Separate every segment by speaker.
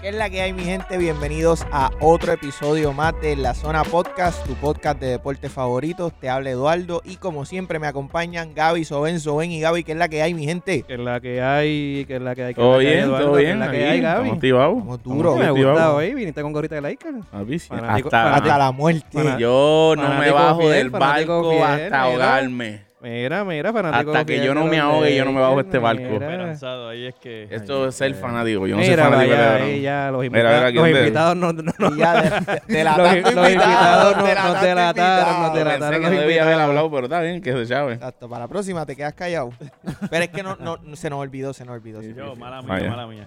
Speaker 1: ¿Qué es la que hay, mi gente? Bienvenidos a otro episodio más de La Zona Podcast, tu podcast de deportes favoritos. Te habla Eduardo y como siempre me acompañan Gaby, Soben, Soben y Gaby. ¿Qué es la que hay, mi gente?
Speaker 2: Que es la que hay, que es la que hay. que es
Speaker 3: Todo
Speaker 2: la que hay,
Speaker 3: bien,
Speaker 2: Eduardo,
Speaker 3: todo
Speaker 2: que es
Speaker 3: bien.
Speaker 2: la que
Speaker 3: aquí,
Speaker 2: hay, Gaby.
Speaker 3: estamos activados.
Speaker 1: Estamos duros.
Speaker 2: Me
Speaker 3: Activados.
Speaker 2: gusta hoy, viniste con gorrita de Laker.
Speaker 3: Ah, sí, sí.
Speaker 2: Fanático-
Speaker 3: Hasta-
Speaker 1: Hasta la muerte.
Speaker 2: Bueno,
Speaker 3: yo no me
Speaker 2: fanático
Speaker 3: bajo
Speaker 2: fiel,
Speaker 3: del
Speaker 2: fanático
Speaker 3: barco
Speaker 2: fiel, mira.
Speaker 3: hasta ahogarme.
Speaker 2: Mira, mira, fanático.
Speaker 3: Hasta que
Speaker 2: fiel
Speaker 3: yo no
Speaker 2: de
Speaker 3: me
Speaker 2: los
Speaker 3: ahogue, yo no me bajo de este
Speaker 2: Lakers,
Speaker 3: barco.
Speaker 2: mira.
Speaker 4: esperanzado ahí es que
Speaker 3: Esto es ser fanático. Yo no soy
Speaker 2: Mira,
Speaker 3: fanático
Speaker 2: vaya,
Speaker 3: de LeBron.
Speaker 2: ahí ya los
Speaker 3: mira,
Speaker 2: invitados,
Speaker 3: aquí
Speaker 2: los
Speaker 3: es de-
Speaker 2: invitados no, no, no,
Speaker 1: Y ya de, de la
Speaker 2: Los-
Speaker 1: tanto
Speaker 2: los invitados no-
Speaker 1: de la
Speaker 2: no
Speaker 1: tanto
Speaker 2: delataron, no
Speaker 1: invitado.
Speaker 2: delataron.
Speaker 3: Pensé que
Speaker 2: los
Speaker 3: no debía haber
Speaker 2: invitados.
Speaker 3: hablado, pero está bien, que se sabe.
Speaker 1: Exacto, para la próxima te quedas callado. Pero es que no, no- no- se nos olvidó, se nos olvidó. se nos
Speaker 4: yo
Speaker 1: olvidó.
Speaker 4: mala mía
Speaker 3: Vaya.
Speaker 4: mala mía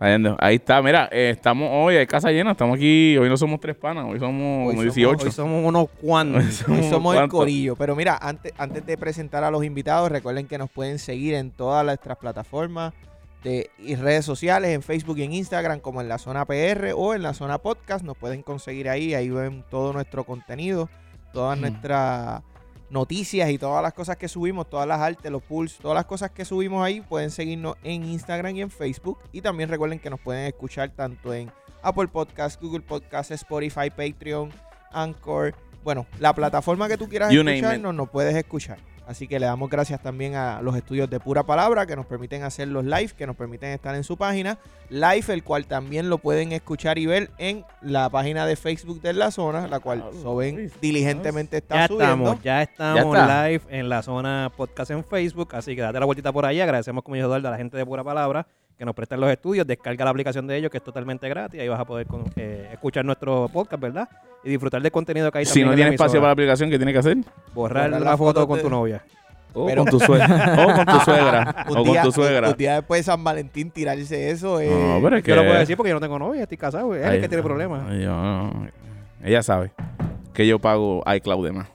Speaker 3: Ahí ando. Ahí está, mira, eh, estamos hoy, hay casa llena, estamos aquí, hoy no somos tres panas, hoy somos
Speaker 1: Hoy
Speaker 3: como
Speaker 1: somos-
Speaker 3: 18.
Speaker 2: Hoy somos unos cuantos.
Speaker 1: Hoy somos el
Speaker 3: ¿Cuánto?
Speaker 1: corillo. Pero mira, antes, antes de presentar a los invitados, recuerden que nos pueden seguir en todas nuestras plataformas de, y redes sociales, en Facebook y en Instagram, como en la zona PR o en la zona podcast. Nos pueden conseguir ahí, ahí ven todo nuestro contenido, todas
Speaker 3: Mm.
Speaker 1: nuestras noticias y todas las cosas que subimos, todas las artes, los pulls, todas las cosas que subimos ahí, pueden seguirnos en Instagram y en Facebook. Y también recuerden que nos pueden escuchar tanto en Apple Podcast, Google Podcast, Spotify, Patreon, Anchor. Bueno, la plataforma que tú quieras
Speaker 3: You name it.
Speaker 1: escucharnos, nos puedes escuchar. Así que le damos gracias también a los estudios de Pura Palabra que nos permiten hacer los live, que nos permiten estar en su página. Live, el cual también lo pueden escuchar y ver en la página de Facebook de La Zona, la cual
Speaker 3: Diablo,
Speaker 1: Soben
Speaker 3: Luis,
Speaker 1: diligentemente está
Speaker 2: Ya
Speaker 1: subiendo.
Speaker 2: estamos, ya estamos
Speaker 3: Ya está.
Speaker 2: live en la zona podcast en Facebook, así que date la vueltita por ahí. Agradecemos, como dijo Eduardo, a la gente de Pura Palabra que nos prestan los estudios. Descarga la aplicación de ellos, que es totalmente gratis. Ahí vas a poder con- eh, escuchar nuestro podcast, ¿verdad? Y disfrutar del contenido que hay
Speaker 3: Si
Speaker 2: también en
Speaker 3: no
Speaker 2: la
Speaker 3: tiene espacio para
Speaker 2: emisora.
Speaker 3: la aplicación, ¿qué tiene que hacer?
Speaker 2: Borrar
Speaker 1: Borrar
Speaker 2: la
Speaker 1: las
Speaker 2: foto
Speaker 1: fotos
Speaker 2: con
Speaker 1: de-
Speaker 2: tu novia.
Speaker 3: O
Speaker 1: Pero-
Speaker 3: Oh, con tu suegra. o Oh, con tu suegra.
Speaker 1: Un
Speaker 3: o
Speaker 1: día-
Speaker 3: con tu suegra.
Speaker 1: Un día después de San Valentín tirarse eso. eh,
Speaker 3: No, pero es que...
Speaker 2: Yo lo puedo decir porque yo no tengo novia, estoy casado. Es
Speaker 3: Ahí
Speaker 2: el que tiene
Speaker 3: está.
Speaker 2: problemas.
Speaker 3: Ay, yo no. Ella sabe que yo pago iCloud de más.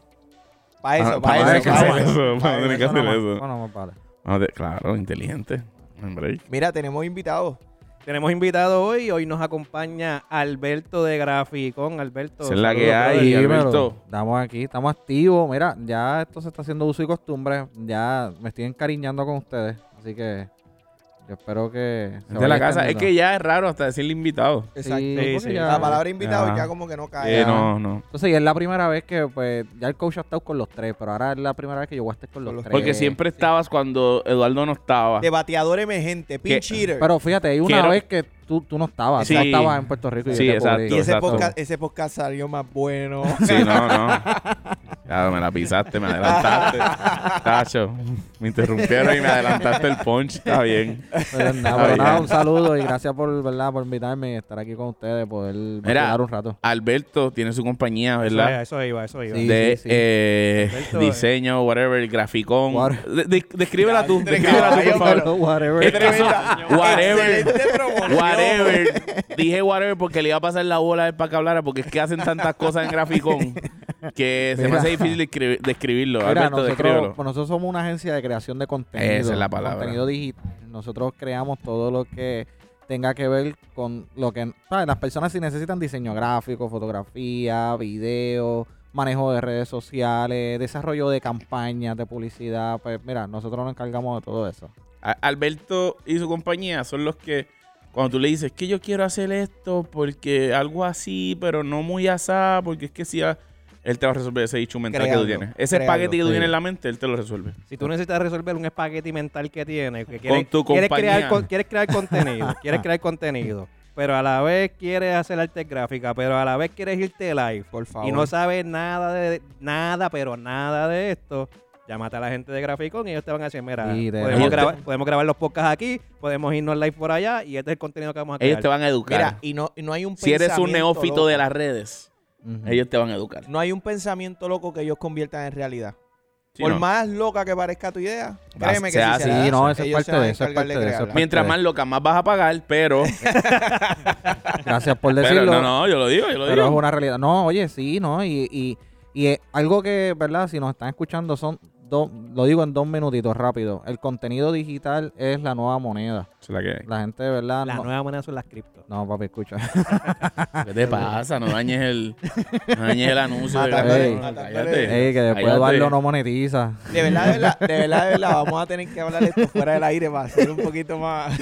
Speaker 1: Pa'
Speaker 3: Ah,
Speaker 1: eso,
Speaker 3: para
Speaker 1: pa'
Speaker 3: tener
Speaker 1: eso,
Speaker 3: que
Speaker 1: pa'
Speaker 3: hacer
Speaker 1: eso.
Speaker 3: eso, para tener que hacer eso.
Speaker 5: No, no, vale.
Speaker 3: Ah, de- claro, inteligente. Hombre.
Speaker 1: Mira, tenemos invitados.
Speaker 2: Tenemos invitado hoy. Hoy nos acompaña Alberto de Graficón. Alberto.
Speaker 3: Esa es la
Speaker 2: saludos,
Speaker 3: que hay.
Speaker 2: brother.
Speaker 3: Dímelo.
Speaker 5: Estamos aquí, estamos activos. Mira, ya esto se está haciendo uso y costumbre. Ya me estoy encariñando con ustedes. Así que yo espero que.
Speaker 3: Es
Speaker 5: se
Speaker 3: de la
Speaker 5: vaya
Speaker 3: casa. Es
Speaker 5: extendiendo.
Speaker 3: que ya es raro hasta decirle invitado.
Speaker 1: Exacto.
Speaker 5: Sí,
Speaker 2: Sí,
Speaker 5: porque
Speaker 2: sí.
Speaker 5: ya-
Speaker 1: Eh, La palabra invitado
Speaker 3: Ajá.
Speaker 1: Ah, ya como que no cae.
Speaker 3: Eh,
Speaker 5: ya.
Speaker 3: no, no.
Speaker 5: Entonces, y es la primera vez que, pues, ya el coach ha estado con los tres, pero ahora es la primera vez que yo voy a estar con los,
Speaker 1: Con los
Speaker 5: tres.
Speaker 3: Porque siempre estabas cuando Eduardo no estaba.
Speaker 1: De bateador emergente, pinch hitter.
Speaker 5: Pero fíjate, hay una
Speaker 3: Quiero-
Speaker 5: vez que tú, tú no estabas.
Speaker 3: Sí.
Speaker 5: Tú estabas en Puerto Rico y yo
Speaker 3: Sí,
Speaker 5: te cubrí.
Speaker 1: y ese
Speaker 3: exacto.
Speaker 1: podcast, ese podcast salió más bueno.
Speaker 3: Sí, no, no. Claro, me la pisaste, me adelantaste. Tacho, me interrumpieron y me adelantaste el punch. Está bien.
Speaker 5: Pero nada,
Speaker 3: Está
Speaker 5: pero nada,
Speaker 3: bien.
Speaker 5: un saludo y gracias por, ¿verdad? por invitarme y estar aquí con ustedes, poder hablar un rato.
Speaker 3: Alberto tiene su compañía, ¿verdad?
Speaker 2: Eso iba, eso iba.
Speaker 5: Sí,
Speaker 3: de
Speaker 5: sí, sí.
Speaker 3: eh,
Speaker 2: Alberto,
Speaker 3: diseño, whatever, graficón.
Speaker 5: What-
Speaker 3: De- de- descríbela tú,
Speaker 1: Ya,
Speaker 3: descríbela tú, por
Speaker 1: caballo,
Speaker 3: favor.
Speaker 5: Whatever.
Speaker 3: Es que eso- whatever,
Speaker 1: Excelente promoción.
Speaker 3: whatever. Dije whatever porque le iba a pasar la bola a él para que hablara, porque es que hacen tantas cosas en graficón que se me
Speaker 5: Mira.
Speaker 3: hace difícil descri- describirlo.
Speaker 5: Mira,
Speaker 3: Alberto,
Speaker 5: nosotros,
Speaker 3: descríbelo.
Speaker 5: pues nosotros somos una agencia de creación de contenido.
Speaker 3: Esa es la palabra.
Speaker 5: Contenido digital. Nosotros creamos todo lo que tenga que ver con lo que... ¿sabes? Las personas si necesitan diseño gráfico, fotografía, video, manejo de redes sociales, desarrollo de campañas, de publicidad. Pues mira, nosotros nos encargamos de todo eso.
Speaker 3: A- Alberto y su compañía son los que cuando tú le dices que yo quiero hacer esto porque algo así, pero no muy asá, porque es que si a- él te va a resolver ese dicho mental
Speaker 1: Creando,
Speaker 3: que tú tienes. Ese
Speaker 1: creando,
Speaker 3: espagueti que tú
Speaker 5: sí.
Speaker 3: tienes en la mente, él te lo resuelve.
Speaker 2: Si tú necesitas resolver un espagueti mental que tienes, que quieres,
Speaker 3: tu
Speaker 2: quieres
Speaker 3: compañía.
Speaker 2: crear, con- quieres crear contenido, quieres crear contenido, pero a la vez quieres hacer arte gráfica, pero a la vez quieres irte live
Speaker 1: Por favor.
Speaker 2: y no sabes nada de nada, pero nada de esto. Llámate a la gente de Graficón y ellos te van a decir, mira,
Speaker 5: Sí, de-
Speaker 2: podemos,
Speaker 3: Ellos
Speaker 2: grabar,
Speaker 3: te-
Speaker 2: podemos grabar los podcasts aquí, podemos irnos live por allá y este es el contenido que vamos a crear.
Speaker 3: Ellos te van a educar.
Speaker 1: Mira, y no, y no hay un
Speaker 3: si eres un
Speaker 1: pensamiento
Speaker 3: neófito
Speaker 1: loco.
Speaker 3: de las redes,
Speaker 5: Ujú.
Speaker 3: ellos te van a educar.
Speaker 1: No hay un pensamiento loco que ellos conviertan en realidad.
Speaker 3: Sí,
Speaker 1: Por
Speaker 3: no.
Speaker 1: más loca que parezca tu idea,
Speaker 3: Va-
Speaker 1: créeme que
Speaker 3: se
Speaker 1: sí
Speaker 3: hace.
Speaker 1: se la
Speaker 5: Sí, no, eso es
Speaker 1: Ellos se
Speaker 5: parte
Speaker 1: van a
Speaker 5: de eso, es
Speaker 1: encargar
Speaker 5: parte de eso, es
Speaker 1: crearla.
Speaker 5: parte
Speaker 3: Mientras más loca, más vas a pagar, pero...
Speaker 5: Gracias por
Speaker 3: pero
Speaker 5: decirlo.
Speaker 3: no, no, yo lo digo, yo lo
Speaker 5: Pero es
Speaker 3: digo.
Speaker 5: una realidad. No, oye, sí, ¿no? Y, y, y es algo que, ¿verdad? Si nos están escuchando, son dos, lo digo en dos minutitos rápido. El contenido digital es la nueva moneda.
Speaker 3: Esa es la que hay.
Speaker 5: La gente de verdad
Speaker 2: La
Speaker 5: no,
Speaker 2: nueva moneda son las cripto.
Speaker 5: no, papi, escucha. Ah.
Speaker 3: ¿Qué te pasa? No dañes el, no dañes el anuncio. de
Speaker 5: Matándole,
Speaker 3: cabrón.
Speaker 1: matándole.
Speaker 3: Cállate.
Speaker 5: Ey, que después
Speaker 3: Cállate.
Speaker 5: Eduardo no monetiza.
Speaker 1: De verdad, de verdad, de verdad, de verdad, vamos a tener que hablar esto fuera del aire para ser un poquito más.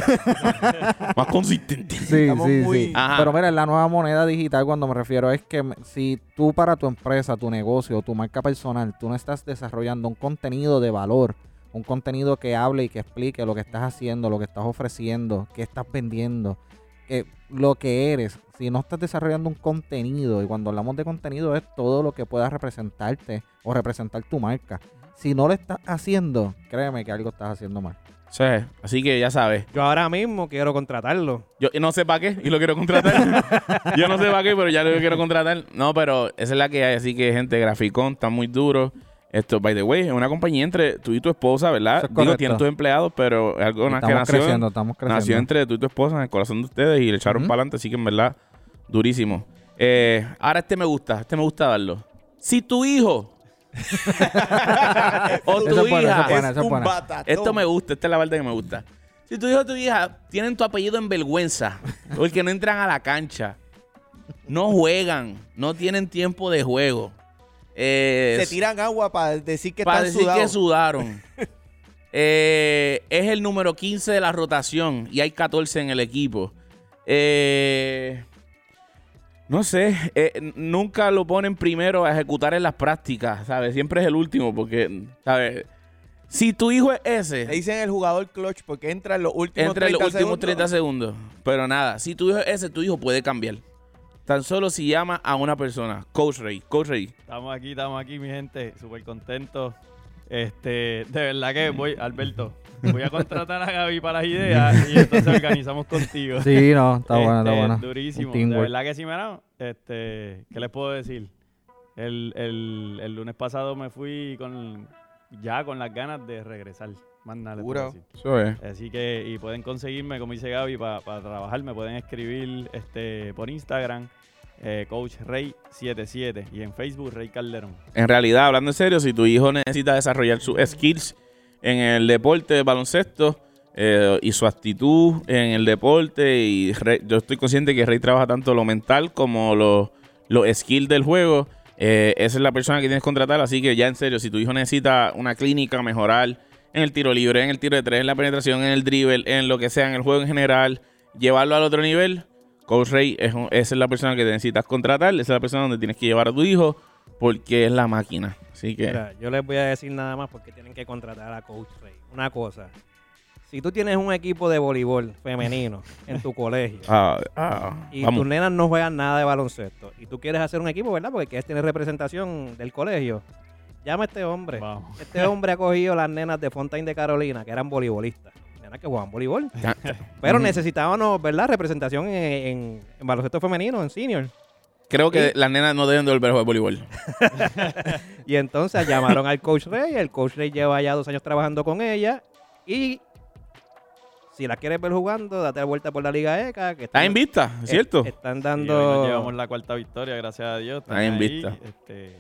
Speaker 3: Más consistente.
Speaker 5: Sí,
Speaker 1: Estamos
Speaker 5: sí,
Speaker 1: muy-
Speaker 5: sí.
Speaker 3: Ajá.
Speaker 5: Pero mira, la nueva moneda digital cuando me refiero es que me- si tú para tu empresa, tu negocio, tu marca personal, tú no estás desarrollando un contenido de valor, un contenido que hable y que explique lo que estás haciendo, lo que estás ofreciendo, qué estás vendiendo, que- lo que eres. Si no estás desarrollando un contenido, y cuando hablamos de contenido es todo lo que pueda representarte o representar tu marca. Si no lo estás haciendo, créeme que algo estás haciendo mal.
Speaker 3: Sí, Así que ya sabes.
Speaker 2: Yo ahora mismo quiero contratarlo.
Speaker 3: Yo no sé para qué y lo quiero contratar. yo no sé para qué, pero ya lo quiero contratar. No, pero esa es la que hay. Así que, gente, Graficón está muy duro. Esto, by the way, es una compañía entre tú y tu esposa, ¿verdad?
Speaker 5: Eso es
Speaker 3: Digo,
Speaker 5: correcto.
Speaker 3: tienen tus empleados, pero es algo que
Speaker 5: Estamos
Speaker 3: nació,
Speaker 5: creciendo, estamos creciendo.
Speaker 3: nació entre tú y tu esposa en el corazón de ustedes y le echaron
Speaker 5: Ujú.
Speaker 3: para adelante. Así que, en verdad, durísimo. Eh, ahora este me gusta, este me gusta darlo. Si tu hijo o
Speaker 5: Eso
Speaker 3: tu
Speaker 5: es bueno, eso
Speaker 3: hija
Speaker 5: es bueno.
Speaker 1: es un
Speaker 5: buena.
Speaker 1: batatón.
Speaker 3: esto me gusta, esta es la parte que me gusta. Si tu hijo o tu hija tienen tu apellido en vergüenza, porque no entran a la cancha, no juegan, no tienen tiempo de juego, eh,
Speaker 1: Se tiran agua para decir que
Speaker 3: para
Speaker 1: están
Speaker 3: decir que
Speaker 1: sudados.
Speaker 3: sudaron, eh, es el número 15 de la rotación y hay 14 en el equipo. Eh, no sé, eh, n- nunca lo ponen primero a ejecutar en las prácticas, ¿sabes? Siempre es el último, porque, ¿sabes? Si tu hijo es ese,
Speaker 1: Le dicen el jugador clutch porque entra en los últimos
Speaker 3: entre los
Speaker 1: 30
Speaker 3: últimos 30 segundos. Pero nada, si tu hijo es ese, tu hijo puede cambiar. Tan solo si llama a una persona. Coach Ray, Coach Ray.
Speaker 4: Estamos aquí, estamos aquí, mi gente, súper contentos. Este, de verdad que voy, Alberto, voy a contratar a Gaby para las ideas y entonces organizamos contigo.
Speaker 5: Sí, no, está bueno, está
Speaker 4: Este,
Speaker 5: bueno.
Speaker 4: Durísimo.
Speaker 5: Un
Speaker 4: De
Speaker 5: teamwork.
Speaker 4: verdad que sí, mano. Este, ¿qué les puedo decir? El, el- el lunes pasado me fui con ya con las ganas de regresar. Más nada les puedo
Speaker 1: Seguro.
Speaker 4: decir.
Speaker 3: Eso es.
Speaker 4: Así que, y pueden conseguirme, como dice Gaby, para trabajar, me pueden escribir este, por Instagram, eh, Coach Rey77 y en Facebook Rey Calderón.
Speaker 3: En realidad, hablando en serio, si tu hijo necesita desarrollar sus skills en el deporte de baloncesto eh, y su actitud en el deporte, y Rey- yo estoy consciente que Rey trabaja tanto lo mental como lo- los skills del juego, eh, esa es la persona que tienes que contratar. Así que ya en serio, si tu hijo necesita una clínica, mejorar en el tiro libre, en el tiro de tres, en la penetración, en el dribble, en lo que sea, en el juego en general, llevarlo al otro nivel. Coach Ray es, un- esa es la persona que te necesitas contratar, esa es la persona donde tienes que llevar a tu hijo porque es la máquina. Así que
Speaker 2: Mira, yo les voy a decir nada más porque tienen que contratar a Coach Ray. Una cosa. Si tú tienes un equipo de voleibol femenino en tu colegio
Speaker 3: ah, ah,
Speaker 2: y
Speaker 3: vamos.
Speaker 2: tus nenas no juegan nada de baloncesto y tú quieres hacer un equipo, ¿verdad? Porque quieres tener representación del colegio, llama a este hombre.
Speaker 4: Vamos.
Speaker 2: Este hombre ha cogido las nenas de Fontaine de Carolina, que eran voleibolistas. Nenas que jugaban voleibol. Pero necesitábamos, ¿verdad? Representación en, en- en baloncesto femenino, en senior.
Speaker 3: Creo que las nenas no deben de volver a jugar voleibol.
Speaker 2: Y entonces llamaron al coach Rey. El coach Rey lleva ya dos años trabajando con ella. Y si la quieres ver jugando, date la vuelta por la Liga ECA. Que
Speaker 3: Está en vista, ¿cierto?
Speaker 2: eh, Están
Speaker 4: Y hoy nos llevamos
Speaker 2: dando.
Speaker 4: la cuarta victoria, gracias a Dios. están
Speaker 3: Ahí en
Speaker 4: ahí,
Speaker 3: vista.
Speaker 4: este,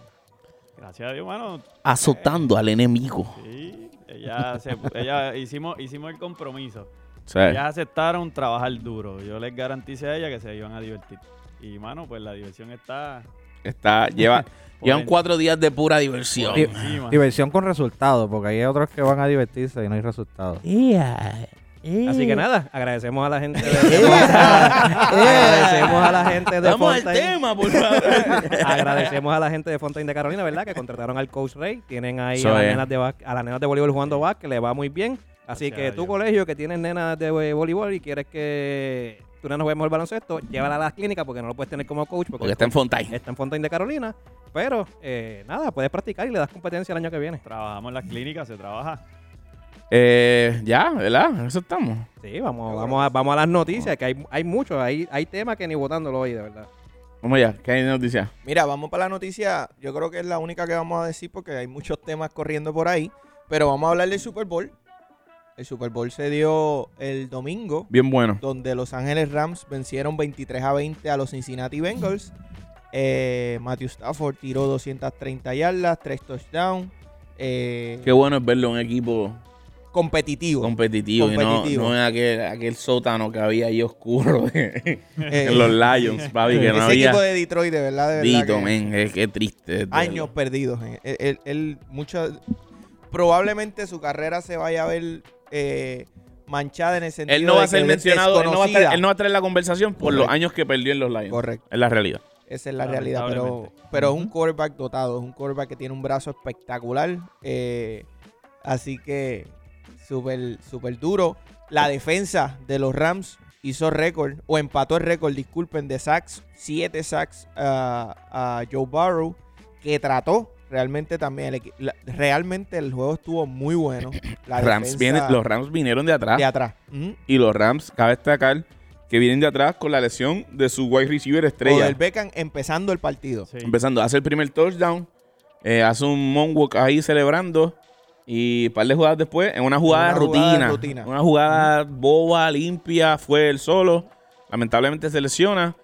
Speaker 4: gracias a Dios, mano.
Speaker 3: Azotando al enemigo.
Speaker 4: Sí, ella, se- ella hicimos, hicimos el compromiso.
Speaker 3: O sea,
Speaker 4: Ellas aceptaron trabajar duro. Yo les garanticé a ella que se iban a divertir. Y, mano, pues la diversión está
Speaker 3: está, lleva,
Speaker 4: por
Speaker 3: llevan
Speaker 4: en-
Speaker 3: cuatro días de pura
Speaker 4: por
Speaker 3: diversión.
Speaker 5: Sí.
Speaker 4: encima.
Speaker 5: Diversión con resultados, porque hay otros que van a divertirse y no hay resultados.
Speaker 2: Así que nada, agradecemos a la gente de. agradecemos a la gente de.
Speaker 3: Vamos al
Speaker 2: Fontaine.
Speaker 3: tema, por favor.
Speaker 2: Agradecemos a la gente de Fontaine de Carolina, ¿verdad? Que contrataron al Coach Rey. Tienen ahí
Speaker 3: Eso
Speaker 2: a, las
Speaker 3: es.
Speaker 2: nenas de bas- a las nenas de voleibol jugando básquet, le va muy bien. Así
Speaker 4: Gracias
Speaker 2: que
Speaker 4: a
Speaker 2: tu
Speaker 4: Dios.
Speaker 2: colegio que tienes nenas de vo- voleibol y quieres que tu nena juegue mejor baloncesto, llévala a las clínicas porque no lo puedes tener como coach porque,
Speaker 3: Porque
Speaker 2: el
Speaker 3: está en
Speaker 2: coach
Speaker 3: Fontaine.
Speaker 2: está en Fontaine de Carolina. Pero eh, nada, puedes practicar y le das competencia el año que viene.
Speaker 4: Trabajamos en las clínicas, se trabaja.
Speaker 3: Eh, ya, ¿verdad? En Eso estamos.
Speaker 2: Sí, vamos, vamos, a, vamos a las noticias, que hay, hay muchos, hay, hay temas que ni votándolo hoy, de verdad.
Speaker 3: Vamos allá, ¿qué hay de noticias?
Speaker 1: Mira, vamos para la noticia. Yo creo que es la única que vamos a decir porque hay muchos temas corriendo por ahí. Pero vamos a hablar del Super Bowl. El Super Bowl se dio el domingo,
Speaker 3: Bien bueno.
Speaker 1: donde Los Ángeles Rams vencieron 23 a 20 a los Cincinnati Bengals. Eh, Matthew Stafford tiró 230 yardas, 3 touchdowns. eh,
Speaker 3: Qué bueno es verlo en un equipo
Speaker 1: competitivo.
Speaker 3: competitivo, y
Speaker 1: Competitivo.
Speaker 3: no, no en aquel, aquel sótano que había ahí oscuro de-
Speaker 1: Eh,
Speaker 3: en los Lions, papi, que no
Speaker 1: ese
Speaker 3: había.
Speaker 1: equipo de Detroit, de verdad, de verdad.
Speaker 3: Dito,
Speaker 1: que-
Speaker 3: men, qué, qué triste. de
Speaker 1: años
Speaker 3: verdad.
Speaker 1: perdidos. eh. Él, él- él mucha- probablemente su carrera se vaya a ver eh, manchada en el sentido
Speaker 3: Él no va
Speaker 1: de
Speaker 3: a ser
Speaker 1: que es
Speaker 3: mencionado, él no va a estar,
Speaker 1: desconocida.
Speaker 3: él no va a estar en la conversación por los
Speaker 1: Correcto.
Speaker 3: años que perdió en los Lions.
Speaker 1: Correcto,
Speaker 3: Es la realidad.
Speaker 1: esa es la realidad. Pero,
Speaker 4: Lamentablemente.
Speaker 1: pero es un quarterback dotado, es un quarterback que tiene un brazo espectacular. eh, así que súper, súper duro. La defensa de los Rams hizo récord, o empató el récord, disculpen, de sacks, 7 sacks a, a Joe Burrow, que trató realmente también, el equi- la- realmente el juego estuvo muy bueno. La defensa
Speaker 3: Rams viene, los Rams vinieron de atrás
Speaker 1: de atrás. Ujú.
Speaker 3: y los Rams, cabe destacar, que vienen de atrás con la lesión de su wide receiver estrella.
Speaker 1: Odell Beckham empezando el partido.
Speaker 4: Sí.
Speaker 3: Empezando, hace el primer touchdown, eh, hace un moonwalk ahí celebrando y un par de jugadas después, en una jugada,
Speaker 1: Una
Speaker 3: rutina,
Speaker 1: jugada rutina.
Speaker 3: Una jugada boba, limpia, fue él solo. Lamentablemente se lesiona.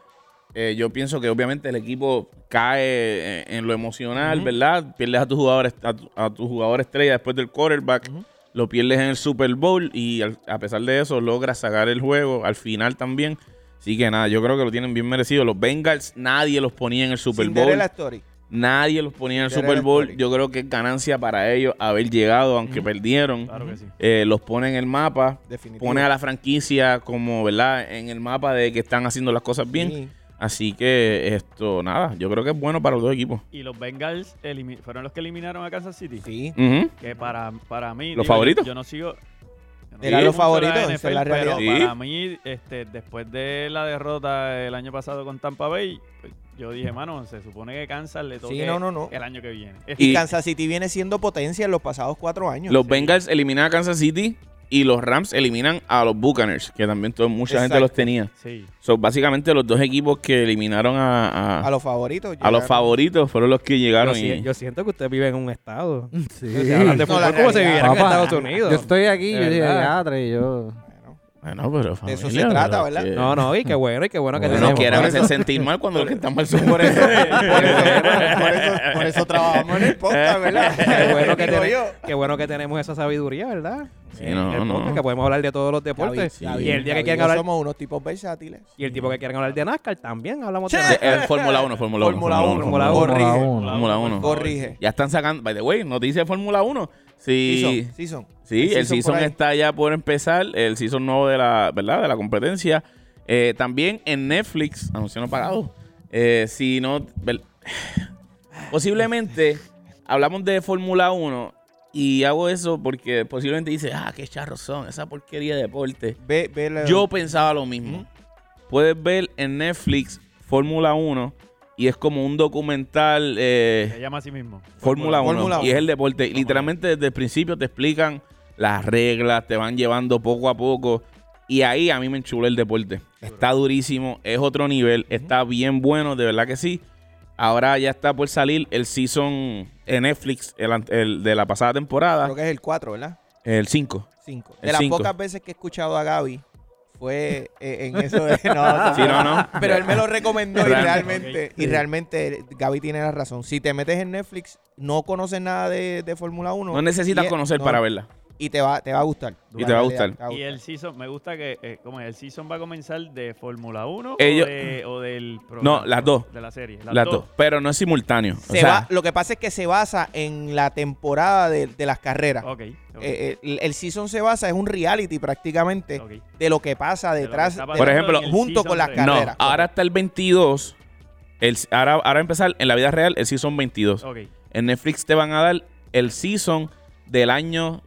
Speaker 3: Eh, yo pienso que obviamente el equipo cae eh, en, en lo emocional, ¿verdad? Pierdes a tu jugador, est- a tu, a tu jugador estrella después del quarterback. Lo pierdes en el Super Bowl y al- a pesar de eso logras sacar el juego al final también. Así que nada, yo creo que lo tienen bien merecido. Los Bengals nadie los ponía en el Super
Speaker 1: Cinderella
Speaker 3: Bowl.
Speaker 1: Story.
Speaker 3: Nadie los ponía en el
Speaker 1: Cinderella
Speaker 3: Super Bowl.
Speaker 1: story.
Speaker 3: Yo creo que es ganancia para ellos haber llegado, aunque perdieron.
Speaker 4: Claro que sí.
Speaker 3: Eh, los pone en el mapa.
Speaker 1: Definitivo.
Speaker 3: Pone a la franquicia como, ¿verdad? En el mapa de que están haciendo las cosas bien.
Speaker 1: Sí.
Speaker 3: Así que esto, nada, yo creo que es bueno para los dos equipos.
Speaker 4: Y los Bengals elimi- fueron los que eliminaron a Kansas City.
Speaker 1: Sí.
Speaker 3: Ujú.
Speaker 4: Que para, para mí.
Speaker 3: ¿Los
Speaker 4: digo,
Speaker 3: favoritos?
Speaker 4: Yo, yo no sigo. yo no
Speaker 1: Eran
Speaker 4: sigo
Speaker 1: los
Speaker 4: mucho la
Speaker 1: favoritos, esa es
Speaker 4: NFL,
Speaker 1: la
Speaker 4: pero
Speaker 1: realidad.
Speaker 3: Sí.
Speaker 4: para mí, este, después de la derrota el año pasado con Tampa Bay, pues, yo dije, mano, se supone que Kansas le toque
Speaker 1: Sí, no, no, no.
Speaker 4: el año que viene. Es-
Speaker 1: Y,
Speaker 3: Y-
Speaker 1: Kansas City viene siendo potencia en los pasados cuatro años.
Speaker 3: Los Bengals eliminan a Kansas City y los Rams eliminan a los Buccaneers, que también todo- mucha gente
Speaker 1: Exacto.
Speaker 3: los tenía.
Speaker 4: sí.
Speaker 3: Son básicamente los dos equipos que eliminaron a, a-
Speaker 1: a los favoritos.
Speaker 3: a los
Speaker 1: llegaron.
Speaker 3: favoritos fueron los que
Speaker 2: Yo,
Speaker 3: llegaron.
Speaker 2: si-
Speaker 3: y-
Speaker 2: yo siento que usted vive en un estado.
Speaker 5: Sí.
Speaker 2: Te hablan de
Speaker 1: No, la
Speaker 2: fútbol como si
Speaker 1: realidad.
Speaker 2: viviera en
Speaker 5: Papá,
Speaker 2: Estados Unidos.
Speaker 5: Yo estoy
Speaker 2: De
Speaker 5: aquí, yo dije,
Speaker 2: verdad.
Speaker 5: "Diadre", yo.
Speaker 1: Bueno,
Speaker 3: Bueno, pero
Speaker 1: De eso
Speaker 3: familia,
Speaker 1: se trata,
Speaker 3: pero
Speaker 1: ¿verdad?
Speaker 3: que-
Speaker 2: No, no, y qué bueno, y qué bueno que
Speaker 3: Bueno,
Speaker 2: tenemos.
Speaker 3: no quieran
Speaker 2: Por
Speaker 3: hacer
Speaker 2: eso-
Speaker 3: sentir mal cuando los que están mal son
Speaker 1: Por eso, por eso, por eso- por eso trabajamos en el podcast, ¿verdad?
Speaker 2: Qué bueno, que
Speaker 1: Digo
Speaker 2: tenemos-
Speaker 1: yo.
Speaker 2: qué bueno que tenemos esa sabiduría, ¿verdad?
Speaker 3: Sí,
Speaker 2: En
Speaker 3: no,
Speaker 2: el
Speaker 3: no.
Speaker 2: podcast, Que podemos hablar de todos los
Speaker 1: David,
Speaker 2: deportes.
Speaker 3: Sí.
Speaker 1: David,
Speaker 2: Y el día que
Speaker 1: David,
Speaker 2: quieran
Speaker 1: no
Speaker 2: hablar
Speaker 1: somos unos tipos versátiles.
Speaker 2: y el tipo que quieran hablar de NASCAR también hablamos
Speaker 1: Sí.
Speaker 2: de
Speaker 3: Eh,
Speaker 2: NASCAR.
Speaker 3: eh, Fórmula 1, Fórmula 1.
Speaker 1: Fórmula uno,
Speaker 2: Fórmula
Speaker 1: uno.
Speaker 5: Fórmula
Speaker 1: Corrige.
Speaker 5: uno.
Speaker 3: Fórmula 1.
Speaker 1: Corrige.
Speaker 3: Ya están sacando, by the way, noticia de Fórmula 1. Sí,
Speaker 1: Season, season.
Speaker 3: sí,
Speaker 1: por
Speaker 3: el season
Speaker 1: ahí.
Speaker 3: está ya por empezar, el season nuevo de la, ¿verdad? De la competencia. Eh, también en Netflix, anuncio no pagado. Eh, si no, vel- posiblemente hablamos de Fórmula 1 y hago eso porque posiblemente dice, ah, qué charros son, esa porquería de deporte.
Speaker 1: Ve, ve la-
Speaker 3: Yo pensaba lo mismo. Puedes ver en Netflix Fórmula 1 y es como un documental
Speaker 4: Se
Speaker 3: eh,
Speaker 4: llama así mismo.
Speaker 3: Fórmula 1
Speaker 1: Fórmula
Speaker 3: y es
Speaker 1: 1.
Speaker 3: el deporte. Y Literalmente desde el principio te explican las reglas, te van llevando poco a poco. Y ahí a mí me enchula el deporte. Está durísimo, es otro nivel, está bien bueno, de verdad que sí. Ahora ya está por salir el season en Netflix, el, ant- el de la pasada temporada,
Speaker 1: Creo que es el 4, ¿verdad?
Speaker 3: el 5.
Speaker 1: 5.
Speaker 3: El
Speaker 1: De las
Speaker 3: cinco.
Speaker 1: pocas veces que he escuchado a Gaby fue eh, en eso de... No,
Speaker 3: Sí, no, no.
Speaker 1: Pero él me lo recomendó y
Speaker 3: Realmente.
Speaker 1: realmente,
Speaker 4: Ok.
Speaker 1: y realmente Gaby tiene la razón. Si te metes en Netflix, no conoces nada de, de Fórmula 1.
Speaker 3: No necesitas
Speaker 1: Y-
Speaker 3: conocer
Speaker 1: no,
Speaker 3: para verla.
Speaker 1: Y te va, te va a gustar.
Speaker 3: Y te va a gustar.
Speaker 4: Y el season, me gusta que, eh, ¿cómo es? El season va a comenzar de Fórmula 1
Speaker 3: Ellos-
Speaker 4: o, de- o del
Speaker 3: No, las dos.
Speaker 4: De la serie.
Speaker 3: Las dos. Pero no es simultáneo. O
Speaker 1: Se
Speaker 3: sea,
Speaker 1: va- lo que pasa es que se basa en la temporada de, de las carreras.
Speaker 4: Ok. ok,
Speaker 1: Eh, eh, el, el season se basa, es un reality prácticamente
Speaker 4: ok.
Speaker 1: de lo que pasa
Speaker 4: De lo que
Speaker 1: detrás.
Speaker 4: está
Speaker 1: de-
Speaker 4: pasando
Speaker 3: ejemplo,
Speaker 4: en el
Speaker 1: junto
Speaker 4: season
Speaker 1: con las
Speaker 4: de-
Speaker 1: carreras.
Speaker 3: No,
Speaker 1: carrera.
Speaker 3: ahora está el 22. El, ahora, ahora va a empezar en la vida real el season 22.
Speaker 4: Ok.
Speaker 3: En Netflix te van a dar el season del año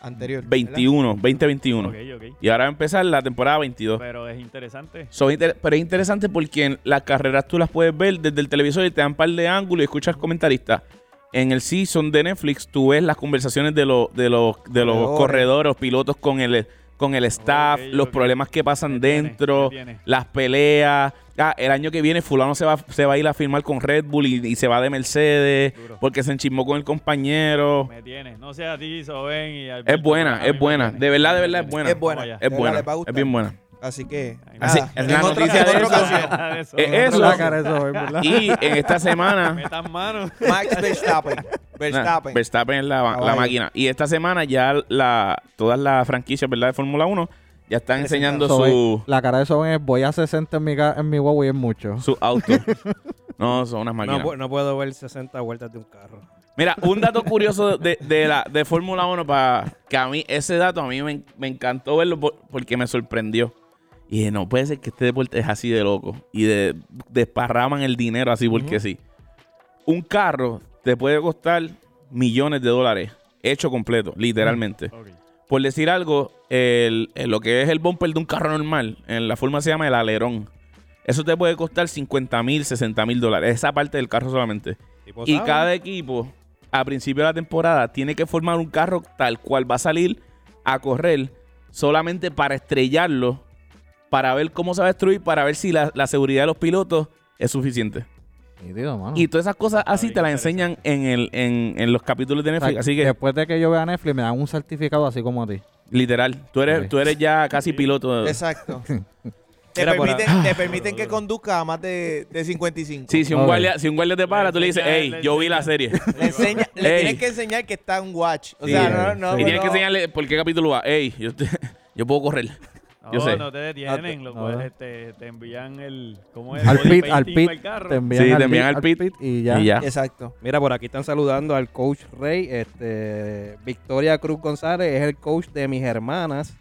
Speaker 1: anterior. ¿verdad?
Speaker 3: 21, 2021.
Speaker 4: Ok, ok.
Speaker 3: Y ahora va a empezar la temporada 22.
Speaker 4: Pero es interesante.
Speaker 3: Son inter- pero es interesante porque en las carreras tú las puedes ver desde el televisor y te dan un par de ángulos y escuchas comentaristas. En el season de Netflix tú ves las conversaciones de los, de los, de los
Speaker 1: Corredores.
Speaker 3: corredores, pilotos con el, con el staff,
Speaker 4: Ok,
Speaker 3: los
Speaker 4: ok.
Speaker 3: problemas que pasan
Speaker 4: Ahí viene,
Speaker 3: dentro.
Speaker 4: ahí viene.
Speaker 3: las peleas. Ah, el año que viene fulano se va, se va a ir a firmar con Red Bull y, y se va de Mercedes
Speaker 4: Duro.
Speaker 3: porque se enchismó con el compañero.
Speaker 4: Me tiene. No sea a ti, Soben y Alberto,
Speaker 3: Es buena,
Speaker 4: a mí
Speaker 3: es
Speaker 4: me
Speaker 3: buena.
Speaker 4: tiene.
Speaker 3: De verdad, de
Speaker 4: Me
Speaker 3: verdad es
Speaker 4: tiene.
Speaker 3: buena.
Speaker 1: Es buena.
Speaker 4: Vamos allá.
Speaker 1: De
Speaker 3: Es
Speaker 1: verdad
Speaker 3: buena.
Speaker 1: les va a
Speaker 3: Es
Speaker 1: gustar.
Speaker 3: bien buena.
Speaker 1: Así que.
Speaker 4: Ahí
Speaker 1: nada,
Speaker 3: Así-
Speaker 1: en
Speaker 3: Ah, la
Speaker 1: otra-
Speaker 3: noticia
Speaker 1: en otra
Speaker 3: de eso-
Speaker 1: ocasión.
Speaker 4: Ah, eso,
Speaker 3: Eh,
Speaker 4: no,
Speaker 3: eso.
Speaker 4: no,
Speaker 5: La cara eso hoy, ¿verdad?
Speaker 3: Y en esta semana.
Speaker 4: Metan mano.
Speaker 1: Max Verstappen.
Speaker 3: Nah,
Speaker 1: Verstappen.
Speaker 3: Verstappen es la, la
Speaker 1: Caballo.
Speaker 3: máquina. Y esta semana ya la, todas las franquicias ¿verdad? de Fórmula 1 ya están enseñando
Speaker 5: Soben.
Speaker 3: su,
Speaker 5: La cara de Soben es voy a 60 en mi, ca- en mi guagua y es mucho.
Speaker 3: su auto. no, son unas máquinas.
Speaker 2: No, pu- no puedo ver 60 vueltas de un carro.
Speaker 3: Mira, un dato curioso de, de la de Fórmula 1 para que a mí ese dato a mí me, en- me encantó verlo por- porque me sorprendió. Y dije, no puede ser que este deporte es así de loco y de desparraman el dinero así porque sí. Un carro te puede costar millones de dólares hecho completo, literalmente.
Speaker 4: Ok.
Speaker 3: Por decir algo, el- el- lo que es el bumper de un carro normal, en la forma se llama el alerón. Eso te puede costar 50 mil, 60 mil dólares. Esa parte del carro solamente.
Speaker 2: Tipo,
Speaker 3: Y
Speaker 2: ¿sabes?
Speaker 3: cada equipo, a principio de la temporada, tiene que formar un carro tal cual va a salir a correr solamente para estrellarlo, para ver cómo se va a destruir, para ver si la, la seguridad de los pilotos es suficiente.
Speaker 5: Nítido, mano.
Speaker 3: Y todas esas cosas así
Speaker 4: bien
Speaker 3: te las
Speaker 4: interesante.
Speaker 3: enseñan en, el, en, en los capítulos de
Speaker 5: O sea,
Speaker 3: Netflix. así que,
Speaker 5: Después de que yo vea Netflix, me dan un certificado así como a ti.
Speaker 3: literal, tú eres,
Speaker 5: Ok.
Speaker 3: tú eres ya casi
Speaker 4: Sí.
Speaker 3: piloto.
Speaker 1: Exacto. Te
Speaker 2: Era por
Speaker 1: permiten, te permiten que
Speaker 4: Duro.
Speaker 1: conduzca a más de, de 55.
Speaker 3: Sí, si un,
Speaker 5: Ok.
Speaker 3: guardia, si un guardia te para, tú le dices,
Speaker 4: enseña-
Speaker 3: hey,
Speaker 4: le
Speaker 3: yo vi
Speaker 4: enseña".
Speaker 3: la serie.
Speaker 1: Le, enseña- le
Speaker 3: Ey.
Speaker 1: tienes que enseñar que está en watch. O
Speaker 5: Sí,
Speaker 1: sea,
Speaker 5: eh,
Speaker 1: no, no,
Speaker 5: sí.
Speaker 1: no.
Speaker 3: Y tienes que
Speaker 1: no.
Speaker 3: enseñarle por qué capítulo va. Hey, yo, te- yo puedo correr. Yo
Speaker 4: no,
Speaker 3: sé.
Speaker 4: no te detienen.
Speaker 5: No,
Speaker 4: lo
Speaker 5: no.
Speaker 4: puedes- te, te envían el. ¿Cómo es?
Speaker 5: Al
Speaker 4: El body
Speaker 5: pit, al
Speaker 4: painting para
Speaker 5: pit.
Speaker 4: el carro.
Speaker 5: Te envían,
Speaker 3: Sí,
Speaker 5: al,
Speaker 3: te envían
Speaker 5: pit,
Speaker 3: al pit.
Speaker 5: y ya.
Speaker 3: Y ya.
Speaker 1: Exacto.
Speaker 2: Mira, por aquí están saludando al coach Rey. Este, Victoria Cruz González es el coach de mis hermanas.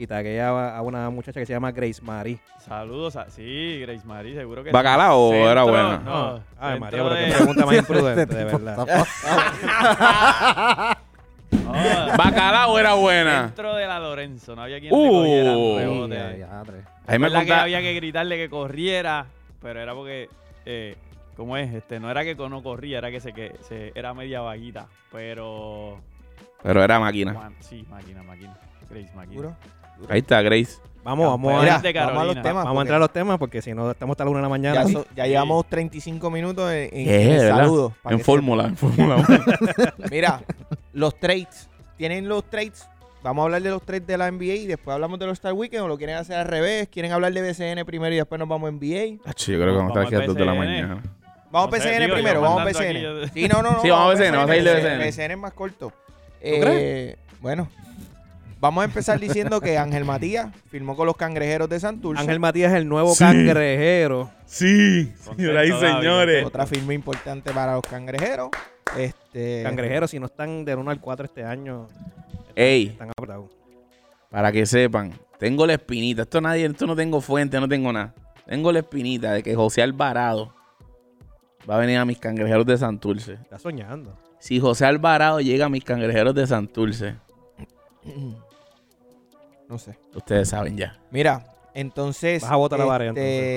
Speaker 2: Y taguea a- a una muchacha que se llama Grace Marie.
Speaker 4: Saludos a. Sí, Grace Marie, seguro que. sí.
Speaker 3: ¿Bacalao o era
Speaker 4: Centro-
Speaker 3: buena?
Speaker 5: Ah,
Speaker 4: No,
Speaker 2: Ah, Ay,
Speaker 4: centro
Speaker 2: María, pero
Speaker 4: de-
Speaker 2: qué pregunta más imprudente,
Speaker 5: Este
Speaker 2: de
Speaker 5: tipo
Speaker 2: verdad.
Speaker 5: está
Speaker 4: no,
Speaker 3: Bacalao era buena.
Speaker 4: Centro de la Lorenzo, no había quien
Speaker 3: Uh.
Speaker 4: le cogiera el
Speaker 3: Sí,
Speaker 5: pa-
Speaker 4: rebote.
Speaker 5: Ya, ya, tres.
Speaker 3: Ahí me
Speaker 4: Recuerda que
Speaker 3: contaba-
Speaker 4: había que gritarle que corriera, pero era porque, eh, ¿cómo es? Este, no era que no corría, era que se, que se era media vaguita, pero...
Speaker 3: Pero era máquina.
Speaker 4: Juan- sí, máquina, máquina. Grace, máquina.
Speaker 1: Seguro.
Speaker 3: Ahí está, Grace.
Speaker 2: Vamos, vamos a,
Speaker 1: Mira,
Speaker 4: de
Speaker 1: vamos a los
Speaker 4: Carolina.
Speaker 1: temas.
Speaker 2: vamos a entrar a los temas porque si no estamos hasta la una de la
Speaker 1: porque
Speaker 2: mañana.
Speaker 1: ya, so- ya llevamos 35 minutos en, en,
Speaker 3: ¿Qué,
Speaker 1: en
Speaker 3: verdad?
Speaker 1: saludos. para
Speaker 3: En
Speaker 1: que
Speaker 3: fórmula, en fórmula. uno.
Speaker 1: sepa. Mira, los trades. ¿Tienen los trades? Vamos a hablar de los trades de la NBA y después hablamos de los Star Weekend o lo quieren hacer al revés. ¿Quieren hablar de BCN primero y después nos vamos a NBA?
Speaker 3: Acho, yo creo que vamos a estar aquí a las
Speaker 4: Vamos
Speaker 3: 2 de la
Speaker 4: PCN.
Speaker 3: mañana.
Speaker 1: Vamos
Speaker 4: No
Speaker 1: a
Speaker 4: sé,
Speaker 1: PCN
Speaker 4: tío, yo
Speaker 1: primero, vamos a
Speaker 4: mandando
Speaker 1: PCN.
Speaker 4: aquí, yo-
Speaker 1: Sí, no, no, no.
Speaker 3: Sí, vamos a BCN, vamos a ir de BCN.
Speaker 1: BCN es más corto. Eh, Bueno, vamos a empezar diciendo que Ángel Matías firmó con los cangrejeros de Santurce.
Speaker 2: Ángel Matías es el nuevo
Speaker 3: Sí.
Speaker 2: cangrejero.
Speaker 3: Sí,
Speaker 4: señoras y señores.
Speaker 1: otra firma importante para los cangrejeros. Este,
Speaker 2: Cangrejeros, si no están del 1 al 4 este año,
Speaker 3: Ey.
Speaker 2: están apretados.
Speaker 3: Para que sepan, tengo la espinita. Esto nadie, esto no tengo fuente, no tengo nada. Tengo la espinita de que José Alvarado va a venir a mis cangrejeros de Santurce.
Speaker 2: Está soñando.
Speaker 3: Si José Alvarado llega a mis cangrejeros de Santurce,
Speaker 1: No sé.
Speaker 3: ustedes saben ya.
Speaker 1: Mira, entonces. este,
Speaker 2: Vas a botar la vara,
Speaker 5: Eh.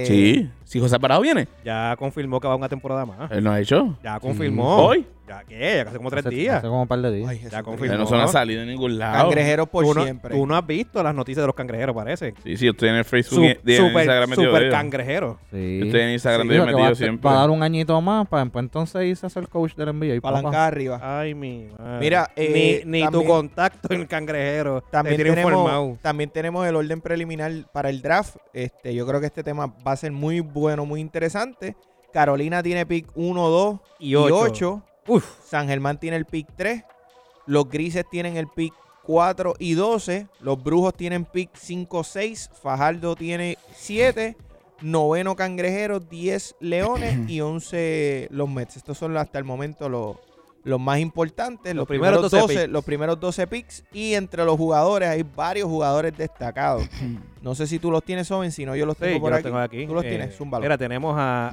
Speaker 2: entonces.
Speaker 3: sí, si José Alvarado viene,
Speaker 2: Ya confirmó que va una temporada más.
Speaker 3: él no ha hecho. Mm,
Speaker 2: Ya confirmó.
Speaker 3: Eh, Hoy,
Speaker 2: ¿Ya qué? Ya hace como tres
Speaker 5: Hace-
Speaker 2: días.
Speaker 5: Hace como un par de días.
Speaker 1: Ay, Jesús
Speaker 2: Ya
Speaker 1: Cristo.
Speaker 3: Él
Speaker 2: confirmó.
Speaker 3: no se ha salido de ningún lado.
Speaker 1: Cangrejeros por
Speaker 2: Tú no,
Speaker 1: siempre.
Speaker 2: tú no has visto las noticias de los cangrejeros, parece.
Speaker 3: Sí, sí, yo estoy en el Facebook
Speaker 2: Su-
Speaker 3: y en
Speaker 2: super
Speaker 3: Instagram metido de
Speaker 2: super
Speaker 3: ellos.
Speaker 2: cangrejero.
Speaker 5: Sí.
Speaker 3: Yo estoy en Instagram
Speaker 5: Sí,
Speaker 3: de
Speaker 5: lo
Speaker 3: ellos
Speaker 5: que
Speaker 3: metido
Speaker 5: va, a-
Speaker 3: siempre.
Speaker 5: va a dar un añito más para después entonces irse a ser coach del NBA. papá.
Speaker 1: Palanca arriba.
Speaker 2: Ay, mi madre.
Speaker 1: Ah. Mira, eh,
Speaker 2: ni, ni tu
Speaker 1: también-
Speaker 2: contacto en el cangrejero.
Speaker 1: También
Speaker 2: te tiene
Speaker 1: tenemos,
Speaker 2: informado.
Speaker 1: también tenemos el orden preliminar para el draft. Este, yo creo que este tema va a ser muy bueno, muy interesante. Carolina tiene pick 1, 2
Speaker 2: Y
Speaker 1: y
Speaker 2: ocho.
Speaker 1: 8.
Speaker 2: Uf.
Speaker 1: San Germán tiene el pick 3. Los grises tienen el pick 4 y 12. Los brujos tienen pick 5, 6. Fajardo tiene 7. Noveno cangrejeros, 10 leones y 11 los Mets. Estos son hasta el momento los, los más importantes. Los, primeros, 12
Speaker 2: picks.
Speaker 1: los primeros 12 picks. Y entre los jugadores hay varios jugadores destacados. No sé si tú los tienes, Owen, si no yo los
Speaker 2: Sí,
Speaker 1: tengo
Speaker 2: yo
Speaker 1: por
Speaker 2: los
Speaker 1: aquí.
Speaker 2: tengo aquí.
Speaker 1: Tú los
Speaker 2: Eh,
Speaker 1: tienes, zúmbalo.
Speaker 2: Mira, tenemos a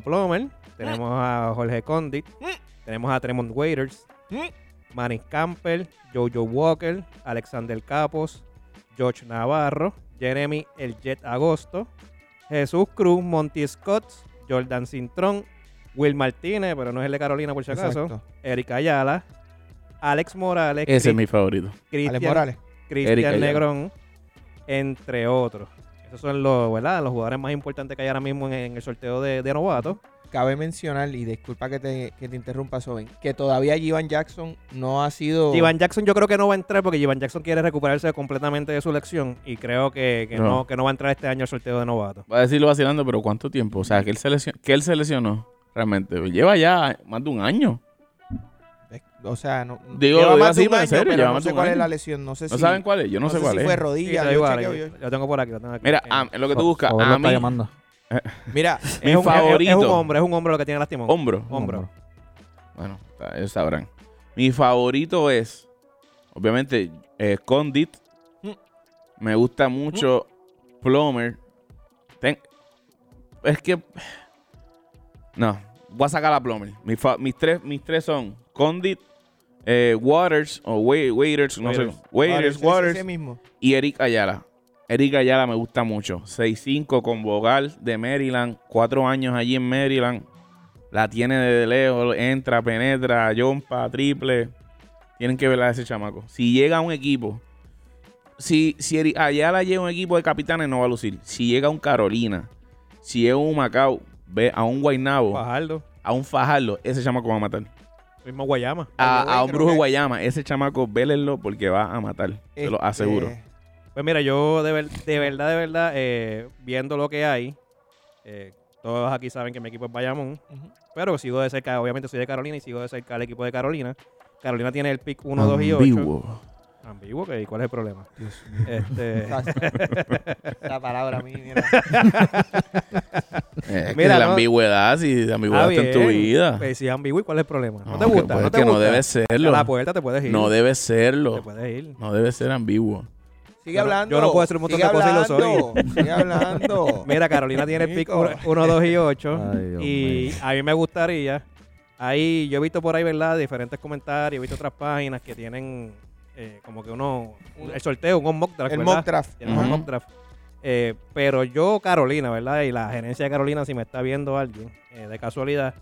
Speaker 2: Plomer, tenemos a Jorge Condit,
Speaker 1: Mm.
Speaker 2: tenemos a Tremont Waiters, Manny Campbell, Jojo Walker, Alexander Capos, George Navarro, Jeremy El Jet Agosto, Jesús Cruz, Monty Scott, Jordan Cintrón, Will Martínez, pero no es el de Carolina por si acaso,
Speaker 1: Exacto.
Speaker 2: Eric Ayala, Alex Morales,
Speaker 3: Ese es
Speaker 2: Cris-
Speaker 3: mi favorito.
Speaker 1: Alex
Speaker 2: Cristian
Speaker 1: Morales.
Speaker 3: Eric
Speaker 2: Cristian
Speaker 3: Ayala.
Speaker 2: Negrón, entre otros. Esos son los, ¿verdad? los jugadores más importantes que hay ahora mismo en, en el sorteo de, de novatos.
Speaker 1: cabe mencionar, y disculpa que te, que te interrumpa, Soben, que todavía Jivan Jackson no ha
Speaker 3: Oh.
Speaker 1: sido.
Speaker 2: Ivan Jackson yo creo que no va a entrar porque Ivan Jackson quiere recuperarse completamente de su lección y creo que, que
Speaker 3: No.
Speaker 2: no. que no va a entrar este año al sorteo de novato.
Speaker 3: Va a decirlo vacilando, pero ¿cuánto tiempo? O sea, que él se lesionó, que él se lesionó realmente. Lleva ya más de un año.
Speaker 1: O sea, no.
Speaker 3: Digo,
Speaker 1: lleva
Speaker 3: lo digo
Speaker 1: más de
Speaker 3: así,
Speaker 1: un
Speaker 3: pero en
Speaker 1: año,
Speaker 3: serio,
Speaker 1: pero
Speaker 3: lleva
Speaker 1: no
Speaker 3: más de
Speaker 1: sé
Speaker 3: un
Speaker 1: cuál es
Speaker 3: año.
Speaker 1: la lesión. No sé
Speaker 3: ¿No
Speaker 1: si.
Speaker 3: saben cuál es? Yo no, sé
Speaker 1: si
Speaker 3: cuál
Speaker 1: fue
Speaker 3: es.
Speaker 2: Sí,
Speaker 1: rodilla.
Speaker 2: está
Speaker 1: yo
Speaker 2: igual, eh.
Speaker 1: chequeo,
Speaker 2: yo-
Speaker 1: yo-
Speaker 2: yo tengo por aquí, lo tengo aquí.
Speaker 3: Mira,
Speaker 2: Eh,
Speaker 3: a- lo que tú
Speaker 5: So-
Speaker 3: buscas,
Speaker 5: Sobel lo
Speaker 3: a
Speaker 5: está
Speaker 3: mí,
Speaker 5: llamando.
Speaker 1: Mira,
Speaker 3: mi
Speaker 2: es un- es-
Speaker 3: favorito.
Speaker 2: Es, un hombre, es un hombre lo que tiene lastimado.
Speaker 3: hombro.
Speaker 2: Hombro.
Speaker 3: Bueno, ta- ellos sabrán. Mi favorito es, obviamente, eh, Condit.
Speaker 1: Mm.
Speaker 3: Me gusta mucho Plumber. Ten- Es que... No, voy a sacar a Plumber. Mi fa- mis, tres, mis tres son Condit, eh, Waters, o Wa- Waiters, no sé.
Speaker 4: Waiters.
Speaker 3: Waiters,
Speaker 1: ese-
Speaker 3: Waters
Speaker 1: ese mismo.
Speaker 3: y Eric Ayala. Eric Ayala me gusta mucho. 6'5 con Bogal de Maryland. Cuatro años allí en Maryland. La tiene desde lejos. Entra, penetra, jumpa, triple. Tienen que velar a ese chamaco. Si llega a un equipo. Si, si Eric Ayala llega a un equipo de capitanes, no va a lucir. Si llega a un Carolina. Si llega a un Macao. Ve a un Guaynabo.
Speaker 2: Fajardo,
Speaker 3: A un Fajardo. Ese chamaco va a matar.
Speaker 2: mismo Guayama.
Speaker 3: A,
Speaker 1: Ay, yo voy,
Speaker 3: a un
Speaker 1: Ah, creo
Speaker 3: Brujo de
Speaker 1: que-
Speaker 3: Guayama. Ese chamaco, vélenlo porque va a matar. Te lo
Speaker 1: Este,
Speaker 3: aseguro.
Speaker 2: Pues mira, yo de, ver- de verdad, de verdad, eh, viendo lo que hay, eh, todos aquí saben que mi equipo es Bayamón,
Speaker 1: Ujú.
Speaker 2: pero sigo de cerca, obviamente soy de Carolina y sigo de cerca al equipo de Carolina. Carolina tiene el pick 1, 2 y 8.
Speaker 3: Ambiguo.
Speaker 2: Ambiguo, que ¿cuál es el problema?
Speaker 1: Dios
Speaker 2: Este,
Speaker 1: Exacto. Esa palabra a mí, mira.
Speaker 3: Eh, Es
Speaker 2: Mira,
Speaker 3: que la
Speaker 2: no-
Speaker 3: ambigüedad, si la ambigüedad
Speaker 2: Ah,
Speaker 3: está en tu
Speaker 2: bien.
Speaker 3: vida.
Speaker 2: pues si es ambiguo, ¿y cuál es el problema? No, te
Speaker 3: que-
Speaker 2: gusta,
Speaker 3: pues,
Speaker 2: no te
Speaker 3: que
Speaker 2: gusta.
Speaker 3: no debe
Speaker 2: A la
Speaker 3: serlo.
Speaker 2: puerta te puedes ir.
Speaker 3: No debe
Speaker 2: Te
Speaker 3: serlo.
Speaker 2: puedes ir.
Speaker 3: No debe ser ambiguo.
Speaker 1: Sigue
Speaker 2: Yo no-
Speaker 1: hablando.
Speaker 2: yo no puedo hacer un montón
Speaker 1: sigue
Speaker 2: de cosas y lo soy.
Speaker 1: hablando, Sigue hablando.
Speaker 2: Mira, Carolina tiene el pick
Speaker 1: Nico.
Speaker 2: 1, 2 y 8.
Speaker 5: Ay, Dios
Speaker 2: Y
Speaker 5: mío.
Speaker 2: a mí me gustaría. Ahí yo he visto por ahí, ¿verdad? Diferentes comentarios. He visto otras páginas que tienen eh, como que uno. El sorteo, un mock draft.
Speaker 1: El
Speaker 2: ¿verdad?
Speaker 1: mock draft.
Speaker 2: Tienen un
Speaker 3: Ujú.
Speaker 2: mock draft. Eh, pero yo, Carolina, ¿verdad? Y la gerencia de Carolina, si me está viendo alguien, eh, de casualidad,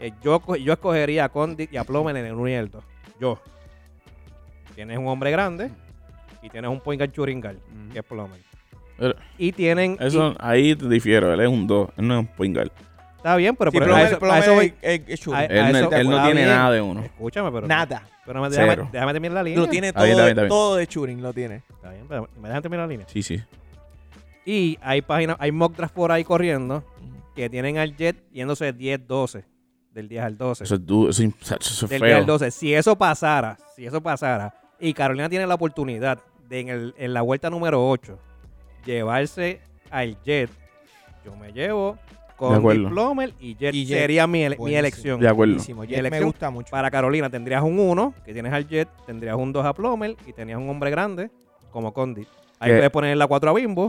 Speaker 2: eh, yo, co- yo escogería a Condit y a Plomen en el 1 y el 2. Yo. Tienes un hombre grande y tienes un point guard shooting guard,
Speaker 4: Ujú.
Speaker 2: que es Plomen.
Speaker 3: Pero
Speaker 2: Y tienen.
Speaker 3: Eso, ahí te difiero. Él es un 2. Él no es un point guard.
Speaker 2: y- está bien, pero
Speaker 1: Si
Speaker 2: por- a
Speaker 1: Plomer-
Speaker 2: eso- a
Speaker 1: Plomer
Speaker 2: eso voy-
Speaker 1: es- es chulo.
Speaker 2: a- a
Speaker 3: Él, no-
Speaker 2: eso-
Speaker 3: él no
Speaker 2: está
Speaker 3: tiene
Speaker 2: bien.
Speaker 3: nada de uno.
Speaker 2: Escúchame, pero.
Speaker 1: Nada.
Speaker 2: Pero me-
Speaker 3: Cero.
Speaker 2: déjame, déjame terminar la línea.
Speaker 1: Lo tiene
Speaker 3: Está
Speaker 1: todo,
Speaker 3: bien, está bien, está bien.
Speaker 1: todo de Churing, lo tiene.
Speaker 2: Está bien, pero me dejan terminar la línea.
Speaker 3: Sí, sí.
Speaker 2: Y hay páginas, hay mock drafts por ahí corriendo que tienen al Jet yéndose 10-12, del 10 al 12.
Speaker 3: Eso es, du- eso es- eso es
Speaker 2: del 10 al
Speaker 3: feo.
Speaker 2: 12. Si eso pasara, si eso pasara, y Carolina tiene la oportunidad de en, el- en la vuelta número 8 llevarse al Jet, yo me llevo
Speaker 3: De
Speaker 2: con
Speaker 3: acuerdo.
Speaker 2: Dick Plomer y Jet.
Speaker 1: Y Jet.
Speaker 2: Sería mi, ele- mi
Speaker 1: Buenísimo.
Speaker 2: elección.
Speaker 3: De acuerdo.
Speaker 1: Buenísimo. Jet me
Speaker 2: elección
Speaker 1: gusta mucho.
Speaker 2: Para Carolina tendrías un 1, que tienes al Jet, tendrías un 2 a Plomer y tenías un hombre grande como Condit. Ahí
Speaker 3: Que-
Speaker 2: puedes poner en la 4 a Bimbo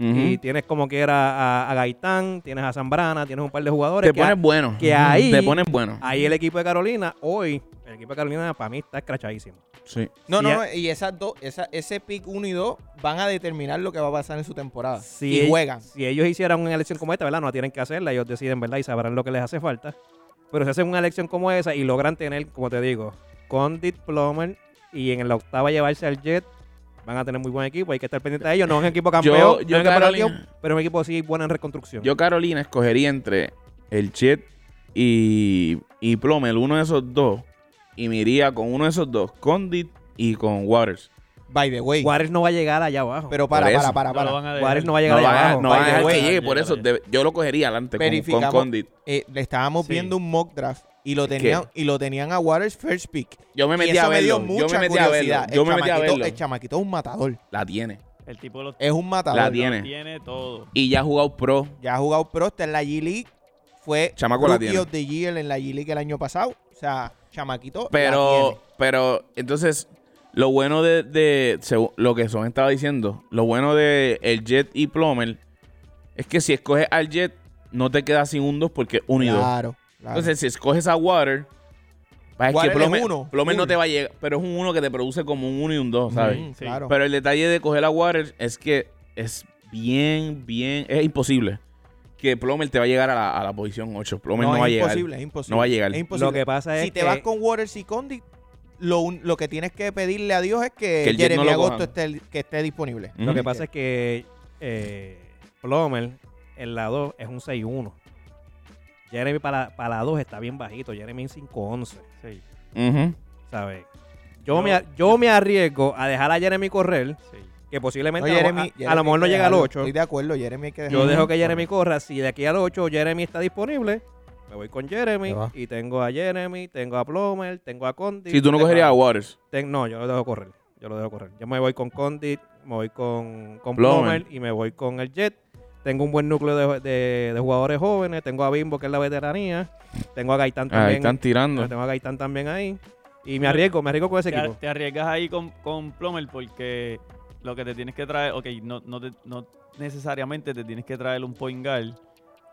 Speaker 3: Ujú.
Speaker 2: y tienes como que era a, a Gaitán, tienes a Zambrana, tienes un par de jugadores.
Speaker 3: Te
Speaker 2: que a-
Speaker 3: pones bueno.
Speaker 2: que ahí-
Speaker 3: Te pones bueno.
Speaker 2: Ahí el equipo de Carolina, hoy, el equipo de Carolina para mí está escrachadísimo.
Speaker 3: Sí.
Speaker 1: No,
Speaker 2: si
Speaker 1: no,
Speaker 2: es-
Speaker 1: no, y esas dos, esa, ese pick 1 y 2 van a determinar lo que va a pasar en su temporada.
Speaker 2: Si
Speaker 1: y
Speaker 2: el-
Speaker 1: juegan.
Speaker 2: Si ellos hicieran una elección como esta, ¿verdad? No la tienen que hacerla, ellos deciden, ¿verdad? Y sabrán lo que les hace falta. Pero si hacen una elección como esa y logran tener, como te digo, Condit, Plummer y en la octava llevarse al Jet, van a tener muy buen equipo. Hay que estar pendiente de ellos. No es un equipo campeón,
Speaker 3: Yo-
Speaker 2: no es
Speaker 3: yo
Speaker 2: un equipo
Speaker 3: Carolina-
Speaker 2: campeón, pero un equipo sí bueno en reconstrucción.
Speaker 3: Yo, Carolina, escogería entre el Chet y, y Plumel, uno de esos dos. Y me iría con uno de esos dos, Condit y con Waters.
Speaker 1: By the way.
Speaker 2: Juárez no va a llegar allá abajo.
Speaker 1: Pero para,
Speaker 3: Por
Speaker 1: para,
Speaker 3: eso.
Speaker 1: para,
Speaker 4: No
Speaker 1: para.
Speaker 4: lo van a
Speaker 2: Juárez
Speaker 4: dejar.
Speaker 2: no va a llegar
Speaker 3: No
Speaker 2: allá
Speaker 3: va a,
Speaker 2: abajo.
Speaker 3: no va a dejar
Speaker 1: By
Speaker 3: que
Speaker 1: the way.
Speaker 3: llegue, por eso debe- yo lo cogería adelante con, con
Speaker 1: Verificamos.
Speaker 3: Condit.
Speaker 1: Eh, le estábamos
Speaker 4: Sí.
Speaker 1: viendo un mock draft y lo tenían, y lo tenían a Waters first pick.
Speaker 3: Yo me
Speaker 1: y
Speaker 3: metí
Speaker 1: eso
Speaker 3: a
Speaker 1: me dio
Speaker 3: verlo. yo
Speaker 1: mucha
Speaker 3: me metí a verlo.
Speaker 1: curiosidad.
Speaker 3: Yo
Speaker 1: el,
Speaker 3: me metí a
Speaker 1: chamaquito,
Speaker 3: verlo.
Speaker 1: el chamaquito es un matador.
Speaker 3: La tiene.
Speaker 4: El tipo lo
Speaker 1: Es un
Speaker 3: La
Speaker 1: matador.
Speaker 3: di- tiene.
Speaker 4: lo tiene todo.
Speaker 3: Y ya ha jugado pro.
Speaker 1: Ya ha jugado pro, está en la G League. Fue
Speaker 3: Chamaco la
Speaker 1: Rookie
Speaker 3: tiene.
Speaker 1: of the Year en la G League el año pasado. O sea, chamaquito. la
Speaker 3: Pero,
Speaker 1: tiene.
Speaker 3: pero, entonces, lo bueno de, de- según lo que Son estaba diciendo, lo bueno de el Jet y Plomer es que si escoges al Jet, no te quedas sin un 2 porque es uno y dos.
Speaker 1: Claro, claro.
Speaker 3: Entonces, si escoges a Water, pues es
Speaker 1: Water
Speaker 3: que
Speaker 1: es
Speaker 3: Plomer,
Speaker 1: uno,
Speaker 3: Plomer no
Speaker 1: full.
Speaker 3: te va a llegar, pero es un uno que te produce como un uno y un 2, ¿sabes?
Speaker 1: Ujú,
Speaker 4: Sí.
Speaker 1: claro.
Speaker 3: Pero el detalle de coger a Waters es que es bien, bien, es imposible que Plomer te va a llegar a la, a la posición 8. Plomer no,
Speaker 1: es
Speaker 3: va a llegar.
Speaker 1: imposible, es imposible.
Speaker 3: No va a llegar.
Speaker 1: Es imposible.
Speaker 2: Lo que pasa es
Speaker 1: si te
Speaker 2: que
Speaker 1: vas con Waters y Condit, lo, un- lo que tienes que pedirle a Dios es que,
Speaker 3: Que el Jet
Speaker 1: Jeremy
Speaker 3: no lo
Speaker 1: Agosto
Speaker 3: cojan. Mm.
Speaker 1: esté, que esté disponible.
Speaker 3: Ujú.
Speaker 2: lo que pasa es que eh, Plomer en la 2 es un 6-1. Jeremy para, la- para la 2 está bien bajito. Jeremy es 5'11,
Speaker 4: Sí,
Speaker 3: Ujú.
Speaker 2: ¿sabes? Yo, me, a- yo me arriesgo a dejar a Jeremy correr,
Speaker 4: sí.
Speaker 2: que posiblemente
Speaker 1: No,
Speaker 2: a-
Speaker 1: Jeremy-
Speaker 2: a- a,
Speaker 1: Jeremy
Speaker 2: lo mejor no
Speaker 1: hay que
Speaker 2: llega al
Speaker 1: dejarlo.
Speaker 2: 8.
Speaker 1: Estoy de acuerdo, Jeremy hay que
Speaker 2: Yo
Speaker 1: dejarlo.
Speaker 2: dejo que Jeremy corra. Si de aquí al 8 Jeremy está disponible, me voy con Jeremy.
Speaker 5: Te vas.
Speaker 2: Y tengo a Jeremy, tengo a Plomer, tengo a Condi.
Speaker 3: Si tú no
Speaker 2: tengo
Speaker 3: cogerías a Waters.
Speaker 2: Ten- no, yo lo dejo correr. Yo lo dejo correr. Yo me voy con Condit, me voy con, con
Speaker 3: Plomer.
Speaker 2: Plomer y me voy con el Jet. Tengo un buen núcleo de, de- de jugadores jóvenes. Tengo a Bimbo, que es la veteranía. Tengo a Gaitán
Speaker 3: Ahí
Speaker 2: también.
Speaker 3: están tirando.
Speaker 2: Tengo a Gaitán también ahí. Y me arriesgo, me arriesgo con ese
Speaker 4: te,
Speaker 2: equipo.
Speaker 4: te arriesgas ahí con, con Plomer porque lo que te tienes que traer, ok, no, no, te- no necesariamente te tienes que traer un point guard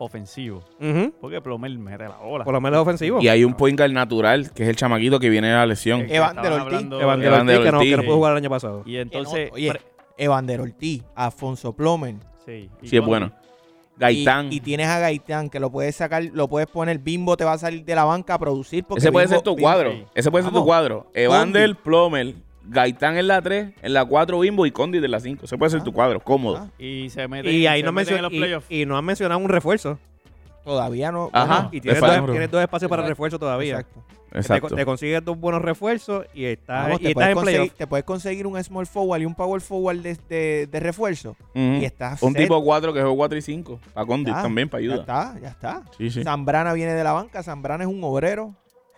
Speaker 4: ofensivo.
Speaker 2: Ujú.
Speaker 4: Porque Plomer mete la bola.
Speaker 2: Por lo menos es ofensivo.
Speaker 3: Y hay un point guard natural, que es el chamaquito que viene de la lesión.
Speaker 4: Que
Speaker 1: Evander
Speaker 4: estaban
Speaker 1: Ortiz.
Speaker 4: hablando-
Speaker 2: Evander
Speaker 3: Evander
Speaker 2: Ortiz, que no, que
Speaker 3: Ortiz.
Speaker 2: no pudo jugar el año pasado.
Speaker 4: Y
Speaker 1: Que no,
Speaker 4: entonces...
Speaker 1: oye,
Speaker 4: pre-
Speaker 1: Evander Ortiz, Afonso Plomer.
Speaker 4: sí, y
Speaker 3: Sí, es
Speaker 4: Condi.
Speaker 3: bueno.
Speaker 1: Y,
Speaker 3: Gaitán.
Speaker 1: y tienes a Gaitán que lo puedes sacar, lo puedes poner, Bimbo te va a salir de la banca a producir. Porque
Speaker 3: Ese puede
Speaker 1: Bimbo-
Speaker 3: ser tu
Speaker 1: Bimbo-
Speaker 3: cuadro.
Speaker 4: sí.
Speaker 3: Ese puede ser tu
Speaker 1: Vamos.
Speaker 3: cuadro. Evander, Plomer, Gaitán en la 3, en la 4 Bimbo y Condit en la 5. Ese puede ser
Speaker 1: Ah.
Speaker 3: tu cuadro, cómodo.
Speaker 1: Ah.
Speaker 4: Y se mete
Speaker 2: Y ahí
Speaker 4: se
Speaker 2: no,
Speaker 4: meten en
Speaker 2: mencion-
Speaker 4: los playoffs.
Speaker 2: y, y no han mencionado un refuerzo.
Speaker 1: Todavía no.
Speaker 3: Ajá.
Speaker 1: bueno,
Speaker 2: Y
Speaker 3: Le
Speaker 2: tienes
Speaker 3: falta
Speaker 2: dos,
Speaker 3: un-
Speaker 2: tienes dos espacios para
Speaker 1: Exacto.
Speaker 2: refuerzo todavía.
Speaker 1: Exacto.
Speaker 2: Que te-
Speaker 1: Este
Speaker 3: Exacto.
Speaker 2: Te, consigues dos buenos refuerzos y estás,
Speaker 1: Vamos,
Speaker 2: y
Speaker 1: te, puedes
Speaker 2: estás en playoff.
Speaker 1: conseguir, te puedes conseguir un small forward y un power forward de, de- de refuerzo.
Speaker 3: Ujú.
Speaker 1: Y Ah. estás
Speaker 3: Mm. Un
Speaker 1: set.
Speaker 3: tipo 4 que juega 4 y 5. Para Condit
Speaker 1: Ya,
Speaker 3: también, para
Speaker 1: Ya
Speaker 3: ayuda.
Speaker 1: está, ya está.
Speaker 3: Sí, sí.
Speaker 1: Zambrana viene de la banca, Zambrana es un obrero.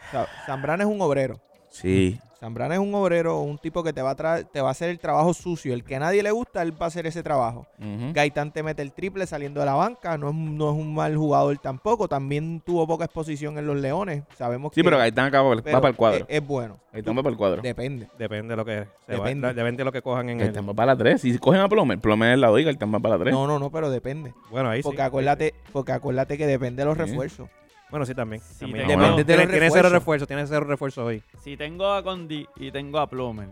Speaker 1: O sea, Zambrana es un obrero.
Speaker 3: Sí.
Speaker 1: Zambrana es un obrero, un tipo que te va a tra- te va a hacer el trabajo sucio. El que a nadie le gusta, él va a hacer ese trabajo.
Speaker 3: Ujú.
Speaker 1: Gaitán te mete el triple saliendo de la banca. No es, no es un mal jugador tampoco. También tuvo poca exposición en los Leones. Sabemos
Speaker 3: Sí,
Speaker 1: que.
Speaker 3: pero Gaitán acaba, va
Speaker 1: pero eh,
Speaker 3: para el cuadro.
Speaker 1: Es, es bueno.
Speaker 3: Gaitán va para el cuadro.
Speaker 1: Depende.
Speaker 2: Depende de lo que se va-
Speaker 1: Depende.
Speaker 2: depende de lo que cojan en el,
Speaker 3: Gaitán va para la 3. Si cogen a Plomer, Plomer es la 2 y Gaitán va para la 3.
Speaker 1: No, no, no, pero depende.
Speaker 2: Bueno, ahí sí.
Speaker 1: Porque acuérdate, porque acuérdate que depende de los
Speaker 3: Sí.
Speaker 1: refuerzos.
Speaker 2: Bueno, sí, también.
Speaker 4: Sí,
Speaker 2: también.
Speaker 4: tengo-
Speaker 2: Depende-
Speaker 4: Bueno,
Speaker 2: tiene,
Speaker 1: de los
Speaker 2: tiene cero
Speaker 1: refuerzos.
Speaker 2: refuerzos, tiene cero refuerzos hoy.
Speaker 4: Si tengo a Condi y tengo a Plomer.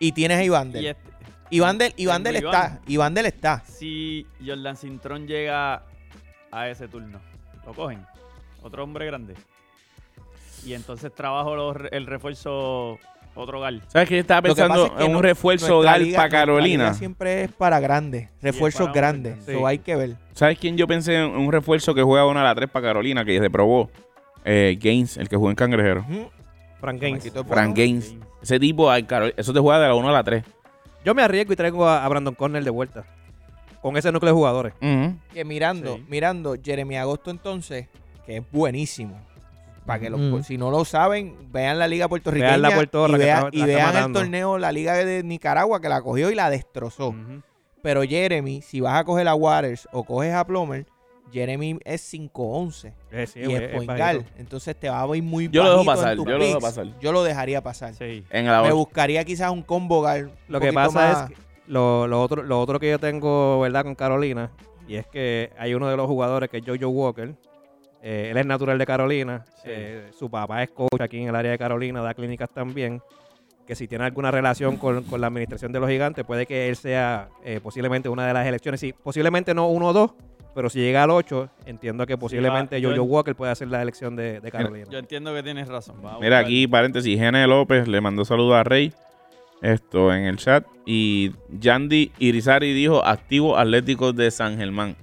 Speaker 1: Y tienes a
Speaker 4: Y
Speaker 1: Ivander.
Speaker 4: este-
Speaker 1: Ivander, Ivander
Speaker 4: Tengo
Speaker 1: está. Ivander está.
Speaker 4: si Jordan Cintrón llega a ese turno, lo cogen. Otro hombre grande. Y entonces trabajo los re- el refuerzo otro gal.
Speaker 3: ¿Sabes qué? Yo Estaba
Speaker 1: Lo que
Speaker 3: pensando
Speaker 1: pasa es que
Speaker 3: en un
Speaker 1: no-
Speaker 3: refuerzo
Speaker 1: Nuestra
Speaker 3: Gal
Speaker 1: liga-
Speaker 3: para
Speaker 1: nuestra liga
Speaker 3: Carolina.
Speaker 1: Siempre es para grandes. Refuerzos
Speaker 4: para
Speaker 1: grandes.
Speaker 4: hombres
Speaker 2: grandes.
Speaker 1: Eso hay que ver.
Speaker 3: ¿Sabes quién yo pensé en un refuerzo que juega una a la 3 para Carolina, que se probó? Eh, Gaines, el que jugó en Cangrejero.
Speaker 1: Ujú.
Speaker 2: Frank Gaines.
Speaker 1: Chamaquito bueno.
Speaker 3: Frank Gaines. Ese tipo, ay, Carol- eso te juega de la 1 a la 3.
Speaker 2: Yo me arriesgo y traigo a, a Brandon Cornell de vuelta. Con ese núcleo de jugadores.
Speaker 1: Que mirando,
Speaker 4: Sí.
Speaker 1: mirando, Jeremy Agosto entonces, que es buenísimo. Para que los,
Speaker 5: Mm.
Speaker 1: si no lo saben, vean la liga puertorriqueña
Speaker 2: Vean la Puerto-
Speaker 1: y,
Speaker 2: la que
Speaker 1: vean-
Speaker 2: está-
Speaker 1: y
Speaker 2: la está
Speaker 1: vean el
Speaker 2: matando.
Speaker 1: torneo, la liga de Nicaragua que la cogió y la destrozó. Pero Jeremy, si vas a coger a Waters o coges a Plummer, Jeremy es 5'11
Speaker 2: Eh, sí,
Speaker 1: y
Speaker 2: güey,
Speaker 1: es
Speaker 2: es
Speaker 1: point
Speaker 2: bajito.
Speaker 1: guard. Entonces te va a ir muy
Speaker 3: Yo lo dejo
Speaker 1: bajito en
Speaker 3: pasar,
Speaker 1: tus
Speaker 3: yo lo dejo
Speaker 1: picks.
Speaker 3: pasar.
Speaker 1: Yo lo dejaría pasar.
Speaker 4: Sí.
Speaker 3: En la
Speaker 1: Me
Speaker 3: 8.
Speaker 1: buscaría quizás un combo guard. un
Speaker 2: Lo que
Speaker 1: poquito
Speaker 2: pasa
Speaker 1: más-
Speaker 2: es que lo, lo otro, lo otro que yo tengo, ¿verdad? Con Carolina. Y es que hay uno de los jugadores que es Jojo Walker. Eh, él es natural de Carolina.
Speaker 4: Sí.
Speaker 2: Eh, su papá es coach aquí en el área de Carolina, da clínicas también. Que si tiene alguna relación con, con la administración de los gigantes, puede que él sea eh, posiblemente una de las elecciones. Sí, posiblemente no uno o dos, pero si llega al ocho, entiendo que posiblemente
Speaker 4: yo-
Speaker 2: Jojo Walker pueda ser la elección de, de Carolina.
Speaker 4: Yo entiendo que tienes razón. va a
Speaker 3: Mira
Speaker 4: buscar-
Speaker 3: aquí, paréntesis, Gene López le mandó saludos a Rey. Esto en el chat. Y Yandy Irizarry dijo: Activo Atlético de San Germán.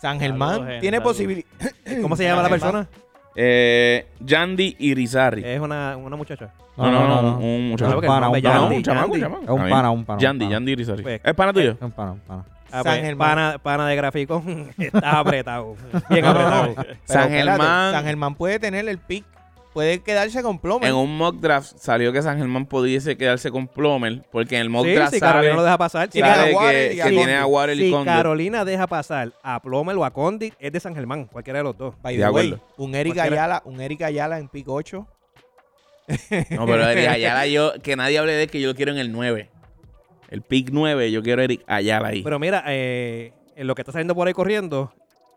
Speaker 1: San Germán
Speaker 4: Saludos, gente,
Speaker 1: tiene
Speaker 4: saludos.
Speaker 2: Ah,
Speaker 1: posibilidad.
Speaker 2: ¿Cómo se llama la
Speaker 1: Germán.
Speaker 2: persona?
Speaker 3: Eh, Yandy Irizarry.
Speaker 2: Es una, una muchacha.
Speaker 3: no, no, no, un- un
Speaker 5: no,
Speaker 3: muchacho.
Speaker 5: un
Speaker 2: porque
Speaker 5: pana,
Speaker 2: Eh, no,
Speaker 5: un
Speaker 2: ya
Speaker 3: No, no,
Speaker 5: pana.
Speaker 2: Yandy,
Speaker 3: un chamaco, un
Speaker 2: Yandy.
Speaker 3: chamaco.
Speaker 5: Es un
Speaker 3: Ah,
Speaker 5: pana, un pana.
Speaker 3: Yandy,
Speaker 5: un pana.
Speaker 3: Yandy Irizarry.
Speaker 2: Pues-
Speaker 3: ¿Es pana tuyo?
Speaker 5: Es un pana, un pana.
Speaker 1: San
Speaker 2: Ah, pues,
Speaker 1: Germán.
Speaker 2: pana, pana de graficón está apretado. Bien
Speaker 1: No, no, no.
Speaker 2: apretado.
Speaker 1: Pero
Speaker 3: San
Speaker 1: espérate,
Speaker 3: Germán.
Speaker 1: San Germán puede tener el pick. Puede quedarse con plomo.
Speaker 3: En un mock draft salió que San Germán pudiese quedarse con Plomer, porque en el mock
Speaker 2: Sí,
Speaker 3: draft
Speaker 2: si
Speaker 3: sabe,
Speaker 2: Carolina lo deja pasar. Si,
Speaker 1: Tiene
Speaker 3: sabe
Speaker 1: a Warren
Speaker 3: que,
Speaker 1: y a
Speaker 3: que
Speaker 1: Condit.
Speaker 3: tiene a Warren y
Speaker 2: si
Speaker 3: Condit.
Speaker 2: Carolina deja pasar a Plomer o a Condit, es de San Germán, cualquiera de los dos.
Speaker 1: By
Speaker 3: De
Speaker 1: the way,
Speaker 3: acuerdo.
Speaker 1: un Eric
Speaker 2: Cualquiera.
Speaker 1: Ayala, un Eric Ayala en pick 8.
Speaker 3: No, pero Eric Ayala, yo, que nadie hable de él, que yo lo quiero en el 9. El pick 9, yo quiero a Eric Ayala ahí.
Speaker 2: Pero mira, eh, en lo que está saliendo por ahí corriendo,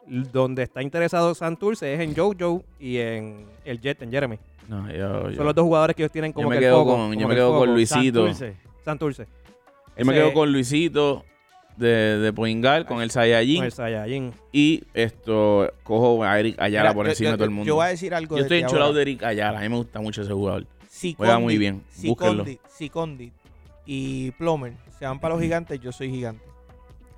Speaker 2: l- donde está interesado Santurce es en Jojo y en el Jet, en Jeremy.
Speaker 3: no, yo, yo-
Speaker 2: Son los dos jugadores que ellos tienen
Speaker 3: Yo
Speaker 2: como
Speaker 3: me
Speaker 2: que el
Speaker 3: quedo
Speaker 2: foco,
Speaker 3: con- yo
Speaker 2: como
Speaker 3: me
Speaker 2: que el
Speaker 3: quedo con
Speaker 2: foco.
Speaker 3: Luis. Luisito.
Speaker 4: Santurce.
Speaker 2: Santurce.
Speaker 3: yo me
Speaker 2: Ese-
Speaker 3: quedo con Luisito de, de Poingal, con el
Speaker 2: con
Speaker 3: Saiyajin,
Speaker 2: el Saiyajin.
Speaker 3: y esto, cojo a Eric Ayala
Speaker 1: Mira,
Speaker 3: por
Speaker 1: yo-
Speaker 3: encima
Speaker 1: yo-
Speaker 3: de todo el
Speaker 1: yo-
Speaker 3: mundo.
Speaker 1: Yo
Speaker 3: Yo,
Speaker 1: voy a decir algo de
Speaker 3: estoy
Speaker 1: ti
Speaker 3: enchulado
Speaker 1: ahora.
Speaker 3: de Eric Ayala, a mí me gusta mucho ese jugador.
Speaker 1: Si
Speaker 3: Juega
Speaker 1: Condit-
Speaker 3: muy bien,
Speaker 1: si
Speaker 3: búsquenlo.
Speaker 1: Condit- si Condit y Plomer se van para los gigantes, yo soy gigante.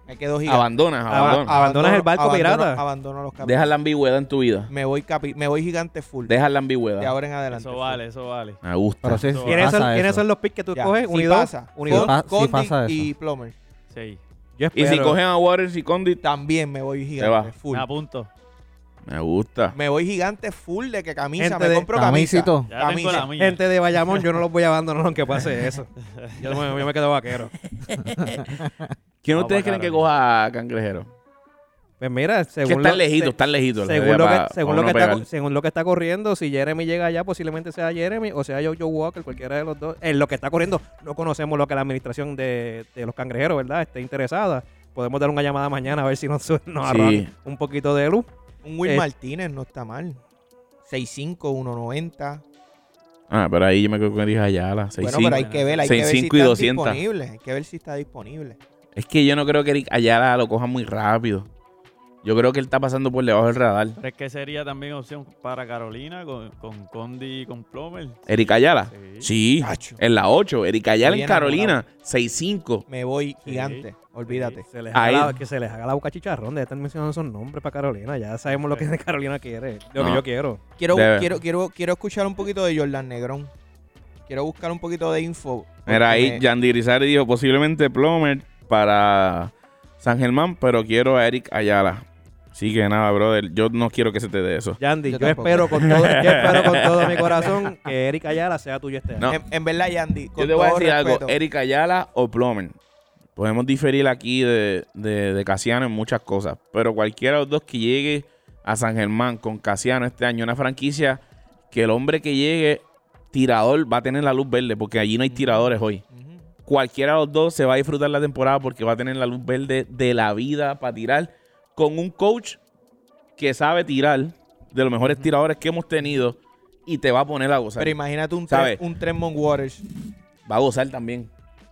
Speaker 1: Me quedo girando.
Speaker 3: Abandonas,
Speaker 2: Aba-
Speaker 3: abandonas.
Speaker 2: abandonas el barco pirata.
Speaker 1: Abandono los
Speaker 3: Deja
Speaker 1: capítulos.
Speaker 3: la ambigüedad en tu vida.
Speaker 1: Me voy, capi- me voy gigante full.
Speaker 3: Deja la
Speaker 1: de
Speaker 3: ambigüedad.
Speaker 1: ahora en adelante.
Speaker 4: Eso
Speaker 1: full.
Speaker 4: vale, eso vale.
Speaker 3: Me gusta.
Speaker 5: Pero sí, sí
Speaker 4: Exacto.
Speaker 2: ¿Quiénes, son,
Speaker 5: pasa
Speaker 2: quiénes
Speaker 5: eso.
Speaker 2: son los picks que tú
Speaker 1: Ya,
Speaker 2: coges?
Speaker 1: sí
Speaker 2: Unido.
Speaker 1: pasa.
Speaker 2: Unido.
Speaker 1: Con-
Speaker 5: Pa- sí
Speaker 1: Condi
Speaker 5: pasa eso.
Speaker 1: y Plummer.
Speaker 4: Sí.
Speaker 2: Yo
Speaker 3: Y si
Speaker 2: espero.
Speaker 3: cogen a Waters y Condit,
Speaker 1: También me voy
Speaker 3: Te
Speaker 1: gigante
Speaker 3: va.
Speaker 1: full.
Speaker 4: Me apunto.
Speaker 3: me gusta.
Speaker 1: Me voy gigante full de que camisa.
Speaker 2: Gente
Speaker 1: me
Speaker 2: de-
Speaker 1: compro camisa.
Speaker 5: Camisito.
Speaker 4: Ya tengo
Speaker 1: Camisa.
Speaker 4: la mía.
Speaker 2: Gente de Bayamón, yo no los voy a abandonar aunque pase eso. Yo me, yo me quedo vaquero.
Speaker 3: ¿Quién de
Speaker 4: Vamos
Speaker 3: ustedes
Speaker 4: para
Speaker 3: creen que
Speaker 4: acá,
Speaker 3: coja a Cangrejero?
Speaker 2: Pues mira,
Speaker 3: Es que
Speaker 2: según
Speaker 3: están
Speaker 2: lo-
Speaker 3: lejitos,
Speaker 2: se-
Speaker 3: están lejitos. la
Speaker 2: según
Speaker 3: idea
Speaker 2: lo que,
Speaker 3: pa-
Speaker 2: según
Speaker 3: pa
Speaker 2: lo
Speaker 3: uno
Speaker 2: que está,
Speaker 3: pegar.
Speaker 2: co- según lo que está corriendo, si Jeremy llega allá, posiblemente sea Jeremy o sea Joe Walker, cualquiera de los dos. En lo que está corriendo, no conocemos lo que la administración de, de los cangrejeros, ¿verdad? Esté interesada. Podemos dar una llamada mañana a ver si nos, nos
Speaker 3: Sí.
Speaker 2: arrojan un poquito de luz.
Speaker 1: Un Will
Speaker 2: Eh.
Speaker 1: Martínez no está mal. 6'5, 1'90.
Speaker 3: Ah, pero ahí yo me quedo con Eris Ayala.
Speaker 1: Bueno,
Speaker 3: 6'5".
Speaker 1: pero hay que ver. Hay que ver si
Speaker 3: 6'5 y
Speaker 1: está
Speaker 3: 200.
Speaker 1: disponible. Hay que ver si está disponible.
Speaker 3: Es que yo no creo que Eric Ayala lo coja muy rápido. Yo creo que él está pasando por debajo del radar.
Speaker 4: Pero es que sería también opción para Carolina con, con Condi y con Plomer.
Speaker 3: ¿Eric Ayala?
Speaker 4: Sí.
Speaker 3: Sí.
Speaker 1: Chacho.
Speaker 3: En la 8. Eric Ayala
Speaker 1: Estoy
Speaker 3: en Carolina, 6'5.
Speaker 1: Me voy gigante. Olvídate.
Speaker 2: Se les
Speaker 3: Ahí.
Speaker 2: haga la- que se les haga la boca chicharrón de estar mencionando esos nombres para Carolina. Ya sabemos lo que Carolina quiere, lo
Speaker 3: No.
Speaker 2: que yo quiero.
Speaker 1: Quiero,
Speaker 3: Debe.
Speaker 1: quiero, quiero, quiero escuchar un poquito de Jordan Negrón. Quiero buscar un poquito de info.
Speaker 3: Mira, ahí
Speaker 1: Porque me-
Speaker 3: Yandirizari dijo posiblemente Plomer para San Germán, pero quiero a Eric Ayala. Así que nada, brother. Yo no quiero que se te dé eso.
Speaker 2: Yandy,
Speaker 1: Yo
Speaker 2: yo,
Speaker 1: tampoco.
Speaker 2: espero con todo, yo espero con todo mi corazón que Eric Ayala sea tuyo este año.
Speaker 3: No.
Speaker 1: En, en verdad, Yandy, con
Speaker 3: Yo te voy a
Speaker 1: todo
Speaker 3: decir
Speaker 1: respeto,
Speaker 3: algo, Eric Ayala o Plomer. Podemos diferir aquí de, de, de Casiano en muchas cosas, pero cualquiera de los dos que llegue a San Germán con Casiano este año, una franquicia que el hombre que llegue tirador va a tener la luz verde, porque allí no hay tiradores hoy.
Speaker 1: Ujú.
Speaker 3: Cualquiera de los dos se va a disfrutar la temporada porque va a tener la luz verde de la vida para tirar con un coach que sabe tirar de los mejores tiradores que hemos tenido y te va a poner a gozar.
Speaker 1: Pero imagínate un,
Speaker 3: ¿Sabe?
Speaker 1: tre- un Tremont Waters,
Speaker 3: Va a gozar también.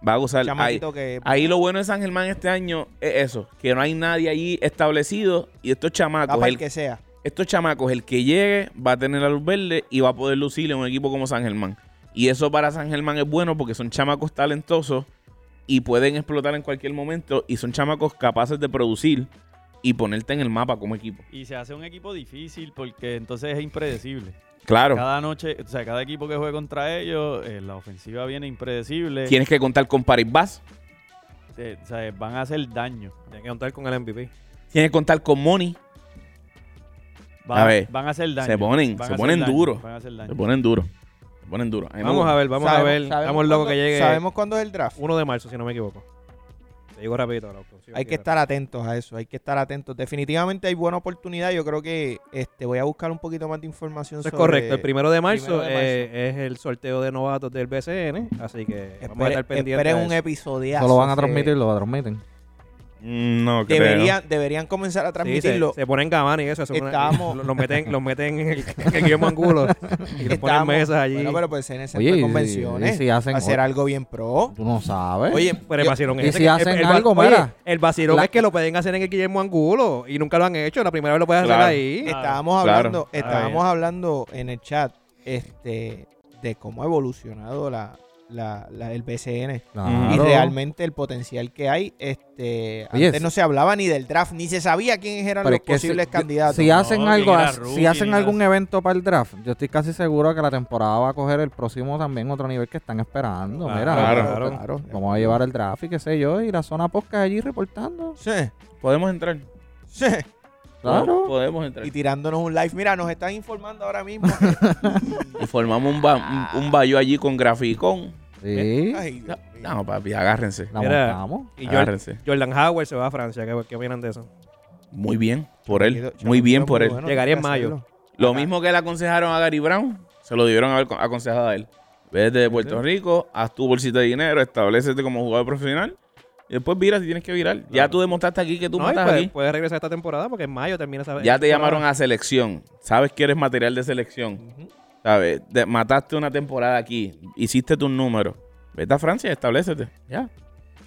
Speaker 3: Va a gozar. Ahí-
Speaker 1: chamaquito que...
Speaker 3: Ahí lo bueno de San Germán este año es eso, que no hay nadie allí establecido y estos
Speaker 1: da
Speaker 3: chamacos,
Speaker 1: para
Speaker 3: el,
Speaker 1: el que sea.
Speaker 3: estos chamacos, el que llegue va a tener la luz verde y va a poder lucir en un equipo como San Germán. Y eso para San Germán es bueno porque son chamacos talentosos y pueden explotar en cualquier momento y son chamacos capaces de producir y ponerte en el mapa como equipo.
Speaker 4: Y se hace un equipo difícil porque entonces es impredecible.
Speaker 3: Claro,
Speaker 4: Cada noche, o sea, cada equipo que juegue contra ellos, eh, la ofensiva viene impredecible.
Speaker 3: tienes que contar con Paris Bass,
Speaker 4: Eh, o sea, van a hacer daño.
Speaker 2: Tiene que contar con el MVP.
Speaker 3: tienes que contar con Money,
Speaker 4: Van
Speaker 3: A ver,
Speaker 4: van a hacer daño.
Speaker 3: se ponen,
Speaker 4: Van a
Speaker 3: se
Speaker 4: hacer
Speaker 3: ponen
Speaker 4: daño,
Speaker 3: duro.
Speaker 4: Van a hacer daño.
Speaker 3: se ponen duro, se ponen duro. A mí me
Speaker 2: Vamos
Speaker 3: gusta.
Speaker 2: a ver, vamos a
Speaker 1: Sabemos-
Speaker 2: ver.
Speaker 1: sabemos
Speaker 2: Estamos locos
Speaker 1: cuándo-
Speaker 2: que llegue
Speaker 1: Sabemos cuándo es el draft.
Speaker 2: 1 de marzo, si no me equivoco. Te digo rapidito ahora. consigo
Speaker 1: Hay
Speaker 2: aquí
Speaker 1: que estar atentos a eso, hay que estar atentos. Definitivamente hay buena oportunidad. Yo creo que este voy a buscar un poquito más de información
Speaker 2: Eso es
Speaker 1: sobre-
Speaker 2: correcto. El primero de marzo,
Speaker 1: primero de marzo.
Speaker 2: eh, es el sorteo de novatos del BCN. Así que vamos a
Speaker 1: Espere-
Speaker 2: estar pendientes.
Speaker 1: esperen
Speaker 2: a
Speaker 1: un
Speaker 2: eso.
Speaker 1: episodio.
Speaker 5: Eso lo van a transmitir, lo transmiten.
Speaker 3: Mm, No, creo.
Speaker 1: Deberían, deberían comenzar a
Speaker 2: Sí, se-
Speaker 1: transmitirlo.
Speaker 2: se, ponen gabanas y eso. eso es una-
Speaker 1: Estábamos-
Speaker 2: lo- los, meten, los meten en el, en el Guillermo Angulo y los ponen
Speaker 1: Estábamos-
Speaker 2: mesas allí.
Speaker 1: Bueno, pero pues en ese
Speaker 5: Oye, y si-
Speaker 1: convenciones.
Speaker 5: y si hacen-
Speaker 1: hacer algo bien pro.
Speaker 5: Tú no sabes.
Speaker 1: Oye,
Speaker 2: Pero el
Speaker 1: yo-
Speaker 2: vacilón
Speaker 5: ¿y
Speaker 2: es ese
Speaker 5: si
Speaker 2: que-
Speaker 5: hacen
Speaker 2: va-
Speaker 5: algo,
Speaker 2: oye,
Speaker 5: mira?
Speaker 2: el vacilón
Speaker 5: La-
Speaker 2: es que lo pueden hacer en el Guillermo Angulo y nunca lo han hecho. La primera vez lo pueden
Speaker 3: Claro.
Speaker 2: hacer ahí.
Speaker 1: estábamos
Speaker 3: Claro.
Speaker 1: hablando,
Speaker 4: Ah,
Speaker 1: estábamos hablando en el chat este de cómo ha evolucionado la, la- la- el BCN.
Speaker 5: Claro.
Speaker 1: Y realmente el potencial que hay, este,
Speaker 5: Oye,
Speaker 1: antes
Speaker 5: sí.
Speaker 1: no se hablaba ni del draft, ni se sabía quiénes eran
Speaker 5: Pero
Speaker 1: los
Speaker 5: es que si-
Speaker 1: posibles
Speaker 5: yo-
Speaker 1: candidatos.
Speaker 5: Si hacen
Speaker 4: No,
Speaker 5: algo,
Speaker 4: quién era
Speaker 5: as- si
Speaker 4: rookie,
Speaker 5: hacen
Speaker 4: ni
Speaker 5: algún
Speaker 4: nada.
Speaker 5: evento para el draft, yo estoy casi seguro que la temporada va a coger el próximo también otro nivel que están esperando.
Speaker 2: Claro,
Speaker 5: Mira,
Speaker 3: claro,
Speaker 2: claro.
Speaker 5: vamos a llevar el draft y qué sé yo, y la zona podcast allí reportando.
Speaker 1: Sí,
Speaker 3: Podemos entrar.
Speaker 1: sí.
Speaker 5: Claro.
Speaker 1: Pues,
Speaker 3: Podemos entrar.
Speaker 1: Y tirándonos un live. Mira, nos están informando ahora mismo.
Speaker 3: Y formamos un, ba-
Speaker 2: Ah.
Speaker 3: un, un bayo allí con graficón.
Speaker 5: Sí,
Speaker 1: Ay, Dios
Speaker 3: No,
Speaker 1: mío.
Speaker 3: no, papi, agárrense.
Speaker 5: la
Speaker 2: Mira.
Speaker 5: montamos.
Speaker 2: Y Jordan,
Speaker 3: Agárrense.
Speaker 2: Jordan Howard se va a Francia. ¿Qué, qué opinan de eso?
Speaker 3: Muy bien por él.
Speaker 1: Chamaquito,
Speaker 3: Muy bien por él.
Speaker 1: bueno,
Speaker 2: Llegaría
Speaker 1: tiene
Speaker 2: en
Speaker 1: que
Speaker 2: mayo.
Speaker 1: hacerlo.
Speaker 3: Lo mismo que le aconsejaron a Gary Brown, se lo debieron haber co- aconsejado a él. Desde Puerto Rico, haz tu bolsita de dinero, establecete como jugador profesional. Y después vira si tienes que virar. Ya tú demostraste aquí que tú
Speaker 2: No, y pues,
Speaker 3: matas
Speaker 2: puede-
Speaker 3: aquí.
Speaker 2: puede regresar esta temporada porque en mayo termina esa
Speaker 3: Ya
Speaker 2: esa
Speaker 3: te llamaron
Speaker 2: temporada.
Speaker 3: a selección. Sabes que eres material de selección.
Speaker 1: Ujú.
Speaker 3: ¿Sabes? De- mataste una temporada aquí. Hiciste tus números. Vete a Francia, establecete. Ya.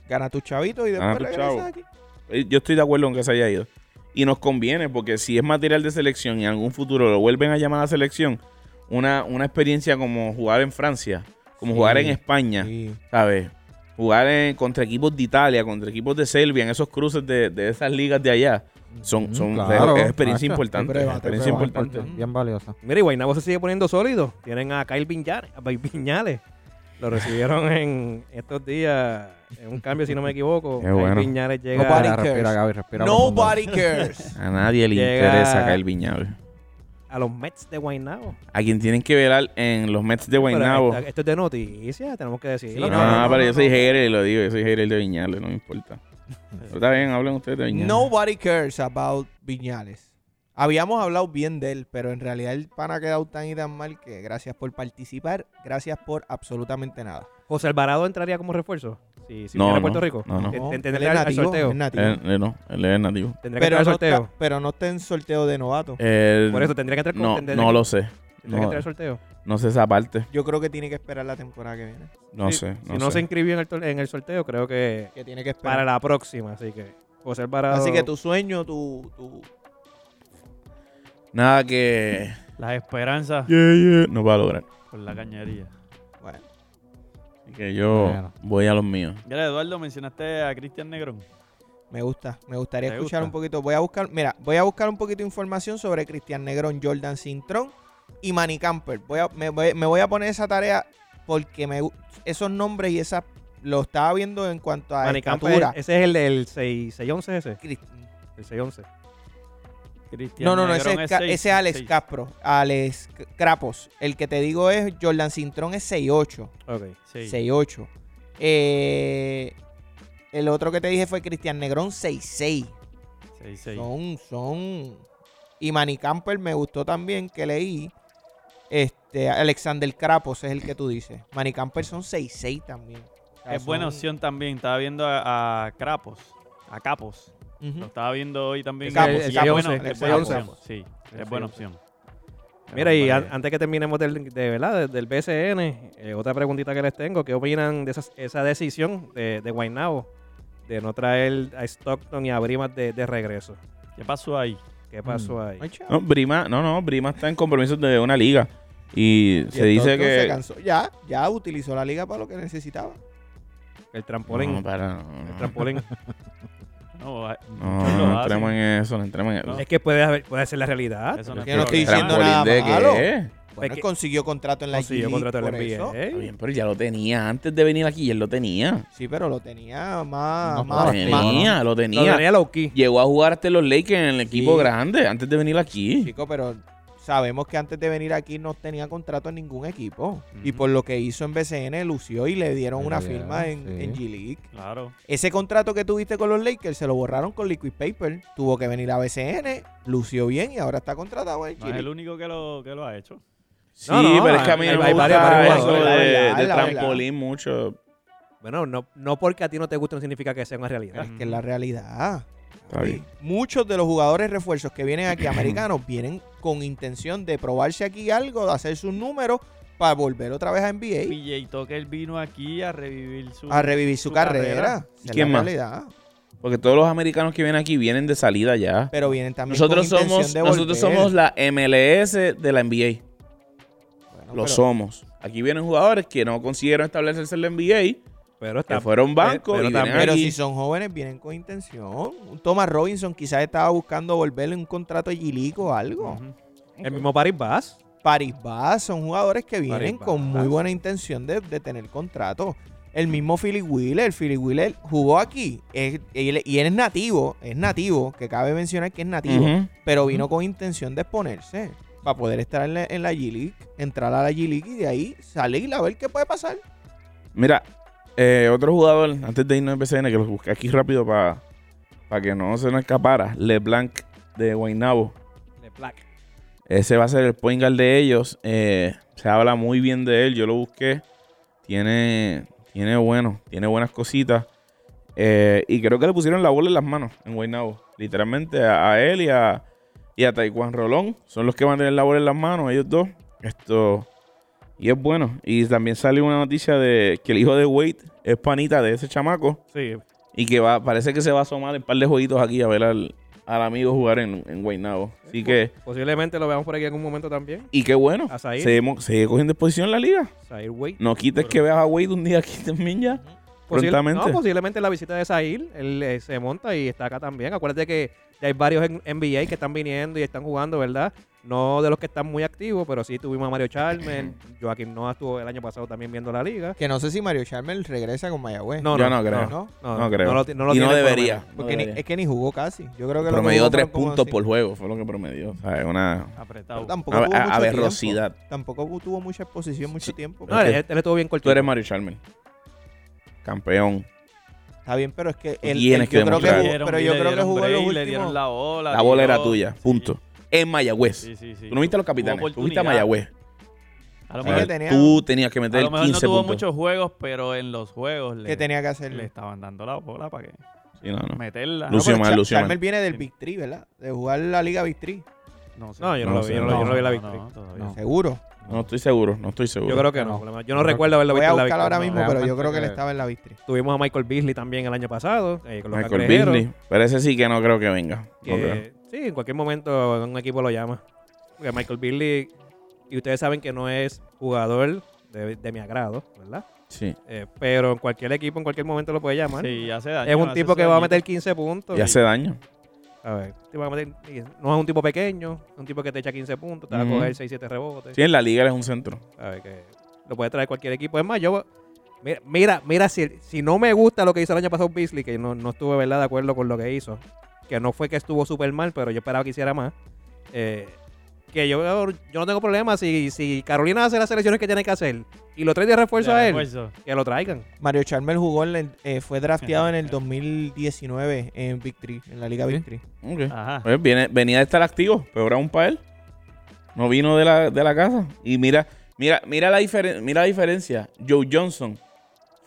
Speaker 1: Gana tu chavito y
Speaker 3: Gana
Speaker 1: después
Speaker 3: tu
Speaker 1: regresas
Speaker 3: chavo.
Speaker 1: aquí.
Speaker 3: Eh, Yo estoy de acuerdo en que se haya ido. Y nos conviene, porque si es material de selección y en algún futuro lo vuelven a llamar a selección, una, una experiencia como jugar en Francia, como
Speaker 1: Sí,
Speaker 3: jugar en España,
Speaker 1: Sí.
Speaker 3: ¿sabes? Jugar en- contra equipos de Italia, contra equipos de Serbia, en esos cruces de, de esas ligas de allá, son, son
Speaker 5: claro.
Speaker 3: es experiencia
Speaker 5: Macho,
Speaker 1: te
Speaker 3: importante.
Speaker 1: prueba,
Speaker 3: es
Speaker 1: te
Speaker 3: experiencia
Speaker 1: prueba.
Speaker 3: importante.
Speaker 1: importante.
Speaker 5: Bien valiosa.
Speaker 2: Mira, y Guaynabo se sigue poniendo sólido. Tienen a Kyle Viñales. A Pi- Piñales. Lo recibieron en estos días. En un cambio, si no me equivoco.
Speaker 3: Qué
Speaker 2: Kyle
Speaker 3: bueno.
Speaker 2: Piñales llega.
Speaker 1: Nobody
Speaker 5: Respira,
Speaker 1: cares.
Speaker 5: respira, Gaby, respira.
Speaker 1: Nobody cares.
Speaker 3: A nadie le
Speaker 2: Llega-
Speaker 3: interesa caer Viñal.
Speaker 2: a los Mets de Guaynabo.
Speaker 3: A quien tienen que velar en los Mets de
Speaker 2: Pero
Speaker 3: Guaynabo.
Speaker 2: esta- Esto es de noticias, tenemos que decirlo.
Speaker 1: Sí, no,
Speaker 3: ah,
Speaker 1: no,
Speaker 3: pero
Speaker 1: no,
Speaker 3: yo soy
Speaker 1: no.
Speaker 3: hater y lo digo, yo soy hater de Viñales, no me importa. Pero Está bien, hablen ustedes de Viñales.
Speaker 1: Nobody cares about Viñales. Habíamos hablado bien de él, pero en realidad el pan ha quedado tan y tan mal que gracias por participar, gracias por absolutamente nada.
Speaker 2: José Alvarado entraría como refuerzo. Si, si
Speaker 3: No,
Speaker 2: viene a
Speaker 3: no,
Speaker 2: Puerto Rico.
Speaker 3: no, no.
Speaker 2: Te-
Speaker 1: No,
Speaker 2: te-
Speaker 1: él
Speaker 2: Tendría
Speaker 1: es
Speaker 2: que entrar al
Speaker 1: nativo,
Speaker 2: sorteo.
Speaker 1: es nativo.
Speaker 3: Él- él no, él es nativo.
Speaker 2: Tendría que
Speaker 1: Pero,
Speaker 2: entrar al
Speaker 1: no
Speaker 2: sorteo.
Speaker 1: está, pero no está en sorteo de novato.
Speaker 3: Él-
Speaker 2: Por eso tendría que entrar
Speaker 3: no,
Speaker 2: tendría
Speaker 3: no
Speaker 2: que-
Speaker 3: lo sé.
Speaker 2: tendría que
Speaker 3: No,
Speaker 2: entrar al sorteo.
Speaker 3: no sé esa parte.
Speaker 1: Yo creo que tiene que esperar la temporada que viene.
Speaker 3: No
Speaker 2: Sí,
Speaker 3: sé.
Speaker 2: Si
Speaker 3: No
Speaker 2: no se
Speaker 3: sé.
Speaker 2: inscribió en el, tor- en el sorteo, creo que
Speaker 1: Que tiene que
Speaker 2: para
Speaker 1: esperar.
Speaker 2: la próxima. Así que José Alvarado.
Speaker 1: Así que tu sueño, tu, tu-
Speaker 3: Nada que.
Speaker 4: Las esperanzas
Speaker 3: No va a lograr.
Speaker 4: por la cañería.
Speaker 1: bueno,
Speaker 3: Así que yo
Speaker 5: Bueno.
Speaker 3: voy a los míos.
Speaker 4: Mira, Eduardo, mencionaste a Cristian Negrón.
Speaker 1: me gusta. Me gustaría
Speaker 4: Te
Speaker 1: escuchar
Speaker 4: gusta.
Speaker 1: un poquito. Voy a buscar, mira, voy a buscar un poquito de información sobre Cristian Negrón, Jordan Cintrón y Manny Camper. Voy a, me, voy- me voy a poner esa tarea porque me gu- esos nombres y esas lo estaba viendo en cuanto a
Speaker 2: Manicampo,
Speaker 1: estatura.
Speaker 2: ese es el del 6, 611 ese.
Speaker 1: Cris-
Speaker 2: El 611.
Speaker 4: Cristian
Speaker 1: No, no, no,
Speaker 4: Negrón
Speaker 1: ese es, Ca-
Speaker 4: seis,
Speaker 1: ese es Alex
Speaker 4: seis.
Speaker 1: Capro, Alex C- Crapos. El que te digo es Jordan Cintrón es 6'8.
Speaker 2: Ok.
Speaker 4: Sí.
Speaker 1: 6'8. Eh, el otro que te dije fue Cristian Negrón 6'6.
Speaker 4: Seis, seis.
Speaker 1: Son, son. Y Manny Camper me gustó también que leí. Este, Alexander Crapos es el que tú dices. Manny Camper son 6'6 también. O sea,
Speaker 4: Es buena
Speaker 1: son-
Speaker 4: opción también. Estaba viendo a, a Crapos. A Capos. Lo
Speaker 1: Ujú.
Speaker 4: estaba viendo hoy también.
Speaker 1: El Capos,
Speaker 4: Y
Speaker 1: el
Speaker 4: es
Speaker 2: Capos,
Speaker 4: buena-
Speaker 2: el
Speaker 4: es buena
Speaker 1: 611.
Speaker 4: opción. Sí, es buena opción.
Speaker 2: Mira, y
Speaker 4: Buena
Speaker 2: an-
Speaker 4: idea.
Speaker 2: antes que terminemos del, de, ¿verdad? del BCN, eh, otra preguntita que les tengo. ¿Qué opinan de esas- esa decisión de, de Guaynabo de no traer a Stockton y a Brimas de, de regreso?
Speaker 4: ¿Qué pasó ahí?
Speaker 2: ¿Qué
Speaker 3: Mm.
Speaker 2: pasó ahí?
Speaker 1: Ay, chao.
Speaker 3: No, Brima, no, no, Brima está en compromisos de una liga. Y,
Speaker 1: Y
Speaker 3: se dice
Speaker 1: entonces se
Speaker 3: que.
Speaker 1: cansó. Ya, ya utilizó la liga para lo que necesitaba.
Speaker 2: El trampolín.
Speaker 3: No, para, no,
Speaker 2: el
Speaker 3: no,
Speaker 2: trampolín.
Speaker 4: No, a-
Speaker 3: no,
Speaker 4: muchos lo
Speaker 3: no
Speaker 4: hacen.
Speaker 3: entremos en eso, no entremos en eso.
Speaker 4: No.
Speaker 2: es que puede, haber- puede ser la realidad.
Speaker 4: Eso no es
Speaker 1: Yo no estoy
Speaker 4: problema.
Speaker 1: diciendo
Speaker 3: ¿Trampolín
Speaker 1: nada
Speaker 3: de
Speaker 1: malo.
Speaker 3: qué?
Speaker 1: Bueno,
Speaker 2: Es que-
Speaker 1: consiguió contrato en la
Speaker 2: Consiguió
Speaker 1: G League
Speaker 2: contrato en
Speaker 1: por
Speaker 2: la E NBA.
Speaker 1: eso.
Speaker 3: Está bien, pero ya lo tenía antes de venir aquí, él lo tenía.
Speaker 1: Sí, pero lo tenía más.
Speaker 5: No,
Speaker 1: más,
Speaker 3: lo
Speaker 5: Ah,
Speaker 1: más-
Speaker 3: tenía, lo
Speaker 2: Lo
Speaker 3: tenía.
Speaker 2: tenía Lowkey.
Speaker 3: Llegó a jugar hasta los Lakers en el equipo grande antes de venir aquí.
Speaker 1: Chico, pero sabemos que antes de venir aquí no tenía contrato en ningún equipo. Y
Speaker 4: Ujú.
Speaker 1: por lo que hizo en BCN, lució y le dieron
Speaker 5: Le
Speaker 1: una
Speaker 5: dieron,
Speaker 1: firma en,
Speaker 5: sí.
Speaker 1: en G League.
Speaker 4: Claro.
Speaker 1: Ese contrato que tuviste con los Lakers se lo borraron con Liquid Paper. Tuvo que venir a BCN, lució bien y ahora está contratado en
Speaker 4: No
Speaker 1: G
Speaker 4: es
Speaker 1: League.
Speaker 4: el único que lo, que lo ha hecho.
Speaker 3: Sí,
Speaker 2: No, no,
Speaker 3: pero es que a mí
Speaker 2: hay-
Speaker 3: no me
Speaker 2: hay varios-
Speaker 3: gusta
Speaker 2: varios
Speaker 3: eso
Speaker 1: jugadores. La
Speaker 3: de,
Speaker 1: verdad,
Speaker 3: de
Speaker 1: la verdad.
Speaker 3: trampolín mucho.
Speaker 2: Bueno, no, no porque a ti no te guste no significa que sea una realidad.
Speaker 1: Es
Speaker 4: Mm.
Speaker 1: que es la realidad.
Speaker 3: Está bien.
Speaker 1: Muchos de los jugadores refuerzos que vienen aquí americanos vienen con intención de probarse aquí algo, de hacer sus números para volver otra vez a NBA,
Speaker 4: PJ Tucker vino aquí a revivir su...
Speaker 1: a revivir su,
Speaker 4: su
Speaker 1: carrera.
Speaker 4: carrera.
Speaker 1: Esa es la
Speaker 3: quién más?
Speaker 1: realidad.
Speaker 3: Porque todos los americanos que vienen aquí vienen de salida ya.
Speaker 1: Pero vienen también
Speaker 3: Nosotros
Speaker 1: con intención
Speaker 3: somos,
Speaker 1: de
Speaker 3: nosotros
Speaker 1: volver.
Speaker 3: somos la MLS de la NBA.
Speaker 1: Bueno,
Speaker 3: Lo
Speaker 1: pero-
Speaker 3: somos. Aquí vienen jugadores que no consiguieron establecerse en la NBA,
Speaker 2: Pero
Speaker 3: que
Speaker 2: está.
Speaker 3: fueron bancos
Speaker 2: pero
Speaker 3: y vienen
Speaker 2: también-
Speaker 1: Pero
Speaker 3: aquí.
Speaker 1: si son jóvenes, vienen con intención. Un Thomas Robinson quizás estaba buscando volverle un contrato de Gilico o algo.
Speaker 4: Ujú.
Speaker 2: El mismo Paris Bass.
Speaker 1: Paris Bass son jugadores que vienen
Speaker 2: Paris
Speaker 1: con
Speaker 2: Bass.
Speaker 1: muy buena intención de, de tener contrato. El mismo Philly Wheeler, Philly Wheeler jugó aquí es- él- y él es nativo, es nativo, que cabe mencionar que es nativo,
Speaker 3: Ujú.
Speaker 1: pero vino con intención de exponerse para poder estar en la, en la G League, entrar a la G League y de ahí salir a ver qué puede pasar.
Speaker 3: Mira, eh, otro jugador, antes de irnos a PCN, que los busqué aquí rápido para que no se nos escapara, LeBlanc de Guaynabo.
Speaker 2: De Black.
Speaker 3: Ese va a ser el point guard de ellos. Eh, se habla muy bien de él. Yo lo busqué. Tiene, tiene bueno, tiene buenas cositas. Eh, y creo que le pusieron la bola en las manos en Guaynabo. Literalmente a, a él y a, y a Taekwondo Rolón. Son los que van a tener la bola en las manos, ellos dos. Esto. Y es bueno. Y también salió una noticia de que el hijo de Wade es panita de ese chamaco.
Speaker 2: Sí.
Speaker 3: Y que va, parece que se va a asomar en un par de jueguitos aquí a ver al, al amigo jugar en, en Guaynabo. Así que.
Speaker 2: Posiblemente lo veamos por aquí en algún momento también.
Speaker 3: Y qué bueno.
Speaker 2: A
Speaker 3: Se
Speaker 2: Zahir.
Speaker 3: sigue mo- se sigue cogiendo exposición en la liga.
Speaker 2: Zaire Wade.
Speaker 3: No quites que veas a Wade un día aquí también ya.
Speaker 2: Posible-
Speaker 3: prontamente.
Speaker 2: no, posiblemente la visita de Sahil, él eh, se monta y está acá también. Acuérdate que ya hay varios en- NBA que están viniendo y están jugando, ¿verdad? No de los que están muy activos, pero sí tuvimos a Mario Chalmers, Joaquín Noah estuvo el año pasado también viendo la liga.
Speaker 1: Que no sé si Mario Charmel regresa con Mayagüez.
Speaker 2: No,
Speaker 3: Yo no creo.
Speaker 1: ¿No?
Speaker 2: No,
Speaker 3: No creo.
Speaker 2: lo ti- lo
Speaker 3: y no
Speaker 2: tiene por lo
Speaker 3: debería.
Speaker 2: menos.
Speaker 3: no
Speaker 1: Porque ni-
Speaker 3: debería.
Speaker 1: es que ni jugó casi. Yo creo que lo que
Speaker 3: promedió
Speaker 1: jugó
Speaker 3: tres
Speaker 1: fueron como
Speaker 3: puntos
Speaker 1: cinco.
Speaker 3: por juego, fue lo que promedió. O sea, es una
Speaker 4: Apretado.
Speaker 1: Pero Tampoco
Speaker 3: a-
Speaker 1: tuvo mucho
Speaker 3: a-
Speaker 1: tiempo.
Speaker 3: aberrosidad.
Speaker 1: Tampoco tuvo mucha exposición mucho
Speaker 3: Sí.
Speaker 1: tiempo.
Speaker 2: No, él, él estuvo bien
Speaker 3: Tú
Speaker 2: cortito.
Speaker 3: eres Mario Charmer. Campeón.
Speaker 1: Está bien, pero es que él,
Speaker 3: Tienes
Speaker 1: él-
Speaker 3: que
Speaker 1: yo creo que
Speaker 3: demostrarlo.
Speaker 1: jugó- pero yo creo que jugó en los
Speaker 4: Le dieron
Speaker 1: últimos.
Speaker 4: la bola.
Speaker 3: La bola era
Speaker 4: tiró.
Speaker 3: tuya.
Speaker 4: Sí,
Speaker 3: Punto. En Mayagüez.
Speaker 4: Sí, sí, sí.
Speaker 3: Tú no viste a los
Speaker 4: Hubo
Speaker 3: capitanes. Tú viste a
Speaker 4: oportunidad.
Speaker 3: Mayagüez.
Speaker 4: A lo
Speaker 1: Sí,
Speaker 3: A
Speaker 1: que
Speaker 3: ver,
Speaker 4: mejor,
Speaker 1: tenía-
Speaker 3: tú tenías que
Speaker 4: a
Speaker 3: meter
Speaker 4: lo mejor
Speaker 3: 15
Speaker 4: no tuvo
Speaker 3: puntos.
Speaker 4: muchos juegos, pero en los juegos le,
Speaker 1: que tenía que
Speaker 4: le
Speaker 1: hacerle.
Speaker 4: estaban dando la bola para que
Speaker 3: Sí, no, no.
Speaker 4: meterla.
Speaker 3: Lucio
Speaker 1: pero
Speaker 3: mal,
Speaker 1: Cha-
Speaker 3: lució mal.
Speaker 1: Charmel viene del Big Three, ¿verdad? De jugar la Liga Big Three.
Speaker 4: No, sé.
Speaker 2: No, yo no,
Speaker 3: No
Speaker 2: lo vi,
Speaker 3: sé,
Speaker 2: yo no, lo vi, yo no lo vi la victoria.
Speaker 4: No, todavía.
Speaker 5: No.
Speaker 1: Seguro.
Speaker 3: No estoy seguro, no estoy seguro.
Speaker 2: Yo creo que no.
Speaker 5: No.
Speaker 2: por lo menos Yo no recuerdo haberlo
Speaker 1: Voy
Speaker 2: visto
Speaker 1: a
Speaker 2: en la
Speaker 1: buscar ahora
Speaker 2: victoria.
Speaker 1: mismo,
Speaker 5: no,
Speaker 1: pero yo
Speaker 5: realmente
Speaker 1: creo que él
Speaker 5: que-
Speaker 1: estaba en la Big Three.
Speaker 2: Tuvimos a Michael Beasley también el año pasado. eh, con los
Speaker 3: Michael
Speaker 2: cangrejeros,
Speaker 3: Beasley. Pero ese sí que no creo que venga. No
Speaker 2: que-
Speaker 3: creo.
Speaker 2: sí, en cualquier momento un equipo lo llama. Porque Michael Beasley, y ustedes saben que no es jugador de, de mi agrado, ¿verdad?
Speaker 3: Sí.
Speaker 2: Eh, pero en cualquier equipo, en cualquier momento lo puede llamar.
Speaker 4: Sí, hace daño,
Speaker 2: es un
Speaker 4: hace
Speaker 2: tipo que va a
Speaker 4: daño.
Speaker 2: meter 15 puntos.
Speaker 3: Y hace daño.
Speaker 2: A ver, tipo que va a meter- no es un tipo pequeño, es un tipo que te echa 15 puntos, te va a
Speaker 3: Ujú.
Speaker 2: coger 6, 7 rebotes.
Speaker 3: Sí, en la liga él es un centro.
Speaker 2: A ver, que lo puede traer cualquier equipo. Es más, yo. Mira, mira, mira, si, si no me gusta lo que hizo el año pasado Beasley, que no, no estuve ¿verdad? de acuerdo con lo que hizo, que no fue que estuvo súper mal, pero yo esperaba que hiciera más. eh, que yo, yo no tengo problema si, si Carolina hace las selecciones que tiene que hacer y lo trae de refuerzo
Speaker 4: De
Speaker 2: a él,
Speaker 4: refuerzo.
Speaker 2: que lo traigan.
Speaker 1: Mario Charmel jugó en el- eh, fue drafteado en el 2019 en Big Three, en la Liga Big Three.
Speaker 3: Ok.
Speaker 4: Ajá.
Speaker 3: Pues viene- venía de estar activo, peor aún para él. No vino de la, de la casa. Y mira, mira, mira la diferencia. Mira la diferencia. Joe Johnson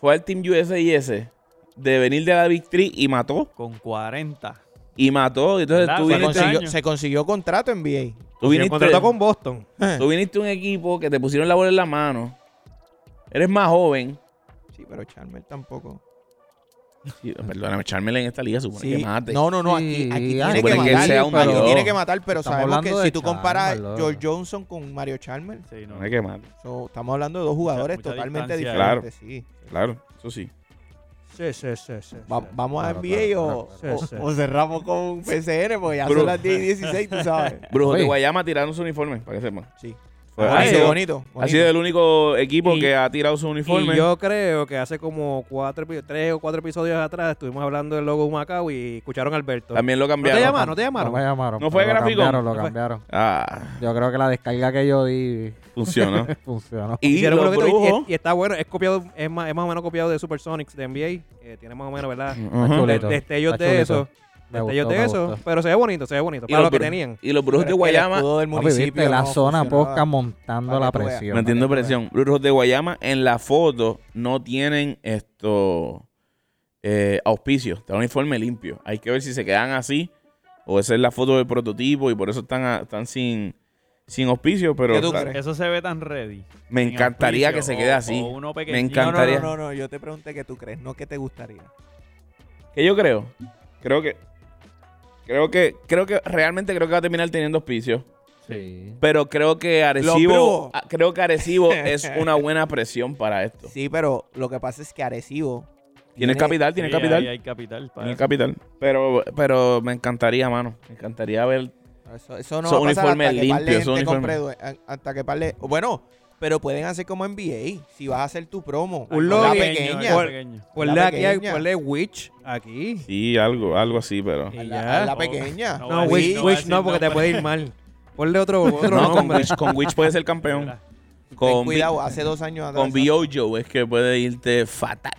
Speaker 3: fue al Team USIS de venir de la Big Three y mató.
Speaker 4: Con 40.
Speaker 3: Y mató. Entonces
Speaker 4: ¿Verdad?
Speaker 3: tú
Speaker 4: Se
Speaker 1: Se
Speaker 4: Tiene
Speaker 3: viniste,
Speaker 4: consiguió-
Speaker 1: consiguió,
Speaker 4: años.
Speaker 1: se consiguió contrato en VA.
Speaker 3: tú,
Speaker 2: Se
Speaker 3: viniste,
Speaker 2: contrató con Boston.
Speaker 3: tú viniste a un equipo que te pusieron la bola en la mano. Eres más joven.
Speaker 1: Sí, pero Charmel tampoco.
Speaker 3: Sí, perdóname, Charmel en esta liga supone que
Speaker 1: Sí.
Speaker 3: mate.
Speaker 1: No, no, no, aquí,
Speaker 5: Sí,
Speaker 1: aquí
Speaker 5: ah,
Speaker 1: tiene que,
Speaker 3: supone que él
Speaker 1: matar.
Speaker 3: sea un
Speaker 1: aquí
Speaker 3: mayor.
Speaker 1: tiene que matar, pero
Speaker 5: Estamos
Speaker 1: sabemos que
Speaker 5: hablando
Speaker 1: si
Speaker 5: de
Speaker 1: tú comparas
Speaker 5: Charmel,
Speaker 1: George
Speaker 5: loco.
Speaker 1: Johnson con Mario Charmel,
Speaker 4: Sí, no.
Speaker 3: Supone que mate.
Speaker 1: so, estamos hablando de dos jugadores
Speaker 4: mucha
Speaker 1: totalmente
Speaker 4: distancia. eh.
Speaker 1: diferentes. Sí.
Speaker 3: Claro, eso sí.
Speaker 2: Sí, sí, sí. sí,
Speaker 1: Va-
Speaker 2: sí.
Speaker 1: vamos a
Speaker 5: Claro,
Speaker 1: NBA
Speaker 5: claro,
Speaker 1: o,
Speaker 2: claro, claro.
Speaker 1: o- o cerramos con PCR, porque ya
Speaker 3: Pero-
Speaker 1: son las 10 y 16, tú sabes.
Speaker 3: Brujos de
Speaker 5: Oye.
Speaker 3: Guayama tiraron su uniforme, para que sepan.
Speaker 1: Sí.
Speaker 3: Fue-
Speaker 2: Ah,
Speaker 3: ha
Speaker 2: sí,
Speaker 3: sido-
Speaker 1: bonito,
Speaker 3: Ha sido el único equipo
Speaker 2: Y-
Speaker 3: que ha tirado su uniforme.
Speaker 2: Y yo creo que hace como cuatro, epi- tres o cuatro episodios atrás estuvimos hablando del logo de Macao y escucharon a Alberto.
Speaker 3: También lo
Speaker 2: ¿No te
Speaker 3: cambiaron.
Speaker 2: llamaron? ¿No te
Speaker 5: No
Speaker 2: llamaron?
Speaker 5: me llamaron.
Speaker 3: ¿No fue
Speaker 5: pero
Speaker 3: gráfico?
Speaker 5: Lo cambiaron, lo
Speaker 2: No fue.
Speaker 5: cambiaron.
Speaker 3: Ah,
Speaker 5: Yo creo que la descarga que yo di
Speaker 3: funcionó.
Speaker 5: funcionó.
Speaker 3: y
Speaker 2: Hicieron
Speaker 3: los
Speaker 2: un loguito y-
Speaker 3: brujos.
Speaker 2: y, y está bueno, es copiado, es más, es más o menos copiado de Supersonics de NBA. eh, tiene más o menos, ¿verdad?
Speaker 3: Ujú.
Speaker 5: Está
Speaker 2: De-
Speaker 5: Mm, chulito,
Speaker 2: Destellos
Speaker 5: está
Speaker 2: de
Speaker 5: chulito.
Speaker 2: eso.
Speaker 5: Me
Speaker 2: Destellos
Speaker 5: gustó,
Speaker 2: de
Speaker 5: me
Speaker 2: eso.
Speaker 5: gustó.
Speaker 2: Pero se ve bonito, se ve bonito.
Speaker 3: Y
Speaker 2: Para
Speaker 3: los
Speaker 2: lo que
Speaker 3: bru-
Speaker 2: tenían.
Speaker 3: Y los brujos de Guayama.
Speaker 1: del
Speaker 5: Papi, viste,
Speaker 1: municipio.
Speaker 5: la
Speaker 1: no
Speaker 5: zona
Speaker 1: funcionaba.
Speaker 5: posca montando
Speaker 1: Para
Speaker 5: la
Speaker 1: que tú veas.
Speaker 5: presión.
Speaker 3: Metiendo
Speaker 1: Para que tú
Speaker 3: presión. Brujos de Guayama en la foto no tienen esto. Eh, auspicio. Está un uniforme limpio. Hay que ver si se quedan así. O esa es la foto del prototipo. Y por eso están, a- están sin, sin auspicio. Pero
Speaker 1: ¿Qué tú
Speaker 3: o sea,
Speaker 1: crees?
Speaker 4: Eso se ve tan ready.
Speaker 3: me
Speaker 4: Sin
Speaker 3: encantaría que se
Speaker 4: auspicio, o-
Speaker 3: quede así.
Speaker 2: oh,
Speaker 4: o uno pequeño.
Speaker 3: Me
Speaker 1: No, no,
Speaker 3: encantaría.
Speaker 1: no, no, no, yo te pregunté qué tú crees, no qué te gustaría.
Speaker 3: Que yo creo. Creo que. Creo que. Creo que realmente creo que va a terminar teniendo auspicio.
Speaker 5: Sí.
Speaker 3: Pero creo que
Speaker 1: brujos.
Speaker 3: Arecibo. a- Creo que Arecibo es una buena presión para esto.
Speaker 1: Sí, pero lo que pasa es que Arecibo
Speaker 3: Tienes capital,
Speaker 4: Sí,
Speaker 3: tienes
Speaker 4: ahí
Speaker 3: capital.
Speaker 4: hay capital. para
Speaker 3: Tienes
Speaker 4: eso.
Speaker 3: capital. Pero, pero me encantaría, mano. Me encantaría ver.
Speaker 1: Eso, eso no
Speaker 3: Son
Speaker 1: va a pasar
Speaker 3: uniformes
Speaker 1: hasta que par de
Speaker 3: limpios, son
Speaker 1: gente compre-
Speaker 3: uniformes.
Speaker 1: du- a- hasta que par de- Bueno, pero pueden hacer como NBA. Si vas a hacer tu promo,
Speaker 2: Un
Speaker 1: la
Speaker 2: login,
Speaker 1: pequeña.
Speaker 2: por-
Speaker 4: pequeño.
Speaker 2: Ponle
Speaker 1: La
Speaker 2: aquí, a-
Speaker 1: pequeña.
Speaker 2: ponle Witch aquí.
Speaker 3: Sí, algo, algo así, pero.
Speaker 2: Y
Speaker 1: Haz
Speaker 2: ya.
Speaker 1: la, haz la
Speaker 4: No,
Speaker 1: pequeña.
Speaker 4: no
Speaker 2: No,
Speaker 4: voy
Speaker 2: Witch,
Speaker 4: a decir- no pues, voy a
Speaker 2: Witch
Speaker 4: decir
Speaker 2: no, porque te
Speaker 4: nombre.
Speaker 2: puede ir mal. Ponle otro, otro
Speaker 3: No, con
Speaker 2: nombre.
Speaker 3: Witch, con Witch puede ser campeón. Con,
Speaker 1: Ten cuidado, hace dos años
Speaker 3: B-
Speaker 1: atrás.
Speaker 3: con Biojo es que puede irte fatal.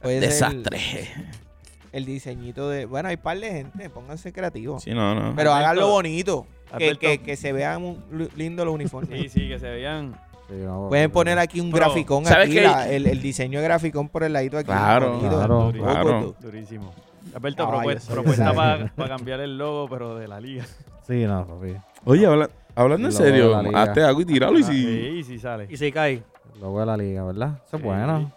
Speaker 1: Puede ser
Speaker 3: Desastre.
Speaker 1: El, el diseñito de. Bueno, hay par de gente, pónganse creativos.
Speaker 3: Sí, no, no.
Speaker 1: Pero
Speaker 4: Alberto,
Speaker 1: háganlo bonito. Que,
Speaker 4: Alberto.
Speaker 1: que, que se vean un- lu- lindo los uniformes.
Speaker 4: Sí, sí, que se veían.
Speaker 5: Sí, no,
Speaker 1: Pueden
Speaker 5: no.
Speaker 1: poner aquí un
Speaker 4: Pero,
Speaker 1: graficón
Speaker 3: ¿sabes
Speaker 1: aquí,
Speaker 3: qué?
Speaker 1: la- el, el diseño de graficón por el ladito aquí.
Speaker 3: Claro,
Speaker 1: bonito.
Speaker 5: claro,
Speaker 1: Poco,
Speaker 3: claro.
Speaker 1: tú.
Speaker 4: Durísimo. Alberto,
Speaker 1: Caballo,
Speaker 4: propuesta,
Speaker 1: soy
Speaker 4: propuesta
Speaker 1: esa.
Speaker 4: para cambiar el logo, pero de la liga.
Speaker 5: Sí, no, papi.
Speaker 3: Oye, habla- hablando en
Speaker 5: Lo de la
Speaker 3: serio,
Speaker 5: liga.
Speaker 3: hazte algo y tiralo y si.
Speaker 4: sí, sí sale.
Speaker 2: Y si cae.
Speaker 5: El logo de la liga, ¿verdad? Eso es
Speaker 4: Sí.
Speaker 5: bueno.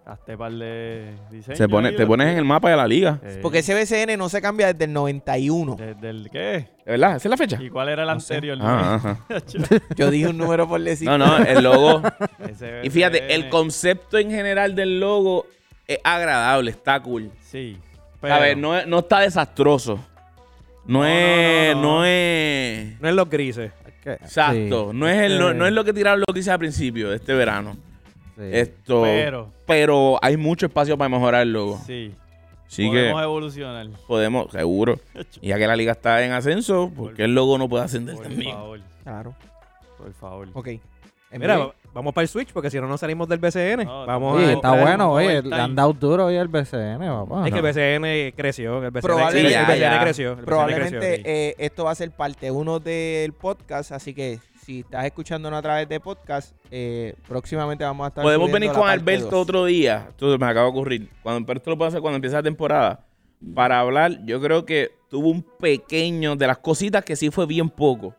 Speaker 4: Está Hazte par de diseños.
Speaker 3: Se pone,
Speaker 4: ahí,
Speaker 3: te pones en el mapa de la liga.
Speaker 4: eh,
Speaker 1: Porque ese BCN no se cambia desde el 91.
Speaker 4: ¿Desde el qué?
Speaker 3: ¿De verdad? ¿Esa es la fecha?
Speaker 4: ¿Y cuál era el
Speaker 1: No sé.
Speaker 4: anterior?
Speaker 3: Ah, ajá.
Speaker 1: Yo dije un número por decir.
Speaker 3: No, no, el logo.
Speaker 4: Ese
Speaker 3: Y fíjate, el
Speaker 4: BCN.
Speaker 3: concepto en general del logo es agradable, está cool.
Speaker 4: Sí.
Speaker 3: A ver, no, es- no está desastroso. No,
Speaker 4: No,
Speaker 3: es.
Speaker 4: no,
Speaker 3: No,
Speaker 4: no, no.
Speaker 3: es.
Speaker 2: No es los grises.
Speaker 5: Que-
Speaker 3: Exacto.
Speaker 5: sí,
Speaker 3: No, es el- no,
Speaker 5: eh,
Speaker 3: no es lo que tiraron los dice al principio de este verano.
Speaker 5: sí.
Speaker 3: Esto. Pero,
Speaker 4: Pero,
Speaker 3: hay mucho espacio para mejorar el logo.
Speaker 4: sí.
Speaker 3: Así
Speaker 4: podemos
Speaker 3: que
Speaker 4: evolucionar.
Speaker 3: podemos, seguro. Y ya que la liga está en ascenso, ¿por qué el logo no puede ascender
Speaker 4: Por
Speaker 3: también?
Speaker 4: favor,
Speaker 1: Claro.
Speaker 4: por favor.
Speaker 1: Ok.
Speaker 2: Mira,
Speaker 1: NBA.
Speaker 2: vamos para el Switch porque si no, no salimos del BCN.
Speaker 4: No,
Speaker 2: vamos
Speaker 5: Oye,
Speaker 2: a
Speaker 5: está
Speaker 2: buscar-
Speaker 5: bueno, oye.
Speaker 4: vuelta
Speaker 5: Le
Speaker 4: ahí.
Speaker 5: han dado duro hoy al BCN, papá.
Speaker 2: Es que el BCN creció. El BCN,
Speaker 1: Probable-
Speaker 2: el
Speaker 3: Sí, ya,
Speaker 2: BCN
Speaker 3: ya.
Speaker 2: creció. el BCN
Speaker 1: probablemente
Speaker 2: creció.
Speaker 1: eh, esto va a ser parte uno del podcast, así que si estás escuchándonos a través de podcast, eh, próximamente vamos a estar
Speaker 3: Podemos
Speaker 1: subiendo
Speaker 3: venir
Speaker 1: la
Speaker 3: con
Speaker 1: parte
Speaker 3: Alberto
Speaker 1: dos.
Speaker 3: otro día. Esto se me acaba de ocurrir. Cuando Alberto lo puede hacer cuando empieza la temporada. Para hablar, yo creo que tuvo un pequeño de las cositas que sí fue bien poco.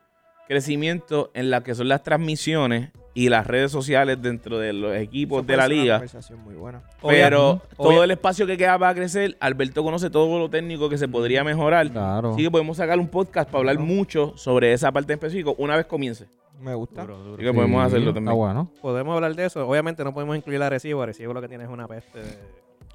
Speaker 3: Crecimiento en las que son las transmisiones y las redes sociales dentro de los
Speaker 1: Eso
Speaker 3: equipos de
Speaker 1: puede
Speaker 3: la
Speaker 1: ser una
Speaker 3: liga.
Speaker 1: conversación muy buena.
Speaker 2: Obvia-
Speaker 3: Pero todo
Speaker 2: obvia-
Speaker 3: el espacio que queda para crecer, Alberto conoce todo lo técnico que se podría mejorar.
Speaker 5: Claro.
Speaker 3: Así que podemos sacar un podcast para hablar mucho sobre esa parte específica una vez comience.
Speaker 1: Me gusta.
Speaker 4: Duro, duro.
Speaker 3: Así que podemos
Speaker 5: Sí,
Speaker 3: hacerlo también.
Speaker 5: Está bueno.
Speaker 2: podemos hablar de eso. Obviamente no podemos incluir a Arecibo. Arecibo lo que tiene es una peste. de-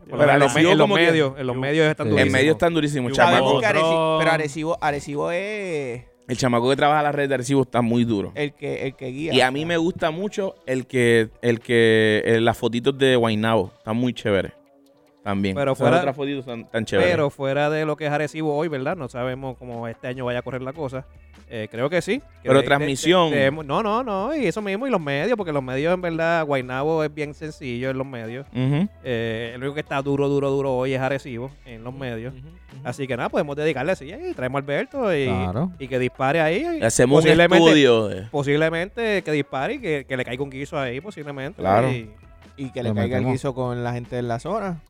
Speaker 4: Pero
Speaker 2: en los,
Speaker 3: Arecibo
Speaker 2: en los
Speaker 3: como que-
Speaker 2: medios, en los
Speaker 4: Sí.
Speaker 2: medios están
Speaker 5: En
Speaker 3: En
Speaker 2: durísimos.
Speaker 3: medio están durísimos,
Speaker 4: Yo-
Speaker 1: Sabemos
Speaker 3: chamaco.
Speaker 1: que
Speaker 4: otro.
Speaker 1: Areci- pero Arecibo, Arecibo es
Speaker 3: El chamaco que trabaja la red de Arecibo está muy duro.
Speaker 1: el que, el que guía.
Speaker 3: Y a mí me gusta mucho el que, el que, eh, las fotitos de Guainabo están muy chéveres. También.
Speaker 2: Pero
Speaker 3: Esas
Speaker 2: fuera-
Speaker 3: otras fotitos son tan chéveres.
Speaker 2: Pero fuera de lo que es Arecibo hoy, ¿verdad? No sabemos cómo este año vaya a correr la cosa. Eh, creo que sí. Que
Speaker 3: Pero
Speaker 2: de- de-
Speaker 3: transmisión.
Speaker 2: de- de- no, no, no. Y eso mismo. Y los medios, porque los medios, en verdad, Guainabo es bien sencillo en los medios.
Speaker 3: Ujú.
Speaker 2: Eh, el único que está duro, duro, duro hoy es Arecibo en los medios.
Speaker 1: Ujú, ujú.
Speaker 2: Así que nada, podemos dedicarle así. Y traemos a Alberto y,
Speaker 5: Claro.
Speaker 2: y que dispare ahí.
Speaker 3: Le Hacemos un
Speaker 2: Posiblemente-
Speaker 3: estudio. de-
Speaker 2: Posiblemente que dispare y que, que le caiga un guiso ahí, posiblemente.
Speaker 3: Claro.
Speaker 2: Y
Speaker 1: Y que le
Speaker 5: Lo
Speaker 1: caiga el
Speaker 5: metemos.
Speaker 1: guiso con la gente de la zona.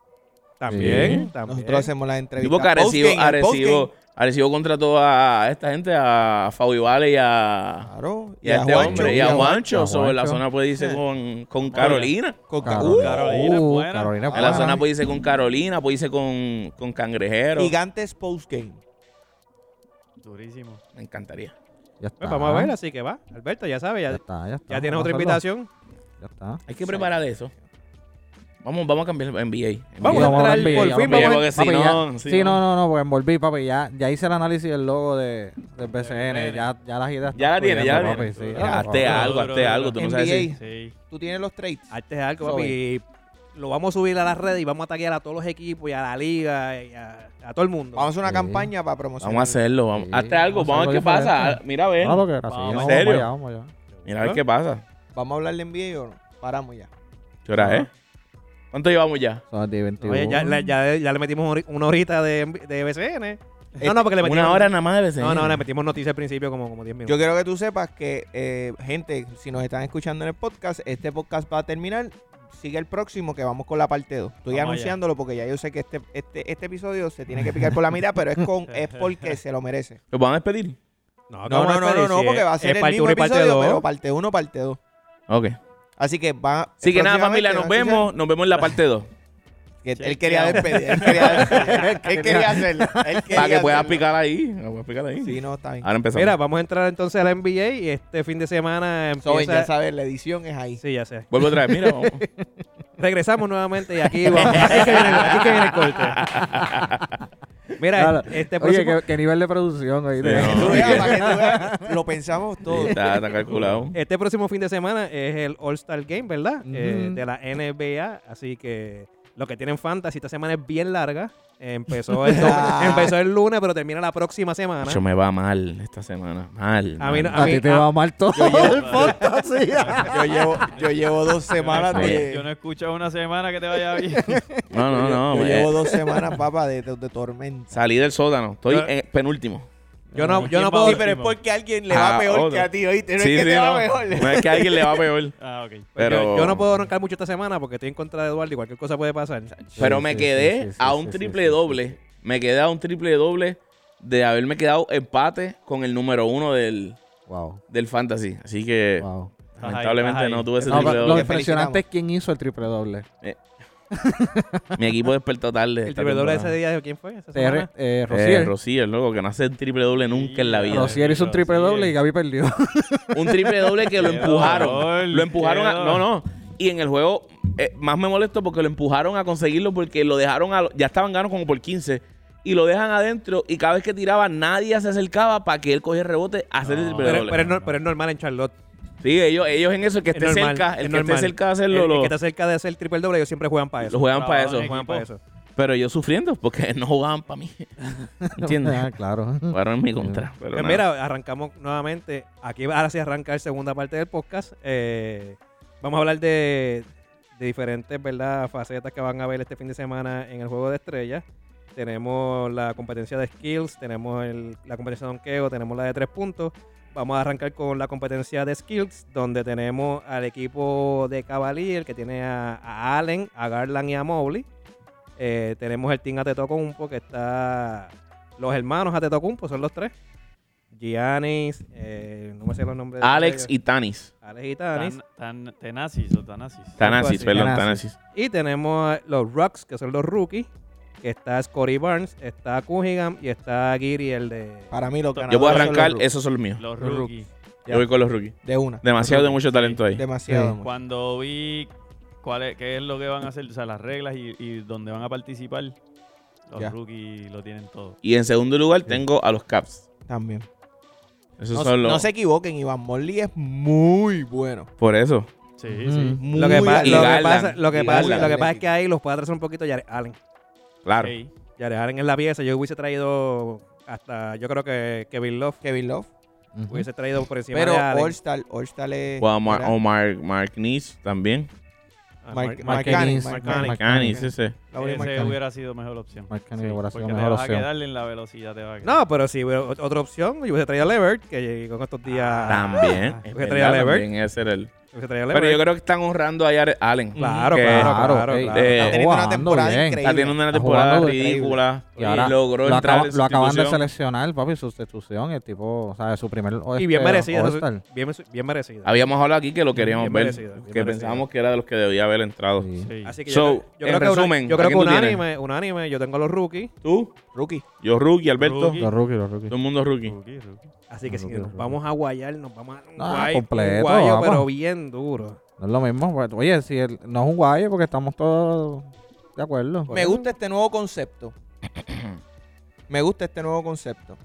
Speaker 2: también,
Speaker 3: Sí.
Speaker 2: también.
Speaker 1: Nosotros hacemos las entrevistas.
Speaker 3: Tipo que Arecibo,
Speaker 1: postgame, el
Speaker 3: Arecibo,
Speaker 1: postgame.
Speaker 3: Arecibo contrató a esta gente, a Fabi Vale y a,
Speaker 1: Claro.
Speaker 3: y a este
Speaker 1: Juancho,
Speaker 3: hombre, y a Juancho,
Speaker 5: A
Speaker 3: sobre la
Speaker 5: Juancho.
Speaker 3: zona puede irse
Speaker 1: Sí.
Speaker 3: con, con Carolina.
Speaker 1: con Ca-
Speaker 5: Carolina.
Speaker 1: Uh,
Speaker 4: Carolina es
Speaker 5: Uh,
Speaker 4: buena.
Speaker 5: Carolina es
Speaker 3: En la
Speaker 5: buena.
Speaker 3: zona puede irse con Carolina, puede irse con, con Cangrejero.
Speaker 1: Gigantes postgame.
Speaker 4: Durísimo.
Speaker 3: Me encantaría.
Speaker 5: Ya está.
Speaker 2: Pues vamos a ver, así que va. Alberto, ya sabes, ya, ya,
Speaker 5: Ya está, ya está.
Speaker 2: tienes
Speaker 5: Vamos
Speaker 2: otra
Speaker 5: a hacerlo.
Speaker 2: invitación.
Speaker 5: Ya está.
Speaker 3: Hay que preparar eso. Vamos, vamos a cambiar el NBA.
Speaker 2: Vamos
Speaker 5: Ya
Speaker 2: a
Speaker 5: vamos a
Speaker 2: entrar,
Speaker 5: NBA,
Speaker 2: por
Speaker 5: ya
Speaker 2: fin
Speaker 5: vamos a
Speaker 2: vamos a-
Speaker 3: Porque si
Speaker 5: Papi,
Speaker 3: no,
Speaker 5: ya-
Speaker 3: si
Speaker 5: sí,
Speaker 3: no.
Speaker 5: no, no, no, porque envolví, papi. Ya, ya hice el análisis del logo de, del BCN. Ya, ya las ideas.
Speaker 3: Ya la
Speaker 5: están
Speaker 3: tiene, ya la
Speaker 5: fluyendo,
Speaker 3: tiene.
Speaker 5: papi, sí,
Speaker 3: Ya,
Speaker 5: Ah, ya,
Speaker 3: hazte
Speaker 5: papá.
Speaker 3: algo, hazte
Speaker 4: Duro,
Speaker 3: algo.
Speaker 4: duro.
Speaker 3: Tú no sabes si-
Speaker 1: NBA.
Speaker 4: Sí.
Speaker 1: Tú tienes los trades.
Speaker 2: Antes de algo,
Speaker 1: Eso
Speaker 2: papi. y Lo vamos a subir a las redes y vamos a taguear a todos los equipos y a la liga y a, a todo el mundo.
Speaker 1: Vamos a hacer una
Speaker 5: Sí.
Speaker 1: campaña para promocionar.
Speaker 3: Vamos a hacerlo. Vamos.
Speaker 5: Sí,
Speaker 3: Hazte algo,
Speaker 5: vamos a
Speaker 3: vamos a ver qué
Speaker 5: hacerlo
Speaker 3: pasa.
Speaker 5: diferente.
Speaker 3: Mira a ver.
Speaker 5: Ah, lo que era, sí,
Speaker 4: Vamos,
Speaker 5: vamos,
Speaker 3: ¿en serio?
Speaker 5: allá, vamos allá.
Speaker 3: Mira a ver qué pasa.
Speaker 1: Vamos a hablar de NBA o no? Paramos ya.
Speaker 3: ¿Qué hora es? ¿Cuánto llevamos ya?
Speaker 5: Son las 10 y 21.
Speaker 2: Oye, ya, le- ya- ya le metimos hori- una horita de, de BCN. No, no,
Speaker 1: Eh,
Speaker 2: porque le metimos.
Speaker 3: Una hora nada más de BCN.
Speaker 2: No, no, le metimos noticias al principio como, como 10 minutos.
Speaker 1: Yo quiero que tú sepas que, eh, gente, si nos están escuchando en el podcast, este podcast va a terminar. Sigue el próximo que vamos con la parte 2. Estoy
Speaker 4: Vamos
Speaker 1: anunciándolo porque ya yo sé que este, este, este episodio se tiene que picar por la mitad, pero es con es porque se lo merece.
Speaker 3: ¿Lo van a despedir?
Speaker 2: No,
Speaker 1: No, no, no, no, no, porque va a ser el mismo episodio, pero parte 1, parte 2.
Speaker 3: Ok.
Speaker 1: Así que va.
Speaker 3: Así que nada,
Speaker 1: próximamente van a
Speaker 3: familia, nos
Speaker 1: escuchar
Speaker 3: vemos. Nos vemos en la parte 2.
Speaker 1: que él quería despedir, él quería, despedir, él quería hacerlo. él quería
Speaker 3: Para que puedas
Speaker 1: hacerlo.
Speaker 3: picar Ah, ahí. Lo puedas picar ahí.
Speaker 1: Sí, no, está bien.
Speaker 3: Ahora empezamos.
Speaker 2: Mira, vamos a entrar entonces a la NBA y este fin de semana
Speaker 1: Soben, ya
Speaker 2: empieza...
Speaker 1: sabes, la edición es ahí.
Speaker 2: sí, ya sé.
Speaker 3: Vuelvo otra vez. Mira, vamos.
Speaker 2: Regresamos nuevamente y aquí vamos. Aquí es que viene, aquí es que viene el corte. Mira,
Speaker 5: Claro.
Speaker 2: este
Speaker 5: Oye,
Speaker 2: próximo,
Speaker 5: qué, qué nivel de producción. Oye,
Speaker 3: Sí, no.
Speaker 1: Tú veas, para que tú veas, Lo pensamos todo.
Speaker 3: Está, está calculado.
Speaker 2: este próximo fin de semana es el All-Star Game, ¿verdad? Eh,
Speaker 5: Ujú.
Speaker 2: de la NBA. Así que lo que tienen fantasy esta semana es bien larga. Empezó el, dom- empezó el lunes, pero termina la próxima semana.
Speaker 3: Yo me va mal esta semana. Mal.
Speaker 2: A mí no-
Speaker 3: mal.
Speaker 5: A ti te
Speaker 2: a-
Speaker 5: va mal todo el podcast. sí.
Speaker 1: Yo llevo, yo llevo dos semanas
Speaker 3: Sí.
Speaker 1: de.
Speaker 4: Yo no he escuchado una semana que te vaya bien.
Speaker 3: No, no, no.
Speaker 1: yo
Speaker 3: eh,
Speaker 1: llevo dos semanas, papá, de, de, de tormenta.
Speaker 3: Salí del sótano. Estoy
Speaker 2: Yo-
Speaker 3: en penúltimo.
Speaker 2: Yo no, yo no
Speaker 4: ¿Quién
Speaker 2: puedo...
Speaker 4: va a- pero es
Speaker 1: porque a alguien
Speaker 3: le va Ah, peor otro. que a
Speaker 1: ti, oíste.
Speaker 3: no. No es que a alguien le va peor.
Speaker 4: Ah, ok.
Speaker 2: Pues yo-
Speaker 3: Pero,
Speaker 2: yo, no puedo arrancar mucho esta semana porque estoy en contra de Eduardo y cualquier cosa puede pasar.
Speaker 3: pero
Speaker 5: Sí,
Speaker 3: me
Speaker 5: sí,
Speaker 3: quedé
Speaker 5: sí, sí,
Speaker 3: a
Speaker 5: sí,
Speaker 3: un
Speaker 5: sí,
Speaker 3: triple
Speaker 5: sí, sí,
Speaker 3: doble. Me quedé a un triple doble de haberme quedado empate con el número uno del,
Speaker 5: Wow,
Speaker 3: del fantasy. Así que
Speaker 5: wow.
Speaker 4: Estás ahí,
Speaker 3: lamentablemente
Speaker 4: estás ahí.
Speaker 3: no tuve ese
Speaker 5: No,
Speaker 3: triple
Speaker 5: pero lo
Speaker 3: doble.
Speaker 1: felicitamos.
Speaker 5: impresionante es quién hizo el triple doble.
Speaker 3: Mi equipo despertó tarde.
Speaker 2: El
Speaker 3: esta
Speaker 2: triple doble de ese
Speaker 3: temporada.
Speaker 2: día, ¿quién fue? ¿Esa
Speaker 5: TR,
Speaker 2: semana?
Speaker 5: eh,
Speaker 3: Eh,
Speaker 5: Rosier.
Speaker 3: Rosier, loco, que no hace el triple doble nunca en la vida.
Speaker 5: Rosier hizo un triple doble y Gaby perdió.
Speaker 3: Un triple doble que lo
Speaker 4: Qué dolor,
Speaker 3: empujaron. Lo empujaron a.
Speaker 4: qué
Speaker 3: No,
Speaker 4: dolor.
Speaker 3: no. Y en el juego, eh, más me molesto porque lo empujaron a conseguirlo porque lo dejaron a. lo- Ya estaban ganando como por 15. Y lo dejan adentro. Y cada vez que tiraba, nadie se acercaba para que él cogiera rebote a hacer el
Speaker 4: No,
Speaker 3: triple
Speaker 2: Pero,
Speaker 3: doble.
Speaker 2: pero es nor- pero es normal en Charlotte.
Speaker 3: sí, ellos, ellos en eso, el que
Speaker 2: Es
Speaker 3: esté
Speaker 2: normal,
Speaker 3: cerca,
Speaker 2: es
Speaker 3: el que esté
Speaker 2: normal.
Speaker 3: cerca de
Speaker 2: El,
Speaker 3: hacerlo,
Speaker 2: el
Speaker 3: lo,
Speaker 2: que está cerca de hacer el triple doble, ellos siempre juegan para
Speaker 3: lo
Speaker 2: eso.
Speaker 3: juegan para
Speaker 4: Trabajan
Speaker 3: eso.
Speaker 4: en
Speaker 2: Juegan
Speaker 4: equipo.
Speaker 2: para eso.
Speaker 3: Pero yo sufriendo porque no jugaban para mí. ¿Entiendes?
Speaker 5: Ah, claro.
Speaker 3: Jugaron en mi contra. pero
Speaker 2: Pues
Speaker 3: nada.
Speaker 2: mira, arrancamos nuevamente. Aquí ahora sí arranca la segunda parte del podcast. Eh, vamos a hablar de, de diferentes ¿verdad? facetas que van a ver este fin de semana en el juego de estrellas. Tenemos la competencia de skills, tenemos el- la competencia de donqueo, tenemos la de tres puntos. Vamos a arrancar con la competencia de skills, donde tenemos al equipo de Cavalier, que tiene a, a Allen, a Garland y a Mobley. Eh, tenemos el Team Atetocumpo, que está... Los hermanos Atetocumpo, son los tres. Giannis, eh, no me sé los nombres. de
Speaker 3: Alex
Speaker 2: ellos.
Speaker 3: y Tanis.
Speaker 2: Alex y Giannis.
Speaker 4: Tan, tan, tenacis o tanasis.
Speaker 3: Tanasis,
Speaker 2: así.
Speaker 3: perdón,
Speaker 5: Thanasis.
Speaker 3: Tanasis.
Speaker 2: Y tenemos a los Rocks, que son los rookies. Que está Scotty Barnes, está Cunningham y está Giri, el de.
Speaker 1: Para mí los ganadores
Speaker 3: Yo voy a
Speaker 1: son los
Speaker 3: arrancar,
Speaker 1: Rockets.
Speaker 3: esos son los míos.
Speaker 4: Los
Speaker 1: Los
Speaker 4: rookies.
Speaker 1: Ya.
Speaker 3: Yo voy con los rookies.
Speaker 1: De una.
Speaker 3: Demasiado de
Speaker 4: Rookies,
Speaker 3: mucho talento ahí.
Speaker 1: Demasiado.
Speaker 5: Sí.
Speaker 4: Cuando vi cuál es, qué es lo que van a hacer, o sea, las reglas y, y dónde van a participar, los
Speaker 1: Ya.
Speaker 4: rookies lo tienen todo.
Speaker 3: Y en segundo lugar tengo a los Caps.
Speaker 1: También.
Speaker 3: Esos
Speaker 1: No,
Speaker 3: son los.
Speaker 1: no se equivoquen, Iván Morley es muy bueno.
Speaker 3: Por eso.
Speaker 4: Sí,
Speaker 5: Mm.
Speaker 1: Muy
Speaker 2: Lo que, pa-
Speaker 3: y
Speaker 2: lo, que
Speaker 3: Garland,
Speaker 2: pasa, lo, que
Speaker 1: y
Speaker 2: pasa,
Speaker 1: Garland.
Speaker 2: lo que pasa es que ahí los padres son un poquito Jared Allen.
Speaker 3: Claro.
Speaker 4: Sí.
Speaker 2: Jared Allen es la pieza. Yo hubiese traído hasta, yo creo que Kevin Love.
Speaker 1: Kevin Love.
Speaker 5: Ujú.
Speaker 2: Hubiese traído por encima
Speaker 1: Pero
Speaker 2: de Allen.
Speaker 1: All-Star, All-Star es.
Speaker 3: O a Mar-
Speaker 1: era
Speaker 3: o Mark, Mark Nis también.
Speaker 1: Mar-
Speaker 2: Ah, Mar-
Speaker 1: Mark
Speaker 2: Mark-
Speaker 1: Cannis,
Speaker 2: Mark
Speaker 1: Mark Cannis.
Speaker 2: Cannis.
Speaker 3: Canis,
Speaker 5: Ah,
Speaker 3: ese.
Speaker 1: la única
Speaker 4: Ese
Speaker 1: marca.
Speaker 4: hubiera sido mejor opción.
Speaker 5: Mark Cannon
Speaker 4: Sí,
Speaker 5: hubiera sido
Speaker 4: porque
Speaker 5: mejor
Speaker 4: te vas
Speaker 5: opción.
Speaker 4: a quedarle en la velocidad te va a quedar.
Speaker 2: No, pero sí, hubiera- ot- otra opción. Yo hubiese traído a Levert, que llegó con estos días.
Speaker 3: también.
Speaker 2: Ah, voy
Speaker 3: Es
Speaker 2: a
Speaker 3: verdad,
Speaker 2: traer a Levert.
Speaker 3: también ese era el-
Speaker 2: Hubiese traído a
Speaker 3: Pero yo
Speaker 2: Levert.
Speaker 3: creo que están honrando a Jared Allen.
Speaker 2: Claro,
Speaker 3: que
Speaker 2: claro,
Speaker 5: Claro,
Speaker 2: claro,
Speaker 5: ok.
Speaker 2: claro.
Speaker 3: Eh,
Speaker 1: Está teniendo una
Speaker 5: jugando
Speaker 1: temporada
Speaker 5: bien.
Speaker 1: increíble.
Speaker 3: Está teniendo una
Speaker 5: Está
Speaker 3: temporada
Speaker 5: jugando
Speaker 3: ridícula.
Speaker 5: Y ahora
Speaker 3: y logró
Speaker 5: lo,
Speaker 3: entrar.
Speaker 5: acaba-
Speaker 3: en
Speaker 5: lo acaban de
Speaker 3: sustitución.
Speaker 5: seleccionar, papi, sustitución. El tipo, o sea, su primer.
Speaker 2: Y bien
Speaker 5: este,
Speaker 2: merecida. eso
Speaker 5: All-Star.
Speaker 2: sí, Bien, bien merecida.
Speaker 3: Habíamos hablado aquí que lo queríamos
Speaker 2: Bien
Speaker 3: ver.
Speaker 2: merecido, bien
Speaker 3: que
Speaker 2: merecido.
Speaker 3: pensábamos que era de los que debía haber entrado.
Speaker 5: Sí.
Speaker 4: Sí.
Speaker 2: Así que
Speaker 3: So,
Speaker 2: yo, creo- yo
Speaker 3: en
Speaker 2: creo que una-
Speaker 3: resumen,
Speaker 2: yo
Speaker 3: ¿a
Speaker 2: creo que
Speaker 3: quién tú tienes?
Speaker 2: unánime, unánime, yo tengo a los rookies,
Speaker 3: Tú,
Speaker 1: Rookie.
Speaker 3: yo rookie, Alberto.
Speaker 4: Rookie.
Speaker 5: Los rookies, los rookies.
Speaker 3: Todo el mundo rookie.
Speaker 4: Rookie, rookie.
Speaker 2: así que
Speaker 5: Los
Speaker 2: si
Speaker 5: rookies,
Speaker 2: nos
Speaker 5: los
Speaker 2: vamos a guayar, nos vamos a dar un,
Speaker 5: Ah,
Speaker 2: guay- un
Speaker 5: completo,
Speaker 2: guayo,
Speaker 5: vamos.
Speaker 2: pero bien duro.
Speaker 5: No es lo mismo. pues, Oye, si el- no es un guayo porque estamos todos de acuerdo.
Speaker 1: Me gusta este nuevo concepto. Me gusta este nuevo concepto.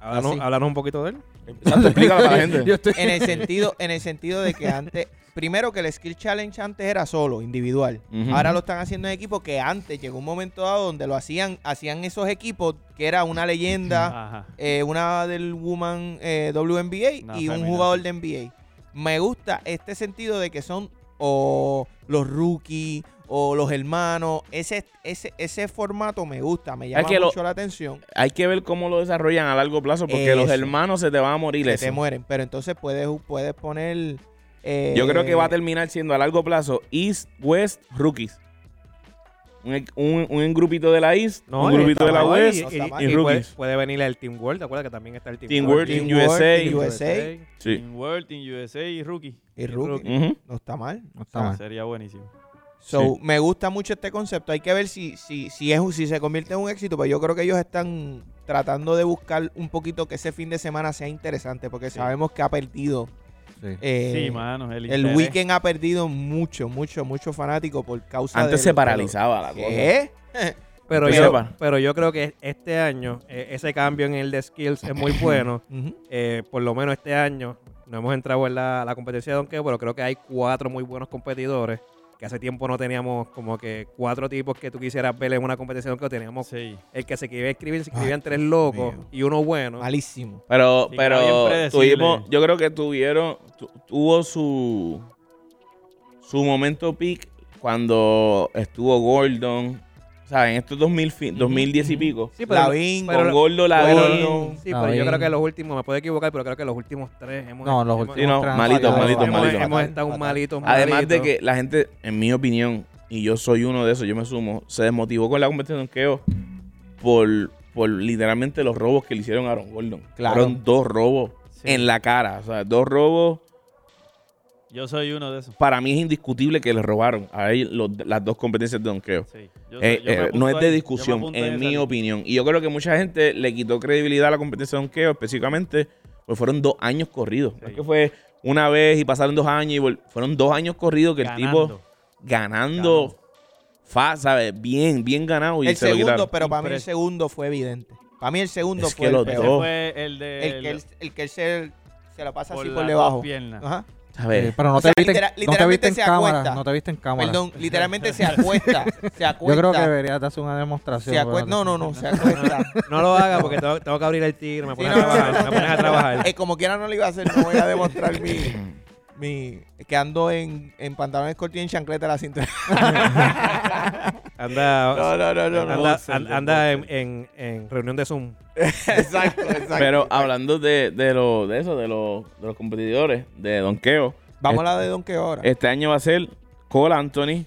Speaker 2: Háblanos,
Speaker 1: Así.
Speaker 2: háblanos un poquito de él.
Speaker 3: Exacto, explícalo para la gente.
Speaker 5: Yo estoy-
Speaker 1: En el sentido, en el sentido de que antes, primero que el skill challenge antes era solo, individual.
Speaker 3: Ujú.
Speaker 1: Ahora lo están haciendo en equipo que antes llegó un momento dado donde lo hacían, hacían esos equipos que era una leyenda,
Speaker 4: Ajá.
Speaker 1: eh, una del Woman eh, WNBA
Speaker 4: Una
Speaker 1: y un
Speaker 4: feminazi.
Speaker 1: jugador de NBA. Me gusta este sentido de que son o los rookies o los hermanos. Ese, ese, ese formato me gusta, me llama
Speaker 3: que lo-
Speaker 1: mucho la atención.
Speaker 3: Hay que ver cómo lo desarrollan a largo plazo porque los
Speaker 1: Eso.
Speaker 3: hermanos se te van a morir.
Speaker 1: que
Speaker 3: eso.
Speaker 1: te mueren. Pero entonces puedes, puedes poner. eh,
Speaker 3: Yo creo que va a terminar siendo a largo plazo East West Rookies. Un, e, un- un grupito de la East,
Speaker 2: No,
Speaker 3: un
Speaker 2: y
Speaker 3: grupito de la
Speaker 2: estaba ahí,
Speaker 3: West.
Speaker 1: no está mal.
Speaker 3: y
Speaker 2: puede-
Speaker 3: rookies.
Speaker 2: Puede, venir el Team World, ¿te acuerdas que también está el Team,
Speaker 3: Team
Speaker 2: World?
Speaker 3: World,
Speaker 1: Team
Speaker 3: Team
Speaker 1: World,
Speaker 3: USA.
Speaker 1: Team USA.
Speaker 3: Sí.
Speaker 4: Team World, Team USA y Rookie.
Speaker 1: Y rookie.
Speaker 3: Ujú.
Speaker 1: No está mal.
Speaker 5: No está mal.
Speaker 4: Sería buenísimo.
Speaker 1: So, Me gusta mucho este concepto. Hay que ver si, si, si, es, un- si se convierte en un éxito. Pero yo creo que ellos están tratando de buscar un poquito que ese fin de semana sea interesante. Porque sabemos que ha perdido.
Speaker 5: Sí.
Speaker 1: eh,
Speaker 4: sí, mano.
Speaker 1: el
Speaker 4: El, interés.
Speaker 1: weekend ha perdido mucho, mucho, mucho fanático por causa
Speaker 3: Antes
Speaker 1: de
Speaker 3: se
Speaker 1: los-
Speaker 3: paralizaba la cosa.
Speaker 1: ¿Qué?
Speaker 2: Pero
Speaker 3: Que
Speaker 2: yo,
Speaker 3: sepa.
Speaker 2: pero yo creo que este año eh, ese cambio en el de skills es muy bueno.
Speaker 1: Ujú.
Speaker 2: Eh, por lo menos este año no hemos entrado en la, la competencia de donkeo, pero creo que hay cuatro muy buenos competidores que hace tiempo no teníamos como que cuatro tipos que tú quisieras ver en una competencia de donkeo. Teníamos
Speaker 4: Sí.
Speaker 2: el que se escribía escribir, se
Speaker 3: Ah,
Speaker 2: escribían tres locos
Speaker 1: mío.
Speaker 2: y uno bueno.
Speaker 1: Malísimo.
Speaker 3: Pero,
Speaker 4: Sí, que era bien
Speaker 3: pero
Speaker 4: predecible.
Speaker 3: tuvimos, yo creo que tuvieron, tu- tuvo su su momento peak cuando estuvo Gordon. O sea, en estos 2000, fi- 2010 y pico.
Speaker 2: Sí, pero,
Speaker 1: Lavín,
Speaker 2: pero-
Speaker 3: con Gordo, la
Speaker 2: pero-
Speaker 1: Gordon,
Speaker 2: sí, pero yo
Speaker 5: Lavín.
Speaker 2: creo que los últimos, me puedo equivocar, pero creo que los últimos tres hemos,
Speaker 5: No, los
Speaker 2: hemos-
Speaker 5: últimos.
Speaker 3: Sí, no,
Speaker 5: tres han
Speaker 3: malitos,
Speaker 5: fallado.
Speaker 3: malitos,
Speaker 2: hemos-
Speaker 3: malitos.
Speaker 2: hemos estado un malito.
Speaker 3: Además de que la gente, en mi opinión, y yo soy uno de esos, yo me sumo, se desmotivó con la competencia de donkeo por, por literalmente los robos que le hicieron a Aaron Gordon.
Speaker 1: Claro.
Speaker 3: Fueron dos robos
Speaker 4: Sí.
Speaker 3: en la cara. O sea, dos robos
Speaker 4: Yo soy uno de esos.
Speaker 3: Para mí es indiscutible que le robaron a él los- las dos competencias de donkeo.
Speaker 4: Sí, yo-
Speaker 3: Eh,
Speaker 4: yo me
Speaker 3: eh,
Speaker 4: apunto
Speaker 3: no es de
Speaker 4: ahí, yo me
Speaker 3: discusión,
Speaker 4: apunto en
Speaker 3: en
Speaker 4: esa
Speaker 3: mi
Speaker 4: lista.
Speaker 3: opinión. Y yo creo que mucha gente le quitó credibilidad a la competencia de donkeo, específicamente, pues fueron dos años corridos. No es
Speaker 4: Sí.
Speaker 3: que fue una vez y pasaron dos años y vol- fueron dos años corridos que el tipo
Speaker 4: Ganando.
Speaker 3: ganando, fa, ¿sabes? Bien, bien ganado. Y
Speaker 1: El
Speaker 3: se lo
Speaker 1: segundo,
Speaker 3: quitaron.
Speaker 1: pero para mí el
Speaker 4: Impres-
Speaker 1: segundo fue evidente. Para mí el segundo
Speaker 3: Es
Speaker 1: fue
Speaker 3: que
Speaker 1: el
Speaker 3: los
Speaker 1: peor.
Speaker 4: Ese
Speaker 3: dos.
Speaker 4: fue el de
Speaker 1: El que él, el que él se, se la pasa así
Speaker 4: las
Speaker 1: por
Speaker 4: dos
Speaker 1: debajo.
Speaker 4: piernas.
Speaker 1: Ajá.
Speaker 3: ¿Sabes?
Speaker 5: Eh, pero no
Speaker 1: O
Speaker 5: te,
Speaker 1: sea,
Speaker 5: viste,
Speaker 1: litera-
Speaker 5: no te
Speaker 1: literalmente
Speaker 5: viste en
Speaker 1: se
Speaker 5: cámara.
Speaker 1: acuesta.
Speaker 5: No te viste en cámara.
Speaker 1: Perdón, literalmente se acuesta. Se
Speaker 5: Yo
Speaker 1: acuesta.
Speaker 5: creo que deberías de hacer una demostración.
Speaker 1: se acuesta. No, no, no, se acuesta.
Speaker 2: No lo haga porque tengo, tengo que abrir el tigre, me
Speaker 1: Sí,
Speaker 2: pones
Speaker 1: no,
Speaker 2: a trabajar.
Speaker 1: no, no,
Speaker 2: me pones a trabajar.
Speaker 1: Eh, como quiera no lo iba a hacer, no voy a demostrar mi. mi que ando en, en pantalones cortos y en chancleta a la cintura.
Speaker 2: Anda,
Speaker 1: no, no,
Speaker 4: no, no.
Speaker 2: anda,
Speaker 4: Boxer,
Speaker 2: an-
Speaker 4: de
Speaker 2: anda en,
Speaker 4: boxer.
Speaker 2: en- en reunión de Zoom.
Speaker 1: Exacto, exacto.
Speaker 3: Pero hablando de, de, lo, de eso, de, lo- de los competidores de donkeo,
Speaker 1: Vamos a la de Don que ahora.
Speaker 3: este año va a ser Cole Anthony,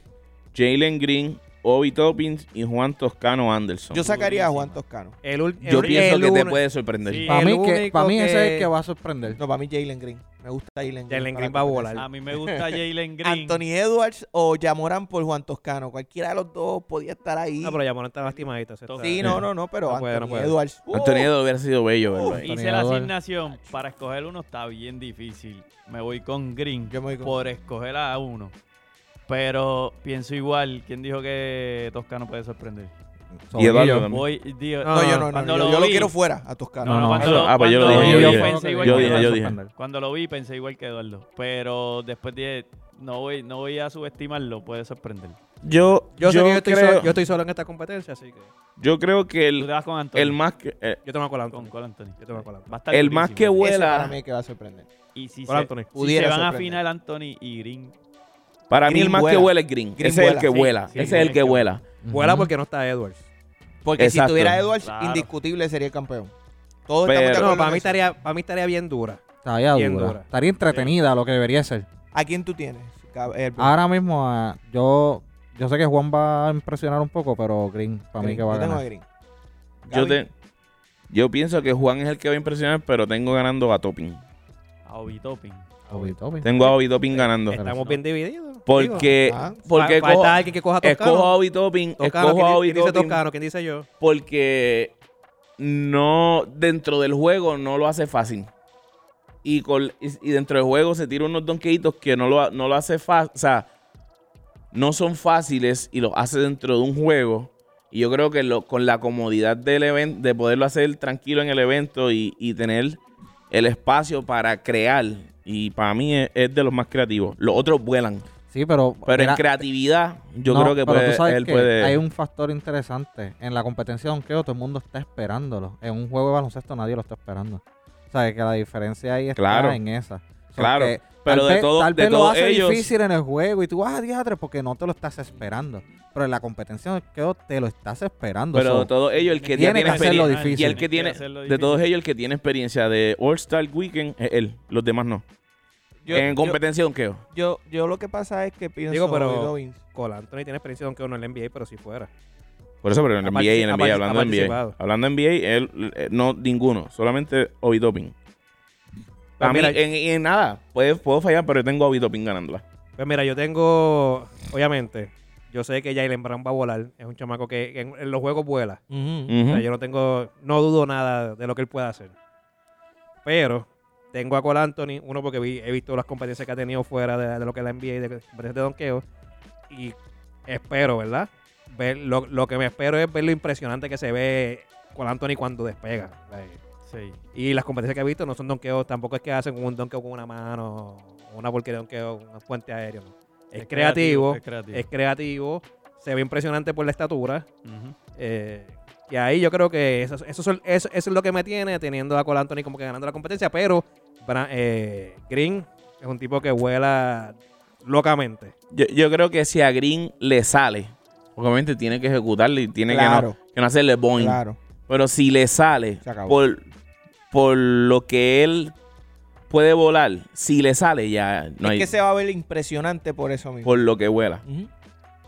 Speaker 3: Jalen Green, Obi Toppins y Juan Toscano Anderson.
Speaker 1: Yo
Speaker 3: Yo,
Speaker 1: sacaría a Juan Toscano.
Speaker 2: El, ul- el-
Speaker 3: pienso
Speaker 2: el
Speaker 3: que te
Speaker 2: uno-
Speaker 3: puede sorprender.
Speaker 4: Sí.
Speaker 5: Para
Speaker 2: El
Speaker 5: mí, que,
Speaker 2: único
Speaker 5: para mí ese es
Speaker 2: que-
Speaker 5: el que va a sorprender.
Speaker 1: No, para mí Jalen Green. Me gusta Jalen Green.
Speaker 2: Jalen
Speaker 1: para
Speaker 2: Green va a volar.
Speaker 4: A mí me gusta Jalen Green.
Speaker 1: Anthony Edwards o Yamoran por Juan Toscano. Cualquiera de los dos podía estar ahí.
Speaker 2: Ah, pero ya bueno, está lastimadito. ese está-
Speaker 1: sí, no, no, no, pero
Speaker 2: No
Speaker 1: Anthony
Speaker 2: puede, no puede.
Speaker 1: Edwards. ¡uh!
Speaker 3: Anthony Edwards hubiera sido bello, verlo ahí.
Speaker 4: Hice la
Speaker 5: Anthony Edwards.
Speaker 4: asignación. Para escoger uno está bien difícil. Me voy con Green
Speaker 1: Yo me voy con-
Speaker 4: por escoger a uno. Pero pienso igual. ¿Quién dijo que Toscano puede sorprender?
Speaker 3: Y Eduardo
Speaker 5: Sobillo.
Speaker 3: también.
Speaker 4: Voy, digo-
Speaker 1: No, yo no, no,
Speaker 4: Cuando
Speaker 1: yo, yo lo
Speaker 4: vi-
Speaker 1: quiero fuera a Toscano.
Speaker 4: No, no,
Speaker 5: No,
Speaker 4: cuando
Speaker 3: no.
Speaker 4: lo-
Speaker 3: Ah, pues yo lo
Speaker 4: cuando
Speaker 3: dije, yo
Speaker 4: vi,
Speaker 3: dije.
Speaker 4: pensé igual
Speaker 3: Yo
Speaker 4: que
Speaker 3: dije,
Speaker 4: Eduardo.
Speaker 3: yo
Speaker 4: Cuando lo vi pensé igual que Eduardo. Pero después dije, no voy, no voy a subestimarlo, puede sorprender.
Speaker 3: Yo,
Speaker 2: Yo, sé que yo estoy
Speaker 3: creo,
Speaker 2: solo, yo estoy solo en esta competencia, así que
Speaker 3: yo creo que
Speaker 4: Tú te
Speaker 3: el,
Speaker 4: vas con Anthony.
Speaker 3: el más que, eh,
Speaker 2: yo tengo a Cole Anthony.
Speaker 4: con Cole Anthony.
Speaker 2: Yo te voy a colar.
Speaker 4: Va a estar
Speaker 3: el más que
Speaker 4: durísimo.
Speaker 1: Ese para
Speaker 3: vuela,
Speaker 1: mí es que va a sorprender.
Speaker 4: Y si
Speaker 2: Cole
Speaker 4: se,
Speaker 2: Anthony.
Speaker 4: si
Speaker 1: Pudiera
Speaker 4: se van a
Speaker 1: sorprender.
Speaker 4: final Anthony y Green.
Speaker 3: para mí
Speaker 1: Green
Speaker 3: el más que
Speaker 1: vuela.
Speaker 3: vuela es Green.
Speaker 1: Green
Speaker 3: ese es el
Speaker 1: vuela.
Speaker 3: que
Speaker 4: Sí,
Speaker 3: vuela,
Speaker 4: sí,
Speaker 3: ese es el
Speaker 4: Green
Speaker 3: que
Speaker 4: es que
Speaker 3: vuela.
Speaker 2: Vuela porque no está Edwards.
Speaker 1: Porque
Speaker 3: Exacto.
Speaker 1: si tuviera Edwards,
Speaker 4: Claro.
Speaker 1: indiscutible sería el campeón. Todos estamos de
Speaker 3: Pero- Yo
Speaker 2: No,
Speaker 1: acuerdo
Speaker 2: para
Speaker 1: en eso.
Speaker 2: mí, estaría, para mí estaría bien dura.
Speaker 5: Estaría
Speaker 2: Bien
Speaker 5: dura.
Speaker 2: dura.
Speaker 5: Estaría entretenida lo que debería ser.
Speaker 1: ¿A quién tú tienes? Cab- el-
Speaker 5: Ahora mismo, ah, yo, yo sé que Juan va a impresionar un poco, pero Green, para mí
Speaker 1: Green.
Speaker 5: que va a
Speaker 1: Yo tengo
Speaker 5: ganar.
Speaker 1: Green.
Speaker 3: Yo,
Speaker 1: Gaby.
Speaker 3: te, yo pienso que Juan es el que va a impresionar, pero tengo ganando a Topping.
Speaker 4: A Obi Toppin.
Speaker 5: Obi Toppin.
Speaker 3: Tengo a Obi Toppin ganando.
Speaker 2: Estamos
Speaker 4: no.
Speaker 2: bien divididos. Eh, Digo,
Speaker 3: Porque,
Speaker 1: Ah.
Speaker 3: porque
Speaker 2: fa- falta
Speaker 3: cojo-
Speaker 2: alguien que coja a Toscano.
Speaker 3: escojo a Obi Toppin,
Speaker 2: Toscano,
Speaker 3: escojo a
Speaker 2: ¿quién,
Speaker 3: Obi
Speaker 2: quién dice
Speaker 3: Toppin
Speaker 2: Toscano? ¿Quién dice yo?
Speaker 3: porque no dentro del juego no lo hace fácil. Y, con- y- y dentro del juego se tira unos donkeitos que no lo, ha- no lo hace fácil. O sea, no son fáciles y lo hace dentro de un juego. Y yo creo que lo- con la comodidad del evento, de poderlo hacer tranquilo en el evento y, y tener el espacio para crear. Y para mí es, es de los más creativos. Los otros vuelan.
Speaker 5: Sí, pero.
Speaker 3: Pero
Speaker 5: era-
Speaker 3: en creatividad, yo
Speaker 5: No,
Speaker 3: creo que
Speaker 5: pero
Speaker 3: puede,
Speaker 5: tú sabes
Speaker 3: él
Speaker 5: que
Speaker 3: puede.
Speaker 5: Hay un factor interesante. En la competencia de donkeo, todo el mundo está esperándolo. En un juego de baloncesto, nadie lo está esperando. O sea, que la diferencia ahí está
Speaker 3: Claro.
Speaker 5: en esa. O sea,
Speaker 3: Claro.
Speaker 5: que
Speaker 3: Pero
Speaker 5: tal
Speaker 3: de
Speaker 5: vez-
Speaker 3: todo-
Speaker 5: Tal
Speaker 3: de
Speaker 5: vez lo
Speaker 3: todos
Speaker 5: hace
Speaker 3: ellos-
Speaker 5: difícil en el juego y tú, ah, diadre, porque no te lo estás esperando. Pero en la competencia de donkeo, te lo estás esperando.
Speaker 3: Pero
Speaker 5: So,
Speaker 3: de todos ellos, el que
Speaker 5: Tiene
Speaker 3: ya
Speaker 5: que
Speaker 3: tiene
Speaker 5: hacerlo
Speaker 3: experiencia.
Speaker 5: difícil.
Speaker 3: Y el que tiene, de todos ellos, el que tiene experiencia de All Star Weekend es él. Los demás no.
Speaker 1: Yo-
Speaker 3: en
Speaker 1: yo-
Speaker 3: competencia de donkeo.
Speaker 1: Yo, yo lo que pasa es que pienso
Speaker 2: Digo, pero-
Speaker 1: Bobby Dobbins.
Speaker 2: Cole Anthony tiene experiencia, aunque no en la NBA, pero si fuera.
Speaker 3: Por eso, pero en
Speaker 2: Ha
Speaker 3: NBA,
Speaker 2: partici-
Speaker 3: en
Speaker 2: ha
Speaker 3: NBA,
Speaker 2: partici-
Speaker 3: hablando
Speaker 2: ha
Speaker 3: de NBA.
Speaker 2: participado.
Speaker 3: Hablando de NBA, él, eh, no, ninguno. Solamente Obi Toppin.
Speaker 2: Pues
Speaker 3: A mí,
Speaker 2: mira,
Speaker 3: en, en nada, puede- puedo fallar, pero yo tengo a Obi Toppin ganándola.
Speaker 2: Pues mira, yo tengo, obviamente, yo sé que Jalen Brown va a volar. Es un chamaco que en, en los juegos vuela.
Speaker 1: Mm,
Speaker 2: O sea,
Speaker 3: Ujú.
Speaker 2: yo no tengo, no dudo nada de lo que él pueda hacer. Pero tengo a Cole Anthony, uno porque vi- he visto las competencias que ha tenido fuera de, de lo que es la NBA y de competencias de donqueo. Y espero, ¿verdad? Ver, lo, lo que me espero es ver lo impresionante que se ve Cole Anthony cuando despega. Like,
Speaker 4: Sí.
Speaker 2: Y las competencias que he visto no son donkeos, tampoco es que hacen un donkeo con una mano, una porquería de donkeo, un puente aéreo. no. Es, creativo,
Speaker 4: Es creativo.
Speaker 2: es creativo, se ve impresionante por la estatura.
Speaker 4: Ujú.
Speaker 2: eh, y ahí yo creo que eso, eso, son- eso- eso es lo que me tiene teniendo a Cole Anthony como que ganando la competencia, pero Bra- eh, Green es un tipo que vuela locamente.
Speaker 3: Yo, yo creo que si a Green le sale, porque obviamente tiene que ejecutarle y tiene que,
Speaker 1: Claro,
Speaker 3: no, que no hacerle boing.
Speaker 1: claro.
Speaker 3: Pero si le sale
Speaker 1: Se acabó.
Speaker 3: por, por lo que él puede volar, si le sale ya no
Speaker 1: es
Speaker 3: hay
Speaker 1: que se va a ver impresionante por eso mismo.
Speaker 3: por lo que vuela.
Speaker 1: Ujú.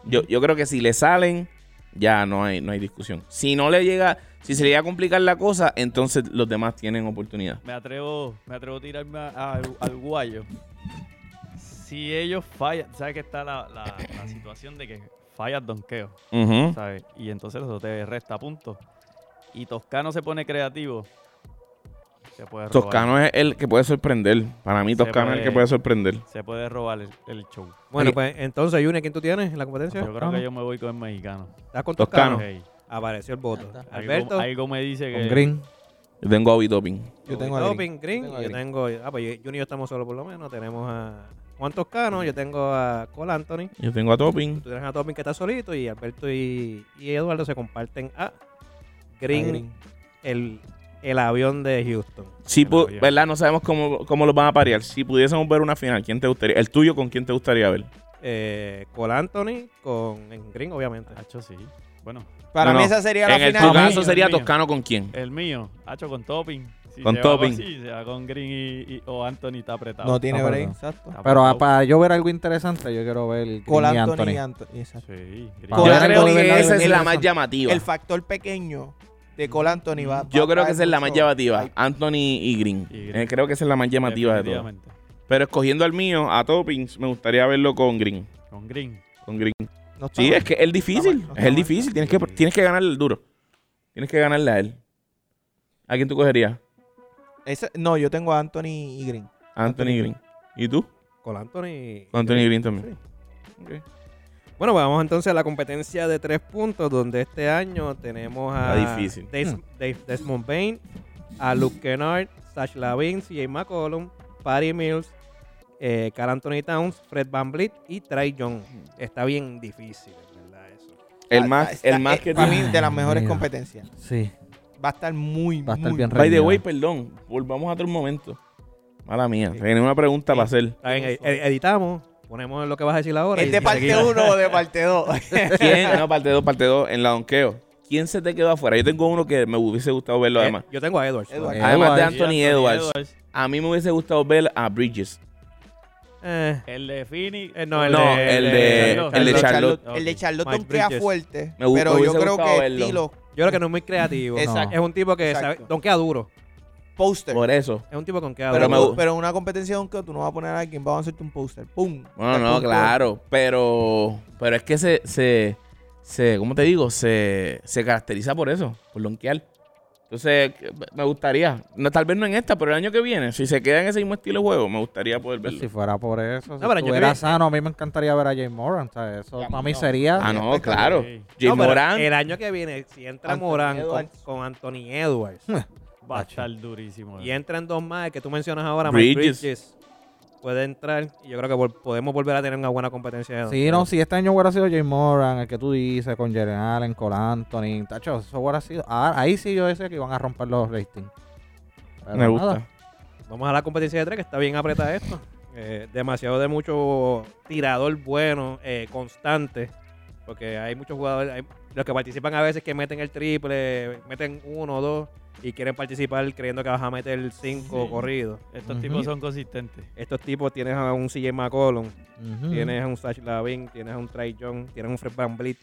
Speaker 3: Yo, yo creo que si le salen, ya no hay, no hay discusión. Si no le llega, si se le llega a complicar la cosa, entonces los demás tienen oportunidad.
Speaker 4: Me atrevo, me atrevo a tirarme a- a- al guayo. si ellos fallan, sabes que está la, la- la situación de que fallas donqueo,
Speaker 3: Ujú.
Speaker 4: ¿sabes? Y entonces eso te resta puntos. Y Toscano se pone creativo. Se puede robar.
Speaker 3: Toscano es el que puede sorprender. Para mí,
Speaker 4: Se
Speaker 3: Toscano es el que
Speaker 4: puede-
Speaker 3: puede sorprender.
Speaker 4: Se puede robar el, el show.
Speaker 2: Bueno,
Speaker 3: Oye.
Speaker 2: pues entonces, Junior, ¿quién tú tienes en la competencia?
Speaker 4: Yo creo que yo me voy con el mexicano.
Speaker 2: ¿Estás con
Speaker 3: Toscano.
Speaker 2: Toscano?
Speaker 4: Ok.
Speaker 2: Apareció el voto.
Speaker 4: Algo,
Speaker 2: Alberto,
Speaker 4: algo me dice que.
Speaker 5: Con Green.
Speaker 3: Yo tengo a Obi Topping.
Speaker 1: Yo
Speaker 2: yo
Speaker 1: tengo
Speaker 2: tengo
Speaker 1: a Green.
Speaker 2: Green. Green.
Speaker 1: Yo tengo a
Speaker 2: Yo
Speaker 1: Green.
Speaker 2: tengo, ah, pues yo- Junior y yo estamos solos por lo menos. Tenemos a Juan Toscano, yo tengo a Cole Anthony,
Speaker 3: Yo tengo a Topping.
Speaker 2: tú tienes a Topin que está solito y Alberto y, y Eduardo se comparten a Green,
Speaker 1: A Green.
Speaker 2: El, el avión de Houston.
Speaker 3: Si
Speaker 4: Que
Speaker 3: pu-
Speaker 4: no había.
Speaker 3: ¿Verdad? No sabemos cómo, cómo los van a parear. Si pudiésemos ver una final, ¿quién te gustaría? ¿El tuyo con quién te gustaría ver?
Speaker 2: Eh, Cole Anthony con en Green, obviamente.
Speaker 4: Hacho, sí. Bueno,
Speaker 1: Para
Speaker 3: No,
Speaker 1: mí
Speaker 3: no.
Speaker 1: esa sería la
Speaker 3: En el
Speaker 1: final.
Speaker 3: tu
Speaker 4: Para mí,
Speaker 3: caso
Speaker 4: el
Speaker 3: sería
Speaker 4: mío.
Speaker 3: Toscano con quién.
Speaker 4: el mío, Hacho con Topping. Si
Speaker 3: Con
Speaker 4: se va
Speaker 3: Topping.
Speaker 4: Sí, se va con Green y, y- o Anthony está apretado.
Speaker 1: no tiene
Speaker 5: No,
Speaker 1: break.
Speaker 5: perdón.
Speaker 1: Exacto.
Speaker 4: Está
Speaker 5: Pero ah,
Speaker 4: apretado.
Speaker 5: para yo ver algo interesante, yo quiero ver Green
Speaker 1: Col
Speaker 5: y
Speaker 1: Anthony ah. y
Speaker 5: Anthony.
Speaker 1: Anthony. Exacto.
Speaker 4: Sí, Green.
Speaker 5: Yo
Speaker 3: Yo
Speaker 5: Ahora
Speaker 3: creo
Speaker 5: tengo que
Speaker 3: que
Speaker 5: ver
Speaker 3: esa
Speaker 5: la
Speaker 3: es la más
Speaker 1: defensa.
Speaker 3: llamativa.
Speaker 1: El factor pequeño de Col Anthony va.
Speaker 3: Yo
Speaker 1: va
Speaker 3: creo
Speaker 1: a
Speaker 3: que esa es la más
Speaker 1: mucho.
Speaker 3: llamativa. Anthony y Green.
Speaker 4: Y Green.
Speaker 3: Eh, creo que esa es la más llamativa de todas.
Speaker 4: Definitivamente.
Speaker 3: Pero escogiendo al mío, a Toppings, me gustaría verlo con Green.
Speaker 4: Con Green.
Speaker 3: Con Green.
Speaker 1: No está
Speaker 3: Sí,
Speaker 1: mal.
Speaker 3: es que es difícil.
Speaker 1: Está mal, no
Speaker 3: Es el
Speaker 1: está mal.
Speaker 3: difícil. Tienes que,
Speaker 4: Sí.
Speaker 3: tienes que ganarle el duro. Tienes que ganarle a él. ¿A quién tú cogerías?
Speaker 1: Ese- no, yo tengo a Anthony y Green.
Speaker 3: Anthony
Speaker 2: Anthony.
Speaker 3: Green. ¿Y tú?
Speaker 2: Cole Anthony.
Speaker 3: Con Anthony Green también.
Speaker 2: Bueno, pues vamos entonces a la competencia de tres puntos, donde este año tenemos a
Speaker 3: Está difícil.
Speaker 1: Hmm.
Speaker 2: Des- Des- Desmond Bain, a Luke Kennard, Sash Lavin, CJ McCollum, Patty Mills, eh, Karl Anthony Towns, Fred Van Vliet y Trey Young.
Speaker 1: Hmm.
Speaker 2: Está bien difícil, en ¿verdad? Eso.
Speaker 3: El
Speaker 1: Ah,
Speaker 3: más,
Speaker 1: está-
Speaker 3: el más
Speaker 1: eh,
Speaker 3: que
Speaker 1: Para
Speaker 3: tiene.
Speaker 1: mí, de las mejores
Speaker 5: mira.
Speaker 1: competencias.
Speaker 5: Sí,
Speaker 1: Va a estar muy,
Speaker 5: va a estar
Speaker 1: muy-
Speaker 5: bien
Speaker 3: By the
Speaker 5: reñido.
Speaker 3: way, perdón. Volvamos a otro momento. Mala mía. Tenía una pregunta para hacer.
Speaker 2: Está bien, ed- ed- editamos, ponemos lo que vas a decir ahora.
Speaker 1: ¿Es
Speaker 3: Este
Speaker 2: y-
Speaker 1: de
Speaker 2: y
Speaker 1: parte
Speaker 2: seguimos.
Speaker 1: 1 o de parte 2?
Speaker 3: ¿Quién? No, parte 2, parte 2. En la donqueo. ¿Quién se te quedó afuera? Yo tengo uno que me hubiese gustado verlo
Speaker 2: Eh,
Speaker 3: además.
Speaker 2: yo tengo a Edwards.
Speaker 1: Edwards.
Speaker 3: Además de
Speaker 5: Edwards.
Speaker 3: Anthony
Speaker 4: Y
Speaker 3: Edwards. A mí me hubiese gustado ver a Bridges.
Speaker 2: Eh,
Speaker 4: El de Phoenix.
Speaker 2: Eh, no, el
Speaker 3: No, el de- el de Charlotte.
Speaker 1: El de Charlotte
Speaker 2: Mike
Speaker 1: donkea
Speaker 2: Bridges.
Speaker 1: fuerte.
Speaker 3: Me gu- me
Speaker 1: pero yo
Speaker 3: hubiese
Speaker 1: creo
Speaker 3: gustado
Speaker 1: que
Speaker 3: verlo.
Speaker 1: estilo
Speaker 2: yo creo que no es muy creativo.
Speaker 1: Exacto.
Speaker 2: Es un tipo que sabe,
Speaker 1: Exacto.
Speaker 2: donkea duro.
Speaker 1: poster.
Speaker 3: Por eso.
Speaker 2: Es un tipo que donkea
Speaker 1: Pero,
Speaker 3: Pero
Speaker 2: duro.
Speaker 3: me
Speaker 1: tú-
Speaker 3: gu-
Speaker 1: pero en una competencia de donkeo tú no vas a poner a alguien, vamos a hacerte un poster. ¡Pum!
Speaker 3: Bueno,
Speaker 1: Te
Speaker 3: no,
Speaker 1: apunto.
Speaker 3: claro. Pero. Pero es que se. se, se ¿Cómo te digo? Se, se caracteriza por eso, por lonquear. Entonces, me gustaría. No, tal vez no en esta, pero el año que viene, si se queda en ese mismo estilo de juego, me gustaría poder verlo.
Speaker 5: pues, Si fuera por eso, si
Speaker 2: pero yo
Speaker 5: estuviera
Speaker 2: creo-
Speaker 5: sano, a mí me encantaría ver a Jay Moran. ¿sabes? Eso para mí sería.
Speaker 3: Ah, no, claro.
Speaker 4: Sí.
Speaker 3: Jay
Speaker 2: No, pero
Speaker 3: Morant.
Speaker 2: El año que viene, si entra
Speaker 1: Anthony
Speaker 2: Morán con,
Speaker 1: Edwards.
Speaker 2: con Anthony Edwards
Speaker 4: Va a estar durísimo.
Speaker 2: y entran dos más el que tú mencionas ahora, Mike
Speaker 3: Bridges.
Speaker 2: Bridges. puede entrar y yo creo que vol- podemos volver a tener una buena competencia. de
Speaker 5: Sí,
Speaker 2: dos.
Speaker 5: no, si este año hubiera sido Jay Moran, el que tú dices, con Jaren Allen, con Anthony, tacho, eso hubiera sido. ah, ahí sí yo decía que iban a romper los ratings. Pero
Speaker 3: me gusta.
Speaker 5: nada.
Speaker 2: Vamos a la competencia de tres, que está bien apretada esto. Eh, demasiado de mucho tirador bueno, eh, constante, porque hay muchos jugadores, hay- los que participan a veces que meten el triple, meten uno o dos y quieren participar creyendo que vas a meter cinco
Speaker 4: Sí.
Speaker 2: corridos.
Speaker 4: Estos
Speaker 5: Ujú.
Speaker 4: tipos son consistentes.
Speaker 2: Estos tipos tienes a un CJ McCollum,
Speaker 5: Ujú.
Speaker 2: Tienes a un Sash Lavin, tienes a un Trey Young, tienes un Fred Van Vliet,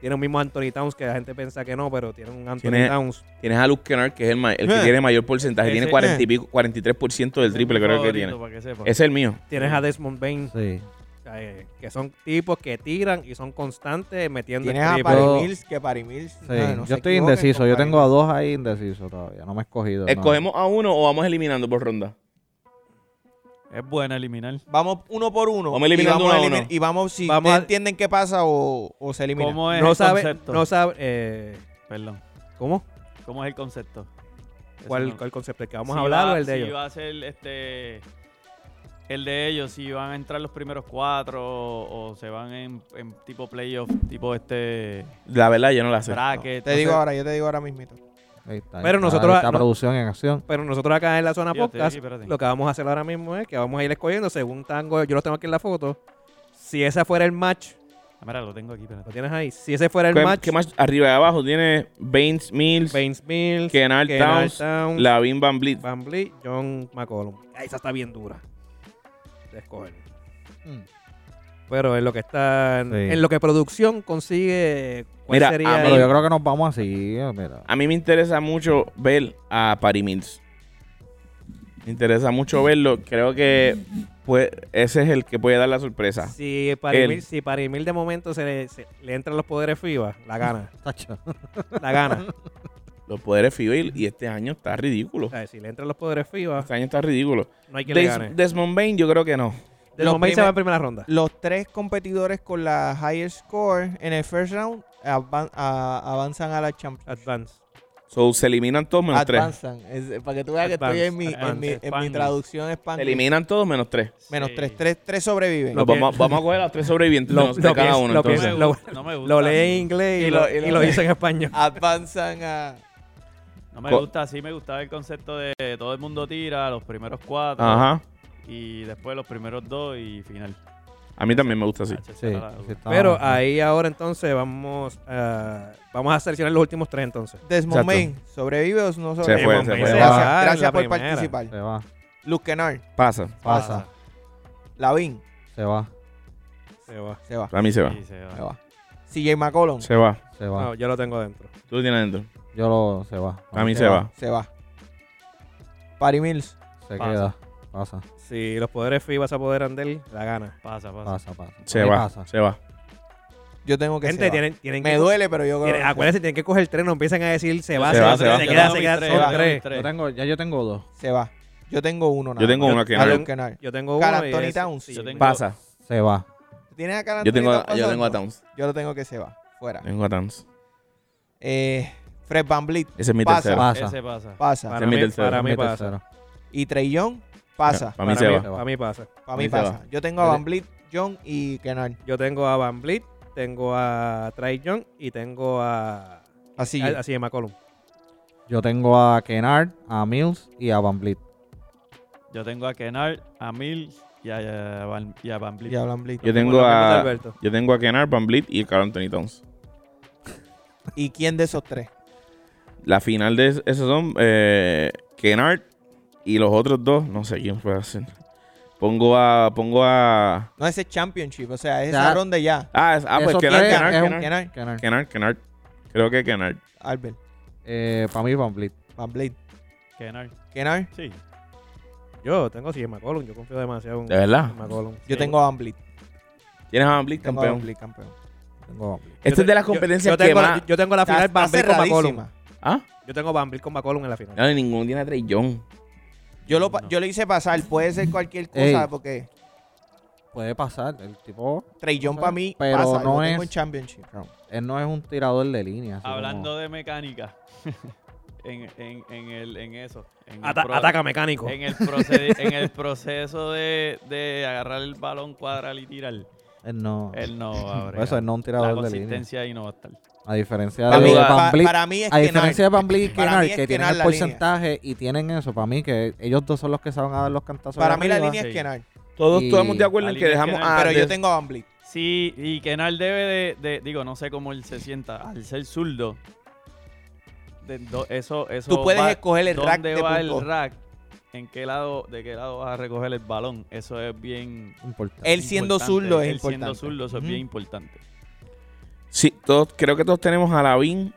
Speaker 2: tienes un mismo Anthony Towns que la gente piensa que no, pero tiene un Anthony
Speaker 3: Tiene-
Speaker 2: Towns.
Speaker 3: Tienes a Luke Kennard, que es el, ma- el que
Speaker 1: Eh.
Speaker 3: tiene mayor porcentaje. tiene
Speaker 4: Ese-
Speaker 3: 40
Speaker 2: eh.
Speaker 3: y pico- 43% del triple, creo que tiene. Ese es el mío.
Speaker 2: Tienes a Desmond Bain,
Speaker 5: Sí.
Speaker 2: eh, que son tipos que tiran y son constantes metiendo
Speaker 1: Tienes a
Speaker 2: triple.
Speaker 1: Patty
Speaker 5: Yo-
Speaker 1: Mills, que Patty Mills.
Speaker 5: Sí,
Speaker 1: nada, no se
Speaker 5: yo estoy
Speaker 1: equivoquen
Speaker 5: indeciso.
Speaker 1: con
Speaker 5: Yo
Speaker 1: Patty
Speaker 5: tengo a
Speaker 1: pues Mills.
Speaker 5: dos ahí indecisos todavía. No me he escogido. no.
Speaker 3: ¿Escogemos a uno o vamos eliminando por ronda?
Speaker 4: Es bueno eliminar.
Speaker 1: Vamos uno por uno.
Speaker 3: Vamos eliminando
Speaker 1: y vamos,
Speaker 3: uno a
Speaker 1: elimi-
Speaker 3: uno.
Speaker 1: Y vamos, si
Speaker 2: Vamos
Speaker 1: ustedes
Speaker 2: a-
Speaker 1: entienden qué pasa o, o se elimina.
Speaker 4: ¿Cómo es
Speaker 2: no
Speaker 4: el
Speaker 2: sabe,
Speaker 4: concepto?
Speaker 2: no sabe, eh,
Speaker 4: Perdón.
Speaker 2: ¿cómo?
Speaker 4: ¿Cómo es el concepto? Eso
Speaker 2: ¿Cuál,
Speaker 4: no.
Speaker 2: ¿Cuál concepto? ¿El que vamos
Speaker 4: Si
Speaker 2: a hablar
Speaker 4: va-
Speaker 2: o el de
Speaker 4: si
Speaker 2: ellos?
Speaker 4: va a ser este. El de ellos, si van a entrar los primeros cuatro o, o se van en, en tipo playoff, tipo este
Speaker 3: La verdad, yo no la sé.
Speaker 4: bracket.
Speaker 1: Te
Speaker 4: no
Speaker 1: digo
Speaker 4: sé.
Speaker 1: ahora, yo te digo ahora mismito.
Speaker 5: Ahí está, ahí
Speaker 2: Pero
Speaker 5: está,
Speaker 2: nosotros-
Speaker 5: ahí está
Speaker 2: no-
Speaker 5: producción en acción.
Speaker 2: Pero nosotros acá en la zona
Speaker 4: Yo estoy
Speaker 2: podcast,
Speaker 4: aquí, espérate.
Speaker 2: lo que vamos a hacer ahora mismo es que vamos a ir escogiendo según Tango, yo lo tengo aquí en la foto. Si ese fuera el match,
Speaker 4: Ah, Mira, lo tengo aquí, espérate.
Speaker 2: lo tienes ahí. Si ese fuera el
Speaker 3: ¿Qué,
Speaker 2: match,
Speaker 3: qué más arriba y abajo? Tiene Baines Mills,
Speaker 2: Baines Mills,
Speaker 3: Kennard
Speaker 2: Kennard
Speaker 3: Towns,
Speaker 2: Towns,
Speaker 3: Lavin Van Vliet.
Speaker 2: Van Vliet, John McCollum. Ah, Esa está bien dura de escoger.
Speaker 5: Mm.
Speaker 2: Pero en lo que está, en,
Speaker 5: Sí.
Speaker 2: en lo que producción consigue, ¿cuál
Speaker 3: Mira,
Speaker 2: sería
Speaker 3: a mí-
Speaker 5: Pero
Speaker 2: el-
Speaker 5: yo creo que nos vamos así. eh, Mira.
Speaker 3: A mí me interesa mucho ver a Patty Mills. Me interesa mucho verlo. Creo que pues ese es el que puede dar la sorpresa.
Speaker 2: Si
Speaker 3: Él.
Speaker 2: Parimil, si Parimil de momento se le, se le entran los poderes FIBA, la gana.
Speaker 5: Tacho.
Speaker 2: La gana.
Speaker 3: Los poderes FIBA y este año está ridículo.
Speaker 2: O sea, si le entran los poderes FIBA,
Speaker 3: Este año está ridículo.
Speaker 2: no hay que le
Speaker 3: Des-
Speaker 2: gane.
Speaker 3: Desmond Bain yo creo que no.
Speaker 2: De
Speaker 1: Los
Speaker 2: momento se
Speaker 1: primer-
Speaker 2: va en primera ronda.
Speaker 1: Los tres competidores con la higher score en el first round avan- a- avanzan a la Champions.
Speaker 2: Advance.
Speaker 3: So, se eliminan todos menos tres.
Speaker 1: Advanzan. Es- eh, para que tú veas que estoy en mi,
Speaker 4: Advance,
Speaker 1: en mi, en mi
Speaker 4: Spanish.
Speaker 1: traducción
Speaker 3: Se
Speaker 1: española.
Speaker 3: eliminan todos menos tres.
Speaker 1: Menos
Speaker 4: Sí.
Speaker 1: tres, tres, tres sobreviven.
Speaker 2: Lo
Speaker 3: Los vamos, vamos a coger a los tres sobrevivientes
Speaker 2: Lo-
Speaker 3: de nosotros
Speaker 2: lo
Speaker 3: cada
Speaker 2: pienso-
Speaker 3: uno.
Speaker 2: lo
Speaker 4: No
Speaker 3: entonces.
Speaker 4: me
Speaker 2: Lo-
Speaker 4: gusta, no me gusta.
Speaker 2: Lo lee en inglés y,
Speaker 1: Y
Speaker 2: lo,
Speaker 1: lo-
Speaker 2: y
Speaker 1: y
Speaker 2: lo,
Speaker 1: lo-
Speaker 2: dice en español.
Speaker 1: Avanzan a.
Speaker 4: No me
Speaker 3: Co-
Speaker 4: gusta, sí me gustaba el concepto de todo el mundo tira, los primeros cuatro
Speaker 3: Ajá.
Speaker 4: y después los primeros dos y final.
Speaker 3: A mí también me gusta así.
Speaker 4: Ah, esa
Speaker 5: Sí,
Speaker 4: era la-
Speaker 5: sí está
Speaker 2: Pero
Speaker 3: Ah.
Speaker 5: bueno.
Speaker 2: ahí ahora entonces vamos a, vamos a seleccionar los últimos tres entonces.
Speaker 1: Desmond
Speaker 3: Exacto.
Speaker 1: Bain, ¿sobrevive o no
Speaker 3: Se fue,
Speaker 1: sobrevive?
Speaker 3: se fue.
Speaker 1: Gracias,
Speaker 2: va,
Speaker 3: Se
Speaker 2: en la
Speaker 1: gracias por
Speaker 2: primera.
Speaker 1: participar.
Speaker 5: Se va,
Speaker 1: Luke Kennard,
Speaker 3: Pasa.
Speaker 5: pasa,
Speaker 1: Lavín,
Speaker 5: se va,
Speaker 2: Se va.
Speaker 1: se va.
Speaker 3: A mí se va.
Speaker 4: Sí, se va.
Speaker 1: Se va. CJ McCollum,
Speaker 3: Se va.
Speaker 5: se va.
Speaker 1: Ah.
Speaker 2: No, yo lo tengo dentro.
Speaker 3: Tú lo tienes adentro.
Speaker 5: Yo lo, se va.
Speaker 3: A mí se va.
Speaker 1: se va. Patty Mills,
Speaker 5: Se
Speaker 4: Pasa.
Speaker 5: queda. Pasa,
Speaker 2: Si los poderes FIBA se apoderan de él, la gana.
Speaker 4: Pasa, pasa.
Speaker 5: pasa, pasa.
Speaker 3: Se
Speaker 5: Ahí
Speaker 3: va.
Speaker 5: pasa.
Speaker 3: Se va.
Speaker 1: yo tengo que
Speaker 2: Gente, ah,
Speaker 1: se va.
Speaker 2: tienen, tienen
Speaker 1: Me
Speaker 2: que.
Speaker 1: duele, pero yo creo
Speaker 2: tienen-
Speaker 1: que
Speaker 2: acuérdense, tienen que coger el tren, no empiezan a decir se va,
Speaker 3: Se
Speaker 2: se,
Speaker 3: va,
Speaker 2: va,
Speaker 3: se
Speaker 2: se,
Speaker 3: va.
Speaker 2: se
Speaker 4: Yo
Speaker 2: queda,
Speaker 4: tengo
Speaker 2: se
Speaker 4: mis
Speaker 2: queda.
Speaker 4: tres,
Speaker 2: son
Speaker 4: yo tengo
Speaker 2: tres.
Speaker 4: mis tres.
Speaker 5: Yo tengo, ya yo tengo dos.
Speaker 1: se va. Yo tengo uno nada
Speaker 3: Yo tengo
Speaker 1: más.
Speaker 3: uno que
Speaker 1: a
Speaker 3: no.
Speaker 1: Luke Kennard.
Speaker 2: Yo tengo
Speaker 1: Cal
Speaker 2: uno. y
Speaker 1: Anthony
Speaker 2: ese-
Speaker 1: Towns.
Speaker 2: sí,
Speaker 4: Yo tengo-
Speaker 3: Pasa.
Speaker 5: Se va.
Speaker 1: ¿Tienes a Cal
Speaker 3: Yo tengo,
Speaker 1: Anthony
Speaker 3: a, yo tengo a
Speaker 1: pasando?
Speaker 3: Towns.
Speaker 1: Yo lo tengo que se va. Fuera.
Speaker 3: Tengo a Towns.
Speaker 1: Eh, Fred Van Vliet,
Speaker 3: Ese es mi
Speaker 1: Pasa.
Speaker 3: tercero.
Speaker 5: Pasa. Este
Speaker 4: Ese pasa.
Speaker 1: pasa.
Speaker 2: Para
Speaker 3: Ese es mi
Speaker 2: mí,
Speaker 3: tercero.
Speaker 2: para mí
Speaker 5: Mi
Speaker 2: pasa.
Speaker 5: tercero.
Speaker 1: Y Trey Young, pasa.
Speaker 3: Para mí se va.
Speaker 2: Para mí pasa.
Speaker 1: Para mí
Speaker 3: mí se
Speaker 1: pasa. Yo tengo a Van Vliet, Young y Kennard.
Speaker 2: Yo tengo a Van Vliet, tengo a Trae Young y tengo a.
Speaker 1: Así.
Speaker 2: a- Ah, Así de McCollum.
Speaker 5: Yo tengo a Kennard, a Mills y a Van Vliet.
Speaker 4: Yo tengo a Kennard, a Mills y a, Van, y a Van Vliet.
Speaker 1: Ya hablan Vliet.
Speaker 3: Yo
Speaker 2: Por
Speaker 3: tengo
Speaker 2: lo menos de
Speaker 3: a.
Speaker 2: Alberto.
Speaker 3: Yo tengo a Kennard, Van Blit y Carl Anthony Towns.
Speaker 1: ¿Y quién de esos tres?
Speaker 3: La final de es- esos son eh, Kennard y los otros dos. No sé quién puede hacer. Pongo a. Pongo a.
Speaker 1: No, ese es Championship, o sea, es
Speaker 5: Ya.
Speaker 1: esa ronda ya.
Speaker 3: Ah, es- ah, pues
Speaker 5: Esos
Speaker 3: Kennard,
Speaker 5: tres
Speaker 3: Kennard,
Speaker 5: es un-
Speaker 3: Kennard,
Speaker 1: Kennard,
Speaker 5: Kennard.
Speaker 3: Kennard, Kennard. Creo que Kennard.
Speaker 1: Albert,
Speaker 5: Eh, para mí Van Vliet.
Speaker 1: Van Blade,
Speaker 4: Kennard,
Speaker 1: Kennard.
Speaker 4: sí.
Speaker 2: Yo tengo sí de McCollum. Yo confío demasiado en
Speaker 3: De verdad.
Speaker 2: en McCollum.
Speaker 1: Yo tengo a Van Blade,
Speaker 3: Tienes a Van Blit,
Speaker 1: tengo a Van
Speaker 3: campeón.
Speaker 1: Blade, campeón.
Speaker 5: Tengo a Van Vliet.
Speaker 3: Esta es de las
Speaker 2: Yo-
Speaker 3: competencias
Speaker 2: yo
Speaker 3: que
Speaker 2: tengo la-
Speaker 3: más.
Speaker 2: Yo tengo la final
Speaker 1: Está-
Speaker 2: Van
Speaker 1: está
Speaker 2: Vliet con McCollum.
Speaker 1: cerradísima.
Speaker 3: Ah,
Speaker 2: Yo tengo Van Vliet con McCollum en la final.
Speaker 3: no, ninguno tiene a Trey Young.
Speaker 1: Yo lo, pa-
Speaker 4: No.
Speaker 1: yo lo hice pasar, puede ser cualquier cosa,
Speaker 5: Ey.
Speaker 1: porque
Speaker 5: Puede pasar. El tipo,
Speaker 1: Trey Young
Speaker 5: O sea,
Speaker 1: para mí
Speaker 5: pero
Speaker 1: pasa,
Speaker 5: no
Speaker 1: lo tengo
Speaker 5: es-
Speaker 1: en Championship.
Speaker 5: él no es un tirador de línea. así
Speaker 4: Hablando
Speaker 5: como-
Speaker 4: de mecánica, en, en, en, el, en eso. En el
Speaker 2: Ata-
Speaker 4: pro-
Speaker 2: ataca mecánico.
Speaker 4: En el, procede- en el proceso de, de agarrar el balón, cuadrar y tirar,
Speaker 5: Él no.
Speaker 4: él no va a
Speaker 5: Por eso
Speaker 4: bregar.
Speaker 5: él no
Speaker 4: eh,
Speaker 5: es un
Speaker 4: La
Speaker 5: tirador de línea.
Speaker 4: consistencia ahí no va a estar.
Speaker 5: A diferencia
Speaker 1: Para
Speaker 5: de
Speaker 1: mí,
Speaker 3: Duda.
Speaker 5: Van
Speaker 1: pa-
Speaker 5: Vliet.
Speaker 1: para mí es
Speaker 5: A diferencia de
Speaker 1: Kennard.
Speaker 5: Van Vliet y
Speaker 1: Para mí
Speaker 5: Kennard,
Speaker 1: es
Speaker 5: que tienen
Speaker 1: Kennard
Speaker 5: el
Speaker 1: la
Speaker 5: porcentaje y tienen eso, para mí, que ellos dos son los que saben a dar los cantazos.
Speaker 1: Para
Speaker 5: de
Speaker 1: mí la
Speaker 5: arriba.
Speaker 1: línea es
Speaker 4: Sí.
Speaker 1: Kennard,
Speaker 3: Todos
Speaker 5: Y-
Speaker 3: estamos de acuerdo en
Speaker 4: La
Speaker 3: que
Speaker 4: línea es
Speaker 3: dejamos a.
Speaker 4: Kennard,
Speaker 1: pero yo
Speaker 3: des-
Speaker 1: tengo a Van Blade.
Speaker 4: Sí, y Kenal debe de, de- digo, no sé cómo él se sienta, al ser zurdo. de- do- eso, eso
Speaker 1: Tú puedes
Speaker 4: va-
Speaker 1: escoger el rack
Speaker 4: ¿Dónde
Speaker 1: de
Speaker 4: va
Speaker 1: punto.
Speaker 4: el rack? ¿En qué lado, de qué lado vas a recoger el balón? Eso es bien
Speaker 5: Importante.
Speaker 1: Él siendo
Speaker 4: importante.
Speaker 1: zurdo es
Speaker 4: Él
Speaker 1: importante.
Speaker 4: siendo zurdo, eso es
Speaker 1: Ujú.
Speaker 4: bien importante.
Speaker 3: Sí, todos, creo que todos tenemos a Lavin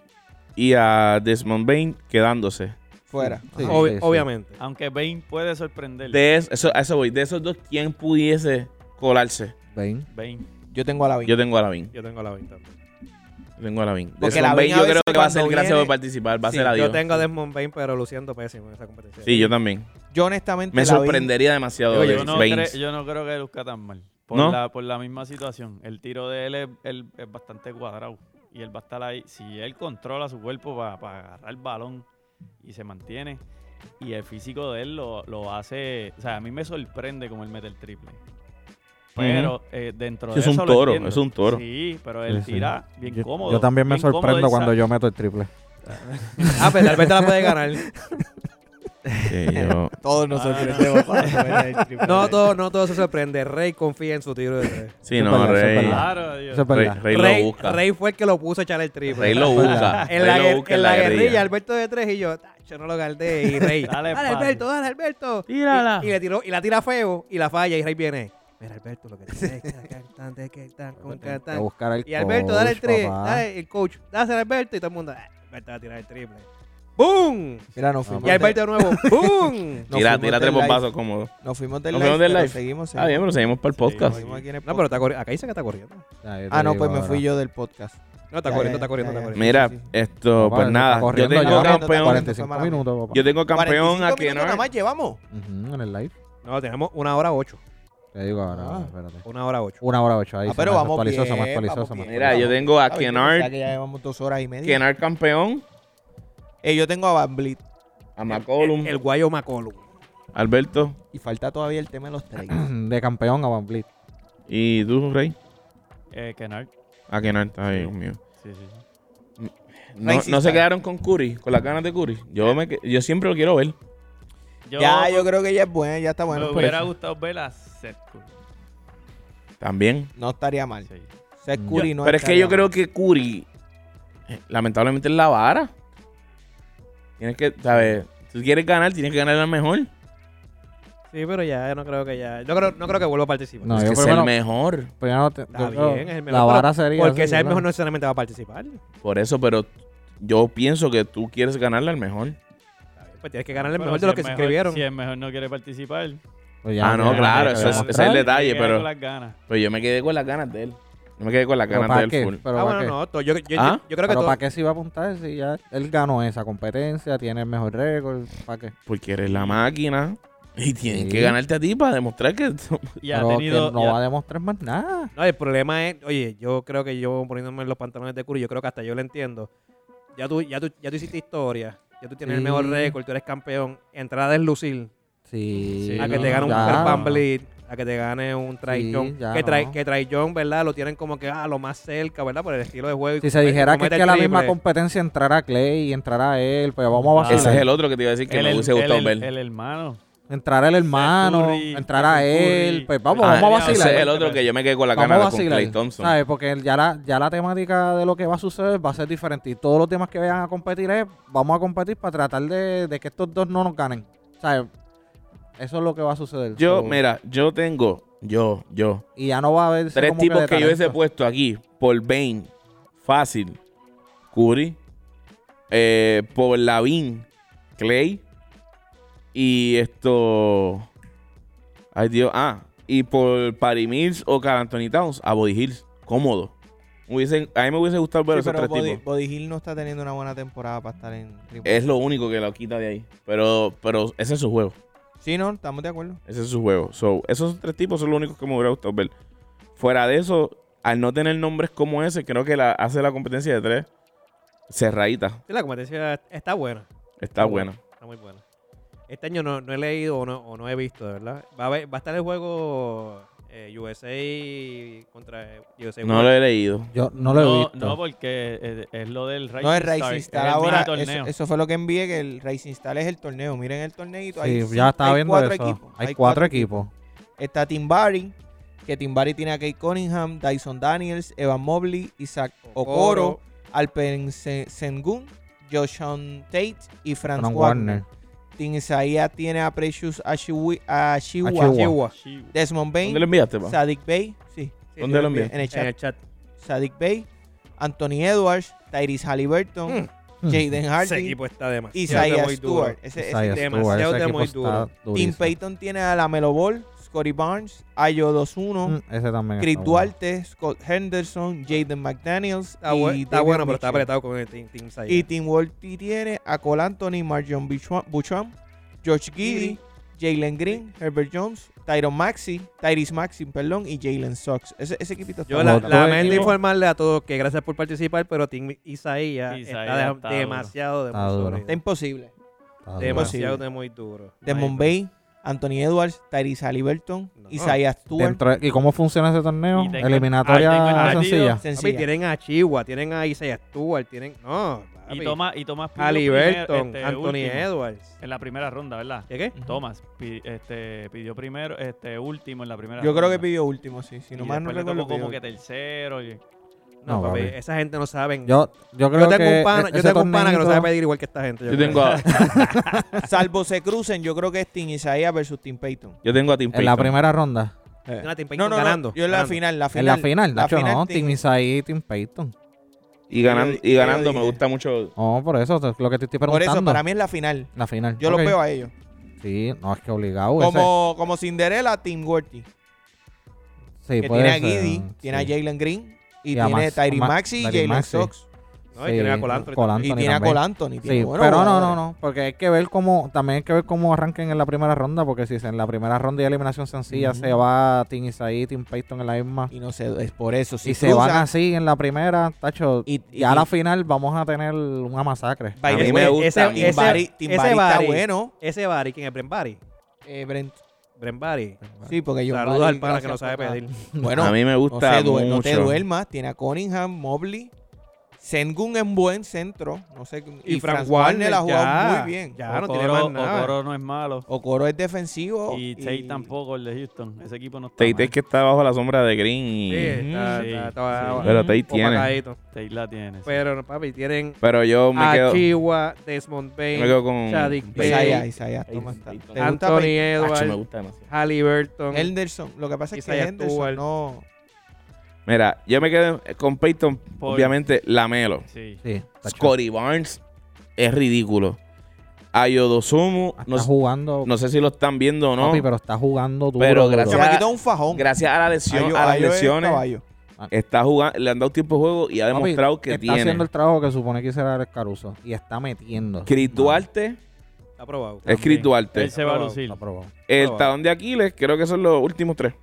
Speaker 3: y a Desmond Bain quedándose.
Speaker 1: Fuera.
Speaker 5: Sí.
Speaker 1: Ajá.
Speaker 2: Obvi- Obviamente.
Speaker 4: Aunque Bane puede sorprender.
Speaker 3: De es- eso, a eso voy. De esos dos, ¿quién pudiese colarse?
Speaker 5: Bane.
Speaker 4: Bane.
Speaker 1: Yo tengo a Lavín.
Speaker 3: Yo tengo a Lavin.
Speaker 2: Yo tengo a la Vliet también.
Speaker 3: Tengo a Lavin.
Speaker 1: Porque
Speaker 3: Desmond
Speaker 1: Lavin
Speaker 3: Bain
Speaker 1: a
Speaker 3: yo
Speaker 1: veces
Speaker 3: creo que va a ser
Speaker 1: cuando
Speaker 3: gracias
Speaker 1: viene-
Speaker 3: por participar. Va a
Speaker 1: Sí,
Speaker 3: ser
Speaker 1: yo
Speaker 3: adiós.
Speaker 2: Yo tengo a Desmond Bain, pero luciendo pésimo en esa competencia.
Speaker 3: Sí, yo también.
Speaker 1: Yo honestamente
Speaker 3: Me
Speaker 1: Lavín-
Speaker 3: sorprendería demasiado.
Speaker 2: Digo,
Speaker 3: de
Speaker 4: Yo no,
Speaker 3: Baines.
Speaker 4: cre- yo no creo que luzca tan mal. Por,
Speaker 3: ¿No?
Speaker 4: la, por la misma situación. El tiro de él es, él es bastante cuadrado. Y él va a estar ahí. Si él controla su cuerpo para, agarrar el balón y se mantiene. Y el físico de él lo, lo hace. O sea, a mí me sorprende cómo él mete el triple. Pero eh, dentro
Speaker 3: Sí,
Speaker 4: de
Speaker 3: es un
Speaker 4: eso. lo
Speaker 3: toro,
Speaker 4: entiendo.
Speaker 3: es un toro.
Speaker 4: Sí, pero
Speaker 5: Sí,
Speaker 4: Pues él
Speaker 5: sí.
Speaker 4: tira bien
Speaker 5: yo,
Speaker 4: cómodo.
Speaker 5: yo también me
Speaker 4: bien cómodo,
Speaker 5: sorprendo
Speaker 4: él
Speaker 5: cuando
Speaker 4: sa-
Speaker 5: yo meto el triple.
Speaker 2: Ah, pero tal vez te la puede ganar.
Speaker 3: Sí, yo-
Speaker 1: Todos nos sorprendemos.
Speaker 2: No todo, no todo se sorprende. Rey confía en su tiro de tres.
Speaker 3: sí,
Speaker 5: Es
Speaker 3: no,
Speaker 5: verdad, es
Speaker 3: Rey.
Speaker 5: verdad.
Speaker 4: Claro, Dios.
Speaker 5: Eso es
Speaker 3: Rey,
Speaker 5: verdad.
Speaker 3: Rey
Speaker 2: Rey,
Speaker 3: lo busca. Rey,
Speaker 2: Rey fue el que lo puso a echar el triple.
Speaker 3: pues, lo busca.
Speaker 5: verdad.
Speaker 2: En
Speaker 3: Rey
Speaker 2: la,
Speaker 3: lo
Speaker 2: guer-
Speaker 3: busca
Speaker 2: en la guerrilla, Alberto de tres y yo, yo no lo guardé. Y Rey, dale,
Speaker 4: Dale, pa.
Speaker 2: Alberto, dale, Alberto.
Speaker 4: Tírala.
Speaker 2: Y, y le tiró, y la tira feo y la falla. Y Rey viene, mira, Alberto, lo que tienes es que cantar, es que cantar, con
Speaker 5: Voy
Speaker 2: cantar.
Speaker 5: a buscar al
Speaker 2: Y Alberto, dale el
Speaker 5: coach,
Speaker 2: tres,
Speaker 5: papá.
Speaker 2: dale el coach, dásela a Alberto. Y todo el mundo, "Ah, Alberto va a tirar el triple. ¡Boom!
Speaker 1: Mira, nos
Speaker 3: Ah,
Speaker 1: fuimos.
Speaker 2: Y ahí
Speaker 1: de-
Speaker 2: parte de nuevo. ¡Boom!
Speaker 1: Nos
Speaker 3: tira
Speaker 1: fuimos
Speaker 3: tira
Speaker 1: del
Speaker 3: tres
Speaker 1: live.
Speaker 3: bombazos cómodos.
Speaker 1: Nos fuimos del
Speaker 3: Nos
Speaker 1: live.
Speaker 3: fuimos del
Speaker 1: pero
Speaker 3: live.
Speaker 1: Seguimos,
Speaker 3: Está bien, pero seguimos para el podcast.
Speaker 1: seguimos aquí en el
Speaker 2: No, pero
Speaker 1: podcast.
Speaker 2: está corriendo. Acá dice que está corriendo.
Speaker 5: Ya, yo te
Speaker 1: Ah, no,
Speaker 5: digo
Speaker 1: pues me
Speaker 5: ahora.
Speaker 1: fui yo del podcast.
Speaker 2: No, está
Speaker 1: Ya,
Speaker 2: corriendo,
Speaker 1: ya,
Speaker 2: está corriendo,
Speaker 1: ya, ya.
Speaker 2: está corriendo.
Speaker 3: Mira,
Speaker 1: Sí, sí, sí.
Speaker 3: esto,
Speaker 5: No,
Speaker 3: pues
Speaker 5: vale,
Speaker 3: nada. Yo
Speaker 5: corriendo,
Speaker 3: tengo
Speaker 5: llevamos
Speaker 3: campeón.
Speaker 5: 45
Speaker 1: Fue
Speaker 5: minutos, papá.
Speaker 3: Yo tengo campeón
Speaker 1: 45
Speaker 3: aquí en
Speaker 1: minutos nada más llevamos.
Speaker 5: Ujú, en el live.
Speaker 2: No, tenemos una hora ocho.
Speaker 5: Te digo ahora,
Speaker 1: Ah.
Speaker 5: espérate.
Speaker 2: Una hora ocho.
Speaker 5: Una hora ocho. Ahí
Speaker 1: Ah,
Speaker 5: se
Speaker 1: pero
Speaker 5: me
Speaker 1: vamos
Speaker 5: actualizó, se me
Speaker 1: bien,
Speaker 5: actualizó,
Speaker 1: vamos
Speaker 5: se me
Speaker 1: bien.
Speaker 5: actualizó.
Speaker 3: Mira, yo tengo a
Speaker 1: Ah, yo pensaba
Speaker 3: Kenar,
Speaker 1: que ya llevamos dos horas y media.
Speaker 3: Kenar campeón,
Speaker 1: Eh, yo tengo a Van Blit.
Speaker 3: a McCollum,
Speaker 2: El guayo McCollum.
Speaker 3: Alberto
Speaker 1: Y falta todavía el tema de los trades.
Speaker 5: De campeón a Van Vliet.
Speaker 3: y tú, Rey.
Speaker 4: Eh, Kennard.
Speaker 3: A Kenar, está bien,
Speaker 4: Sí.
Speaker 3: Dios mío.
Speaker 4: Sí, sí.
Speaker 3: No,
Speaker 1: Racista.
Speaker 3: no se quedaron con Curry, con las ganas de Curry. Yo, me, que- yo siempre lo quiero ver.
Speaker 4: Yo,
Speaker 1: ya, yo creo que ya es bueno, ya está bueno.
Speaker 4: me
Speaker 1: por
Speaker 4: hubiera
Speaker 1: eso.
Speaker 4: gustado ver a Seth Curry.
Speaker 3: También.
Speaker 1: No estaría mal.
Speaker 4: Sí.
Speaker 1: Seth
Speaker 5: Mm.
Speaker 1: Curry no
Speaker 3: Pero es que
Speaker 1: estaría
Speaker 3: yo creo
Speaker 1: mal.
Speaker 3: que Curry, eh, lamentablemente, es la vara. Tienes que, ¿sabes? Si quieres ganar, tienes que ganar al mejor.
Speaker 2: Sí, pero ya, no creo que ya. No creo, no creo que vuelva a participar.
Speaker 5: No,
Speaker 3: es
Speaker 5: yo
Speaker 3: que
Speaker 5: por
Speaker 3: es
Speaker 5: lo
Speaker 3: el
Speaker 5: menos-
Speaker 3: mejor.
Speaker 5: Primero te-
Speaker 2: Está
Speaker 5: yo creo
Speaker 2: bien, es el mejor.
Speaker 5: La vara
Speaker 2: pero
Speaker 5: sería.
Speaker 2: Porque
Speaker 5: así,
Speaker 2: sea el
Speaker 5: claro.
Speaker 2: mejor, no necesariamente va a participar. Está
Speaker 3: Por eso, pero yo pienso que tú quieres ganarle al mejor.
Speaker 2: bien, Pues tienes que ganarle el
Speaker 4: Bueno,
Speaker 2: mejor
Speaker 4: si
Speaker 2: de los
Speaker 4: el
Speaker 2: que se
Speaker 4: mejor-
Speaker 2: inscribieron.
Speaker 4: Si el mejor no quiere participar.
Speaker 5: Pues ya,
Speaker 3: Ah, no,
Speaker 5: ya, ya,
Speaker 3: claro,
Speaker 5: ya,
Speaker 3: eso es-
Speaker 5: ya.
Speaker 3: ese es el detalle,
Speaker 4: Hay que
Speaker 3: pero-
Speaker 4: ver con las ganas.
Speaker 3: Pero yo me quedé con las ganas de él. Yo me quedé con las
Speaker 5: Pero
Speaker 3: ganas de
Speaker 5: para
Speaker 3: él
Speaker 5: qué,
Speaker 3: full.
Speaker 5: pero
Speaker 2: Ah,
Speaker 5: para
Speaker 2: bueno,
Speaker 5: qué.
Speaker 2: no. to- Yo, yo- yo-
Speaker 3: ¿Ah?
Speaker 2: yo creo que
Speaker 5: Pero
Speaker 2: todo-
Speaker 5: para qué se iba a apuntar si ya él ganó esa competencia, tiene el mejor récord, ¿para qué?
Speaker 3: Porque eres la máquina. Y tienes
Speaker 5: Sí.
Speaker 3: que ganarte a ti para demostrar que...
Speaker 4: Y ha
Speaker 5: Pero
Speaker 4: tenido.
Speaker 5: que no
Speaker 4: y ha-
Speaker 5: va a demostrar más nada.
Speaker 2: No, el problema es, oye, yo creo que yo poniéndome en los pantalones de Curry, yo creo que hasta yo lo entiendo. Ya tú, ya tú, ya tú hiciste historia, ya tú tienes el mejor
Speaker 5: Sí.
Speaker 2: récord, tú eres campeón. Entrar a deslucir,
Speaker 5: Sí.
Speaker 4: Sí,
Speaker 2: a que
Speaker 4: no,
Speaker 2: te gane un
Speaker 5: ya.
Speaker 2: Fred VanVleet, a que te gane un Trae
Speaker 5: Sí,
Speaker 2: Young,
Speaker 5: ya
Speaker 2: que, Trae,
Speaker 5: no.
Speaker 2: que Trae Young, ¿verdad? Lo tienen como que ah, lo más cerca, ¿verdad? Por el estilo de juego. y
Speaker 5: Si se
Speaker 2: comete-
Speaker 5: dijera que es
Speaker 2: comete
Speaker 5: que
Speaker 2: el
Speaker 5: a la misma
Speaker 2: triple.
Speaker 5: competencia entrara Clay y entrara él, pues vamos a
Speaker 4: Ah,
Speaker 5: vacilar.
Speaker 3: Ese es el otro que te iba a decir que
Speaker 4: el,
Speaker 3: me hubiese gustado
Speaker 4: el-
Speaker 3: ver.
Speaker 4: el hermano.
Speaker 5: Entrar el hermano,
Speaker 4: Curry,
Speaker 5: entrar a
Speaker 4: Stephen Curry.
Speaker 5: él, pues vamos,
Speaker 3: Ah,
Speaker 5: vamos a
Speaker 3: Ese
Speaker 5: vacilar.
Speaker 3: es el otro que yo me quedé con las
Speaker 5: Vamos a
Speaker 3: ganas con
Speaker 5: vacilar,
Speaker 3: Clay Thompson.
Speaker 5: ¿sabes? Porque ya la, ya la temática de lo que va a suceder va a ser diferente. Y todos los temas que vayan a competir es, vamos a competir para tratar de, de que estos dos no nos ganen. ¿Sabes? Eso es lo que va a suceder.
Speaker 3: Yo,
Speaker 5: So,
Speaker 3: mira, yo tengo, yo, yo,
Speaker 5: Y ya no va a haber...
Speaker 3: tres tipos que, yo hubiese puesto aquí por Bane, fácil, Curry, eh, por Lavin, Clay y esto, ay Dios, ah, y por Patty Mills o Carl Anthony Towns a Body Hills, cómodo. Hubiesen- a mí me hubiese gustado ver
Speaker 1: Sí,
Speaker 3: esos
Speaker 1: pero
Speaker 3: tres
Speaker 1: Body,
Speaker 3: tipos.
Speaker 1: Body Hill no está teniendo una buena temporada para estar en triple.
Speaker 3: Es lo único que lo quita de ahí. Pero, pero ese es su juego.
Speaker 1: Sí, no, estamos de acuerdo.
Speaker 3: Ese es su juego. So, esos tres tipos son los únicos que me hubiera gustado ver. Fuera de eso, al no tener nombres como ese, creo que la, hace la competencia de tres cerradita.
Speaker 2: Sí, la competencia está buena.
Speaker 3: Está buena.
Speaker 2: Está muy buena. Este año no, no he leído o no, o no he visto, de verdad. Va a, haber- va a estar el juego eh, USA contra eh, USA.
Speaker 3: No lo he leído.
Speaker 5: Yo no lo he
Speaker 4: No,
Speaker 5: visto.
Speaker 4: no, pues, porque es, es lo del Rising
Speaker 1: No, el
Speaker 4: Star,
Speaker 1: Racing Star
Speaker 4: es el
Speaker 1: ahora.
Speaker 4: mini torneo.
Speaker 1: Eso, eso fue lo que envié, que el Racing Star es el torneo. Miren el torneito.
Speaker 5: Sí,
Speaker 1: hay
Speaker 5: ya estaba
Speaker 1: hay
Speaker 5: viendo
Speaker 1: cuatro
Speaker 5: eso.
Speaker 1: equipos,
Speaker 5: Hay, cuatro equipos.
Speaker 1: Está Tim Barry, que Tim Barry tiene a Kate Cunningham, Dyson Daniels, Evan Mobley, Isaac Okoro, Alperen Se- Sengun, Joshon Tate y Franz
Speaker 5: Fran
Speaker 1: Wagner.
Speaker 5: Warner.
Speaker 1: Team Isaiah tiene a Precious Ashiwa, Ashiwa,
Speaker 5: Ashiwa.
Speaker 2: Chihuahua.
Speaker 4: Chihuahua.
Speaker 1: Desmond
Speaker 3: ¿Dónde
Speaker 1: Bain,
Speaker 3: lo enviaste, pa?
Speaker 1: Sadik Bey, sí,
Speaker 2: Sí,
Speaker 3: ¿Dónde
Speaker 2: sí,
Speaker 3: lo
Speaker 2: vi.
Speaker 3: envié?
Speaker 1: en el
Speaker 2: En el
Speaker 1: chat,
Speaker 2: chat.
Speaker 1: Sadik Bey, Anthony Edwards, Tyrese Halliburton, Jaden
Speaker 2: Mm. Ese
Speaker 1: Hardy,
Speaker 2: equipo está demasiado.
Speaker 1: Isaiah
Speaker 2: muy duro.
Speaker 1: Stewart. Este, Ese- ese
Speaker 5: Isaiah
Speaker 2: equipo-
Speaker 5: Stewart,
Speaker 2: demasiado
Speaker 5: ese
Speaker 2: muy
Speaker 5: equipo está
Speaker 2: duro.
Speaker 1: Tim
Speaker 5: durísimo.
Speaker 1: Payton tiene a la Melo Ball, Scotty Barnes, Ayo 2-1,
Speaker 5: Mm, Ese también
Speaker 1: Chris
Speaker 5: está bueno.
Speaker 1: Duarte, Scott Henderson, Jaden McDaniels
Speaker 2: Está, bu-
Speaker 1: y
Speaker 2: está
Speaker 1: David
Speaker 2: bueno, pero está
Speaker 1: Mitchell.
Speaker 2: apretado eh. con el Team, team Isaiah.
Speaker 1: Y Tim Walty tiene a Cole Anthony, Marjon Bichua- Bucham, George Giddy, Jalen Green, Herbert Jones, Tyron Maxi, Tyrese Maxi, perdón, y Jalen Sox. Ese, ese equipito está
Speaker 2: Yo la,
Speaker 5: Como todo
Speaker 2: lamento
Speaker 5: equipo.
Speaker 2: informarle a todos que gracias por participar, pero Team Isaías está,
Speaker 4: Isaiah
Speaker 2: de-
Speaker 4: está duro.
Speaker 2: demasiado, de
Speaker 5: Está
Speaker 2: muy
Speaker 5: duro.
Speaker 2: sólido.
Speaker 1: Está imposible.
Speaker 5: Está duro.
Speaker 2: demasiado de muy duro.
Speaker 1: De
Speaker 2: Ay,
Speaker 1: Bombay, Anthony Edwards, Tyrese Halliburton,
Speaker 2: No.
Speaker 1: Isaiah Stewart.
Speaker 5: Dentro de- ¿Y cómo funciona ese torneo?
Speaker 4: Y tengo- ahí tengo
Speaker 5: Eliminatoria
Speaker 4: el partido.
Speaker 5: sencilla.
Speaker 2: papi,
Speaker 1: Sencilla.
Speaker 2: tienen a Chihuahua, tienen a Isaiah Stewart, tienen. No,
Speaker 4: Y
Speaker 2: papi.
Speaker 4: Tomás, y Tomás pidió
Speaker 2: Haliburton,
Speaker 4: primer- este,
Speaker 2: Anthony
Speaker 4: último,
Speaker 2: Edwards.
Speaker 4: En la primera ronda, ¿verdad?
Speaker 2: ¿Qué qué?
Speaker 1: Ujú.
Speaker 4: Tomás pi- este, pidió primero, este último en la primera
Speaker 1: Yo
Speaker 4: ronda.
Speaker 1: creo que pidió último, sí. Si
Speaker 4: Y
Speaker 1: no más no
Speaker 4: después le
Speaker 1: recuerdo.
Speaker 4: tocó como
Speaker 1: pidió
Speaker 4: que tercero. y-
Speaker 2: No,
Speaker 5: No,
Speaker 2: papi,
Speaker 5: papi.
Speaker 2: esa gente no saben.
Speaker 5: Yo, yo creo
Speaker 2: Yo tengo
Speaker 5: que e-,
Speaker 2: un pana, yo
Speaker 5: ese
Speaker 2: tengo un pana que no sabe
Speaker 5: torneito-
Speaker 2: pedir igual que esta gente.
Speaker 3: Yo
Speaker 2: creo.
Speaker 3: tengo a,
Speaker 1: último. Salvo se crucen, yo creo que es Team Isaiah versus Team Payton.
Speaker 3: yo tengo a Tim
Speaker 5: En la
Speaker 3: Payton.
Speaker 5: primera ronda.
Speaker 2: Yo la Team
Speaker 1: No,
Speaker 2: Payton
Speaker 1: no, no,
Speaker 2: ganando.
Speaker 1: Yo en la
Speaker 2: ganando.
Speaker 1: final, la final.
Speaker 5: En la final, Nacho, no.
Speaker 1: Team-
Speaker 5: Team Isaiah y Team Payton.
Speaker 3: Y, ganan-
Speaker 1: Yo-
Speaker 3: y
Speaker 1: yo
Speaker 3: ganando
Speaker 1: dije.
Speaker 3: me gusta mucho.
Speaker 5: No, por eso, eso es lo que te estoy
Speaker 1: Por
Speaker 5: preguntando.
Speaker 1: eso, para mí es la final.
Speaker 5: La final.
Speaker 1: Yo
Speaker 5: Ok.
Speaker 1: los veo a ellos.
Speaker 5: Sí, no, es que obligado. ese-
Speaker 1: Como, como Cinderella, Team Worthy.
Speaker 5: sí,
Speaker 1: que
Speaker 5: puede
Speaker 1: tiene a
Speaker 5: ser,
Speaker 1: Giddy,
Speaker 5: sí.
Speaker 1: tiene a Jalen Green, y,
Speaker 5: Y a
Speaker 1: tiene
Speaker 5: Max-
Speaker 1: a Tyree
Speaker 5: Ma-
Speaker 1: Maxi y
Speaker 5: Tyrese
Speaker 1: Jalen
Speaker 5: Maxey.
Speaker 1: Sox.
Speaker 2: No, y tiene a
Speaker 5: Sí,
Speaker 2: Cole Anthony
Speaker 5: Cole
Speaker 2: también.
Speaker 1: Y
Speaker 5: Anthony
Speaker 1: tiene a
Speaker 5: también.
Speaker 1: Cole Anthony. tiene
Speaker 5: Sí,
Speaker 1: buenos
Speaker 5: pero no, no,
Speaker 1: jugadores.
Speaker 5: no, porque hay que ver cómo, también hay que ver cómo arranquen en la primera ronda, porque si en la primera ronda de eliminación sencilla
Speaker 1: Ujú.
Speaker 5: se va Team Isaí, Team Payton en la misma,
Speaker 1: Y no sé, es por eso. Si
Speaker 5: y se
Speaker 1: cruzan-
Speaker 5: van así en la primera, tacho,
Speaker 1: Y, y
Speaker 5: ya a la final vamos a tener una masacre.
Speaker 1: By
Speaker 3: A
Speaker 1: the
Speaker 3: mí
Speaker 1: way,
Speaker 3: me gusta.
Speaker 2: ese-
Speaker 3: a mí
Speaker 1: Tim
Speaker 2: ese-
Speaker 1: Barry- Tim
Speaker 2: ese
Speaker 1: Barry está
Speaker 2: Barry.
Speaker 1: bueno.
Speaker 2: Ese Bari, ¿quién es Brent Bari?
Speaker 1: Eh, Brent-
Speaker 2: Brent Bari.
Speaker 1: sí, porque yo.
Speaker 2: Saludos
Speaker 1: Barry,
Speaker 2: al pana que
Speaker 1: gracias
Speaker 2: no sabe
Speaker 1: por nada.
Speaker 2: pedir.
Speaker 1: Bueno,
Speaker 3: a mí me
Speaker 1: no,
Speaker 3: gusta
Speaker 1: se due- no te
Speaker 3: mucho.
Speaker 1: duermas. Tiene a Cunningham, Mobley. Sengun en buen centro. No sé, y, Frank Warner ha jugado
Speaker 2: ya,
Speaker 1: muy bien.
Speaker 2: Ya, no
Speaker 4: Okoro-
Speaker 2: tiene más nada.
Speaker 4: Okoro no es malo.
Speaker 1: Okoro es defensivo.
Speaker 4: Y Tate tampoco, el de Houston. Ese equipo no está
Speaker 3: Tate
Speaker 4: mal.
Speaker 3: es que está bajo la sombra de Green. y-
Speaker 2: Sí, está,
Speaker 4: Sí,
Speaker 2: está,
Speaker 4: sí.
Speaker 2: está,
Speaker 3: Pero Tate tiene.
Speaker 2: opacadito.
Speaker 4: Tate la tiene. sí.
Speaker 2: Pero, papi, tienen
Speaker 3: Pero yo me
Speaker 2: a
Speaker 3: quedo, me
Speaker 2: Chihuahua, Desmond Bain,
Speaker 3: quedo con.
Speaker 2: Chadwick Bey.
Speaker 1: Isaiah, Isaiah, toma esta.
Speaker 3: Anthony
Speaker 1: ¿Te gusta
Speaker 2: Anthony
Speaker 1: Peyton?
Speaker 3: Acho, me
Speaker 2: Edwards,
Speaker 3: gusta demasiado.
Speaker 2: Halliburton.
Speaker 1: Henderson. Lo que pasa es que
Speaker 2: Isaiah
Speaker 1: Henderson
Speaker 2: Stewart.
Speaker 1: no.
Speaker 3: Mira, yo me quedo con Peyton,
Speaker 4: Por-
Speaker 3: obviamente, Lamelo.
Speaker 4: Sí.
Speaker 5: Sí, tacho,
Speaker 3: Scotty Barnes es ridículo. Ayodosumu,
Speaker 5: está
Speaker 3: no, s-
Speaker 5: jugando,
Speaker 3: no sé si lo están viendo o no.
Speaker 5: papi, pero está jugando duro.
Speaker 3: Pero
Speaker 5: duro.
Speaker 1: El
Speaker 3: gracias-
Speaker 1: chamaquito es un fajón.
Speaker 3: Gracias a la lesión,
Speaker 1: Ayo-
Speaker 3: a las
Speaker 1: Ayo es
Speaker 3: lesiones,
Speaker 1: caballo.
Speaker 3: está jugando, le han dado tiempo de juego y ha
Speaker 5: Papi,
Speaker 3: demostrado que
Speaker 5: está
Speaker 3: tiene.
Speaker 5: haciendo el trabajo que supone que hiciera el Caruso y está metiendo.
Speaker 3: Chris Duarte,
Speaker 2: Está aprobado.
Speaker 3: es Chris Duarte.
Speaker 4: Él se va a lucir.
Speaker 5: Está aprobado.
Speaker 3: El talón de Aquiles, creo que son los últimos tres.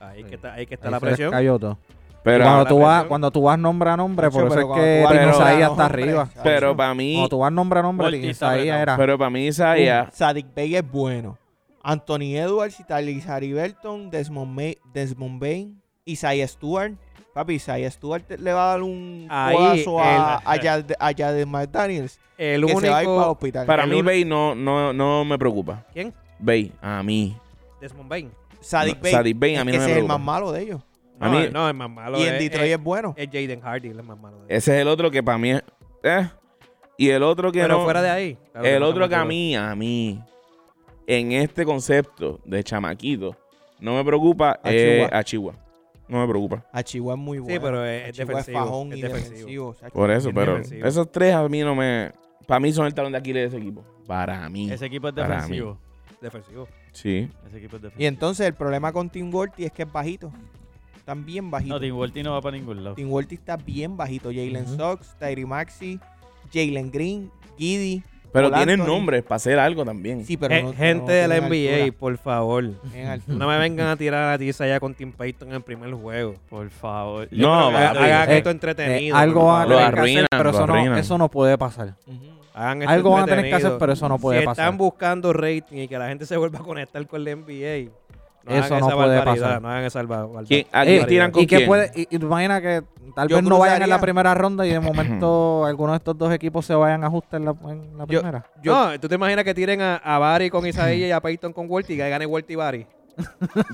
Speaker 2: Ahí
Speaker 5: Sí.
Speaker 2: que está, ahí que está
Speaker 5: Ahí
Speaker 2: la
Speaker 5: se les
Speaker 2: presión.
Speaker 5: cayó todo.
Speaker 3: Pero,
Speaker 5: cuando,
Speaker 2: la
Speaker 5: tú vas,
Speaker 2: presión-
Speaker 5: cuando tú vas nombre a nombre, por
Speaker 1: Nacho,
Speaker 5: eso
Speaker 1: pero
Speaker 5: es
Speaker 1: cuando
Speaker 5: que
Speaker 1: tú vas
Speaker 5: Team
Speaker 3: Pero-
Speaker 1: a
Speaker 5: Isaí
Speaker 1: los
Speaker 5: está
Speaker 1: hombres,
Speaker 5: arriba.
Speaker 1: chacho.
Speaker 3: pero para mí,
Speaker 5: Cuando tú vas nombre a nombre,
Speaker 4: Ortiz
Speaker 5: Team
Speaker 4: está
Speaker 5: Isaí
Speaker 4: apretado.
Speaker 5: era.
Speaker 3: pero para mí Isaiah,
Speaker 1: Sadik Bey es bueno. Anthony Edwards, Italizari Burton, Desmond, May- Desmond Bain, Isaiah Stewart. Papi, Isaiah Stewart te- le va a dar un
Speaker 2: Ahí,
Speaker 1: codazo a, a, Yad- a Jaden McDaniels.
Speaker 2: El
Speaker 1: Que se va a ir para el
Speaker 2: único.
Speaker 1: hospital.
Speaker 3: para
Speaker 2: el
Speaker 3: mí
Speaker 2: un-
Speaker 3: Bay no, no, no me preocupa.
Speaker 2: ¿Quién?
Speaker 3: Bay, a mí.
Speaker 2: Desmond Bain.
Speaker 1: Sadik
Speaker 3: No,
Speaker 1: Bey.
Speaker 3: Saddiq Bey a mí
Speaker 1: es que ese
Speaker 3: no me
Speaker 1: es el
Speaker 3: preocupa.
Speaker 1: más malo de ellos.
Speaker 3: A
Speaker 2: No,
Speaker 3: mí-
Speaker 2: eh, no, es más malo.
Speaker 1: y en
Speaker 2: es-
Speaker 1: Detroit
Speaker 2: es,
Speaker 1: es bueno.
Speaker 2: es Jaden Hardy, el más malo. de-
Speaker 3: Ese es el otro que para mí es... eh. Y el otro que
Speaker 2: Pero
Speaker 3: no-
Speaker 2: fuera de ahí. claro que
Speaker 3: El
Speaker 2: no está
Speaker 3: otro
Speaker 2: muy
Speaker 3: que a
Speaker 2: duro.
Speaker 3: mí, a mí, en este concepto de chamaquito, no me preocupa
Speaker 1: A
Speaker 3: eh,
Speaker 1: Chihuahua.
Speaker 3: a Chihuahua. No me preocupa.
Speaker 1: A Chihuahua es muy bueno.
Speaker 2: pero es- es
Speaker 1: Chihuahua
Speaker 2: defensivo,
Speaker 1: fajón
Speaker 2: es
Speaker 1: y
Speaker 2: defensivo.
Speaker 1: defensivo. chacho.
Speaker 3: Por eso,
Speaker 2: Bien
Speaker 3: pero
Speaker 2: defensivo.
Speaker 3: esos tres a mí no me... Para mí son el talón de Aquiles de ese equipo. Para mí.
Speaker 4: Ese equipo es
Speaker 3: Para mí.
Speaker 4: defensivo.
Speaker 2: Defensivo.
Speaker 3: Sí.
Speaker 4: Ese equipo es defensivo.
Speaker 1: Y entonces el problema con Tim Worthy es que es bajito. Están bien
Speaker 4: No,
Speaker 1: bajitos.
Speaker 4: Tim Walty no va para ningún lado.
Speaker 1: Tim Worthy está bien bajito. Jalen
Speaker 5: Ujú.
Speaker 1: Sox, Tyree Maxi, Jalen Green, Giddy.
Speaker 3: Pero
Speaker 1: Cole
Speaker 3: tienen
Speaker 1: Anthony.
Speaker 3: nombres para hacer algo también.
Speaker 1: Sí, pero
Speaker 2: Eh,
Speaker 1: no-
Speaker 2: gente
Speaker 1: no
Speaker 2: de la
Speaker 1: tienen
Speaker 2: NBA,
Speaker 1: altura,
Speaker 2: por favor.
Speaker 1: tienen altura.
Speaker 2: No me vengan a tirar a tiza ya con Tim Payton en el primer juego.
Speaker 4: Por favor. Yo
Speaker 3: No,
Speaker 4: creo que-
Speaker 2: Hagan
Speaker 3: papi.
Speaker 2: hagan
Speaker 5: eh,
Speaker 2: esto
Speaker 5: Eh,
Speaker 2: entretenido.
Speaker 5: algo
Speaker 2: por
Speaker 5: van a
Speaker 2: favor.
Speaker 3: Lo
Speaker 5: tener que hacer,
Speaker 3: arruinan,
Speaker 5: pero
Speaker 3: lo
Speaker 5: eso no,
Speaker 3: arruinan.
Speaker 5: eso no puede pasar.
Speaker 1: Ujú.
Speaker 2: Hagan esto
Speaker 5: Algo van a tener que hacer,
Speaker 2: entretenido.
Speaker 5: pero eso no
Speaker 2: si
Speaker 5: puede
Speaker 2: están
Speaker 5: pasar.
Speaker 2: buscando rating y que la gente se vuelva a conectar con la NBA, no
Speaker 5: Eso
Speaker 2: hagan
Speaker 5: no
Speaker 2: esa
Speaker 5: puede
Speaker 2: barbaridad,
Speaker 5: pasar.
Speaker 2: No hagan esa barba- barbaridad.
Speaker 3: ¿Quién- ¿A quién
Speaker 5: Eh,
Speaker 3: tiran con
Speaker 5: Y que
Speaker 3: quién?
Speaker 5: puede, y, y imagina que tal
Speaker 1: Yo
Speaker 5: vez no vayan en la
Speaker 1: cruzaría-
Speaker 5: primera ronda y de momento alguno de estos dos equipos se vayan a ajustar en la, en la
Speaker 1: Yo-
Speaker 5: primera.
Speaker 1: Yo-
Speaker 2: No, tú te imaginas que tiren a, a Barry con Isaías y a Payton con Walty y que gane Walty y Barry.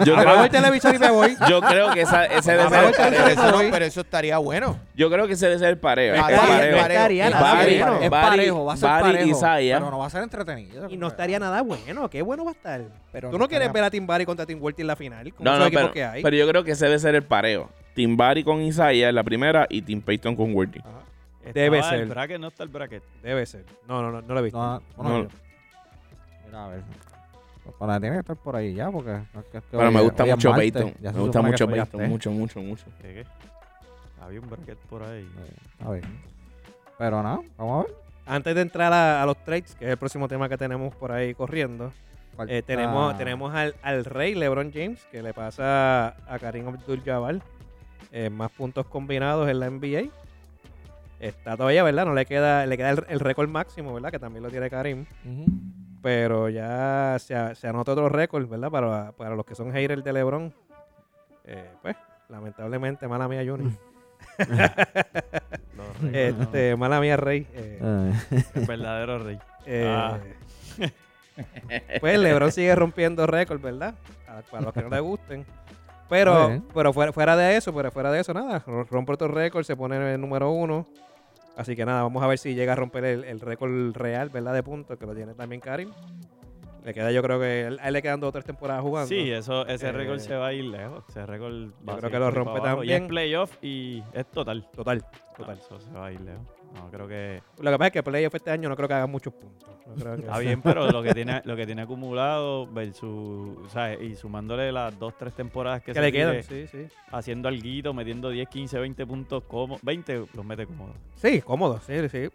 Speaker 3: Yo
Speaker 2: Apago
Speaker 3: creo,
Speaker 2: el televisor y me voy.
Speaker 3: yo creo que esa- ese debe
Speaker 2: Apago
Speaker 3: ser
Speaker 2: el
Speaker 3: el
Speaker 1: Pero
Speaker 3: pareo.
Speaker 1: eso, no, pero eso estaría bueno.
Speaker 3: Yo creo que ese debe ser el pareo.
Speaker 1: Ah,
Speaker 3: El
Speaker 1: sí,
Speaker 3: pareo.
Speaker 1: no estaría
Speaker 3: Es
Speaker 1: nada
Speaker 3: Barry-
Speaker 1: bueno.
Speaker 5: es
Speaker 3: Barry-
Speaker 5: parejo, va a ser
Speaker 3: Barry
Speaker 5: parejo.
Speaker 3: Isaiah.
Speaker 5: Pero no va a ser entretenido.
Speaker 2: Y no estaría nada bueno. Qué bueno va a estar.
Speaker 5: Pero
Speaker 2: tú no quieres
Speaker 5: estaría-
Speaker 2: ver a Tim Barry contra Tim Walty en la final. Con
Speaker 3: No,
Speaker 2: esos
Speaker 3: no,
Speaker 2: equipos
Speaker 3: pero,
Speaker 2: que hay.
Speaker 3: pero yo creo que ese debe ser el pareo. Tim Barry con Isaiah en la primera y Tim Payton con Worthy.
Speaker 4: Estaba
Speaker 2: Debe
Speaker 4: El
Speaker 2: ser.
Speaker 4: bracket no está el bracket.
Speaker 2: Debe ser. No, no, no, no lo he visto.
Speaker 5: No, bueno,
Speaker 3: No.
Speaker 5: Mira, a ver. Pues para tiene que estar por ahí ya, porque. es que- es que
Speaker 3: Pero me
Speaker 5: hoy-
Speaker 3: gusta
Speaker 5: hoy es
Speaker 3: mucho
Speaker 5: martes,
Speaker 3: Payton. Me
Speaker 5: ya se
Speaker 3: gusta
Speaker 5: supone que
Speaker 3: mucho
Speaker 5: eso ya
Speaker 3: Payton.
Speaker 5: esté.
Speaker 3: Mucho, mucho, mucho.
Speaker 4: ¿Qué? Había un bracket por ahí.
Speaker 5: Eh, A ver. Pero nada, vamos a ver.
Speaker 2: Antes de entrar a, a los trades, que es el próximo tema que tenemos por ahí corriendo, eh, tenemos,
Speaker 4: Ah.
Speaker 5: Falta-
Speaker 2: tenemos al, al rey LeBron James, que le pasa a Karim Abdul-Jabbar eh, más puntos combinados en la NBA. Está todavía, ¿verdad? No le queda, le queda el, el récord máximo, ¿verdad? Que también lo tiene Karim. Pero ya se, a- se anota otro récord, ¿verdad? Para, para los que son haters de LeBron. Eh, pues, lamentablemente, mala mía, Juni.
Speaker 4: No,
Speaker 2: este, Mala mía, Rey. Eh,
Speaker 5: Eh,
Speaker 4: El verdadero rey.
Speaker 2: Eh,
Speaker 4: Ah.
Speaker 2: pues LeBron sigue rompiendo récords, ¿verdad? A- Para los que no le gusten. Pero,
Speaker 5: Muy bien.
Speaker 2: pero fuera, fuera de eso, pero fuera de eso, nada. Ro- Rompe otro récord, se pone en el número uno. Así que nada, vamos a ver si llega a romper el, el récord real, ¿verdad? De puntos, que lo tiene también Karim. Le queda, yo creo que él- a él le quedan dos o tres temporadas jugando.
Speaker 4: Sí, eso, ese
Speaker 2: Eh,
Speaker 4: récord se va a ir lejos. Ese récord va
Speaker 2: creo
Speaker 4: a seguir
Speaker 2: que lo
Speaker 4: por
Speaker 2: rompe
Speaker 4: abajo. Y
Speaker 2: también.
Speaker 4: es playoff y es total.
Speaker 2: Total,
Speaker 4: Total.
Speaker 2: total.
Speaker 4: eso se va a ir lejos. No, creo que.
Speaker 2: Lo que pasa es que playoff este año no creo que haga muchos puntos. No creo que-
Speaker 4: Está bien, pero lo que tiene, lo que tiene acumulado versus. O sea, y sumándole las dos, tres temporadas que,
Speaker 2: Que
Speaker 4: se
Speaker 2: le
Speaker 4: tire
Speaker 2: quedan, sí, sí.
Speaker 4: haciendo alguito, metiendo 10, 15, 20 puntos cómodos. 20 los mete cómodos.
Speaker 2: Sí, cómodo, sí, sí.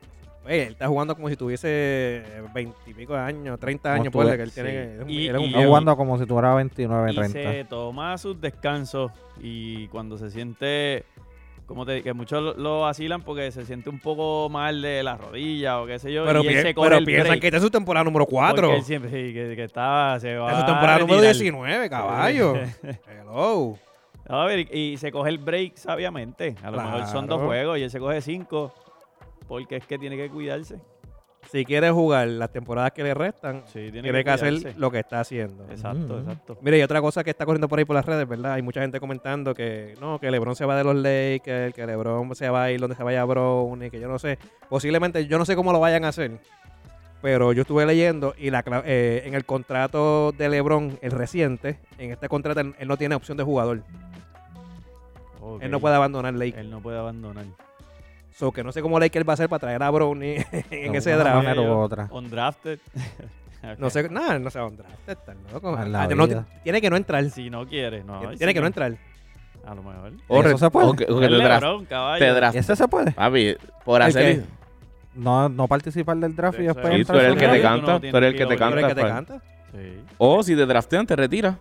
Speaker 2: Oye, él está jugando como si tuviese veintipico de años, 30
Speaker 5: Como
Speaker 2: años,
Speaker 5: estuve-
Speaker 2: ponle que él tiene. que-
Speaker 4: sí.
Speaker 2: es un-
Speaker 4: Y-
Speaker 2: él es un
Speaker 4: y-
Speaker 5: Está
Speaker 2: viejo.
Speaker 5: jugando como si tuviera 29,
Speaker 4: Y
Speaker 5: 30.
Speaker 4: se toma sus descansos y cuando se siente, como te que muchos lo, lo vacilan porque se siente un poco mal de la rodilla o qué sé yo.
Speaker 2: Pero,
Speaker 4: y él
Speaker 2: pi-
Speaker 4: se coge
Speaker 2: pero
Speaker 4: el
Speaker 2: piensan
Speaker 4: break,
Speaker 2: que esta es su temporada número
Speaker 4: porque
Speaker 2: 4.
Speaker 4: él siempre, sí, que, que está, se va
Speaker 2: Esta es su
Speaker 4: a
Speaker 2: temporada número
Speaker 4: retirar.
Speaker 2: 19, caballo. Hello.
Speaker 4: A ver, y se coge el break sabiamente. A lo mejor son dos
Speaker 2: Claro.
Speaker 4: juegos y él se coge cinco porque es que tiene que cuidarse.
Speaker 2: Si quiere jugar las temporadas que le restan,
Speaker 4: Sí, tiene,
Speaker 2: tiene, que, hacer
Speaker 4: cuidarse.
Speaker 2: lo Mm. que está haciendo.
Speaker 4: Exacto,
Speaker 5: Ujú.
Speaker 4: exacto.
Speaker 2: Mira, y otra cosa que está corriendo por ahí por las redes, ¿verdad? Hay mucha gente comentando que no, que LeBron se va de los Lakers, que LeBron se va a ir donde se vaya Brown, y que yo no sé. Posiblemente, yo no sé cómo lo vayan a hacer, pero yo estuve leyendo y la, cla- eh, en el contrato de LeBron, el reciente, en este contrato él, él no tiene opción de jugador.
Speaker 4: Ok.
Speaker 2: Él no puede abandonar Lakers.
Speaker 4: Él no puede abandonar.
Speaker 2: So que no sé cómo Lakers va a hacer para traer a Brown y- en
Speaker 5: De
Speaker 2: ese
Speaker 5: alguna
Speaker 2: draft.
Speaker 5: manera u
Speaker 4: Ellos-
Speaker 5: otra.
Speaker 4: Undrafted. Ok.
Speaker 2: No sé, nada, no se va a entrar. Está loco.
Speaker 5: A la
Speaker 2: Ah, no,
Speaker 5: vida.
Speaker 2: tiene que no entrar.
Speaker 4: Si no quiere, no.
Speaker 2: Tiene
Speaker 4: ay,
Speaker 2: que
Speaker 4: sí,
Speaker 2: no entrar.
Speaker 4: A lo mejor.
Speaker 3: O,
Speaker 5: ¿Eso
Speaker 3: re-
Speaker 5: se puede?
Speaker 3: o que, o que
Speaker 4: Es
Speaker 3: te, dra-
Speaker 4: Lebrón, caballo.
Speaker 3: te draft-
Speaker 5: ¿Ese se puede?
Speaker 3: Papi, por
Speaker 2: ¿El
Speaker 3: hacer.
Speaker 2: qué?
Speaker 5: No, no participar del draft y
Speaker 4: Eso
Speaker 5: después
Speaker 4: es.
Speaker 3: Sí, tú
Speaker 5: entrar.
Speaker 3: eres el
Speaker 5: solo.
Speaker 3: que
Speaker 4: Tú
Speaker 3: te
Speaker 4: no
Speaker 3: canta.
Speaker 4: tienes
Speaker 3: Tú eres el que
Speaker 4: que
Speaker 3: te
Speaker 4: ir a
Speaker 2: ¿Tú
Speaker 3: canta.
Speaker 2: crees que te
Speaker 3: pa.
Speaker 2: canta?
Speaker 4: Sí.
Speaker 3: O si te draftean, te retiras.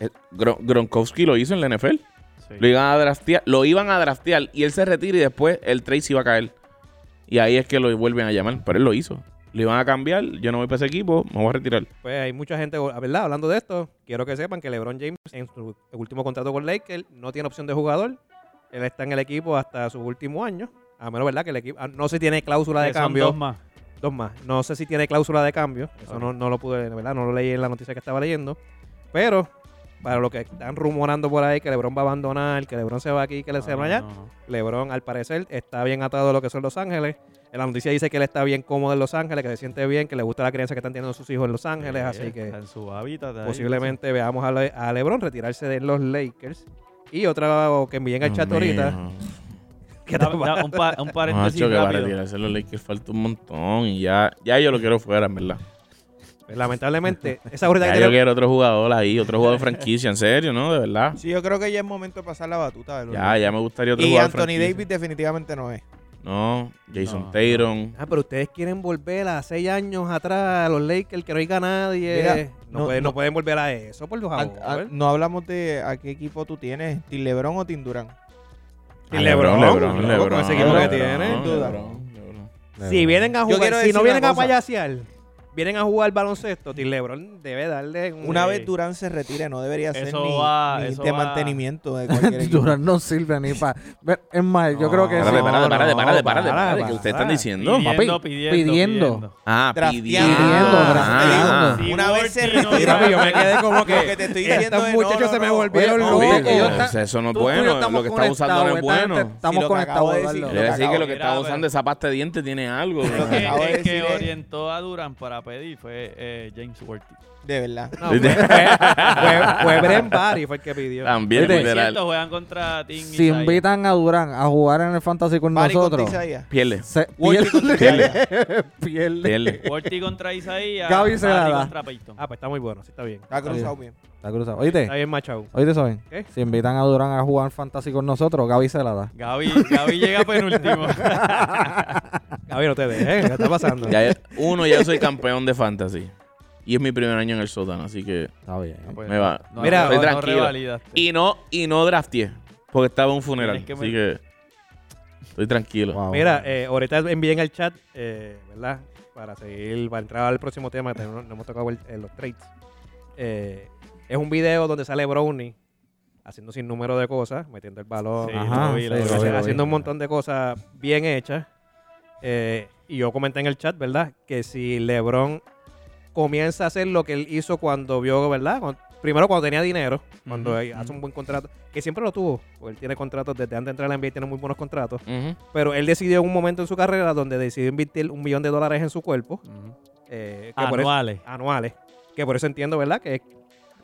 Speaker 3: El- Gron- Gronkowski lo hizo en la NFL.
Speaker 4: sí.
Speaker 3: Lo iban a draftear, lo iban a draftear y él se retira y después el trade se iba a caer. Y ahí es que lo vuelven a llamar, pero él lo hizo. Lo iban a cambiar, yo no voy para ese equipo, me voy a retirar.
Speaker 2: Pues hay mucha gente, ¿verdad? Hablando de esto, quiero que sepan que LeBron James en su último contrato con Lakers no tiene opción de jugador. Él está en el equipo hasta su último año. A menos, ¿verdad? Que el equipo. ah, No sé si tiene cláusula de
Speaker 4: Que son
Speaker 2: cambio.
Speaker 4: dos más.
Speaker 2: dos más. No sé si tiene cláusula de cambio. Eso
Speaker 4: Ok.
Speaker 2: no, no lo pude, ¿verdad? No lo leí en la noticia que estaba leyendo. Pero, para lo que están rumorando por ahí, que LeBron va a abandonar, que LeBron se va aquí, que le se
Speaker 4: No,
Speaker 2: va allá.
Speaker 4: Ah, no, no.
Speaker 2: LeBron, al parecer, está bien atado a lo que son Los Ángeles. En la noticia dice que él está bien cómodo en Los Ángeles, que se siente bien, que le gusta la crianza que están teniendo sus hijos en Los Ángeles.
Speaker 4: Sí,
Speaker 2: así que
Speaker 4: está en su hábitat. ahí,
Speaker 2: posiblemente veamos a, Le- a LeBron retirarse de los Lakers. Y otra o que envíen al chat ahorita. que
Speaker 4: sí. Da- da- un, pa- un paréntesis
Speaker 3: Macho, que va a
Speaker 4: rápido.
Speaker 3: retirarse los Lakers, falta un montón y ya, ya yo lo quiero fuera, en verdad.
Speaker 2: Lamentablemente, esa ahorita que
Speaker 3: Ya yo
Speaker 2: tiene-
Speaker 3: quiero otro jugador ahí, otro jugador de franquicia, en serio, ¿no? De verdad.
Speaker 1: Sí, yo creo que ya es momento de pasar la batuta de los
Speaker 3: Ya, ya me gustaría otro
Speaker 1: Y
Speaker 3: jugador de
Speaker 1: Anthony
Speaker 3: franquicia.
Speaker 1: Davis definitivamente no es.
Speaker 3: No, Jason
Speaker 4: No, no.
Speaker 3: Tatum.
Speaker 2: Ah, pero ustedes quieren volver a seis años atrás a los Lakers, que no oiga a nadie.
Speaker 1: Mira,
Speaker 2: no,
Speaker 1: no-
Speaker 2: pueden, no
Speaker 1: no-
Speaker 2: pueden volver a eso, por favor.
Speaker 1: An- an- no hablamos de a qué equipo tú tienes, Tim LeBron o Tim Durant.
Speaker 3: Ah,
Speaker 2: Y LeBron,
Speaker 3: LeBron,
Speaker 2: loco,
Speaker 3: LeBron.
Speaker 2: con ese equipo que
Speaker 3: LeBron,
Speaker 2: tiene,
Speaker 3: LeBron,
Speaker 1: duda.
Speaker 3: LeBron, LeBron.
Speaker 2: Si vienen a
Speaker 1: Yo
Speaker 2: jugar,
Speaker 1: quiero
Speaker 2: si no
Speaker 1: decir
Speaker 2: vienen
Speaker 1: una
Speaker 2: a
Speaker 1: cosa.
Speaker 2: payasear, vienen a jugar baloncesto, Tim LeBron debe darle un- eh,
Speaker 1: Una
Speaker 4: Sí.
Speaker 1: vez Durant se retire, no debería ser
Speaker 4: Eso
Speaker 1: ni,
Speaker 4: va-
Speaker 1: ni
Speaker 4: eso
Speaker 1: de
Speaker 4: va.
Speaker 1: mantenimiento de cualquier equipo.
Speaker 5: Durant no sirve ni para. Es más, yo creo que.
Speaker 2: No,
Speaker 5: sí.
Speaker 3: Párate, párate, párate,
Speaker 2: no,
Speaker 3: párate, párate,
Speaker 2: para,
Speaker 3: párate, que
Speaker 2: para.
Speaker 3: ustedes están diciendo.
Speaker 4: Pidiendo,
Speaker 5: papi,
Speaker 4: pidiendo,
Speaker 5: pidiendo.
Speaker 3: Ah,
Speaker 1: Drafteando.
Speaker 3: pidiendo.
Speaker 1: Pidiendo,
Speaker 3: Ah,
Speaker 1: drafteando.
Speaker 4: Sí,
Speaker 1: Una vez se
Speaker 4: Bortino,
Speaker 1: retira.
Speaker 2: Papi, yo me quedé como
Speaker 1: Lo
Speaker 2: que.
Speaker 1: que te estoy diciendo
Speaker 2: Estos
Speaker 1: es, no,
Speaker 2: muchachos
Speaker 1: no,
Speaker 2: se me
Speaker 1: no.
Speaker 2: volvieron
Speaker 5: Oye,
Speaker 3: Ah,
Speaker 5: Loco,
Speaker 3: ¿viste?
Speaker 5: ellos
Speaker 2: locos.
Speaker 5: están-
Speaker 3: O sea, eso no es
Speaker 5: Tú- tú y yo
Speaker 3: bueno. Lo
Speaker 5: estamos
Speaker 3: que está usando no es
Speaker 5: conectados,
Speaker 3: bueno. Eh.
Speaker 5: esta gente Estamos
Speaker 1: Sí, lo que acabo
Speaker 5: conectados,
Speaker 1: de
Speaker 5: Eduardo.
Speaker 1: decir.
Speaker 3: Quiere decir que lo que
Speaker 4: Mira,
Speaker 3: está
Speaker 4: pero-
Speaker 3: usando esa pasta de dientes tiene algo.
Speaker 1: Lo que acabo de
Speaker 4: Eh, El que
Speaker 1: decir es-
Speaker 4: orientó a Durant para pedir fue eh, James Worthy.
Speaker 1: De verdad.
Speaker 2: No, fue, fue, fue Brent Barry fue el que pidió.
Speaker 3: También,
Speaker 4: Por
Speaker 3: literal.
Speaker 4: cierto, juegan contra Team
Speaker 5: Si
Speaker 4: Isaiah.
Speaker 5: invitan a Durán a jugar en el Fantasy con
Speaker 1: Mari con
Speaker 5: nosotros,
Speaker 1: Tizaya.
Speaker 3: Pierde.
Speaker 5: se
Speaker 1: Walter con
Speaker 5: pierde. pierde.
Speaker 3: Pierde.
Speaker 4: Worthy contra Isaías.
Speaker 5: Gaby se la da.
Speaker 4: contra Peyton.
Speaker 2: Ah, pues está muy bueno, sí está bien.
Speaker 1: Está cruzado bien.
Speaker 5: Está cruzado. Oíste,
Speaker 2: Está bien machado.
Speaker 5: oíste, Soben.
Speaker 2: ¿Qué?
Speaker 5: Si invitan a Durán a jugar Fantasy con nosotros, Gaby se la da.
Speaker 4: Gaby, Gaby llega penúltimo.
Speaker 2: Gaby, no te dejes, ¿qué está pasando?
Speaker 3: Ya, eh, uno, ya soy campeón de fantasy. Y es mi primer año en el sótano, así que
Speaker 5: Está
Speaker 2: Ah,
Speaker 5: bien.
Speaker 2: pues,
Speaker 3: me va.
Speaker 2: Mira,
Speaker 3: estoy tranquilo.
Speaker 4: revalidaste.
Speaker 3: Y no, y no drafteé. Porque estaba en un funeral.
Speaker 4: Tienes que
Speaker 3: Así que estoy tranquilo.
Speaker 5: Wow.
Speaker 2: Mira, eh, ahorita envíen al chat, eh, ¿verdad? Para seguir, para entrar al próximo tema, que no, no hemos tocado el- eh, los trades. Eh, es un video donde sale Brownie haciendo sin número de cosas, metiendo el balón,
Speaker 4: Sí,
Speaker 5: Ajá,
Speaker 4: lo vi, lo
Speaker 5: sí,
Speaker 4: vi.
Speaker 5: lo vi, lo vi.
Speaker 2: haciendo un montón de cosas bien hechas. Eh, y yo comenté en el chat, ¿verdad? Que si LeBron comienza a hacer lo que él hizo cuando vio, ¿verdad? Cuando- primero cuando tenía dinero, cuando
Speaker 4: Ujú,
Speaker 2: eh, hace un buen contrato, que siempre lo tuvo, porque él tiene contratos desde antes de entrar a la NBA, tiene muy buenos contratos.
Speaker 3: Ujú.
Speaker 2: Pero él decidió en un momento en su carrera donde decidió invertir un millón de dólares en su cuerpo.
Speaker 4: Ujú.
Speaker 2: eh, que por eso-
Speaker 4: Anuales.
Speaker 2: anuales. Que por eso entiendo, ¿verdad? Que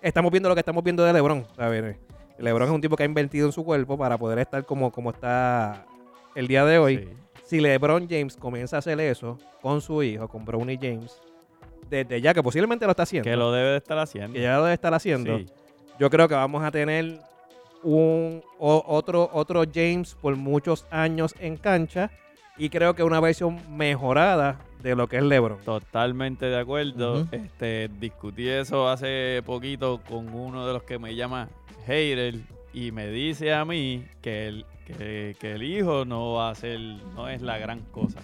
Speaker 2: estamos viendo lo que estamos viendo de LeBron. ¿sabes? LeBron es un tipo que ha invertido en su cuerpo para poder estar como, como está el día de hoy.
Speaker 4: Sí.
Speaker 2: Si LeBron James comienza a hacer eso con su hijo, con Brownie James, desde ya que posiblemente lo está haciendo,
Speaker 4: Que
Speaker 2: que,
Speaker 4: lo debe de estar haciendo.
Speaker 2: ya lo debe estar haciendo,
Speaker 4: Sí.
Speaker 2: yo creo que vamos a tener un o- otro, otro James por muchos años en cancha y creo que una versión mejorada de lo que es LeBron.
Speaker 4: Totalmente de acuerdo.
Speaker 5: Ujú.
Speaker 4: Este, discutí eso hace poquito con uno de los que me llama hater y me dice a mí que el, que, que el hijo no va a ser, no es la gran cosa.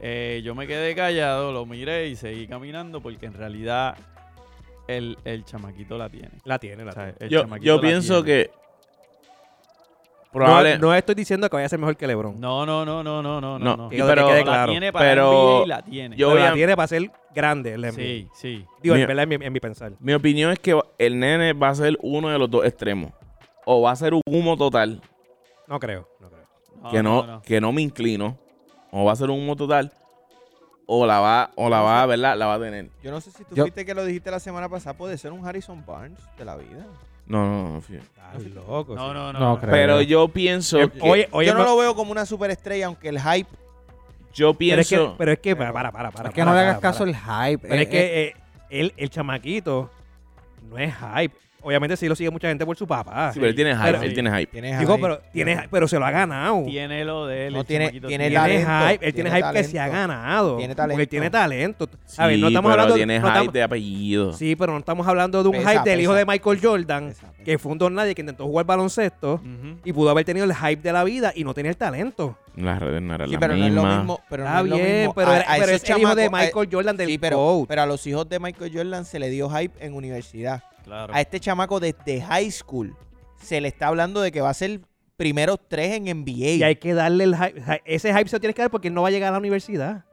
Speaker 4: Eh, yo me quedé callado, lo miré y seguí caminando porque en realidad el, el chamaquito la tiene.
Speaker 2: La tiene, la
Speaker 4: O sea,
Speaker 2: tiene.
Speaker 4: el
Speaker 3: Yo,
Speaker 4: chamaquito
Speaker 3: yo
Speaker 4: la
Speaker 3: pienso
Speaker 4: tiene.
Speaker 3: que.
Speaker 2: No,
Speaker 3: Probable.
Speaker 2: no estoy diciendo que vaya a ser mejor que LeBron.
Speaker 4: No, no, no, no, no,
Speaker 3: No,
Speaker 4: no, no. no.
Speaker 2: que quede
Speaker 4: la
Speaker 2: claro,
Speaker 4: tiene para
Speaker 3: pero
Speaker 4: NBA y la tiene.
Speaker 3: yo-
Speaker 2: Pero la
Speaker 3: obvia-
Speaker 2: tiene para ser grande. el NBA.
Speaker 4: sí, sí.
Speaker 2: Digo, en
Speaker 3: Mira.
Speaker 2: verdad, en mi, en mi pensar.
Speaker 3: Mi opinión es que va- el nene va a ser uno de los dos extremos. O va a ser un humo total,
Speaker 2: No creo, no creo.
Speaker 3: que, no, que no me inclino. O va a ser un humo total. O la va, o la va, ¿verdad? La va a tener.
Speaker 1: Yo no sé si tú
Speaker 5: Yo-
Speaker 1: viste que lo dijiste la semana pasada, puede ser un Harrison Barnes de la vida.
Speaker 3: No, no, no. fíjate.
Speaker 2: Estás loco.
Speaker 4: No,
Speaker 2: sí.
Speaker 4: no, no.
Speaker 5: No
Speaker 4: no.
Speaker 5: creo.
Speaker 3: Pero yo pienso.
Speaker 2: Eh,
Speaker 3: que-
Speaker 2: Oye, oye,
Speaker 1: Yo no
Speaker 2: ma-
Speaker 1: lo veo como una superestrella, aunque el hype
Speaker 3: yo
Speaker 2: pero, es
Speaker 3: pienso.
Speaker 2: que, pero es que, para, para, para. para,
Speaker 5: Es que no le
Speaker 2: para,
Speaker 5: hagas caso
Speaker 2: para.
Speaker 5: al hype.
Speaker 2: Pero
Speaker 5: eh,
Speaker 2: es que eh, el, el chamaquito no es hype. Obviamente sí lo sigue mucha gente por su papá.
Speaker 3: sí, pero él tiene hype.
Speaker 2: Pero-
Speaker 3: él tiene hype.
Speaker 1: tiene
Speaker 2: Digo,
Speaker 1: hype.
Speaker 2: pero, tiene, hype, pero se lo ha ganado.
Speaker 4: Tiene lo de él.
Speaker 1: No
Speaker 4: el
Speaker 1: tiene-
Speaker 4: chamaquito
Speaker 1: tiene
Speaker 2: Tiene
Speaker 1: talento,
Speaker 2: hype, él
Speaker 1: tiene
Speaker 2: tiene hype que se ha
Speaker 1: talento.
Speaker 2: ganado.
Speaker 1: Tiene
Speaker 2: Porque él tiene talento.
Speaker 3: Sí,
Speaker 2: A ver, no estamos
Speaker 3: pero
Speaker 2: hablando
Speaker 3: tiene
Speaker 2: no
Speaker 3: hype
Speaker 2: estamos-
Speaker 3: de apellido.
Speaker 2: Sí, pero no estamos hablando de un
Speaker 1: Pesa,
Speaker 2: hype del hijo
Speaker 1: pesa.
Speaker 2: de Michael Jordan,
Speaker 1: Pesa, pesa.
Speaker 2: que fue un don nadie que intentó jugar baloncesto
Speaker 4: Ujú.
Speaker 2: y pudo haber tenido el hype de la vida y no tenía el talento.
Speaker 3: Las redes no eran
Speaker 1: Sí,
Speaker 3: las
Speaker 1: pero no es lo
Speaker 3: mismas.
Speaker 1: mismo. Pero no
Speaker 2: Está
Speaker 1: es lo
Speaker 2: bien,
Speaker 1: mismo.
Speaker 2: pero,
Speaker 1: A-
Speaker 2: era-
Speaker 1: a
Speaker 2: pero
Speaker 1: esos
Speaker 2: es el hijo de
Speaker 1: chamacos- a-
Speaker 2: Michael Jordan del
Speaker 1: sí, pero,
Speaker 2: coach.
Speaker 1: pero a los hijos de Michael Jordan se le dio hype en universidad.
Speaker 4: Claro.
Speaker 1: A este chamaco desde high school se le está hablando de que va a ser primeros tres en
Speaker 2: y hay
Speaker 1: NBA.
Speaker 2: que darle el hype. hy- Ese hype se lo tienes que dar porque él no va a llegar a la universidad.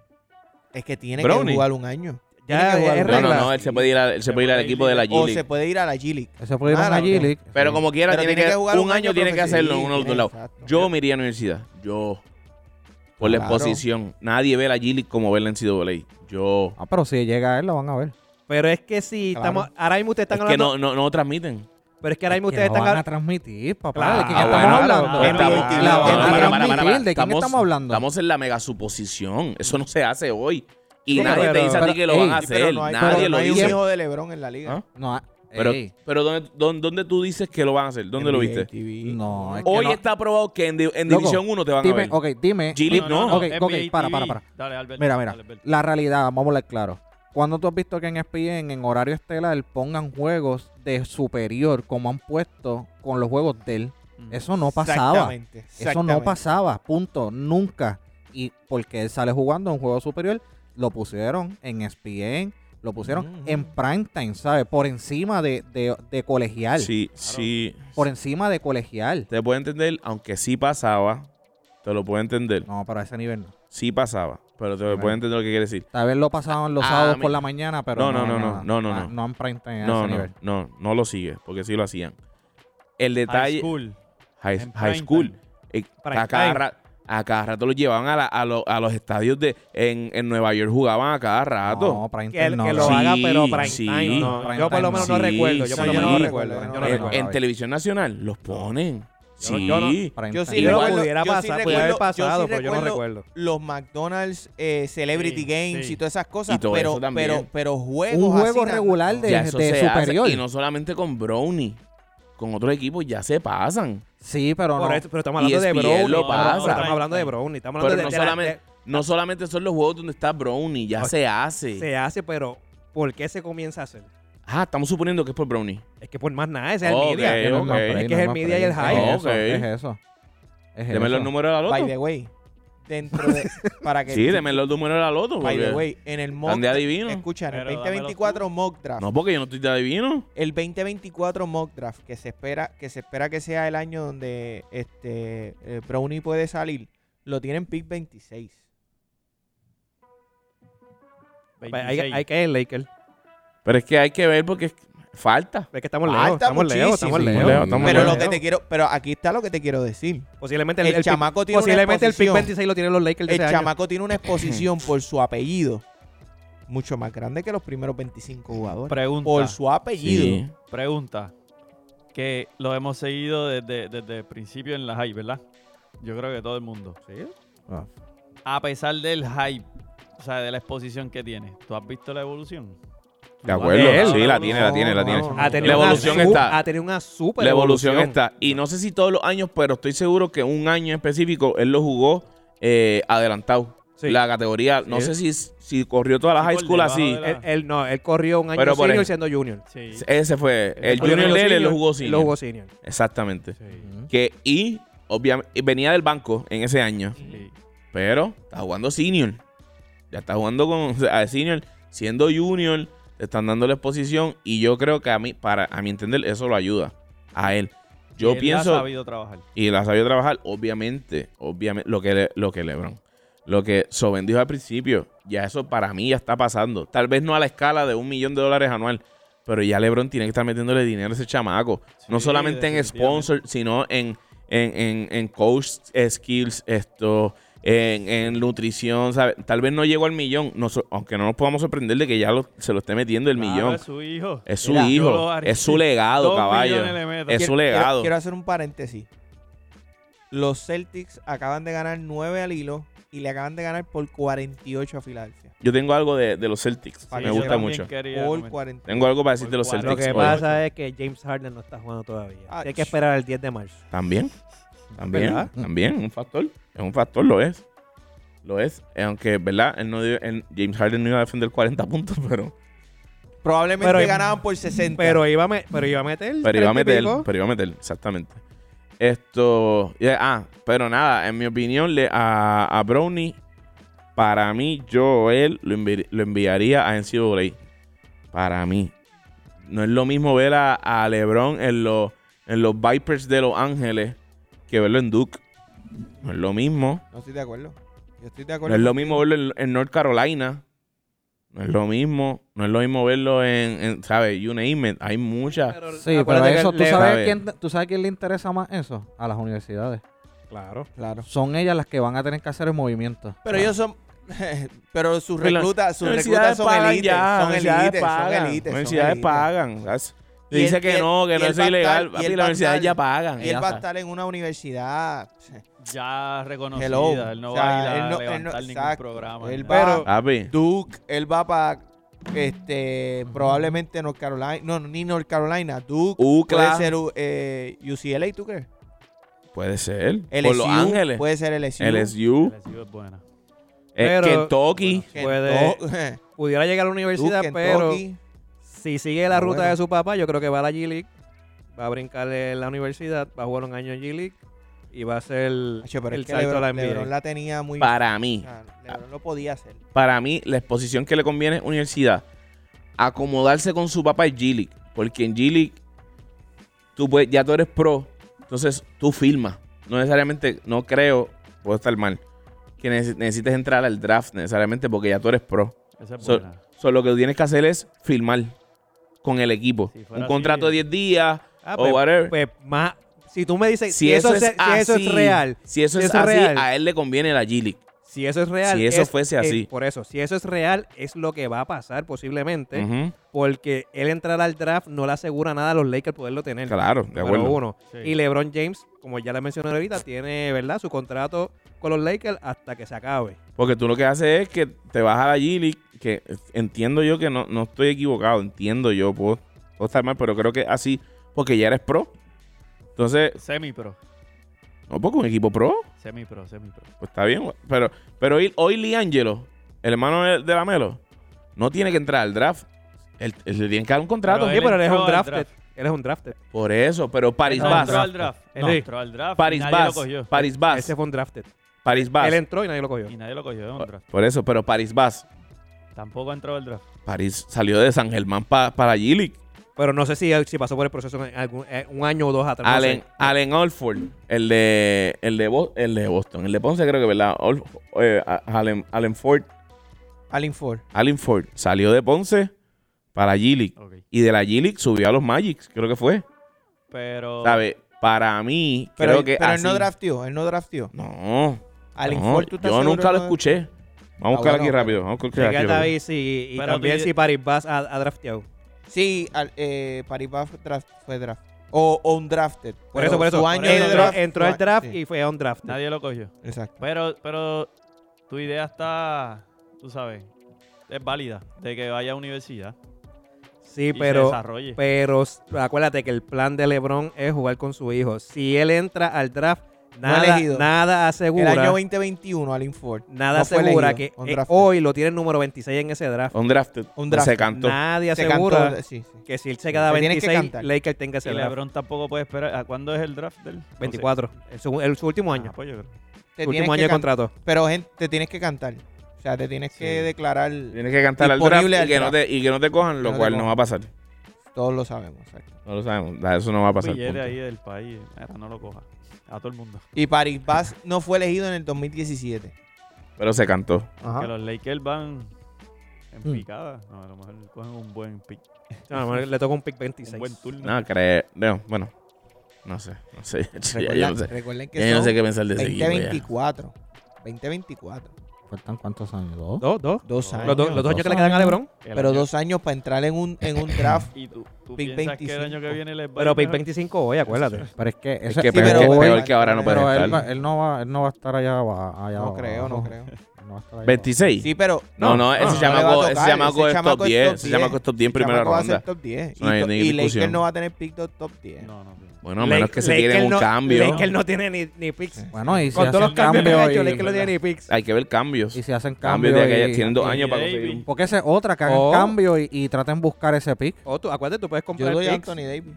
Speaker 1: Es que tiene
Speaker 3: Brownie.
Speaker 1: que jugar un año. Tiene
Speaker 2: Ya
Speaker 1: que jugar
Speaker 2: es
Speaker 1: un
Speaker 3: No,
Speaker 2: regla.
Speaker 1: año.
Speaker 3: no, no. Él se puede ir, al- él se puede ir al equipo de la
Speaker 1: O
Speaker 3: G
Speaker 1: se
Speaker 3: League.
Speaker 1: puede ir a la G League.
Speaker 5: Eso puede ir a
Speaker 1: Nada,
Speaker 5: una
Speaker 1: no.
Speaker 5: G-League.
Speaker 3: Pero como quiera,
Speaker 1: Pero
Speaker 3: tiene,
Speaker 1: tiene
Speaker 3: que,
Speaker 1: que jugar
Speaker 3: un
Speaker 1: un
Speaker 3: año
Speaker 1: año
Speaker 3: tiene que hacerlo en uno de los dos lados.
Speaker 1: Exacto.
Speaker 3: Yo me iría a la universidad. Yo. Por la
Speaker 1: Claro.
Speaker 3: exposición. Nadie ve la G League como verla en CWA. Yo.
Speaker 5: Ah, pero si llega él, lo van a ver.
Speaker 2: Pero es que si
Speaker 1: Claro.
Speaker 2: estamos. Ahora mismo ustedes están
Speaker 3: Es que
Speaker 2: hablando.
Speaker 3: no, no, no transmiten.
Speaker 2: Pero es que ahora mismo
Speaker 5: Que
Speaker 2: ustedes
Speaker 5: lo
Speaker 2: están
Speaker 5: van a
Speaker 2: hablando.
Speaker 5: transmitir, papá.
Speaker 2: Claro.
Speaker 5: ¿De quién
Speaker 2: Ah,
Speaker 5: estamos
Speaker 2: bueno,
Speaker 5: hablando?
Speaker 2: pero-
Speaker 5: Estamos-
Speaker 2: pero-
Speaker 5: la
Speaker 2: pero-
Speaker 5: van a
Speaker 2: pero-
Speaker 3: para, para, para,
Speaker 5: transmitir, ¿De quién
Speaker 3: estamos-
Speaker 5: estamos hablando?
Speaker 3: Estamos en la mega suposición. Eso no se hace hoy. Y
Speaker 2: Sí,
Speaker 3: nadie
Speaker 2: pero-
Speaker 3: te dice a ti
Speaker 5: pero-
Speaker 3: que lo
Speaker 5: ey,
Speaker 3: van a
Speaker 1: Sí,
Speaker 3: hacer.
Speaker 1: pero no hay,
Speaker 3: nadie
Speaker 1: pero
Speaker 3: lo
Speaker 1: no hay
Speaker 3: dice.
Speaker 1: un hijo de Lebron en la liga.
Speaker 3: ¿Ah?
Speaker 5: No, ah,
Speaker 3: Pero,
Speaker 5: ey,
Speaker 3: pero ¿dónde, dónde, dónde tú dices que lo van a hacer? ¿Dónde lo
Speaker 1: NBA
Speaker 3: viste?
Speaker 1: TV.
Speaker 5: no, es que
Speaker 3: Hoy
Speaker 5: no.
Speaker 3: está probado que en, di- en
Speaker 5: Loco,
Speaker 3: División 1 te van a
Speaker 5: Dime,
Speaker 3: ver.
Speaker 5: ok, dime.
Speaker 3: G League no.
Speaker 5: ok, ok,
Speaker 4: NBA
Speaker 5: para,
Speaker 4: TV.
Speaker 5: para, para.
Speaker 4: Dale, Alberto.
Speaker 5: Mira, mira,
Speaker 4: dale, Alberto.
Speaker 5: la realidad, vamos a hablar claro. Cuando tú has visto que en E ESPN, en horario estelar, pongan juegos de superior como han puesto con los juegos de él?
Speaker 4: Mm.
Speaker 5: Eso no pasaba.
Speaker 1: Exactamente,
Speaker 5: Eso no
Speaker 1: exactamente.
Speaker 5: pasaba, punto, nunca. Y porque él sale jugando en un juego superior, lo pusieron en E ESPN, lo pusieron
Speaker 1: Ujú.
Speaker 5: en primetime, ¿sabes? Por encima de, de- de colegial.
Speaker 3: Sí, sí.
Speaker 5: Por encima de colegial.
Speaker 3: Te puedo entender, aunque sí pasaba. Te lo puedo entender.
Speaker 5: No, pero a ese nivel no.
Speaker 3: Sí pasaba. Pero te lo puedo
Speaker 5: Bueno.
Speaker 3: entender lo que quiere decir.
Speaker 5: Tal vez lo pasaban los
Speaker 3: Ah,
Speaker 5: sábados
Speaker 3: mi-
Speaker 5: por la mañana, pero.
Speaker 3: No, no, no, no, no, no, no.
Speaker 5: en Ah, primetime a
Speaker 3: No,
Speaker 5: ese
Speaker 3: no,
Speaker 5: nivel.
Speaker 3: no, no lo sigue, porque sí lo hacían. El
Speaker 4: High
Speaker 3: detalle,
Speaker 4: school.
Speaker 3: high,
Speaker 4: en
Speaker 3: high
Speaker 4: prime
Speaker 3: school,
Speaker 4: time.
Speaker 3: eh,
Speaker 2: Prime
Speaker 3: a, cada
Speaker 2: time.
Speaker 3: ra- a cada rato los llevaban a, la- a, lo- a los estadios de en, en Nueva York, jugaban a cada rato.
Speaker 5: No, prime
Speaker 2: Que,
Speaker 5: time
Speaker 2: él-
Speaker 5: no.
Speaker 2: que lo
Speaker 5: no.
Speaker 3: Sí,
Speaker 2: haga, pero prime
Speaker 3: sí.
Speaker 2: time. no.
Speaker 5: Prime
Speaker 2: Yo por lo
Speaker 5: time,
Speaker 2: menos
Speaker 3: no.
Speaker 2: no recuerdo. Yo por lo
Speaker 1: Sí,
Speaker 2: menos
Speaker 1: sí.
Speaker 2: no recuerdo. Yo no
Speaker 1: No,
Speaker 3: en,
Speaker 2: recuerdo.
Speaker 3: en
Speaker 5: no.
Speaker 3: televisión nacional los ponen.
Speaker 2: Yo-
Speaker 3: sí.
Speaker 2: yo no-
Speaker 5: Prime
Speaker 1: Yo sí
Speaker 5: time.
Speaker 2: Yo
Speaker 1: recuerdo-
Speaker 2: pudiera
Speaker 1: yo sí
Speaker 2: pasar, pudiera
Speaker 1: recuerdo-
Speaker 2: haber
Speaker 1: yo
Speaker 2: pasado,
Speaker 1: sí
Speaker 2: pero yo no
Speaker 1: recuerdo-
Speaker 2: recuerdo.
Speaker 1: Los McDonald's eh, Celebrity
Speaker 4: Sí,
Speaker 1: Games
Speaker 4: sí.
Speaker 1: y todas esas cosas,
Speaker 3: Y todo
Speaker 1: pero,
Speaker 3: eso también.
Speaker 1: pero, pero juegos
Speaker 5: Un
Speaker 1: así,
Speaker 5: juego
Speaker 1: na-
Speaker 5: regular de,
Speaker 3: Ya eso
Speaker 5: de
Speaker 3: se hace,
Speaker 5: superior.
Speaker 3: Y no solamente con Brownie, con otros equipos ya se pasan.
Speaker 5: Sí,
Speaker 3: Eh,
Speaker 5: pero
Speaker 2: Por
Speaker 5: no.
Speaker 2: eso- pero estamos hablando de
Speaker 3: ESPN
Speaker 2: Brownie.
Speaker 3: lo
Speaker 2: no,
Speaker 3: pasa.
Speaker 2: no, Estamos hablando de Brownie. Estamos
Speaker 3: Pero
Speaker 2: hablando
Speaker 3: no
Speaker 2: de- de la-
Speaker 3: solamente, no solamente son los juegos donde está Brownie, ya
Speaker 2: Ok.
Speaker 3: se hace.
Speaker 2: de- Se hace, pero ¿por qué se comienza a hacer?
Speaker 3: Ah, estamos suponiendo que es por Brownie.
Speaker 2: Es que por más nada, ese es el
Speaker 3: Ok,
Speaker 2: media.
Speaker 5: Que no es más
Speaker 3: ok.
Speaker 2: Es
Speaker 5: prime,
Speaker 2: que
Speaker 5: no
Speaker 2: es el
Speaker 5: más
Speaker 2: media y el
Speaker 5: prime.
Speaker 3: high.
Speaker 5: Es eso,
Speaker 3: Ok.
Speaker 5: Es eso. Es
Speaker 3: Deme los
Speaker 5: eso.
Speaker 3: números de la
Speaker 1: By
Speaker 3: loto.
Speaker 1: the way, dentro de... para que
Speaker 3: Sí, deme los números de la loto.
Speaker 1: By the
Speaker 3: porque-
Speaker 1: way, en el mock...
Speaker 3: ¿Están de adivino?
Speaker 1: Escucha, en el
Speaker 4: Pero dámelo
Speaker 1: 2024 mock draft.
Speaker 3: No, porque yo no estoy de adivino.
Speaker 1: El 2024 mock draft que se espera que se espera que sea el año donde este eh, Brownie puede salir, lo tienen pick 26.
Speaker 2: Pues, Hay,
Speaker 4: 26.
Speaker 2: hay que ir, Laker.
Speaker 3: Pero es que hay que ver porque es- falta.
Speaker 2: Es que estamos
Speaker 1: Falta
Speaker 2: lejos. Estamos lejos.
Speaker 1: muchísimo.
Speaker 2: Estamos
Speaker 3: Estamos lejos,
Speaker 2: lejos.
Speaker 3: Ah, estamos
Speaker 1: Pero
Speaker 3: lejos.
Speaker 1: lo que te quiero, pero aquí está lo que te quiero decir.
Speaker 2: Posiblemente
Speaker 1: El,
Speaker 2: el, el pick-
Speaker 1: chamaco tiene una
Speaker 2: posiblemente el pick
Speaker 1: exposición.
Speaker 2: 26 lo tienen los Lakers de
Speaker 1: el
Speaker 2: ese año.
Speaker 1: chamaco tiene una exposición por su apellido mucho más grande que los primeros 25 jugadores.
Speaker 4: Pregunta.
Speaker 1: por su apellido.
Speaker 3: Sí.
Speaker 4: Pregunta. Que lo hemos seguido desde, desde el principio en la hype, ¿verdad? Yo creo que todo el mundo.
Speaker 2: Sí.
Speaker 4: A pesar del hype, o sea, de la exposición que tiene, ¿tú has visto la evolución?
Speaker 3: De acuerdo,
Speaker 2: Él.
Speaker 3: sí, la tiene, la tiene, la
Speaker 1: No,
Speaker 3: tiene.
Speaker 1: no, no.
Speaker 2: Ha tenido
Speaker 3: La
Speaker 2: una
Speaker 3: evolución
Speaker 2: su-
Speaker 3: está.
Speaker 2: Ha tenido una super
Speaker 3: La evolución está. Y no sé si todos los años, pero estoy seguro que un año en específico él lo jugó eh, adelantado.
Speaker 2: Sí.
Speaker 3: La categoría, no
Speaker 2: Sí.
Speaker 3: sé si, si corrió toda la
Speaker 4: Sí,
Speaker 3: high
Speaker 4: por
Speaker 3: school
Speaker 4: debajo
Speaker 3: así.
Speaker 4: de la-
Speaker 2: Él, él no, él corrió un año
Speaker 3: Pero por
Speaker 2: senior
Speaker 3: ejemplo-
Speaker 2: siendo junior.
Speaker 4: Sí.
Speaker 3: Ese fue. El
Speaker 4: Él
Speaker 3: junior
Speaker 4: corrió
Speaker 3: de él, él lo
Speaker 2: senior,
Speaker 3: jugó
Speaker 2: él
Speaker 3: sin.
Speaker 2: Lo jugó senior.
Speaker 3: Exactamente.
Speaker 4: Sí.
Speaker 2: Mm.
Speaker 3: Que, y obviamente venía del banco en ese año.
Speaker 4: Sí.
Speaker 3: Pero está jugando senior. Ya está jugando con o sea, senior. Siendo junior, te están dando la exposición. Y yo creo que a mí, para a mi entender, eso lo ayuda a él. Yo
Speaker 4: Él
Speaker 3: pienso.
Speaker 4: Ha sabido trabajar.
Speaker 3: Y la sabido trabajar, obviamente, obviamente, lo que, le- lo que Lebron, lo que Soben dijo al principio, ya eso para mí ya está pasando. Tal vez no a la escala de un millón de dólares anual, pero ya Lebron tiene que estar metiéndole dinero a ese chamaco. no
Speaker 4: Sí,
Speaker 3: solamente en
Speaker 4: definitivamente.
Speaker 3: sponsor, sino en, en, en, en coach eh, skills, esto, en, en nutrición, ¿sabes? Tal vez no llegó al millón, no so- aunque no nos podamos sorprender de que ya lo- se lo esté metiendo el
Speaker 4: Claro,
Speaker 3: millón.
Speaker 4: Es su hijo.
Speaker 3: Es su
Speaker 4: Mira, yo lo
Speaker 3: hijo,
Speaker 4: haría.
Speaker 3: es su legado,
Speaker 4: Dos
Speaker 3: caballo.
Speaker 4: millones le meto.
Speaker 3: Es su legado.
Speaker 1: Quiero, quiero hacer un paréntesis. Los Celtics acaban de ganar 9 al hilo y le acaban de ganar por 48 a Filadelfia.
Speaker 3: Yo tengo algo de, de los Celtics,
Speaker 1: Sí,
Speaker 3: me
Speaker 1: yo
Speaker 3: gusta
Speaker 1: también
Speaker 3: mucho.
Speaker 1: Por 48.
Speaker 3: Tengo algo para decir
Speaker 4: Por
Speaker 3: de los
Speaker 4: cuatro.
Speaker 3: Celtics.
Speaker 2: Lo que
Speaker 3: hoy.
Speaker 2: pasa es que James Harden no está jugando todavía.
Speaker 1: Ah,
Speaker 2: Hay que esperar el 10 de marzo.
Speaker 3: También, también,
Speaker 2: ¿Verdad?
Speaker 3: también, un factor. Es un factor, lo es. Lo es. Eh, Aunque, ¿verdad? Él no dio- él- James Harden no iba a defender 40 puntos, pero,
Speaker 1: Probablemente
Speaker 2: Pero-
Speaker 1: ganaban por 60.
Speaker 2: Pero iba a, me- pero iba a meter.
Speaker 3: pero iba
Speaker 2: 30 y
Speaker 3: a meter.
Speaker 2: pico.
Speaker 3: Pero iba a meter, exactamente. Esto. ya- ah, pero nada, en mi opinión, le, a, a Brownie, para mí, yo él lo, envi- lo enviaría a NCAA. Para mí. No es lo mismo ver a, a LeBron en los, en los Vipers de Los Ángeles que verlo en Duke. No es lo mismo.
Speaker 1: no estoy de acuerdo. Yo estoy de
Speaker 3: No
Speaker 1: acuerdo.
Speaker 3: es lo mismo verlo en, en North Carolina. No es lo mismo. No es lo mismo verlo en, en, ¿sabes? You name it. Hay muchas.
Speaker 2: Pero
Speaker 5: Sí, pero
Speaker 2: acuérdate que
Speaker 5: eso, ¿tú
Speaker 2: le-
Speaker 3: sabe.
Speaker 5: sabes, quién, ¿tú sabes quién le interesa más eso? A las universidades.
Speaker 2: Claro.
Speaker 1: Claro.
Speaker 5: Son ellas las que van a tener que hacer el movimiento.
Speaker 1: Pero ellos son. pero sus
Speaker 3: Pero las
Speaker 1: reclutas, sus reclutas
Speaker 3: universidades
Speaker 1: son
Speaker 3: pagan
Speaker 1: elites.
Speaker 3: ya,
Speaker 1: Son
Speaker 3: universidades
Speaker 1: elites. Son
Speaker 3: pagan,
Speaker 1: elites. son
Speaker 3: Universidades
Speaker 1: elites.
Speaker 3: pagan. ¿sabes?
Speaker 1: Y él-
Speaker 3: Dice
Speaker 1: y
Speaker 3: que
Speaker 1: él-
Speaker 3: no,
Speaker 1: y
Speaker 3: que no
Speaker 1: él
Speaker 3: es
Speaker 1: va a
Speaker 3: ilegal.
Speaker 1: estar- y
Speaker 3: Papi,
Speaker 1: él
Speaker 3: las
Speaker 1: va a
Speaker 3: universidades ya
Speaker 1: estar-
Speaker 3: pagan.
Speaker 1: Y él va a
Speaker 5: Exacto.
Speaker 1: estar en una universidad.
Speaker 4: Ya reconocida.
Speaker 1: Hello.
Speaker 4: Él no
Speaker 1: O sea,
Speaker 4: va a ir a
Speaker 1: él no- él no-
Speaker 4: levantar ningún
Speaker 1: exacto.
Speaker 4: programa.
Speaker 1: Él
Speaker 4: nada.
Speaker 1: va-
Speaker 3: Papi.
Speaker 1: Duke, él va para. Este, probablemente North Carolina. No, ni North Carolina. Duke.
Speaker 3: UCLA.
Speaker 1: Puede ser eh, UCLA, ¿tú crees?
Speaker 3: Puede ser.
Speaker 1: LSU,
Speaker 3: Por Los Ángeles.
Speaker 1: Puede ser LSU.
Speaker 3: LSU.
Speaker 4: La ciudad es buena.
Speaker 3: eh,
Speaker 2: Pero-
Speaker 3: Kentucky.
Speaker 1: Kentucky,
Speaker 2: Puede-
Speaker 1: Duke,
Speaker 2: Pudiera llegar a la universidad, pero
Speaker 1: Kentucky.
Speaker 2: si sigue la
Speaker 1: Ah,
Speaker 2: ruta
Speaker 1: bueno.
Speaker 2: de su papá, yo creo que va a la G-League. Va a brincar en la universidad, va a jugar un año en G-League y va a ser el,
Speaker 1: Acho, pero es que
Speaker 2: salto a la
Speaker 1: Lebron,
Speaker 2: NBA.
Speaker 1: Lebron la tenía muy
Speaker 3: Para
Speaker 1: o
Speaker 3: mí.
Speaker 1: sea, Lebron lo podía hacer.
Speaker 3: para mí, la exposición que le conviene es universidad. Acomodarse con su papá en G-League. Porque en G-League, tú puedes, ya tú eres pro. Entonces, tú firmas. No necesariamente, no creo, puedo estar mal, que neces- necesites entrar al draft necesariamente porque ya tú eres pro.
Speaker 4: Esa es
Speaker 3: So-
Speaker 4: buena.
Speaker 3: So, lo que tú tienes que hacer es firmar con el equipo.
Speaker 4: Si fuera
Speaker 3: Un
Speaker 4: así,
Speaker 3: contrato de 10 días
Speaker 2: eh. Ah,
Speaker 3: o
Speaker 2: pues-
Speaker 3: whatever.
Speaker 2: pues, más, si tú me dices,
Speaker 3: Oh, si, eso es,
Speaker 2: se- si eso es
Speaker 3: así,
Speaker 2: real,
Speaker 3: Si eso
Speaker 2: si
Speaker 3: es
Speaker 2: eso es
Speaker 3: así,
Speaker 2: real.
Speaker 3: a él le conviene la G-League.
Speaker 2: si eso es real.
Speaker 3: Si eso
Speaker 2: es-
Speaker 3: fuese
Speaker 2: eh,
Speaker 3: así.
Speaker 2: por eso, si eso es real, es lo que va a pasar posiblemente.
Speaker 3: Ujú.
Speaker 2: Porque él entrar al draft no le asegura nada a los Lakers poderlo tener.
Speaker 3: Claro, de
Speaker 2: número
Speaker 3: acuerdo.
Speaker 2: uno.
Speaker 4: Sí.
Speaker 2: Y LeBron James, como ya le mencioné ahorita, tiene, ¿verdad? Su contrato con los Lakers hasta que se acabe.
Speaker 3: Porque tú lo que haces es que te vas a la G-League, que entiendo yo que no, no estoy equivocado, entiendo yo, puedo, puedo estar mal, pero creo que así, porque ya eres pro. Entonces,
Speaker 4: Semi-pro.
Speaker 3: no, porque un equipo pro,
Speaker 4: Semi-pro, semi-pro.
Speaker 3: pues está bien, güey. pero pero hoy, hoy Liangelo, el hermano de, de la Melo, no tiene que entrar al draft. Él, él le tienen que dar un contrato.
Speaker 4: Pero
Speaker 2: Sí, pero él es
Speaker 4: entró
Speaker 2: un
Speaker 4: al
Speaker 2: drafted.
Speaker 4: draft.
Speaker 2: Él es un drafted.
Speaker 3: Por eso, pero Paris
Speaker 4: Él
Speaker 2: No,
Speaker 3: Bass,
Speaker 4: entró al draft. Él
Speaker 2: No.
Speaker 4: entró al draft.
Speaker 3: Paris
Speaker 4: y nadie
Speaker 3: Bass,
Speaker 4: lo cogió.
Speaker 3: Paris Bass,
Speaker 2: Ese fue un drafted.
Speaker 3: Paris Bass.
Speaker 2: Él entró y nadie lo cogió.
Speaker 4: Y nadie lo cogió de un draft.
Speaker 3: Por eso, pero Paris Bass,
Speaker 4: Tampoco ha entrado al draft.
Speaker 3: Paris salió de San Germán pa- para G-League.
Speaker 2: Pero no sé si, si pasó por el proceso en algún- eh, un año o dos atrás. no
Speaker 3: Allen,
Speaker 2: sé.
Speaker 3: Allen Orford, el de, el, de Bo- el de Boston, el de Ponce creo que, ¿verdad? Ol- eh, a- Allen, Allen Ford,
Speaker 1: Allen Ford.
Speaker 3: Allen Ford salió de Ponce para G-League
Speaker 4: Ok.
Speaker 3: y de la G-League subió a los Magics, creo que fue.
Speaker 4: Pero.
Speaker 3: ¿Sabes? Para mí,
Speaker 1: Pero,
Speaker 3: creo que
Speaker 1: pero él
Speaker 3: así-
Speaker 1: no draftió, él no draftió.
Speaker 3: No,
Speaker 1: Allen
Speaker 3: no,
Speaker 1: Ford, ¿tú estás
Speaker 3: yo
Speaker 1: seguro
Speaker 3: nunca lo
Speaker 1: no?
Speaker 3: escuché.
Speaker 1: Ah,
Speaker 3: Vamos a buscar
Speaker 1: bueno,
Speaker 3: aquí
Speaker 1: pero-
Speaker 3: rápido. Vamos a buscar aquí
Speaker 2: Chequea,
Speaker 3: rápido.
Speaker 2: David, si, y
Speaker 4: Pero
Speaker 2: también
Speaker 4: tú-
Speaker 2: si Paris Bass ha, ha drafteado.
Speaker 1: Sí, al, eh, Paribas fue draft. fue draft. O, o un drafted.
Speaker 2: Por eso, por eso.
Speaker 1: Su año de
Speaker 2: entró,
Speaker 1: draft,
Speaker 2: entró
Speaker 1: su
Speaker 2: al
Speaker 1: a-
Speaker 2: draft
Speaker 1: sí,
Speaker 2: y fue a un draft.
Speaker 4: Nadie lo cogió.
Speaker 1: Exacto.
Speaker 4: Pero, pero tu idea está, tú sabes, es válida de que vaya a universidad
Speaker 2: Sí,
Speaker 4: y se
Speaker 2: pero,
Speaker 4: desarrolle.
Speaker 2: pero s- acuérdate que el plan de LeBron es jugar con su hijo. Si él entra al draft, nada,
Speaker 1: elegido.
Speaker 2: nada
Speaker 1: El
Speaker 2: asegura.
Speaker 1: año 2021, Alin Ford.
Speaker 2: Nada
Speaker 1: no fue
Speaker 2: asegura
Speaker 1: elegido,
Speaker 2: que
Speaker 1: un
Speaker 2: eh,
Speaker 1: drafted.
Speaker 2: hoy lo tiene el número 26 en ese draft.
Speaker 3: Un drafted.
Speaker 1: Un drafted.
Speaker 3: Se cantó.
Speaker 2: Nadie
Speaker 1: Se cantó. eh,
Speaker 2: asegura
Speaker 1: Sí, sí.
Speaker 2: que si él se queda
Speaker 1: Te tienes que
Speaker 2: 26,
Speaker 1: cantar.
Speaker 2: Lakers tenga
Speaker 4: y
Speaker 2: ese draft.
Speaker 4: LeBron tampoco puede esperar. ¿A cuándo es el draft del?
Speaker 2: 24, el, segu- el- su último año.
Speaker 4: años. Pues yo creo.
Speaker 1: Te
Speaker 2: su
Speaker 1: tienes
Speaker 2: último año
Speaker 1: que
Speaker 2: de
Speaker 1: cantar.
Speaker 2: contrato.
Speaker 1: Pero, gente, te tienes que cantar. O sea, te tienes que declarar.
Speaker 3: Tienes que cantar al draft,
Speaker 1: Disponible al
Speaker 3: y, que no
Speaker 1: draft.
Speaker 3: te, y que no te cojan, lo
Speaker 1: No te
Speaker 3: cual
Speaker 1: cojan.
Speaker 3: no va a pasar.
Speaker 1: Todos lo sabemos. exacto.
Speaker 3: No lo sabemos. Da, Eso no va a
Speaker 1: Pues
Speaker 3: pasar.
Speaker 4: Billete
Speaker 3: punto.
Speaker 4: ahí del país. Mira, no lo coja. A todo el mundo.
Speaker 1: Y Paribas no fue elegido en el 2017.
Speaker 3: Pero se cantó.
Speaker 4: Que
Speaker 1: Ajá.
Speaker 4: los Lakers van en
Speaker 1: Ah. Mm.
Speaker 4: picada. No, a lo mejor cogen un buen pick.
Speaker 2: No, Ah, a lo mejor le toca un pick 26.
Speaker 4: Un buen turno.
Speaker 3: No, creo. No, bueno. No sé. No sé. Ya yo no
Speaker 1: Recuerda-
Speaker 3: sé.
Speaker 1: Recuerden
Speaker 3: Ya
Speaker 1: que
Speaker 3: yo no
Speaker 1: son
Speaker 3: sé qué pensar de ese equipo. ya.
Speaker 1: 2024. 2024.
Speaker 5: ¿Faltan cuántos años? ¿Dos?
Speaker 2: Dos, dos.
Speaker 1: Dos años.
Speaker 2: Los, dos- los dos años que le quedan a LeBron.
Speaker 4: El
Speaker 1: Pero
Speaker 4: año-
Speaker 1: dos años para entrar en un, en un draft.
Speaker 4: Y tú, tú
Speaker 1: pick
Speaker 4: piensas que el
Speaker 1: 25.
Speaker 4: año que viene les va a
Speaker 2: Pero
Speaker 4: ir
Speaker 2: pick
Speaker 4: mejor.
Speaker 2: 25 hoy, acuérdate.
Speaker 5: Eh, Pero es que...
Speaker 3: Es
Speaker 5: ese-
Speaker 3: que
Speaker 1: Sí,
Speaker 3: peor,
Speaker 1: pero-
Speaker 3: que, peor
Speaker 1: pero-
Speaker 3: que ahora no puede
Speaker 1: pero
Speaker 5: Pero él,
Speaker 3: estar.
Speaker 5: va- él no va, él no va a estar allá, va- allá
Speaker 1: No
Speaker 5: va-
Speaker 1: creo, no
Speaker 5: abajo.
Speaker 1: creo.
Speaker 5: No va a estar allá
Speaker 3: 26.
Speaker 1: Sí, pero.
Speaker 3: No, no, ese
Speaker 1: le va a
Speaker 3: chamaco, ese
Speaker 1: tocar,
Speaker 3: chamaco es top
Speaker 1: chamaco
Speaker 3: 10. Ese chamaco es top 10 en
Speaker 1: Ese
Speaker 3: primera
Speaker 1: chamaco va a ser
Speaker 3: ronda.
Speaker 1: top 10.
Speaker 3: No hay
Speaker 1: y to-
Speaker 3: ni
Speaker 1: y Lakers
Speaker 3: discusión.
Speaker 1: no va a tener pick de top 10.
Speaker 4: No, no. no.
Speaker 3: Bueno, a menos que se tiren un
Speaker 2: no,
Speaker 3: cambio.
Speaker 2: Lakers no tiene ni, ni picks.
Speaker 5: abajo. Bueno, y si
Speaker 2: Con todos los
Speaker 5: hacen
Speaker 2: cambios que
Speaker 5: cambio
Speaker 2: le ha hecho,
Speaker 5: y-
Speaker 2: Lakers no tiene ni picks.
Speaker 3: Hay que ver cambios.
Speaker 5: Y si hacen
Speaker 3: Cambios
Speaker 5: cambio.
Speaker 3: de que
Speaker 5: y-
Speaker 3: tienen dos
Speaker 5: y-
Speaker 3: años para
Speaker 4: Davis.
Speaker 3: conseguir un
Speaker 5: Porque esa es otra, que hagan
Speaker 2: Oh.
Speaker 5: cambio y, y traten buscar ese pick.
Speaker 2: O tú, acuérdate, tú puedes
Speaker 1: Yo
Speaker 2: comprar
Speaker 1: doy a
Speaker 2: picks.
Speaker 1: Anthony Davis.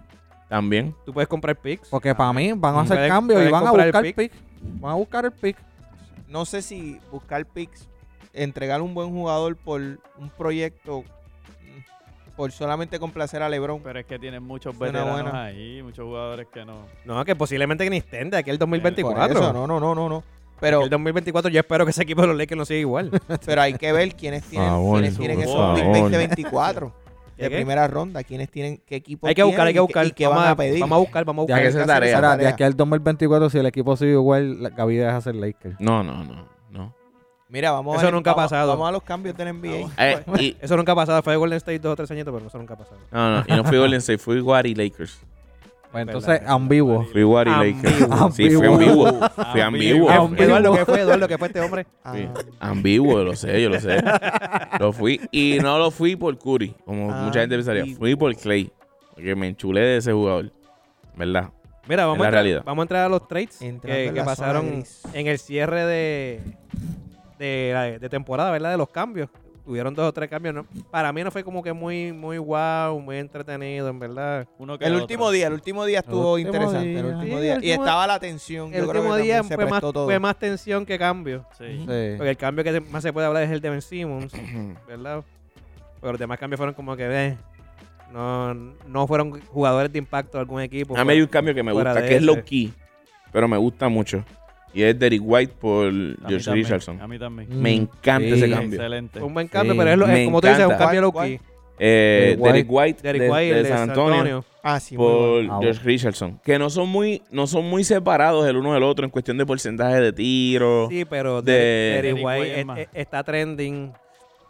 Speaker 3: También.
Speaker 2: Tú puedes comprar Ah. picks.
Speaker 5: Porque para mí van a hacer
Speaker 2: Pueden-
Speaker 5: cambio y
Speaker 2: pueden
Speaker 5: van a
Speaker 2: comprar el
Speaker 5: buscar el pick. Van a buscar el pick.
Speaker 1: No sé si buscar picks, entregar un buen jugador por un proyecto, mm, por solamente complacer a LeBron.
Speaker 4: Pero es que tienen muchos
Speaker 1: Suena
Speaker 4: veteranos
Speaker 1: buena.
Speaker 4: ahí, muchos jugadores que no.
Speaker 2: No, que posiblemente que ni estén de aquí al
Speaker 1: Por
Speaker 2: 2024.
Speaker 1: eso, no, no, no, no, no. Pero,
Speaker 2: El 2024 yo espero que ese equipo de los Lakers no siga igual.
Speaker 1: pero hay que ver quiénes tienen,
Speaker 3: Favor,
Speaker 1: quiénes tienen
Speaker 4: por
Speaker 1: esos
Speaker 4: favor.
Speaker 1: pick 2024 de
Speaker 2: ¿Qué?
Speaker 1: primera ronda, quiénes tienen, qué equipo
Speaker 2: hay que buscar, hay que buscar.
Speaker 1: y qué
Speaker 2: vamos,
Speaker 1: van a pedir.
Speaker 2: vamos a buscar, vamos a
Speaker 3: Ya
Speaker 2: buscar.
Speaker 3: que esa es tarea.
Speaker 5: Ahora, de
Speaker 1: tarea.
Speaker 5: aquí al 2024, si el equipo sigue igual, la- Gaby deja ser Lakers.
Speaker 3: No, no, no. no.
Speaker 1: Mira, vamos a
Speaker 2: Eso
Speaker 1: ver-
Speaker 2: nunca ha
Speaker 1: vamos-
Speaker 2: pasado.
Speaker 1: Vamos a los cambios del NBA.
Speaker 3: Eh, y,
Speaker 2: Eso nunca ha pasado. Fue de Golden State dos o tres añitos, pero eso nunca ha pasado.
Speaker 3: no, no. Y no fui Golden State, fui Wari Lakers.
Speaker 5: Pues
Speaker 2: Es
Speaker 5: entonces,
Speaker 2: verdad.
Speaker 5: ambiguo.
Speaker 3: Fui Wari Lakers. Sí, fui
Speaker 5: Ambiguo.
Speaker 3: ambiguo. Fui ambiguo.
Speaker 5: Ambiguo.
Speaker 2: Eduardo, ¿qué fue, Eduardo? ¿Qué fue este hombre?
Speaker 1: Ah,
Speaker 3: Sí. Ambiguo, lo sé, yo lo sé. Lo fui y no lo fui por Curry, como mucha gente pensaría.
Speaker 1: Ambiguo.
Speaker 3: Fui por Clay, porque me enchulé de ese jugador. ¿Verdad?
Speaker 2: Mira, vamos,
Speaker 3: Es la
Speaker 2: a, entrar-
Speaker 3: realidad.
Speaker 2: vamos a entrar a los trades que,
Speaker 1: Entrando en
Speaker 2: que
Speaker 1: la zona
Speaker 2: pasaron
Speaker 1: gris.
Speaker 2: en el cierre de, de, la- de temporada, ¿verdad? De los cambios. Tuvieron dos o tres cambios. ¿no? Para mí no fue como que muy, muy wow, muy entretenido, en verdad.
Speaker 4: Uno que
Speaker 1: El
Speaker 4: otro.
Speaker 1: último día, el último día estuvo
Speaker 5: último
Speaker 1: interesante. El
Speaker 5: día.
Speaker 1: último
Speaker 2: Sí,
Speaker 1: día. y
Speaker 2: el último-
Speaker 1: estimo- estaba la tensión.
Speaker 2: El
Speaker 1: yo creo que
Speaker 2: último día
Speaker 1: también se
Speaker 2: fue más,
Speaker 1: prestó todo.
Speaker 2: fue más tensión que cambio.
Speaker 4: Sí.
Speaker 5: Sí.
Speaker 2: Porque el cambio que se- más se puede hablar es el de Ben Simmons, ¿verdad? Pero los demás cambios fueron como que, eh, no, no fueron jugadores de impacto de algún equipo.
Speaker 3: A mí hay un cambio que me
Speaker 2: fuera
Speaker 3: gusta,
Speaker 2: de
Speaker 3: que es
Speaker 2: ese.
Speaker 3: low key, pero me gusta mucho. Y es Derek White por
Speaker 4: A mí
Speaker 3: George
Speaker 4: también,
Speaker 3: Richardson.
Speaker 4: A mí también.
Speaker 5: Mm.
Speaker 3: Me encanta
Speaker 5: Sí.
Speaker 3: ese cambio.
Speaker 4: Excelente.
Speaker 2: Fue un buen cambio,
Speaker 5: Sí,
Speaker 2: pero es, lo- es
Speaker 3: me
Speaker 2: como tú dices, un
Speaker 3: encanta.
Speaker 2: cambio
Speaker 1: ¿Cuál,
Speaker 2: low-key.
Speaker 3: Eh,
Speaker 5: Derek
Speaker 3: Derek White,
Speaker 2: Derek
Speaker 3: de,
Speaker 2: White,
Speaker 3: de
Speaker 2: el de
Speaker 3: San Antonio,
Speaker 1: Ah, sí. muy
Speaker 3: por
Speaker 5: bueno. Ah,
Speaker 3: George Richardson. Que no son muy, no son muy separados el uno del otro en cuestión de porcentaje de tiro.
Speaker 2: Sí, pero
Speaker 3: de-
Speaker 2: de,
Speaker 4: Derrick White
Speaker 2: White
Speaker 4: es más.
Speaker 2: está trending.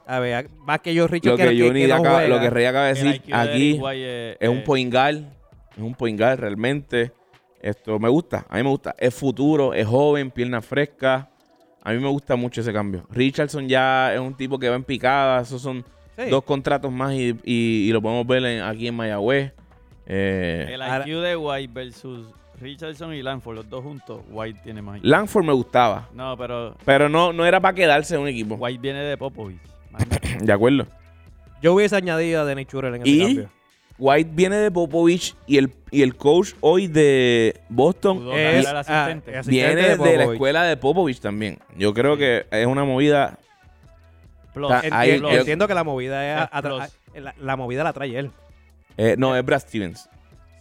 Speaker 2: A ver, más que yo, Richard,
Speaker 3: lo que, Johnny
Speaker 2: no
Speaker 3: acaba,
Speaker 2: juega.
Speaker 3: lo que Rey acaba de
Speaker 4: El
Speaker 3: decir
Speaker 4: IQ de eh,
Speaker 3: aquí
Speaker 4: Derrick White
Speaker 3: es
Speaker 2: Eh.
Speaker 3: un point guard, es un point guard realmente. Esto me gusta, a mí me gusta. Es futuro, es joven, pierna fresca. A mí me gusta mucho ese cambio. Richardson ya es un tipo que va en picada. Esos son
Speaker 2: Sí.
Speaker 3: dos contratos más y, y- y lo podemos ver en- aquí en Mayagüez. Eh,
Speaker 4: El IQ de White versus Richardson y Lanford, los dos juntos, White tiene más. IQ.
Speaker 3: Langford me gustaba,
Speaker 4: No, pero
Speaker 3: pero no, no era para quedarse en un equipo.
Speaker 4: White viene de Popovich. Imagínate.
Speaker 3: De acuerdo.
Speaker 2: Yo hubiese añadido a Dennis Churel en ese
Speaker 3: Y-
Speaker 2: cambio.
Speaker 3: White viene de Popovich y el, y el coach hoy de Boston
Speaker 4: Udoka era
Speaker 2: Es-
Speaker 4: el
Speaker 2: ah,
Speaker 4: asistente.
Speaker 2: es-
Speaker 3: viene de,
Speaker 2: asistente de
Speaker 3: la
Speaker 2: Popovich.
Speaker 3: escuela de Popovich también. Yo creo
Speaker 4: Sí.
Speaker 3: que es una movida.
Speaker 4: Plus,
Speaker 3: Está
Speaker 2: Enti-
Speaker 3: ahí,
Speaker 4: plus.
Speaker 3: yo-
Speaker 2: Entiendo que la movida es
Speaker 4: Es
Speaker 2: atra- la, la movida la trae él.
Speaker 3: eh, no, es Brad Stevens.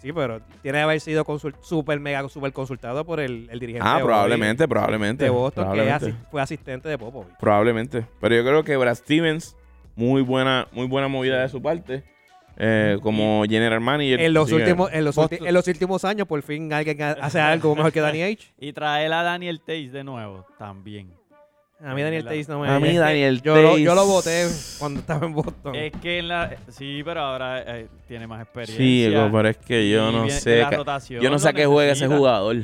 Speaker 2: Sí, pero tiene que haber sido consult- super mega super consultado por el, el dirigente
Speaker 3: Ah,
Speaker 2: hoy
Speaker 3: probablemente, probablemente.
Speaker 2: de Boston
Speaker 3: probablemente.
Speaker 2: que es asi- fue asistente de Popovich.
Speaker 3: Probablemente. Pero yo creo que Brad Stevens, muy buena, muy buena movida de su parte. eh, como general manager.
Speaker 2: Mm, En los,
Speaker 3: Así que-
Speaker 2: últimos, en, los
Speaker 1: Boston-
Speaker 2: ulti- en los últimos años, por fin alguien ha- hace algo mejor que Danny H.
Speaker 4: Y traer a Daniel Tays de nuevo también.
Speaker 2: A mí Daniel Tays no me...
Speaker 3: A mí Daniel
Speaker 2: Yo, lo, yo
Speaker 3: Tays-
Speaker 2: lo voté cuando estaba en Boston.
Speaker 4: Es que en la. Sí, pero ahora eh, tiene más experiencia.
Speaker 3: Sí, loco, pero es que yo
Speaker 4: Y
Speaker 3: no
Speaker 4: viene-
Speaker 3: sé.
Speaker 4: la
Speaker 3: ca-
Speaker 4: rotación
Speaker 3: Yo no sé a
Speaker 4: lo
Speaker 3: qué juega ese
Speaker 4: necesita,
Speaker 3: jugador.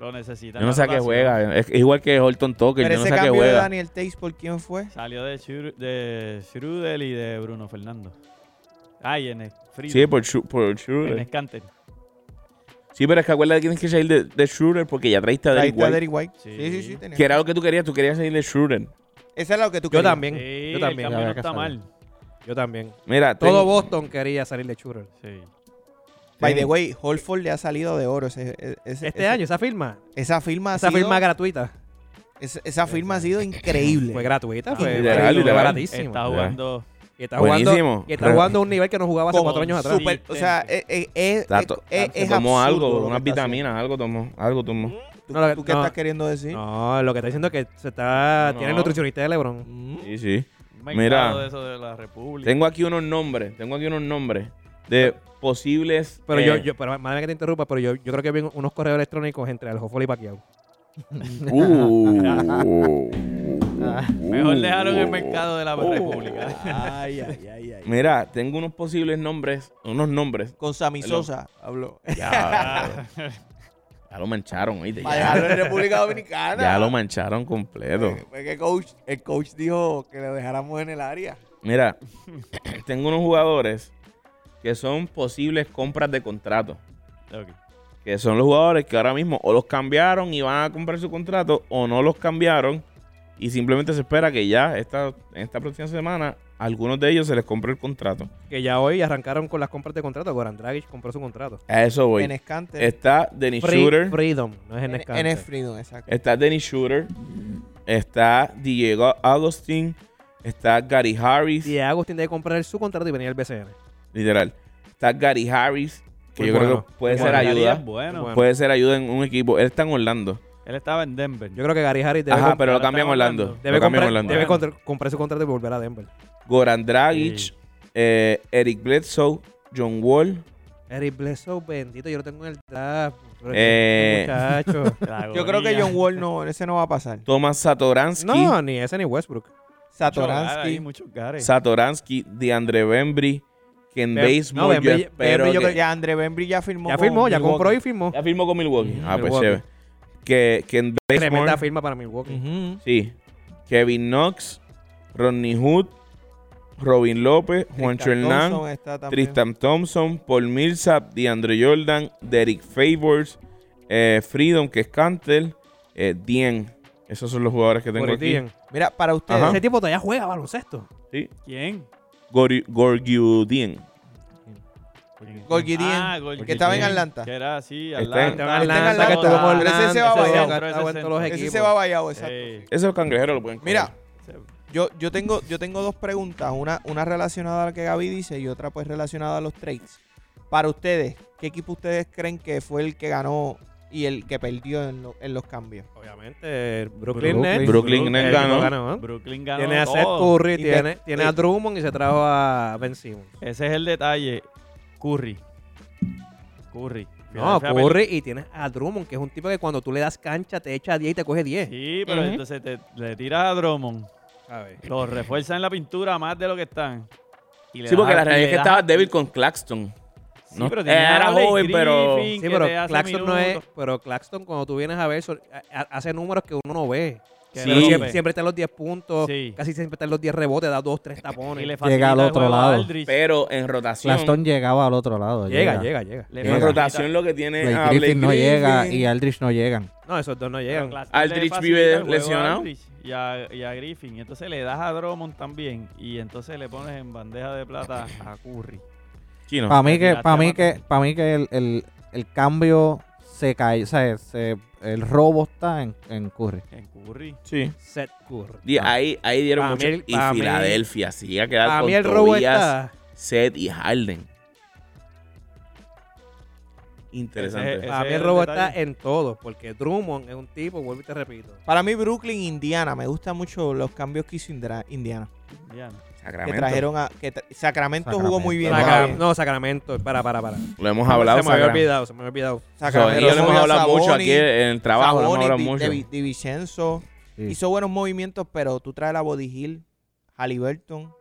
Speaker 4: Lo necesita.
Speaker 3: Yo no
Speaker 4: la
Speaker 3: sé a qué
Speaker 4: rotación.
Speaker 3: juega. Es igual que Horton Tucker.
Speaker 1: Pero
Speaker 3: Yo no
Speaker 1: ese
Speaker 3: sé a qué
Speaker 1: cambio de
Speaker 3: juega.
Speaker 1: Daniel Tays, ¿por quién fue?
Speaker 4: Salió de, Schru- de Schrudel y de Bruno Fernando. Ay, en el Friedel,
Speaker 3: Sí, por, Schru- por
Speaker 4: En
Speaker 3: Schroeder.
Speaker 4: el Kanter.
Speaker 3: Sí, pero es que acuérdate que tienes que salir de, de Schroeder porque ya traíste a
Speaker 1: Ahí
Speaker 3: Derrick
Speaker 1: está
Speaker 3: White.
Speaker 1: Derrick White. Sí,
Speaker 4: Sí.
Speaker 1: sí, sí. tenía-
Speaker 3: Que era lo que tú querías. Tú querías salir de Schroeder.
Speaker 1: Ese era lo que tú
Speaker 2: yo
Speaker 1: querías.
Speaker 2: también.
Speaker 4: Sí,
Speaker 2: yo también.
Speaker 4: El cambio
Speaker 5: había
Speaker 4: no
Speaker 5: que
Speaker 4: está
Speaker 5: salir.
Speaker 4: mal.
Speaker 2: Yo también.
Speaker 3: Mira,
Speaker 2: Todo
Speaker 3: ten-
Speaker 2: Boston quería salir de Shooter.
Speaker 4: Sí.
Speaker 1: By
Speaker 3: ten-
Speaker 1: the way, Holford le ha salido de oro. Ese, ese- ese-
Speaker 2: Este año, esa firma.
Speaker 1: Esa firma ha
Speaker 2: Esa
Speaker 1: sido,
Speaker 2: firma gratuita.
Speaker 1: esa, esa firma ha sido increíble.
Speaker 2: Fue gratuita, fue,
Speaker 3: Literal,
Speaker 2: fue
Speaker 3: literal.
Speaker 4: Está
Speaker 2: baratísima.
Speaker 4: jugando.
Speaker 2: Y está jugando,
Speaker 3: Buenísimo.
Speaker 2: y está jugando a un nivel que no jugaba hace
Speaker 1: Como
Speaker 2: cuatro años atrás.
Speaker 1: super- o sea, e, es, es, es-
Speaker 3: Está
Speaker 1: es-
Speaker 3: to-
Speaker 1: es- es
Speaker 3: tomó
Speaker 1: absurdo
Speaker 3: algo,
Speaker 1: lo
Speaker 3: unas
Speaker 1: que está
Speaker 3: vitaminas, algo tomó, algo tomó.
Speaker 1: haciendo. ¿Tú,
Speaker 2: No, lo-
Speaker 1: tú qué
Speaker 2: no.
Speaker 1: estás queriendo decir?
Speaker 2: No, lo que está diciendo es que se está,
Speaker 3: No.
Speaker 2: tiene el nutricionista de LeBron.
Speaker 1: Mm.
Speaker 3: Sí, sí.
Speaker 4: un
Speaker 3: Mira.
Speaker 4: mercado de eso de la República.
Speaker 3: Tengo aquí unos nombres, tengo aquí unos nombres de posibles.
Speaker 2: Pero
Speaker 3: eh,
Speaker 2: yo, yo pero madre mía que te interrumpa, pero yo, yo creo que vi unos correos electrónicos entre Aljofol y Pacquiao.
Speaker 3: Uh.
Speaker 4: Mejor dejaron el mercado de la República.
Speaker 1: Ay, ay, ay, ay.
Speaker 3: Mira, tengo unos posibles nombres, unos nombres.
Speaker 1: Con Sammy Sosa habló.
Speaker 3: Ya, ya lo mancharon, oíste.
Speaker 1: Para
Speaker 3: Ya,
Speaker 1: dejarlo en República Dominicana.
Speaker 3: ya lo mancharon completo.
Speaker 4: Eh.
Speaker 1: Fue que coach, el coach dijo que lo dejáramos en el área.
Speaker 3: Mira, tengo unos jugadores que son posibles compras de contrato.
Speaker 4: Ok.
Speaker 3: que son los jugadores que ahora mismo o los cambiaron y van a comprar su contrato o no los cambiaron y simplemente se espera que ya esta, en esta próxima semana a algunos de ellos se les compre el contrato.
Speaker 2: Que ya hoy arrancaron con las compras de contrato. Goran Dragic compró su contrato.
Speaker 3: A eso voy. Este
Speaker 1: En Escante.
Speaker 3: Está Dennis
Speaker 2: Free-
Speaker 3: Shooter,
Speaker 2: Freedom, no es en
Speaker 1: En
Speaker 2: Escante.
Speaker 1: Esfrido, exacto.
Speaker 3: está Dennis Shooter, está Diego Agustín, está Gary Harris,
Speaker 2: Y Agustín debe comprar su contrato y venir al BCN.
Speaker 3: literal. Está Gary Harris, que
Speaker 2: Muy
Speaker 3: yo
Speaker 2: bueno.
Speaker 3: creo que puede
Speaker 2: Muy
Speaker 3: ser
Speaker 4: Bueno,
Speaker 3: ayuda.
Speaker 4: Arias, Bueno.
Speaker 2: Bueno.
Speaker 3: Puede ser ayuda en un equipo. Él está en Orlando.
Speaker 4: él estaba en Denver.
Speaker 2: Yo creo que Gary Harris debe,
Speaker 3: Ajá,
Speaker 2: comp-
Speaker 3: pero lo
Speaker 4: ahora
Speaker 3: cambian
Speaker 4: está
Speaker 3: a Orlando.
Speaker 4: Orlando.
Speaker 2: debe
Speaker 3: Lo cambian a
Speaker 2: comprar,
Speaker 3: Orlando.
Speaker 2: debe contra- comprar su contrato y volver a Denver.
Speaker 3: Goran Dragic,
Speaker 4: Sí.
Speaker 3: eh, Eric Bledsoe, John Wall.
Speaker 2: Eric Bledsoe, bendito, yo lo tengo en el draft. Pero
Speaker 3: Eh.
Speaker 2: qué Muchacho.
Speaker 4: La
Speaker 3: Este
Speaker 1: Yo creo que
Speaker 4: agonía.
Speaker 1: John Wall no, ese no va a pasar.
Speaker 3: Thomas Satoransky,
Speaker 2: no, ni ese ni Westbrook.
Speaker 4: Mucho Gara ahí,
Speaker 1: Satoransky.
Speaker 4: muchos gares.
Speaker 3: Satoransky, DeAndre Bembry, Ken
Speaker 2: Bem- no,
Speaker 3: Baseball,
Speaker 2: Bembry-
Speaker 3: yo espero
Speaker 2: Bembry yo
Speaker 3: que-
Speaker 2: creo-
Speaker 1: Ya Andre Bembry ya firmó.
Speaker 2: Ya
Speaker 1: con
Speaker 2: firmó, ya
Speaker 1: Milwaukee.
Speaker 2: compró y firmó.
Speaker 3: Ya firmó con Milwaukee.
Speaker 2: Mm,
Speaker 3: Ah, pues
Speaker 2: Milwaukee.
Speaker 3: chévere. Que Ken
Speaker 2: Tremenda
Speaker 3: Baseball,
Speaker 2: firma para Milwaukee.
Speaker 1: Ujú.
Speaker 3: sí. Kevin Knox, Rodney Hood, Robin López, Juancho
Speaker 1: Tristan
Speaker 3: Hernán,
Speaker 1: Thompson está también.
Speaker 3: Tristan Thompson, Paul Millsap, DeAndre Jordan, Derek Favors, eh, Freedom, que es Cantel, eh, Dien. Esos son los jugadores que tengo aquí.
Speaker 2: Goridian.
Speaker 1: Mira, para ustedes,
Speaker 3: Ajá.
Speaker 2: Ese tipo todavía juega baloncesto.
Speaker 3: Sí.
Speaker 4: ¿Quién?
Speaker 3: Gori- Gorgiu Dien.
Speaker 1: Golguidien,
Speaker 4: Ah, Golguidien.
Speaker 1: que estaba en Atlanta.
Speaker 4: Que era así,
Speaker 3: Está en-
Speaker 4: Atlanta.
Speaker 2: Estaba en Atlanta,
Speaker 1: Atlanta,
Speaker 2: que estuvo en
Speaker 1: pero ese
Speaker 2: Atlanta,
Speaker 1: se va
Speaker 2: ese
Speaker 1: vallado.
Speaker 2: que ha estado en todos los
Speaker 4: Ese
Speaker 1: Ese
Speaker 2: equipos.
Speaker 1: se va vallado, exacto.
Speaker 4: Sí.
Speaker 3: Ese cangrejero lo pueden coger.
Speaker 1: Mira, yo, yo, tengo, yo tengo dos preguntas. Una, una relacionada a la que Gaby dice y otra pues relacionada a los trades. Para ustedes, ¿qué equipo ustedes creen que fue el que ganó y el que perdió en, lo- en los cambios?
Speaker 2: Obviamente, el Brooklyn,
Speaker 5: Brooklyn.
Speaker 2: Nets.
Speaker 3: Brooklyn Nets
Speaker 2: El
Speaker 3: ganó.
Speaker 2: ganó.
Speaker 4: Brooklyn ganó
Speaker 2: Tiene a Seth
Speaker 4: todo.
Speaker 2: Curry,
Speaker 1: Y
Speaker 2: tiene,
Speaker 1: te-
Speaker 2: tiene a
Speaker 1: y-
Speaker 2: Drummond y se trajo a Ben Simmons.
Speaker 4: Ese es el detalle. Curry. Curry.
Speaker 2: No,
Speaker 4: Filadelfia
Speaker 2: Curry y tienes a Drummond, que es un tipo que cuando tú le das cancha te echa 10 y te coge 10.
Speaker 4: Sí, pero
Speaker 3: Ujú.
Speaker 4: entonces te- le tiras a Drummond,
Speaker 2: A ver.
Speaker 4: lo refuerzan en la pintura más de lo que están. y le
Speaker 3: Sí,
Speaker 4: das
Speaker 3: porque
Speaker 4: a-
Speaker 3: la
Speaker 4: y
Speaker 3: realidad es
Speaker 4: le
Speaker 3: que
Speaker 4: das
Speaker 3: estaba
Speaker 4: a-
Speaker 3: débil con Claxton.
Speaker 4: Sí,
Speaker 3: ¿no?
Speaker 4: pero tienes
Speaker 3: Era
Speaker 4: a Blake
Speaker 3: joven, pero-
Speaker 4: Griffin,
Speaker 2: Sí,
Speaker 4: que te
Speaker 2: pero
Speaker 4: hace
Speaker 2: Claxton no es.
Speaker 4: minutos,
Speaker 2: Pero Claxton, cuando tú vienes a ver, son- a- a- hace números que uno no ve.
Speaker 4: que
Speaker 3: Sí.
Speaker 4: le rompe.
Speaker 2: Siempre, siempre está en los 10 puntos,
Speaker 4: Sí.
Speaker 2: casi siempre está en los 10 rebotes, da 2, 3 tapones.
Speaker 4: Y le
Speaker 2: llega,
Speaker 4: facilita
Speaker 5: Llega al
Speaker 4: el
Speaker 5: otro
Speaker 4: juego a
Speaker 5: lado.
Speaker 4: Aldridge.
Speaker 3: Pero en rotación.
Speaker 5: Claston llegaba al otro lado.
Speaker 2: llega, llega, llega.
Speaker 4: Le
Speaker 3: en
Speaker 5: llega.
Speaker 4: facilita-
Speaker 3: rotación lo que tiene
Speaker 5: Blake
Speaker 3: a
Speaker 5: Griffin
Speaker 3: Ah, Blake
Speaker 5: no llega
Speaker 3: Griffin.
Speaker 5: y Aldrich no llegan.
Speaker 2: No, esos dos no
Speaker 4: Pero
Speaker 2: llegan.
Speaker 4: Claxton le
Speaker 3: Aldridge
Speaker 4: facilita
Speaker 3: vive
Speaker 4: el juego a
Speaker 3: lesionado.
Speaker 4: Aldridge Y a, y a Griffin. Y entonces le das a Drummond también. Y entonces le pones en bandeja de plata a Curry.
Speaker 3: Chino.
Speaker 5: Para mí que,
Speaker 4: Tiraste
Speaker 5: para
Speaker 4: a
Speaker 5: mí
Speaker 4: matar.
Speaker 5: que, para mí que el, el- el cambio se cayó, o sea, se- el robo está en, en Curry.
Speaker 4: En Curry.
Speaker 3: Sí.
Speaker 2: Seth Curry.
Speaker 3: Di- Ahí, ahí dieron
Speaker 2: Pa'
Speaker 3: mucho.
Speaker 2: mí el-
Speaker 3: y
Speaker 2: pa' mí-
Speaker 3: Filadelfia, sí, iba a quedar
Speaker 2: A
Speaker 3: con
Speaker 2: mí el robo
Speaker 3: Tobias,
Speaker 2: está.
Speaker 3: Seth y Harden.
Speaker 4: Ese-
Speaker 3: Interesante.
Speaker 2: A mí
Speaker 4: es
Speaker 2: el
Speaker 4: el
Speaker 2: robo
Speaker 4: detalle.
Speaker 2: está en todo, porque Drummond es un tipo, vuelvo y te repito.
Speaker 1: Para mí, Brooklyn, Indiana. Me gustan mucho los cambios que hizo Indra- Indiana.
Speaker 4: Ya.
Speaker 2: eh,
Speaker 1: Que
Speaker 3: Sacramento.
Speaker 1: trajeron a. Que tra- Sacramento, jugó muy bien.
Speaker 2: Saca-
Speaker 1: Gaby.
Speaker 2: no, Sacramento, para, para, para.
Speaker 3: Lo hemos hablado.
Speaker 2: se me había
Speaker 3: Sacramento.
Speaker 2: olvidado, se me había olvidado.
Speaker 3: So,
Speaker 1: Sacramento
Speaker 3: ellos lo hemos
Speaker 1: sube a
Speaker 3: hablado mucho
Speaker 1: Sabonis,
Speaker 3: aquí en el trabajo. lo hemos
Speaker 1: Sabonis,
Speaker 3: hablado
Speaker 1: Di-
Speaker 3: mucho.
Speaker 1: Di, Di Vincenzo,
Speaker 5: Sí.
Speaker 1: Hizo buenos movimientos, pero tú traes a Body Hill, Halliburton.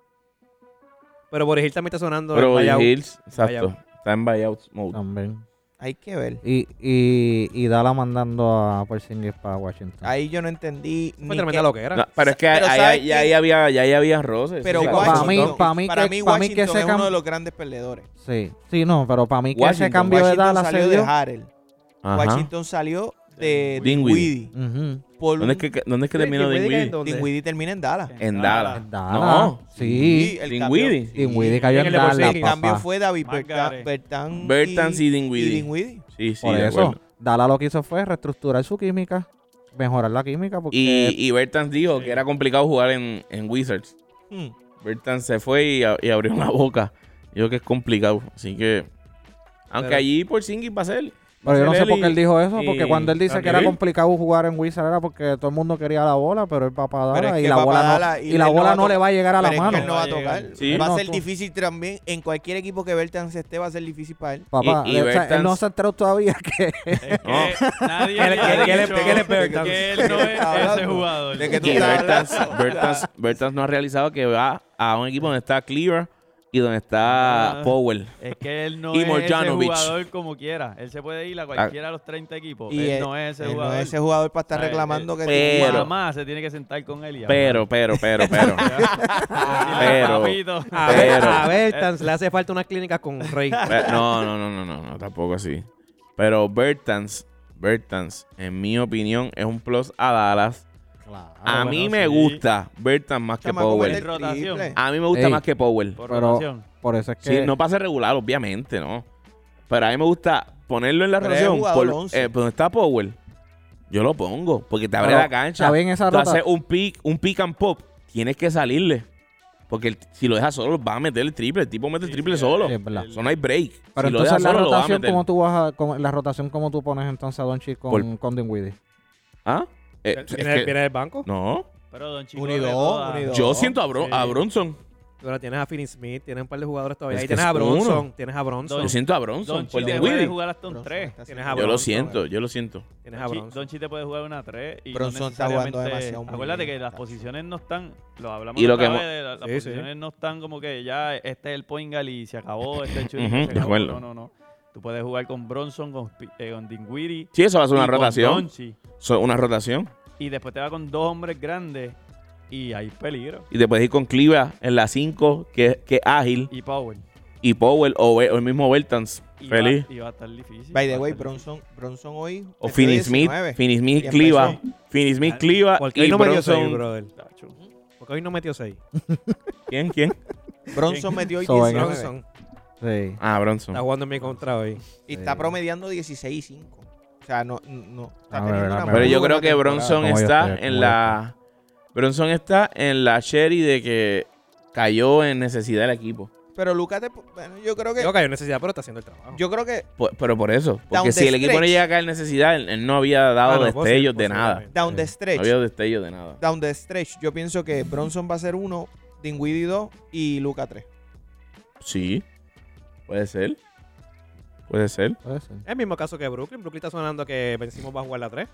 Speaker 2: Pero Boris Hill también está sonando.
Speaker 3: Pero
Speaker 2: en
Speaker 3: Buddy
Speaker 2: buyout.
Speaker 3: Hills,
Speaker 2: Buyout.
Speaker 3: exacto. Está en buyout mode.
Speaker 5: También.
Speaker 1: Hay que ver.
Speaker 5: Y, y, y Dala mandando a Porzingis para Washington.
Speaker 1: Ahí yo no entendí.
Speaker 2: Fue
Speaker 1: ni
Speaker 2: tremenda
Speaker 1: qué-
Speaker 2: loquera.
Speaker 3: No, pero es que
Speaker 1: Pero
Speaker 3: ahí,
Speaker 1: ¿sabes
Speaker 3: ahí- ahí
Speaker 1: qué?
Speaker 3: había, ya ahí había roces.
Speaker 1: Pero
Speaker 3: Sí,
Speaker 5: Washington-
Speaker 1: Washington,
Speaker 5: Para mí- para mí que- para mí que
Speaker 1: Washington
Speaker 5: ese
Speaker 1: es
Speaker 5: cam-
Speaker 1: uno de los grandes perdedores.
Speaker 5: Sí. Sí, no, pero para mí que ese
Speaker 3: Washington,
Speaker 5: cambio
Speaker 1: Washington
Speaker 5: de Dala
Speaker 1: salió
Speaker 5: se
Speaker 1: de
Speaker 5: dio.
Speaker 1: Harrell.
Speaker 3: Ajá.
Speaker 1: Washington salió de
Speaker 3: Dinwiddie.
Speaker 1: Dinwiddie.
Speaker 5: Ujú.
Speaker 1: Por
Speaker 3: ¿Dónde
Speaker 1: un-
Speaker 3: es que, dónde es que
Speaker 2: Sí,
Speaker 3: terminó
Speaker 2: Dinwiddie
Speaker 3: Dinwiddie?
Speaker 2: que- ¿Dónde?
Speaker 1: Dinwiddie termina en Dallas.
Speaker 3: En Dallas.
Speaker 5: Dala.
Speaker 3: No.
Speaker 5: Sí.
Speaker 1: el
Speaker 3: Dinwiddie.
Speaker 1: cambio-
Speaker 5: Dinwiddie cayó
Speaker 2: En
Speaker 5: en
Speaker 2: el
Speaker 5: Dala,
Speaker 2: bolsillo.
Speaker 1: El
Speaker 5: papá.
Speaker 1: cambio fue David
Speaker 4: Margaret.
Speaker 1: Bertan, Bertan
Speaker 3: Bertans y Dinwiddie.
Speaker 1: y Dinwiddie.
Speaker 3: Sí, sí,
Speaker 5: Por
Speaker 3: de
Speaker 5: eso,
Speaker 3: acuerdo.
Speaker 5: Dala lo que hizo fue reestructurar su química, mejorar la química, porque
Speaker 3: Y, y Bertans dijo
Speaker 4: Sí.
Speaker 3: que era complicado jugar en, en Wizards.
Speaker 1: Hmm.
Speaker 3: Bertans se fue y, a- y abrió la boca. Yo que es complicado. Así que. Aunque
Speaker 2: Pero-
Speaker 3: allí por va a ser.
Speaker 5: Pero yo no sé por qué él dijo eso,
Speaker 3: y-
Speaker 5: porque cuando él dice que era
Speaker 3: Gabriel.
Speaker 5: complicado jugar en Wizard era porque todo el mundo quería la bola, pero él va para
Speaker 1: Pero
Speaker 5: Dala
Speaker 1: es
Speaker 5: y
Speaker 1: que
Speaker 5: la
Speaker 1: va
Speaker 5: bola,
Speaker 1: para
Speaker 5: no,
Speaker 1: Dala y
Speaker 5: y la
Speaker 1: él no
Speaker 5: bola
Speaker 1: va a
Speaker 5: no le va a llegar a la
Speaker 1: Pero es que
Speaker 5: mano.
Speaker 1: él no va a tocar.
Speaker 3: Sí.
Speaker 1: Va a
Speaker 5: No,
Speaker 1: ser
Speaker 5: tú-
Speaker 1: difícil también. En cualquier equipo que Bertans esté, va a ser difícil para él.
Speaker 5: Papá,
Speaker 3: Y- y
Speaker 5: o sea, él
Speaker 3: Bertans-
Speaker 5: no se ha enterado todavía que
Speaker 4: Es que
Speaker 3: No.
Speaker 4: nadie
Speaker 2: ¿Qué le-
Speaker 4: le ha
Speaker 2: qué le- qué le-
Speaker 4: dicho
Speaker 2: qué le- qué le-
Speaker 4: que él no es ese
Speaker 1: hablando?
Speaker 4: jugador.
Speaker 1: ¿De qué tú
Speaker 3: Y
Speaker 1: estás hablando?
Speaker 3: Bertans, Bertans- Bertans no ha realizado que va a un equipo donde está Cleaver y donde está
Speaker 4: Ah.
Speaker 3: Powell.
Speaker 4: Es que él no
Speaker 3: Y
Speaker 4: es
Speaker 3: Morjanovic.
Speaker 4: ese jugador como quiera. Él se puede ir a cualquiera de los 30 equipos.
Speaker 1: Y
Speaker 4: él,
Speaker 1: él-
Speaker 4: no es ese
Speaker 1: Él no
Speaker 4: jugador.
Speaker 1: es ese jugador para estar
Speaker 4: Ay,
Speaker 1: reclamando que
Speaker 3: eh, pero-
Speaker 1: tiene-
Speaker 4: Jamás se tiene que sentar con él. y hablar.
Speaker 3: Pero, pero, pero, pero.
Speaker 4: Decirle,
Speaker 3: pero-
Speaker 4: "Papito".
Speaker 2: A, ver,
Speaker 3: Pero-
Speaker 2: a Bertans le hace falta unas clínicas con Rey.
Speaker 3: Pe- No, no, no, no, no, no, tampoco así. Pero Bertans, Bertans, en mi opinión, es un plus a Dallas. a
Speaker 5: Ah,
Speaker 4: bueno,
Speaker 3: mí
Speaker 1: ah,
Speaker 4: sí.
Speaker 3: me gusta Bertans más que
Speaker 1: Chamaco,
Speaker 3: Powell.
Speaker 1: mete el
Speaker 4: Rotación.
Speaker 1: triple.
Speaker 3: A mí me gusta
Speaker 5: Ey.
Speaker 3: más que Powell.
Speaker 4: Por
Speaker 5: Pero-
Speaker 4: rotación.
Speaker 5: por eso es que
Speaker 3: Sí, no pasa regular, obviamente, ¿no? Pero a mí me gusta ponerlo en la
Speaker 1: Pero
Speaker 3: rotación.
Speaker 1: es jugador
Speaker 3: por-
Speaker 1: once.
Speaker 3: eh, por donde está Powell, yo lo pongo porque te abre
Speaker 5: pero
Speaker 3: la cancha.
Speaker 5: está bien esa
Speaker 3: Tú
Speaker 5: rota.
Speaker 3: haces un pick, un pick and pop, tienes que salirle. Porque el- si lo dejas solo, va a meter el triple. El tipo mete el
Speaker 4: Sí,
Speaker 3: triple
Speaker 4: sí,
Speaker 3: solo.
Speaker 5: sí, es verdad.
Speaker 3: Eso no hay break.
Speaker 5: Pero
Speaker 3: si lo dejas
Speaker 5: entonces la
Speaker 3: solo, lo va a
Speaker 5: rotación
Speaker 3: meter.
Speaker 5: como tú vas a, como- la rotación como tú pones entonces a Doncic con,
Speaker 3: Por-
Speaker 5: con Dinwiddie.
Speaker 3: ¿Ah? Eh, es
Speaker 2: ¿Viene,
Speaker 3: que-
Speaker 2: viene del banco.
Speaker 3: No.
Speaker 4: Pero Don Chico.
Speaker 1: Unido,
Speaker 4: reboda.
Speaker 1: unido.
Speaker 3: Yo
Speaker 1: No,
Speaker 3: siento a, Bron-
Speaker 4: sí.
Speaker 3: a Bronson.
Speaker 2: Ahora tienes a Finney Smith, tienes un par de jugadores todavía.
Speaker 3: Es
Speaker 2: Ahí
Speaker 3: que
Speaker 2: tienes
Speaker 3: es
Speaker 2: a Bronson,
Speaker 3: uno.
Speaker 2: tienes a Bronson.
Speaker 3: Yo siento a Bronson.
Speaker 4: Don
Speaker 3: Por
Speaker 4: Chico te puede
Speaker 3: Dinwiddie.
Speaker 4: jugar hasta un
Speaker 1: Bronson
Speaker 4: 3.
Speaker 1: está haciendo-
Speaker 2: Tienes a
Speaker 3: Yo lo
Speaker 2: Bronson,
Speaker 3: siento, yo lo siento.
Speaker 2: Tienes a Bronson.
Speaker 4: Don Chi te puede jugar una 3 y no
Speaker 1: Bronson está jugando
Speaker 4: necesariamente-
Speaker 1: demasiado muy
Speaker 4: Acuérdate
Speaker 1: bien.
Speaker 4: que las posiciones no están, lo hablamos
Speaker 3: Y lo
Speaker 4: la otra
Speaker 3: que mo-
Speaker 4: vez, la- las
Speaker 2: Sí, sí.
Speaker 4: posiciones no están como que ya este es el point guard y se acabó, este es el shooting
Speaker 3: Ujú,
Speaker 4: y
Speaker 3: de
Speaker 4: se acabó.
Speaker 3: acuerdo.
Speaker 4: No, no, no. Tú puedes jugar con Bronson, con, Pi- eh, con Dinwiddie,
Speaker 3: Sí, eso va a ser una
Speaker 4: y con
Speaker 3: rotación.
Speaker 4: Doncic.
Speaker 3: Eso es una rotación.
Speaker 4: y después te va con dos hombres grandes y hay peligro.
Speaker 3: Y te puedes ir con Cliva en la 5, que, que es ágil.
Speaker 4: Y Powell.
Speaker 3: Y Powell o, Be- o el mismo Bertans.
Speaker 4: Y va-
Speaker 3: Feliz.
Speaker 4: y va a estar difícil.
Speaker 1: By the
Speaker 4: va a
Speaker 1: way,
Speaker 4: estar difícil.
Speaker 1: Bronson, Bronson hoy.
Speaker 3: O
Speaker 1: metió
Speaker 3: Finney Smith.
Speaker 1: 19.
Speaker 3: Finney Smith,
Speaker 1: Y
Speaker 3: Cliva.
Speaker 1: empezó.
Speaker 3: Finney Smith, Cliva.
Speaker 2: Porque hoy
Speaker 3: Y
Speaker 2: no metió 6,
Speaker 3: Bronson.
Speaker 2: brother.
Speaker 4: Tacho.
Speaker 2: Porque hoy no metió 6.
Speaker 3: ¿Quién? ¿Quién?
Speaker 1: Bronson metió hoy
Speaker 5: So, venga.
Speaker 1: 19.
Speaker 2: Bronson
Speaker 5: Sí.
Speaker 3: Ah,
Speaker 2: está
Speaker 3: Bronson.
Speaker 2: jugando en mi contra hoy.
Speaker 1: Y está
Speaker 5: Sí.
Speaker 1: promediando 16 y 5. O sea, no, no está
Speaker 5: A ver,
Speaker 1: teniendo
Speaker 5: a
Speaker 1: una
Speaker 5: ver.
Speaker 3: Pero
Speaker 1: muy
Speaker 3: yo
Speaker 1: buena
Speaker 3: creo que
Speaker 1: temporada.
Speaker 3: Bronson
Speaker 5: Como yo
Speaker 3: está
Speaker 5: estoy, como
Speaker 3: en
Speaker 5: yo
Speaker 3: la. Bronson está en la Sherry de que cayó en necesidad del equipo.
Speaker 1: Pero Lucas, te- bueno, yo creo que.
Speaker 2: Yo cayó en necesidad, pero está haciendo el trabajo.
Speaker 1: Yo creo que
Speaker 3: Por- pero por eso.
Speaker 1: Down
Speaker 3: Porque si
Speaker 1: the
Speaker 3: el equipo no
Speaker 1: stretch.
Speaker 3: llega a caer en necesidad, él, él no había dado
Speaker 2: Ah, no,
Speaker 3: destellos
Speaker 2: posi-
Speaker 3: de nada.
Speaker 2: posiblemente.
Speaker 1: down the
Speaker 5: Sí.
Speaker 3: No
Speaker 1: stretch.
Speaker 3: había destellos de nada.
Speaker 1: Down the stretch. Yo pienso que Bronson va a ser 1, Dinwiddie 2 y Luca 3.
Speaker 3: Sí. Puede ser. Puede ser.
Speaker 5: puede ser.
Speaker 2: Es el mismo caso que Brooklyn. Brooklyn está sonando que vencimos va a jugar la 3.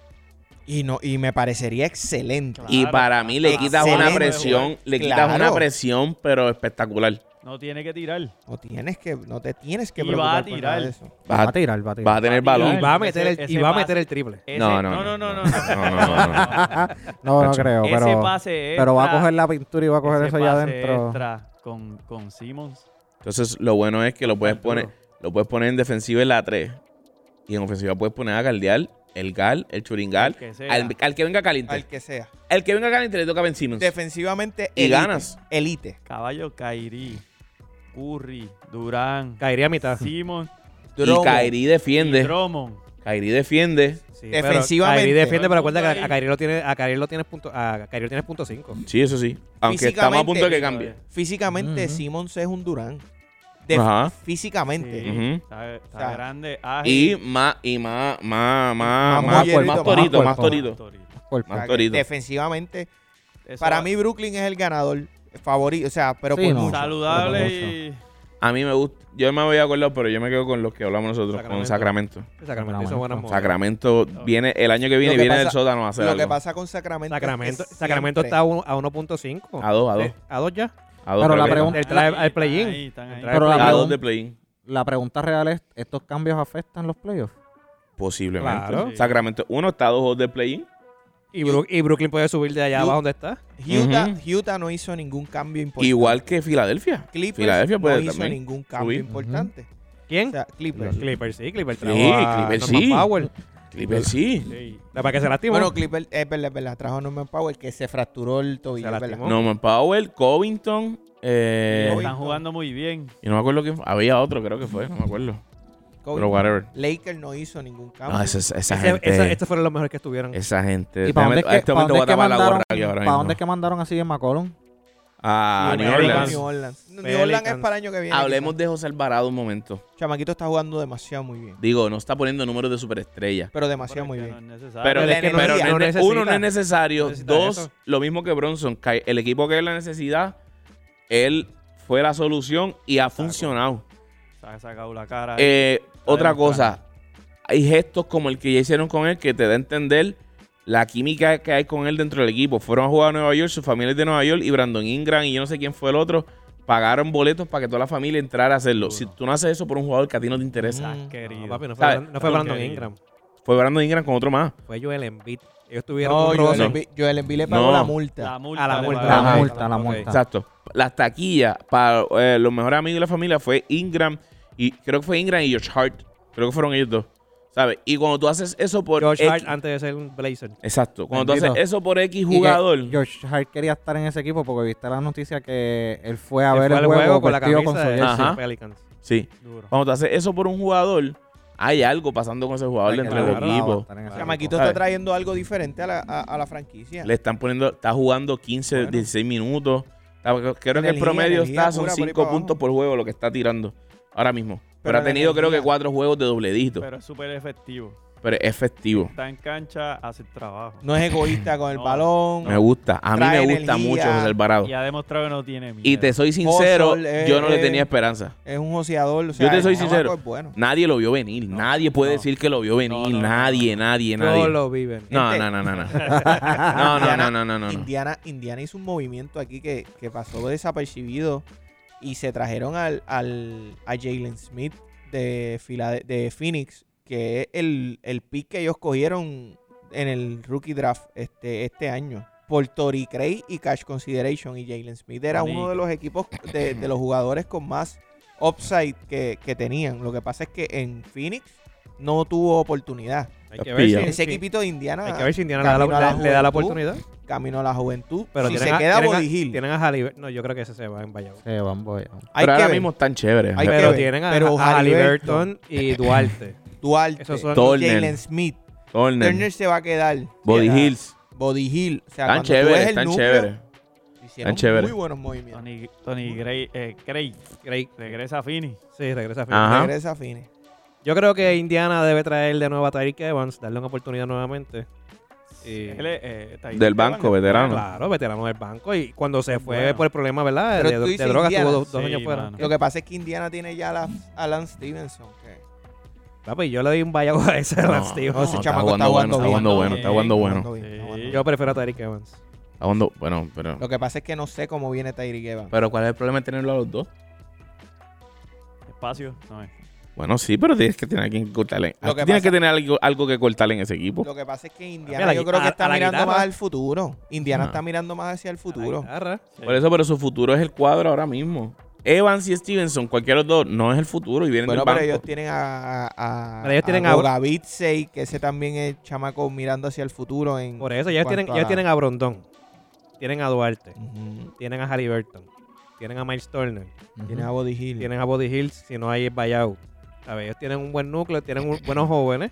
Speaker 1: Y no, y me parecería excelente.
Speaker 4: Claro.
Speaker 3: Y para mí le quitas una
Speaker 1: Excelente.
Speaker 3: presión, le quitas
Speaker 1: Claro.
Speaker 3: una presión, pero espectacular.
Speaker 4: No tiene que tirar.
Speaker 1: No tienes que, no te tienes que
Speaker 4: Y va
Speaker 1: preocupar
Speaker 4: a
Speaker 1: por nada
Speaker 4: tirar.
Speaker 1: de eso.
Speaker 5: Va a
Speaker 3: Vas a,
Speaker 5: tirar, va
Speaker 3: vas
Speaker 5: a
Speaker 3: a
Speaker 5: tirar.
Speaker 3: tener
Speaker 4: Va a tirar.
Speaker 3: balón.
Speaker 2: Y va a meter
Speaker 4: ese-
Speaker 2: el, y
Speaker 4: ese
Speaker 2: va a
Speaker 4: pase-
Speaker 2: meter el triple.
Speaker 4: Ese-
Speaker 3: No, no,
Speaker 4: no, no, no, no,
Speaker 3: no, no, no,
Speaker 5: No, no
Speaker 3: Cacho.
Speaker 5: creo,
Speaker 4: Ese
Speaker 5: pero,
Speaker 4: pase
Speaker 5: pero va a
Speaker 4: extra,
Speaker 5: coger la pintura y va a coger
Speaker 4: ese
Speaker 5: eso allá
Speaker 4: pase
Speaker 5: adentro.
Speaker 4: extra con, con Simmons.
Speaker 3: Entonces, lo bueno es que lo puedes
Speaker 4: Arturo.
Speaker 3: poner, lo puedes poner en defensiva en la 3. Y en ofensiva puedes poner a Galdeal, el Gal, el Churingal,
Speaker 4: El que sea.
Speaker 3: al, al que venga caliente.
Speaker 1: Al
Speaker 3: El,
Speaker 1: que sea.
Speaker 3: que venga caliente le toca a Ben Simmons.
Speaker 1: Defensivamente,
Speaker 3: Y
Speaker 1: elite.
Speaker 3: ganas.
Speaker 1: Elite.
Speaker 4: Caballo Kairi, Curry, Durán,
Speaker 2: Caería a mitad.
Speaker 4: Simon,
Speaker 3: Y
Speaker 1: Drummond.
Speaker 3: Kairi defiende.
Speaker 4: Drummond.
Speaker 3: Kairi defiende.
Speaker 2: Sí,
Speaker 1: Defensivamente.
Speaker 2: Kyrie defiende, pero acuérdate que
Speaker 4: Ahí.
Speaker 2: a- a Kyrie lo tiene a Kyrie lo tienes punto a Kyrie lo tienes punto 5.
Speaker 3: Sí, eso sí. Aunque estamos a punto de que cambie.
Speaker 1: Físicamente,
Speaker 5: Ujú.
Speaker 1: Simmons es un Durán. Def-
Speaker 3: Ajá.
Speaker 1: Físicamente.
Speaker 4: Sí,
Speaker 3: Ujú.
Speaker 4: está, está
Speaker 1: O sea,
Speaker 4: grande, ágil.
Speaker 3: Y más, y más, más, más,
Speaker 1: Más
Speaker 3: más,
Speaker 1: mollerito,
Speaker 3: más
Speaker 1: más
Speaker 3: torito, más
Speaker 5: cuerpo.
Speaker 3: torito.
Speaker 5: Cuerpo.
Speaker 1: O sea,
Speaker 3: Más
Speaker 1: que
Speaker 3: torito.
Speaker 1: defensivamente.
Speaker 4: Eso
Speaker 1: para
Speaker 4: va-
Speaker 1: mí, Brooklyn es el ganador favorito. O sea, pero
Speaker 5: Sí,
Speaker 1: por
Speaker 5: no.
Speaker 1: mucho.
Speaker 5: Salud.
Speaker 4: Saludable y
Speaker 3: A mí me gusta. Yo me había acordado, pero yo me quedo con los que hablamos nosotros, con Sacramento.
Speaker 2: Sacramento hizo buenas movidas.
Speaker 3: Sacramento viene el año que viene
Speaker 1: Lo
Speaker 3: y
Speaker 1: que
Speaker 3: viene del
Speaker 1: pasa-
Speaker 3: sótano a hacer
Speaker 1: Lo
Speaker 3: algo.
Speaker 1: que pasa con Sacramento. es que
Speaker 2: Sacramento,
Speaker 1: siempre-
Speaker 2: Sacramento está a uno- a 1.5.
Speaker 3: A dos, a dos.
Speaker 2: Eh, ¿A dos ya?
Speaker 3: A dos,
Speaker 5: Pero
Speaker 3: creo
Speaker 5: la
Speaker 3: que
Speaker 5: pregunta-
Speaker 2: El, trae- el play-in.
Speaker 4: Ahí, están ahí.
Speaker 2: El trae
Speaker 5: Pero la
Speaker 2: play-in.
Speaker 3: están. A
Speaker 5: pregunta-
Speaker 3: dos de play-in,
Speaker 5: La pregunta real es, ¿estos cambios afectan los playoffs?
Speaker 3: posiblemente.
Speaker 2: Claro.
Speaker 3: Sacramento, uno está a dos de play-in.
Speaker 2: Y, Brook- y Brooklyn puede subir de allá
Speaker 1: Yo-
Speaker 2: abajo donde está.
Speaker 1: Utah,
Speaker 3: Ujú.
Speaker 1: Utah no hizo ningún cambio importante.
Speaker 3: Igual que Filadelfia.
Speaker 1: Clippers
Speaker 3: Filadelfia
Speaker 1: no
Speaker 3: puede
Speaker 1: hizo
Speaker 3: también
Speaker 1: ningún cambio
Speaker 3: subir.
Speaker 1: importante.
Speaker 2: ¿Quién?
Speaker 1: O sea, Clippers.
Speaker 2: Los Clippers, sí. Clippers
Speaker 3: Sí,
Speaker 2: trajo a
Speaker 3: Clippers
Speaker 2: Norman
Speaker 3: sí.
Speaker 2: Powell.
Speaker 3: Clippers sí.
Speaker 4: Sí.
Speaker 2: La- Para que se lastimó.
Speaker 1: Bueno, Clippers, es verdad, es verdad. Trajo a Norman Powell que se fracturó el tobillo.
Speaker 2: Se
Speaker 1: es
Speaker 2: lastimó.
Speaker 1: verdad.
Speaker 3: Norman Powell, Covington. eh,
Speaker 1: Hoy-
Speaker 4: Están jugando muy bien.
Speaker 3: y no me acuerdo quién. Había otro, creo que fue. No me acuerdo.
Speaker 1: Kobe.
Speaker 3: Pero whatever.
Speaker 1: Lakers no hizo ningún cambio.
Speaker 3: No, esa, esa
Speaker 2: Ese-
Speaker 3: gente.
Speaker 2: esa- estos fueron los mejores que estuvieron.
Speaker 3: Esa gente.
Speaker 5: ¿Y para dónde, es
Speaker 3: a
Speaker 5: que,
Speaker 3: este
Speaker 5: para
Speaker 3: momento
Speaker 5: dónde es que
Speaker 3: voy a tapar la
Speaker 5: mandaron,
Speaker 3: gorra aquí ahora
Speaker 5: para
Speaker 3: mismo.
Speaker 5: dónde es que mandaron así en McCollum?
Speaker 3: A
Speaker 2: New
Speaker 3: New
Speaker 2: Orleans.
Speaker 3: Orleans.
Speaker 1: New Orleans. New
Speaker 2: Pelicans.
Speaker 1: Orleans es para el año que viene.
Speaker 3: Hablemos de José Alvarado un momento.
Speaker 1: quizás. Chamaquito está jugando demasiado muy bien.
Speaker 3: Digo, no está poniendo números de superestrella.
Speaker 1: pero demasiado muy bien.
Speaker 3: Pero,
Speaker 2: Pero
Speaker 3: es
Speaker 2: es
Speaker 3: que
Speaker 2: que no-
Speaker 3: pero
Speaker 2: no
Speaker 3: no es-
Speaker 2: necesita.
Speaker 3: uno no es necesario.
Speaker 2: No necesita
Speaker 3: Dos,
Speaker 2: eso.
Speaker 3: lo mismo que Bronson. que El equipo que es la necesidad, él fue la solución y ha funcionado.
Speaker 4: Se ha sacado la cara.
Speaker 3: Eh, otra
Speaker 4: demostrado.
Speaker 3: cosa, hay gestos como el que ya hicieron con él que te da a entender la química que hay con él dentro del equipo. Fueron a jugar a Nueva York, su familia es de Nueva York y Brandon Ingram y yo no sé quién fue el otro. Pagaron boletos para que toda la familia entrara a hacerlo. Si tú no haces eso por un jugador que a ti no te interesa.
Speaker 1: Mm.
Speaker 4: querido.
Speaker 2: No, papi, no fue,
Speaker 3: ¿Sabes?
Speaker 2: Brand- no fue
Speaker 4: No,
Speaker 2: Brandon
Speaker 4: querido.
Speaker 2: Ingram.
Speaker 3: Fue Brandon Ingram con otro más.
Speaker 2: Fue Joel Embiid. Ellos tuvieron
Speaker 1: No,
Speaker 2: un
Speaker 1: Joel,
Speaker 2: roce.
Speaker 1: Embi- Joel Embiid le pagó
Speaker 3: No.
Speaker 1: la multa.
Speaker 4: La multa.
Speaker 2: A la
Speaker 4: le
Speaker 2: multa.
Speaker 4: pagaron.
Speaker 5: La
Speaker 2: Ajá.
Speaker 5: multa, la
Speaker 2: Ok.
Speaker 5: multa.
Speaker 3: Exacto. Las taquillas para eh, los mejores amigos de la familia fue Ingram y creo que fue Ingram y George Hart. Creo que fueron ellos dos. ¿Sabes? Y cuando tú haces eso por
Speaker 2: Josh
Speaker 3: X-
Speaker 2: Hart antes de ser un Blazer.
Speaker 3: Exacto. Cuando tú
Speaker 5: Bendito.
Speaker 3: haces eso por X
Speaker 5: Y que
Speaker 3: jugador.
Speaker 5: George Hart quería estar en ese equipo porque viste la noticia que él fue a
Speaker 2: Él
Speaker 5: ver
Speaker 2: fue
Speaker 5: el
Speaker 2: al
Speaker 5: juego,
Speaker 2: con la
Speaker 5: vestido
Speaker 2: camisa
Speaker 5: con su
Speaker 2: de
Speaker 5: jersey.
Speaker 3: Ajá.
Speaker 2: los Pelicans.
Speaker 3: Sí.
Speaker 4: Duro.
Speaker 3: Cuando te haces eso por un jugador, hay algo pasando con ese jugador
Speaker 5: Claro,
Speaker 3: dentro
Speaker 5: claro,
Speaker 3: del
Speaker 5: va a
Speaker 3: equipo.
Speaker 5: estar en ese
Speaker 1: Chamaquito
Speaker 3: ¿Sabes?
Speaker 1: está trayendo algo diferente a la, a- a la franquicia.
Speaker 3: Le están poniendo, está jugando 15,
Speaker 1: Bueno.
Speaker 3: 16 minutos. Está- Creo que el
Speaker 1: Energía,
Speaker 3: promedio
Speaker 1: energía
Speaker 3: está, son
Speaker 1: pura por ahí
Speaker 3: 5
Speaker 1: para
Speaker 3: puntos por juego lo que está tirando ahora mismo. Pero,
Speaker 1: Pero
Speaker 3: ha tenido
Speaker 1: la
Speaker 3: creo que
Speaker 1: energía-
Speaker 3: 4 juegos de dobledito. Pero,
Speaker 4: Pero es súper efectivo.
Speaker 3: es efectivo.
Speaker 4: Está en cancha, hace el trabajo.
Speaker 1: No es egoísta con el
Speaker 4: No,
Speaker 1: balón.
Speaker 3: Me gusta. A mí
Speaker 1: Trae
Speaker 3: me gusta
Speaker 1: energía.
Speaker 3: mucho José Alvarado.
Speaker 4: Y ha demostrado que no tiene miedo.
Speaker 3: Y te soy sincero,
Speaker 1: Oso, eh,
Speaker 3: yo no le
Speaker 1: eh.
Speaker 3: tenía esperanza.
Speaker 1: Es un joseador. o
Speaker 3: Yo te
Speaker 1: sea,
Speaker 3: soy
Speaker 1: el chamaco
Speaker 3: sincero.
Speaker 1: es bueno.
Speaker 3: Nadie lo vio venir. nadie puede
Speaker 4: no.
Speaker 3: decir que lo vio venir.
Speaker 4: no, no,
Speaker 3: nadie, nadie, nadie.
Speaker 2: No lo viven.
Speaker 3: No,
Speaker 1: Gente.
Speaker 3: no, no, no, no. No, no, no, no, no, no, no.
Speaker 1: Indiana, Indiana hizo un movimiento aquí que, que pasó desapercibido y se trajeron al, al- a Jalen Smith de, Filade- de Phoenix, que es el, el pick que ellos cogieron en el rookie draft este, este año. Por Tory Craig y Cash Consideration. Y Jalen Smith era
Speaker 4: Bonito.
Speaker 1: uno de los equipos de, de los jugadores con más upside que, que tenían. Lo que pasa es que en Phoenix no tuvo oportunidad.
Speaker 2: Hay que ver si,
Speaker 3: Pilla.
Speaker 1: Ese
Speaker 2: si-
Speaker 1: equipito de Indiana
Speaker 2: hay que ver si Indiana le da
Speaker 1: camino a la
Speaker 2: la, le- le da la
Speaker 1: juventud.
Speaker 2: oportunidad.
Speaker 1: camino a la juventud.
Speaker 2: Pero
Speaker 1: si
Speaker 2: tienen
Speaker 1: se
Speaker 2: a-
Speaker 1: queda
Speaker 2: tienen a-
Speaker 1: Body Hill,
Speaker 2: Tienen a Halliburton. No, yo creo que ese se va en Valladolid.
Speaker 5: Sí, van, voy, van.
Speaker 1: hay
Speaker 3: Pero
Speaker 1: que
Speaker 3: ahora
Speaker 1: ver.
Speaker 3: mismo están chéveres.
Speaker 1: Hay que
Speaker 2: Pero
Speaker 1: ver,
Speaker 2: tienen a,
Speaker 1: pero
Speaker 2: a
Speaker 1: Haliburton,
Speaker 2: Halliburton y Duarte.
Speaker 1: Duarte,
Speaker 2: Esos son-
Speaker 3: Turner.
Speaker 1: Jalen Smith,
Speaker 3: Turner,
Speaker 1: Turner se va a quedar.
Speaker 3: Body
Speaker 1: Hills
Speaker 3: Hills.
Speaker 1: Body Hill. O sea,
Speaker 3: Están
Speaker 1: cuando tú ves
Speaker 3: chéveres,
Speaker 1: el pues,
Speaker 3: están
Speaker 1: núcleo,
Speaker 3: chéveres.
Speaker 1: hicieron
Speaker 3: están chéveres.
Speaker 1: Muy buenos movimientos.
Speaker 4: Tony, Tony Gray, eh, Craig
Speaker 2: Craig.
Speaker 4: regresa a Fini.
Speaker 2: Sí, regresa a
Speaker 3: Ajá.
Speaker 1: Regresa a fines.
Speaker 2: Yo creo que Indiana debe traer de nuevo a Tyreek Evans, darle una oportunidad nuevamente. Y-
Speaker 4: Él es, eh, está ahí.
Speaker 3: Del banco,
Speaker 1: pues,
Speaker 3: veterano.
Speaker 2: Claro, veterano del banco. Y cuando se fue
Speaker 4: Bueno.
Speaker 2: por el problema, ¿verdad?
Speaker 1: Pero
Speaker 2: De,
Speaker 1: tú
Speaker 2: de
Speaker 1: dices
Speaker 2: drogas,
Speaker 1: Indiana.
Speaker 2: estuvo dos, dos
Speaker 4: Sí,
Speaker 2: años fuera.
Speaker 4: mano.
Speaker 1: Lo que pasa es que Indiana tiene ya la, a Lance Stevenson. que-
Speaker 2: Papi, yo le di un vallago a ese
Speaker 3: No,
Speaker 2: Lance Stevenson.
Speaker 1: No, ese
Speaker 3: está
Speaker 1: chamaco
Speaker 3: jugando
Speaker 1: está
Speaker 3: bueno,
Speaker 1: jugando
Speaker 3: está
Speaker 1: bien.
Speaker 3: jugando bueno, está jugando bueno.
Speaker 1: bien, está jugando
Speaker 4: Sí.
Speaker 1: bien.
Speaker 2: Yo prefiero a Tyreek Evans.
Speaker 3: Está jugando bueno, pero...
Speaker 1: Lo que pasa es que no sé cómo viene Tyreek Evans.
Speaker 3: Pero ¿cuál es el problema de tenerlo a los dos?
Speaker 4: Espacio, no es.
Speaker 3: Bueno, sí, pero tienes que tener a quien cortarle.
Speaker 1: Lo que pasa-
Speaker 3: Tienes que tener algo, algo que cortarle en ese equipo.
Speaker 1: Lo que pasa es que
Speaker 2: Mira,
Speaker 1: Indiana
Speaker 2: la
Speaker 1: yo
Speaker 2: gui-
Speaker 1: creo
Speaker 2: a-
Speaker 1: que está
Speaker 2: a la
Speaker 1: mirando
Speaker 2: guitarra.
Speaker 1: más al futuro. Indiana
Speaker 3: Ah.
Speaker 1: está mirando más hacia el futuro.
Speaker 2: Guitarra.
Speaker 4: Sí.
Speaker 3: Por eso, pero su futuro es el cuadro ahora mismo. Evans y Stevenson, cualquiera de los dos, no es el futuro y vienen
Speaker 1: Bueno,
Speaker 3: del banco.
Speaker 1: pero ellos titienen a, a, a,
Speaker 2: Pero ellos tienen
Speaker 1: a
Speaker 2: a-
Speaker 1: Gogavitsey, que ese también es chamaco mirando hacia el futuro en
Speaker 2: Por eso, ya
Speaker 1: cuanto
Speaker 2: tienen,
Speaker 1: a
Speaker 2: ya
Speaker 1: la-
Speaker 2: tienen a Brondón. Tienen a Duarte.
Speaker 1: Ujú.
Speaker 2: Tienen a Halliburton. Tienen a Miles Turner.
Speaker 1: Tienen a Body Hill.
Speaker 2: Tienen a Body Hills. Si no hay buyout. A ver, ellos tienen un buen núcleo. Tienen un- buenos jóvenes.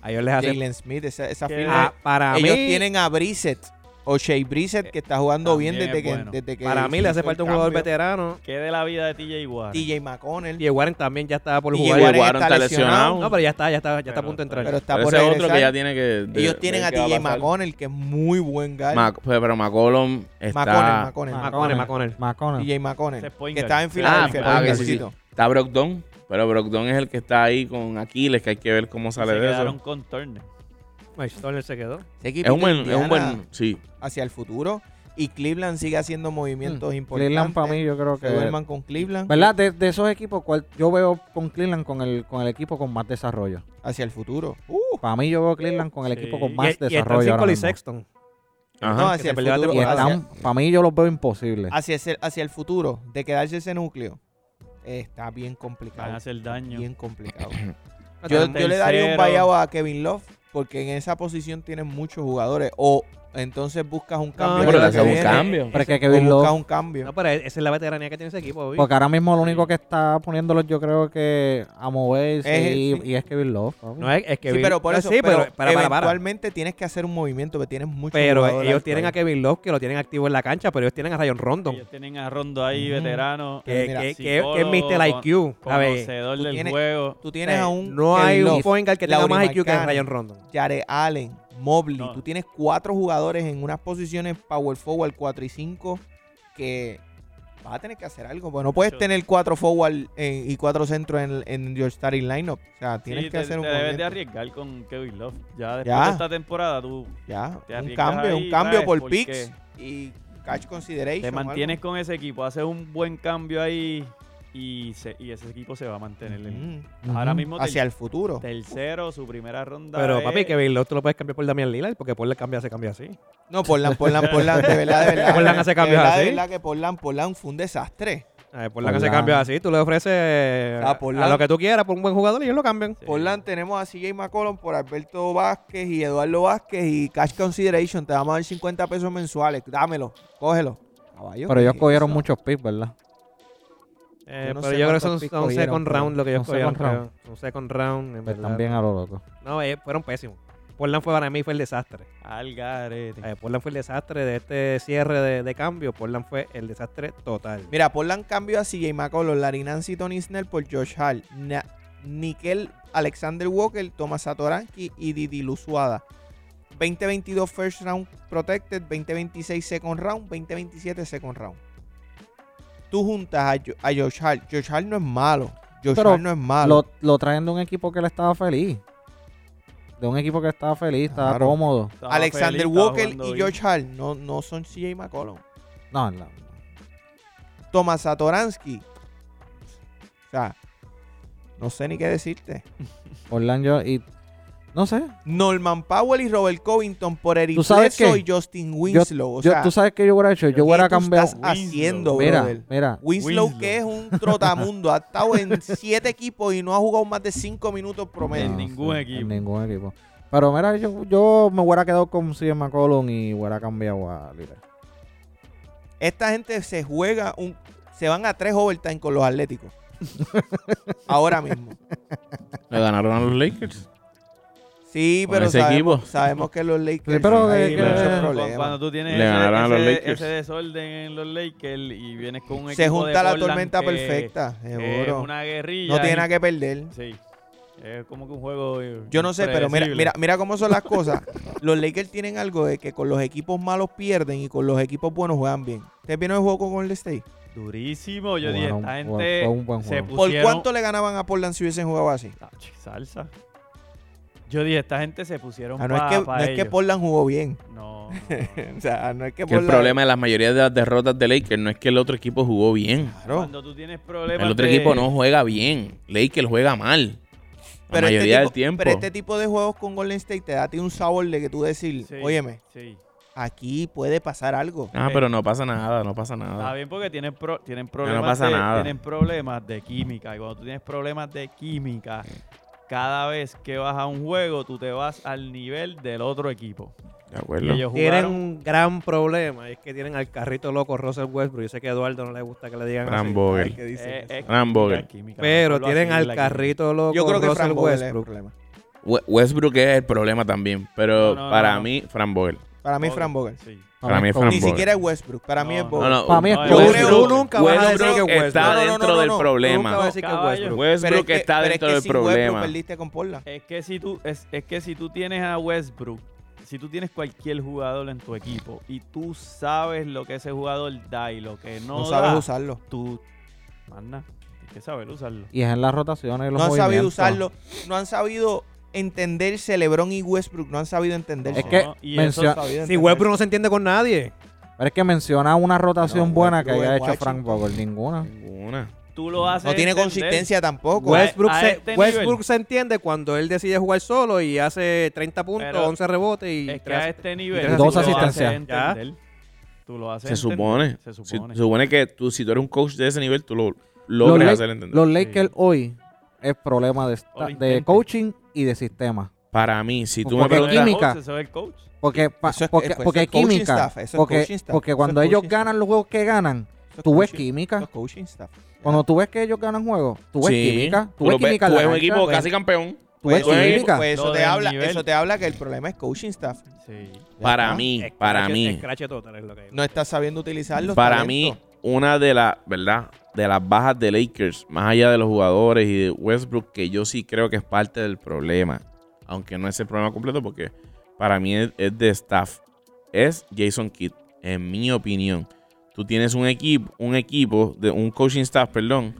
Speaker 2: A ellos les hace.
Speaker 1: Jalen Smith, esa, esa
Speaker 4: Que-
Speaker 1: fila.
Speaker 2: Ah, para
Speaker 1: ellos
Speaker 2: mí.
Speaker 1: tienen a Brissett, O Shea Brissett, que está jugando
Speaker 4: También
Speaker 1: bien desde
Speaker 4: es
Speaker 1: que,
Speaker 4: bueno.
Speaker 1: desde que.
Speaker 2: Para mí le hace
Speaker 1: hizo
Speaker 2: falta
Speaker 1: el
Speaker 2: un jugador
Speaker 1: cambio.
Speaker 2: veterano.
Speaker 4: ¿Qué de la vida de TJ Warren?
Speaker 1: TJ McConnell.
Speaker 2: Y Warren también ya está por
Speaker 1: Y
Speaker 2: jugar.
Speaker 1: Warren
Speaker 3: Warren
Speaker 1: está
Speaker 3: está
Speaker 1: lesionado.
Speaker 3: lesionado.
Speaker 2: No, pero ya está, ya está, ya está a
Speaker 4: Pero-
Speaker 2: punto de entrar.
Speaker 1: Pero está
Speaker 3: Pero
Speaker 1: por
Speaker 3: ese es otro que ya
Speaker 1: regresar.
Speaker 3: tiene que. de-
Speaker 1: Ellos tienen
Speaker 3: ver
Speaker 1: a
Speaker 3: qué va
Speaker 1: TJ
Speaker 3: pasar.
Speaker 1: McConnell, que es muy buen guard.
Speaker 3: Mac- pero McCollum está.
Speaker 1: McConnell, McConnell.
Speaker 2: McConnell, Ah, McConnell.
Speaker 5: McConnell.
Speaker 1: TJ
Speaker 4: Ese
Speaker 1: McConnell.
Speaker 4: es point
Speaker 1: Que
Speaker 4: guard.
Speaker 1: está en
Speaker 4: Ah,
Speaker 1: Filadelfia.
Speaker 3: ah, que sí,
Speaker 1: pobrecito.
Speaker 3: Está Brogdon. Pero Brogdon es el que está ahí con Aquiles, que hay que ver cómo
Speaker 4: Se
Speaker 3: sale de
Speaker 4: quedaron
Speaker 3: eso.
Speaker 4: con Turner.
Speaker 2: Mike Stoller se quedó.
Speaker 1: Ese
Speaker 3: Es
Speaker 1: equipito
Speaker 3: un buen,
Speaker 1: de
Speaker 3: es un buen,
Speaker 1: Indiana
Speaker 3: sí.
Speaker 1: Hacia el futuro. Y Cleveland sigue haciendo movimientos importantes.
Speaker 5: Mm. Hmm. Cleveland para mí yo creo
Speaker 1: Que
Speaker 5: que...
Speaker 1: duerman con Cleveland
Speaker 5: ¿Verdad? De, de esos equipos, cual, yo veo con Cleveland con el, con el equipo con más desarrollo.
Speaker 1: hacia el futuro. Uh,
Speaker 5: Para mí yo veo Cleveland con el
Speaker 4: Sí.
Speaker 5: equipo con
Speaker 4: Y-
Speaker 5: más
Speaker 2: y, y están
Speaker 5: desarrollo. ahora
Speaker 2: Cole y
Speaker 5: mismo.
Speaker 2: Sexton.
Speaker 1: No,
Speaker 3: Ajá.
Speaker 2: que
Speaker 1: hacia
Speaker 2: se
Speaker 1: el
Speaker 2: perdió la
Speaker 1: futuro.
Speaker 5: Y
Speaker 2: temporada.
Speaker 1: Hacia,
Speaker 5: están, para mí yo los veo imposibles.
Speaker 1: hacia ese- hacia el futuro, de quedarse ese núcleo, eh, está bien complicado.
Speaker 4: Van a
Speaker 2: Ah,
Speaker 4: hacer daño.
Speaker 1: Bien complicado.
Speaker 2: No,
Speaker 1: yo,
Speaker 2: tenemos-
Speaker 1: yo le daría un
Speaker 4: tercero.
Speaker 1: vallado a Kevin Love, porque en esa posición tienen muchos jugadores. O entonces buscas un cambio.
Speaker 3: pero
Speaker 1: para
Speaker 3: hace
Speaker 1: que
Speaker 3: un
Speaker 1: viene,
Speaker 3: cambio.
Speaker 5: Pero es que
Speaker 1: o
Speaker 5: Kevin Love-
Speaker 1: buscas un cambio.
Speaker 2: No, pero esa es la veteranía que tiene ese equipo. Bobby.
Speaker 5: Porque ahora mismo lo único que está poniéndolos yo creo que a moverse
Speaker 1: Es- sí.
Speaker 5: y, y es Kevin Love. papi.
Speaker 2: No es, es que
Speaker 1: sí,
Speaker 2: vi-
Speaker 1: pero por
Speaker 2: no,
Speaker 1: eso,
Speaker 2: Ah, sí,
Speaker 1: pero
Speaker 2: pero, para, para, para.
Speaker 1: eventualmente tienes que hacer un movimiento, porque tienes muchos
Speaker 2: Pero
Speaker 1: jugadores
Speaker 2: ellos
Speaker 1: ahí.
Speaker 2: tienen a Kevin Love que lo tienen activo en la cancha, pero ellos tienen a Rayon Rondon,
Speaker 4: Ellos tienen a Rondo ahí,
Speaker 1: Ujú.
Speaker 4: veterano.
Speaker 2: que,
Speaker 1: Mira,
Speaker 2: que- que-
Speaker 4: psicólogo,
Speaker 2: que es Mr. IQ.
Speaker 4: con-
Speaker 2: ¿sabes?
Speaker 4: Conocedor
Speaker 1: Tú
Speaker 4: del
Speaker 1: tienes-
Speaker 4: juego.
Speaker 1: Tú tienes
Speaker 2: Eh,
Speaker 1: a un
Speaker 2: no hay
Speaker 1: Kevin
Speaker 2: un
Speaker 1: Love,
Speaker 2: point guard que tenga
Speaker 1: Lauri
Speaker 2: más IQ que
Speaker 1: Markkanen.
Speaker 2: Rayon Rondon.
Speaker 1: Jared Allen, Mobley.
Speaker 4: No.
Speaker 1: Tú tienes cuatro jugadores en unas posiciones power forward 4 y 5 que vas a tener que hacer algo. Porque no puedes
Speaker 4: Yo-
Speaker 1: tener cuatro forward eh, y cuatro centros en, en your starting lineup. O sea,
Speaker 4: Sí,
Speaker 1: tienes que
Speaker 4: te-
Speaker 1: hacer un
Speaker 4: te debes de
Speaker 1: movimiento.
Speaker 4: arriesgar con Kevin Love. Ya después
Speaker 1: Ya.
Speaker 4: de esta temporada tú
Speaker 1: Ya,
Speaker 4: Te
Speaker 1: un
Speaker 4: arriesgas
Speaker 1: cambio,
Speaker 4: ahí,
Speaker 1: un cambio
Speaker 4: ¿sabes?
Speaker 1: por
Speaker 4: Porque
Speaker 1: picks y catch consideration.
Speaker 4: te
Speaker 1: o algo.
Speaker 4: mantienes con ese equipo, haces un buen cambio ahí y, se- y ese equipo se va a mantener. en-
Speaker 1: Mm,
Speaker 4: Ahora
Speaker 5: Ujú.
Speaker 4: mismo ter-
Speaker 1: hacia el futuro.
Speaker 4: tercero, su primera ronda.
Speaker 2: Pero
Speaker 4: es-
Speaker 1: eh.
Speaker 2: papi, Kevin Love tú lo puedes cambiar por Damian Lillard porque Portland cambia, se cambia así.
Speaker 1: No, Portland, Portland, Portland, de verdad, de verdad.
Speaker 2: Portland hace cambios
Speaker 1: de verdad,
Speaker 2: así.
Speaker 1: De verdad que Portland, Portland fue un desastre.
Speaker 2: A ver, Portland hace
Speaker 5: Portland.
Speaker 2: cambios así, tú le ofreces
Speaker 1: Ah,
Speaker 2: a,
Speaker 1: Portland.
Speaker 2: lo que tú quieras por un buen jugador y ellos lo cambian.
Speaker 4: Sí.
Speaker 1: Portland tenemos a CJ McCollum por Alberto Vázquez y Eduardo Vázquez y Cash Consideration. Te vamos a dar 50 pesos mensuales. Dámelo, cógelo. Caballo,
Speaker 5: Pero
Speaker 1: ¿qué
Speaker 5: ellos
Speaker 1: es
Speaker 5: cogieron
Speaker 1: eso?
Speaker 5: muchos picks, ¿verdad?
Speaker 2: Eh,
Speaker 1: Yo no
Speaker 2: pero
Speaker 1: sé
Speaker 2: yo creo que
Speaker 1: cuántos
Speaker 2: son,
Speaker 1: picks
Speaker 2: son
Speaker 1: cogieron,
Speaker 2: second
Speaker 1: pero-
Speaker 2: round lo que ellos
Speaker 5: ¿Son
Speaker 2: cogieron.
Speaker 5: second round?
Speaker 2: creo. Son second round, en verdad.
Speaker 5: Están bien a lo loco.
Speaker 2: No, eh, fueron pésimos. Portland fue para mí fue el desastre.
Speaker 4: Al garete.
Speaker 2: Eh, Portland fue el desastre de este cierre de, de cambio. Portland fue el desastre total.
Speaker 1: Mira, Portland cambió a CJ McCollum, Larry Nance y Tony Snell por Josh Hall, Na- Nickel, Alexander Walker, Thomas Satoransky y Didi Luzuada. 2022 First Round Protected, 2026 Second Round, 2027 Second Round. Tú juntas a, Jo- a Josh Hall. Josh Hall no es malo. Josh
Speaker 5: Pero
Speaker 1: Hall no es malo.
Speaker 5: Lo, lo traen de un equipo que le estaba feliz. De un equipo que estaba feliz, estaba
Speaker 1: Claro.
Speaker 5: cómodo.
Speaker 4: Estaba
Speaker 1: Alexander
Speaker 4: feliz, estaba
Speaker 1: Walker y
Speaker 4: jugando bien.
Speaker 1: Josh Hall no, no son CJ McCollum.
Speaker 5: No, la-
Speaker 1: Tomás Satoransky. O sea, no sé ni qué decirte.
Speaker 5: Portland yo y no sé.
Speaker 1: Norman Powell y Robert Covington por Eric
Speaker 5: ¿Tú sabes
Speaker 1: Bledsoe
Speaker 5: qué?
Speaker 1: y Justin Winslow. o sea,
Speaker 5: yo, tú sabes qué yo hubiera hecho,
Speaker 1: ¿qué
Speaker 5: yo hubiera
Speaker 1: tú
Speaker 5: cambiado.
Speaker 1: estás haciendo,
Speaker 5: Mira,
Speaker 1: brother?
Speaker 5: mira,
Speaker 1: Winslow,
Speaker 4: Winslow.
Speaker 1: que es un trotamundo, ha estado en siete equipos y no ha jugado más de cinco minutos promedio.
Speaker 4: En ningún
Speaker 5: sí,
Speaker 4: equipo.
Speaker 5: En ningún equipo. Pero mira, yo, yo me hubiera quedado con CJ McCollum y hubiera cambiado a Lillard.
Speaker 1: Esta gente se juega un. Se van a tres overtime con los Atléticos. Ahora mismo.
Speaker 3: Le ganaron a los Lakers.
Speaker 1: Sí,
Speaker 3: Con
Speaker 1: pero
Speaker 3: ese
Speaker 1: sabemos,
Speaker 3: equipo.
Speaker 1: sabemos que los Lakers
Speaker 5: Sí, pero
Speaker 1: hay
Speaker 5: de que-
Speaker 1: muchos
Speaker 4: Cuando-
Speaker 1: problemas.
Speaker 4: Cuando tú tienes
Speaker 3: Le
Speaker 4: ese,
Speaker 3: ganaron a los
Speaker 4: ese-
Speaker 3: Lakers.
Speaker 4: ese desorden en los Lakers y vienes con un equipo
Speaker 1: Se junta
Speaker 4: de
Speaker 1: la
Speaker 4: Portland
Speaker 1: tormenta
Speaker 4: que-
Speaker 1: perfecta,
Speaker 4: que Es
Speaker 1: seguro.
Speaker 4: una guerrilla.
Speaker 1: No tiene
Speaker 4: y-
Speaker 1: nada que perder.
Speaker 4: Sí. Es como que un juego. eh,
Speaker 1: Yo no sé, pero mira,
Speaker 4: predecible.
Speaker 1: mira, mira cómo son las cosas. Los Lakers tienen algo de que con los equipos malos pierden y con los equipos buenos juegan bien. ¿Ustedes vieron el juego con Golden State?
Speaker 4: Durísimo. Yo dije,
Speaker 5: Jugaron-
Speaker 4: esta gente.
Speaker 5: fue un buen
Speaker 4: se
Speaker 5: juego.
Speaker 1: ¿Por
Speaker 4: pusieron-
Speaker 1: cuánto le ganaban a Portland si hubiesen jugado así?
Speaker 4: Ach, salsa. Yo dije, esta gente se pusieron
Speaker 1: Ah, no, es
Speaker 4: pa-
Speaker 1: que,
Speaker 4: pa
Speaker 1: no es que
Speaker 4: ellos.
Speaker 1: Portland jugó bien.
Speaker 4: No, no, no.
Speaker 1: O sea, no es que
Speaker 3: Que el
Speaker 1: Portland...
Speaker 3: problema de la mayoría de las derrotas de Lakers no es que el otro equipo jugó bien.
Speaker 1: Claro.
Speaker 4: Cuando tú tienes problemas.
Speaker 3: El otro
Speaker 4: de-
Speaker 3: equipo no juega bien. Lakers juega mal. La
Speaker 1: Pero este
Speaker 3: mayoría
Speaker 1: tipo-
Speaker 3: del tiempo.
Speaker 1: Pero este tipo de juegos con Golden State te da a ti un sabor de que tú decir,
Speaker 4: Sí,
Speaker 1: óyeme,
Speaker 4: Sí.
Speaker 1: aquí puede pasar algo.
Speaker 3: Ah, pero no pasa nada, no pasa
Speaker 4: Está
Speaker 3: nada.
Speaker 4: bien porque tienen, pro- tienen problemas.
Speaker 3: pasa
Speaker 4: de,
Speaker 3: nada.
Speaker 4: Tienen problemas de química. Y cuando tú tienes problemas de química, cada vez que vas a un juego, tú te vas al nivel del otro equipo.
Speaker 3: De
Speaker 4: Y
Speaker 3: acuerdo.
Speaker 4: ellos
Speaker 2: Tienen
Speaker 4: jugaron-
Speaker 2: un gran problema. y Es que tienen al carrito loco Russell Westbrook. Yo sé que a Eduardo no le gusta que le digan
Speaker 3: Fran
Speaker 2: así.
Speaker 1: Ay,
Speaker 3: Vogel.
Speaker 1: ¿qué dices?
Speaker 4: eh, eh,
Speaker 3: Fran Vogel.
Speaker 4: química,
Speaker 2: Pero
Speaker 4: mejor lo
Speaker 2: tienen
Speaker 4: así,
Speaker 2: al
Speaker 4: la
Speaker 2: carrito loco
Speaker 1: Yo creo que
Speaker 2: Russell
Speaker 1: Frank Vogel eh. es el
Speaker 2: Westbrook.
Speaker 1: problema.
Speaker 3: We- Westbrook es el problema también. Pero
Speaker 4: No, no,
Speaker 3: para
Speaker 4: no.
Speaker 3: mí, Fran Vogel.
Speaker 1: Para mí
Speaker 4: Vogel,
Speaker 1: Fran Vogel.
Speaker 4: Sí.
Speaker 3: Para mí es
Speaker 1: Ni
Speaker 3: Fran Boyle.
Speaker 1: siquiera es Westbrook. Para mí
Speaker 4: No,
Speaker 1: es
Speaker 4: no.
Speaker 1: Boyle.
Speaker 5: Para mí es
Speaker 1: Yo
Speaker 5: Westbrook.
Speaker 1: creo tú nunca vas a decir
Speaker 3: Westbrook
Speaker 2: que Westbrook.
Speaker 3: está
Speaker 1: No, no, no,
Speaker 3: dentro
Speaker 1: no,
Speaker 3: del
Speaker 1: no.
Speaker 3: problema.
Speaker 2: Nunca va a decir que
Speaker 4: Caballo.
Speaker 2: Westbrook.
Speaker 1: Pero es
Speaker 3: Westbrook
Speaker 1: que-
Speaker 3: está
Speaker 1: pero es
Speaker 3: dentro
Speaker 1: que
Speaker 3: del
Speaker 1: sin Westbrook
Speaker 3: problema.
Speaker 1: perdiste con Portland.
Speaker 4: Es que si tú, es, es que si tú tienes a Westbrook, si tú tienes cualquier jugador en tu equipo y tú sabes lo que ese jugador da y lo que no,
Speaker 1: No, sabes
Speaker 4: da,
Speaker 1: usarlo.
Speaker 4: tú, manda, tienes que saber usarlo.
Speaker 5: Y es en las rotaciones y los
Speaker 1: No han sabido
Speaker 5: movimientos.
Speaker 1: usarlo. No han sabido entenderse. LeBron y Westbrook no han sabido entenderse.
Speaker 5: Es que
Speaker 4: No, y eso
Speaker 5: menciona-
Speaker 1: No han sabido
Speaker 2: Si
Speaker 1: entenderse.
Speaker 2: Westbrook no se entiende con nadie.
Speaker 5: Pero es que menciona una rotación
Speaker 1: No,
Speaker 5: buena que
Speaker 1: Westbrook
Speaker 5: haya
Speaker 1: en
Speaker 5: hecho Frank
Speaker 1: Washington.
Speaker 5: Vogel. Ninguna.
Speaker 3: Ninguna.
Speaker 4: tú lo haces
Speaker 1: No tiene
Speaker 4: entender.
Speaker 1: consistencia tampoco.
Speaker 4: West-
Speaker 2: Westbrook,
Speaker 4: a
Speaker 2: se,
Speaker 4: este
Speaker 2: Westbrook
Speaker 4: nivel.
Speaker 2: se entiende cuando él decide jugar solo y hace 30 puntos,
Speaker 4: Pero
Speaker 2: 11 rebotes y
Speaker 4: Es que
Speaker 2: tres
Speaker 4: a
Speaker 2: asistencias.
Speaker 4: este nivel
Speaker 2: tres
Speaker 4: tú lo haces
Speaker 5: asistencias.
Speaker 4: entender. Tú lo haces
Speaker 3: Se
Speaker 4: entender.
Speaker 3: supone.
Speaker 4: Se
Speaker 3: Si- Se supone.
Speaker 4: supone.
Speaker 3: que tú, si tú eres un coach de ese nivel, tú lo
Speaker 5: Los,
Speaker 3: logras
Speaker 5: Lak-
Speaker 3: hacer entender.
Speaker 5: los Lakers hoy es problema de, esta-
Speaker 4: O lo
Speaker 5: de
Speaker 4: intenten.
Speaker 5: coaching y de sistema.
Speaker 3: Para mí, si tú me
Speaker 5: Porque
Speaker 3: preguntas.
Speaker 5: química-
Speaker 4: Coach, eso es el coach.
Speaker 5: Porque, pa-
Speaker 1: Eso es-
Speaker 5: porque,
Speaker 1: pues, eso
Speaker 5: porque
Speaker 1: es
Speaker 5: hay
Speaker 1: coaching
Speaker 5: química.
Speaker 1: staff, eso es
Speaker 5: porque,
Speaker 1: coaching staff,
Speaker 5: porque
Speaker 1: eso es
Speaker 5: cuando ellos
Speaker 1: coaching
Speaker 5: ganan los juegos que ganan,
Speaker 1: Eso es
Speaker 5: tú ves
Speaker 1: coaching- eso
Speaker 5: química.
Speaker 1: es coaching staff.
Speaker 5: Cuando tú ves que ellos ganan juegos, tú ves
Speaker 3: Sí,
Speaker 5: química. Tú
Speaker 3: lo
Speaker 5: ves química en
Speaker 3: tú
Speaker 5: la
Speaker 3: ves un
Speaker 5: cancha,
Speaker 3: equipo
Speaker 5: ves-
Speaker 3: casi campeón.
Speaker 5: tú ves
Speaker 3: tú ves-
Speaker 5: química.
Speaker 1: pues
Speaker 4: Lo
Speaker 1: eso te
Speaker 4: del
Speaker 1: habla,
Speaker 4: nivel.
Speaker 1: eso te habla que el problema es coaching staff.
Speaker 4: Sí.
Speaker 1: Ya
Speaker 3: Para
Speaker 1: está.
Speaker 3: mí,
Speaker 2: Escrache-
Speaker 3: para mí.
Speaker 2: escrache total es lo que-
Speaker 1: No estás sabiendo utilizarlo.
Speaker 3: Para mí, una de las, ¿verdad? De las bajas de Lakers, más allá de los jugadores y de Westbrook, que yo sí creo que es parte del problema. Aunque no es el problema completo, porque para mí es, es de staff. Es Jason Kidd, en mi opinión. Tú tienes un equipo, un equipo, de un coaching staff, perdón,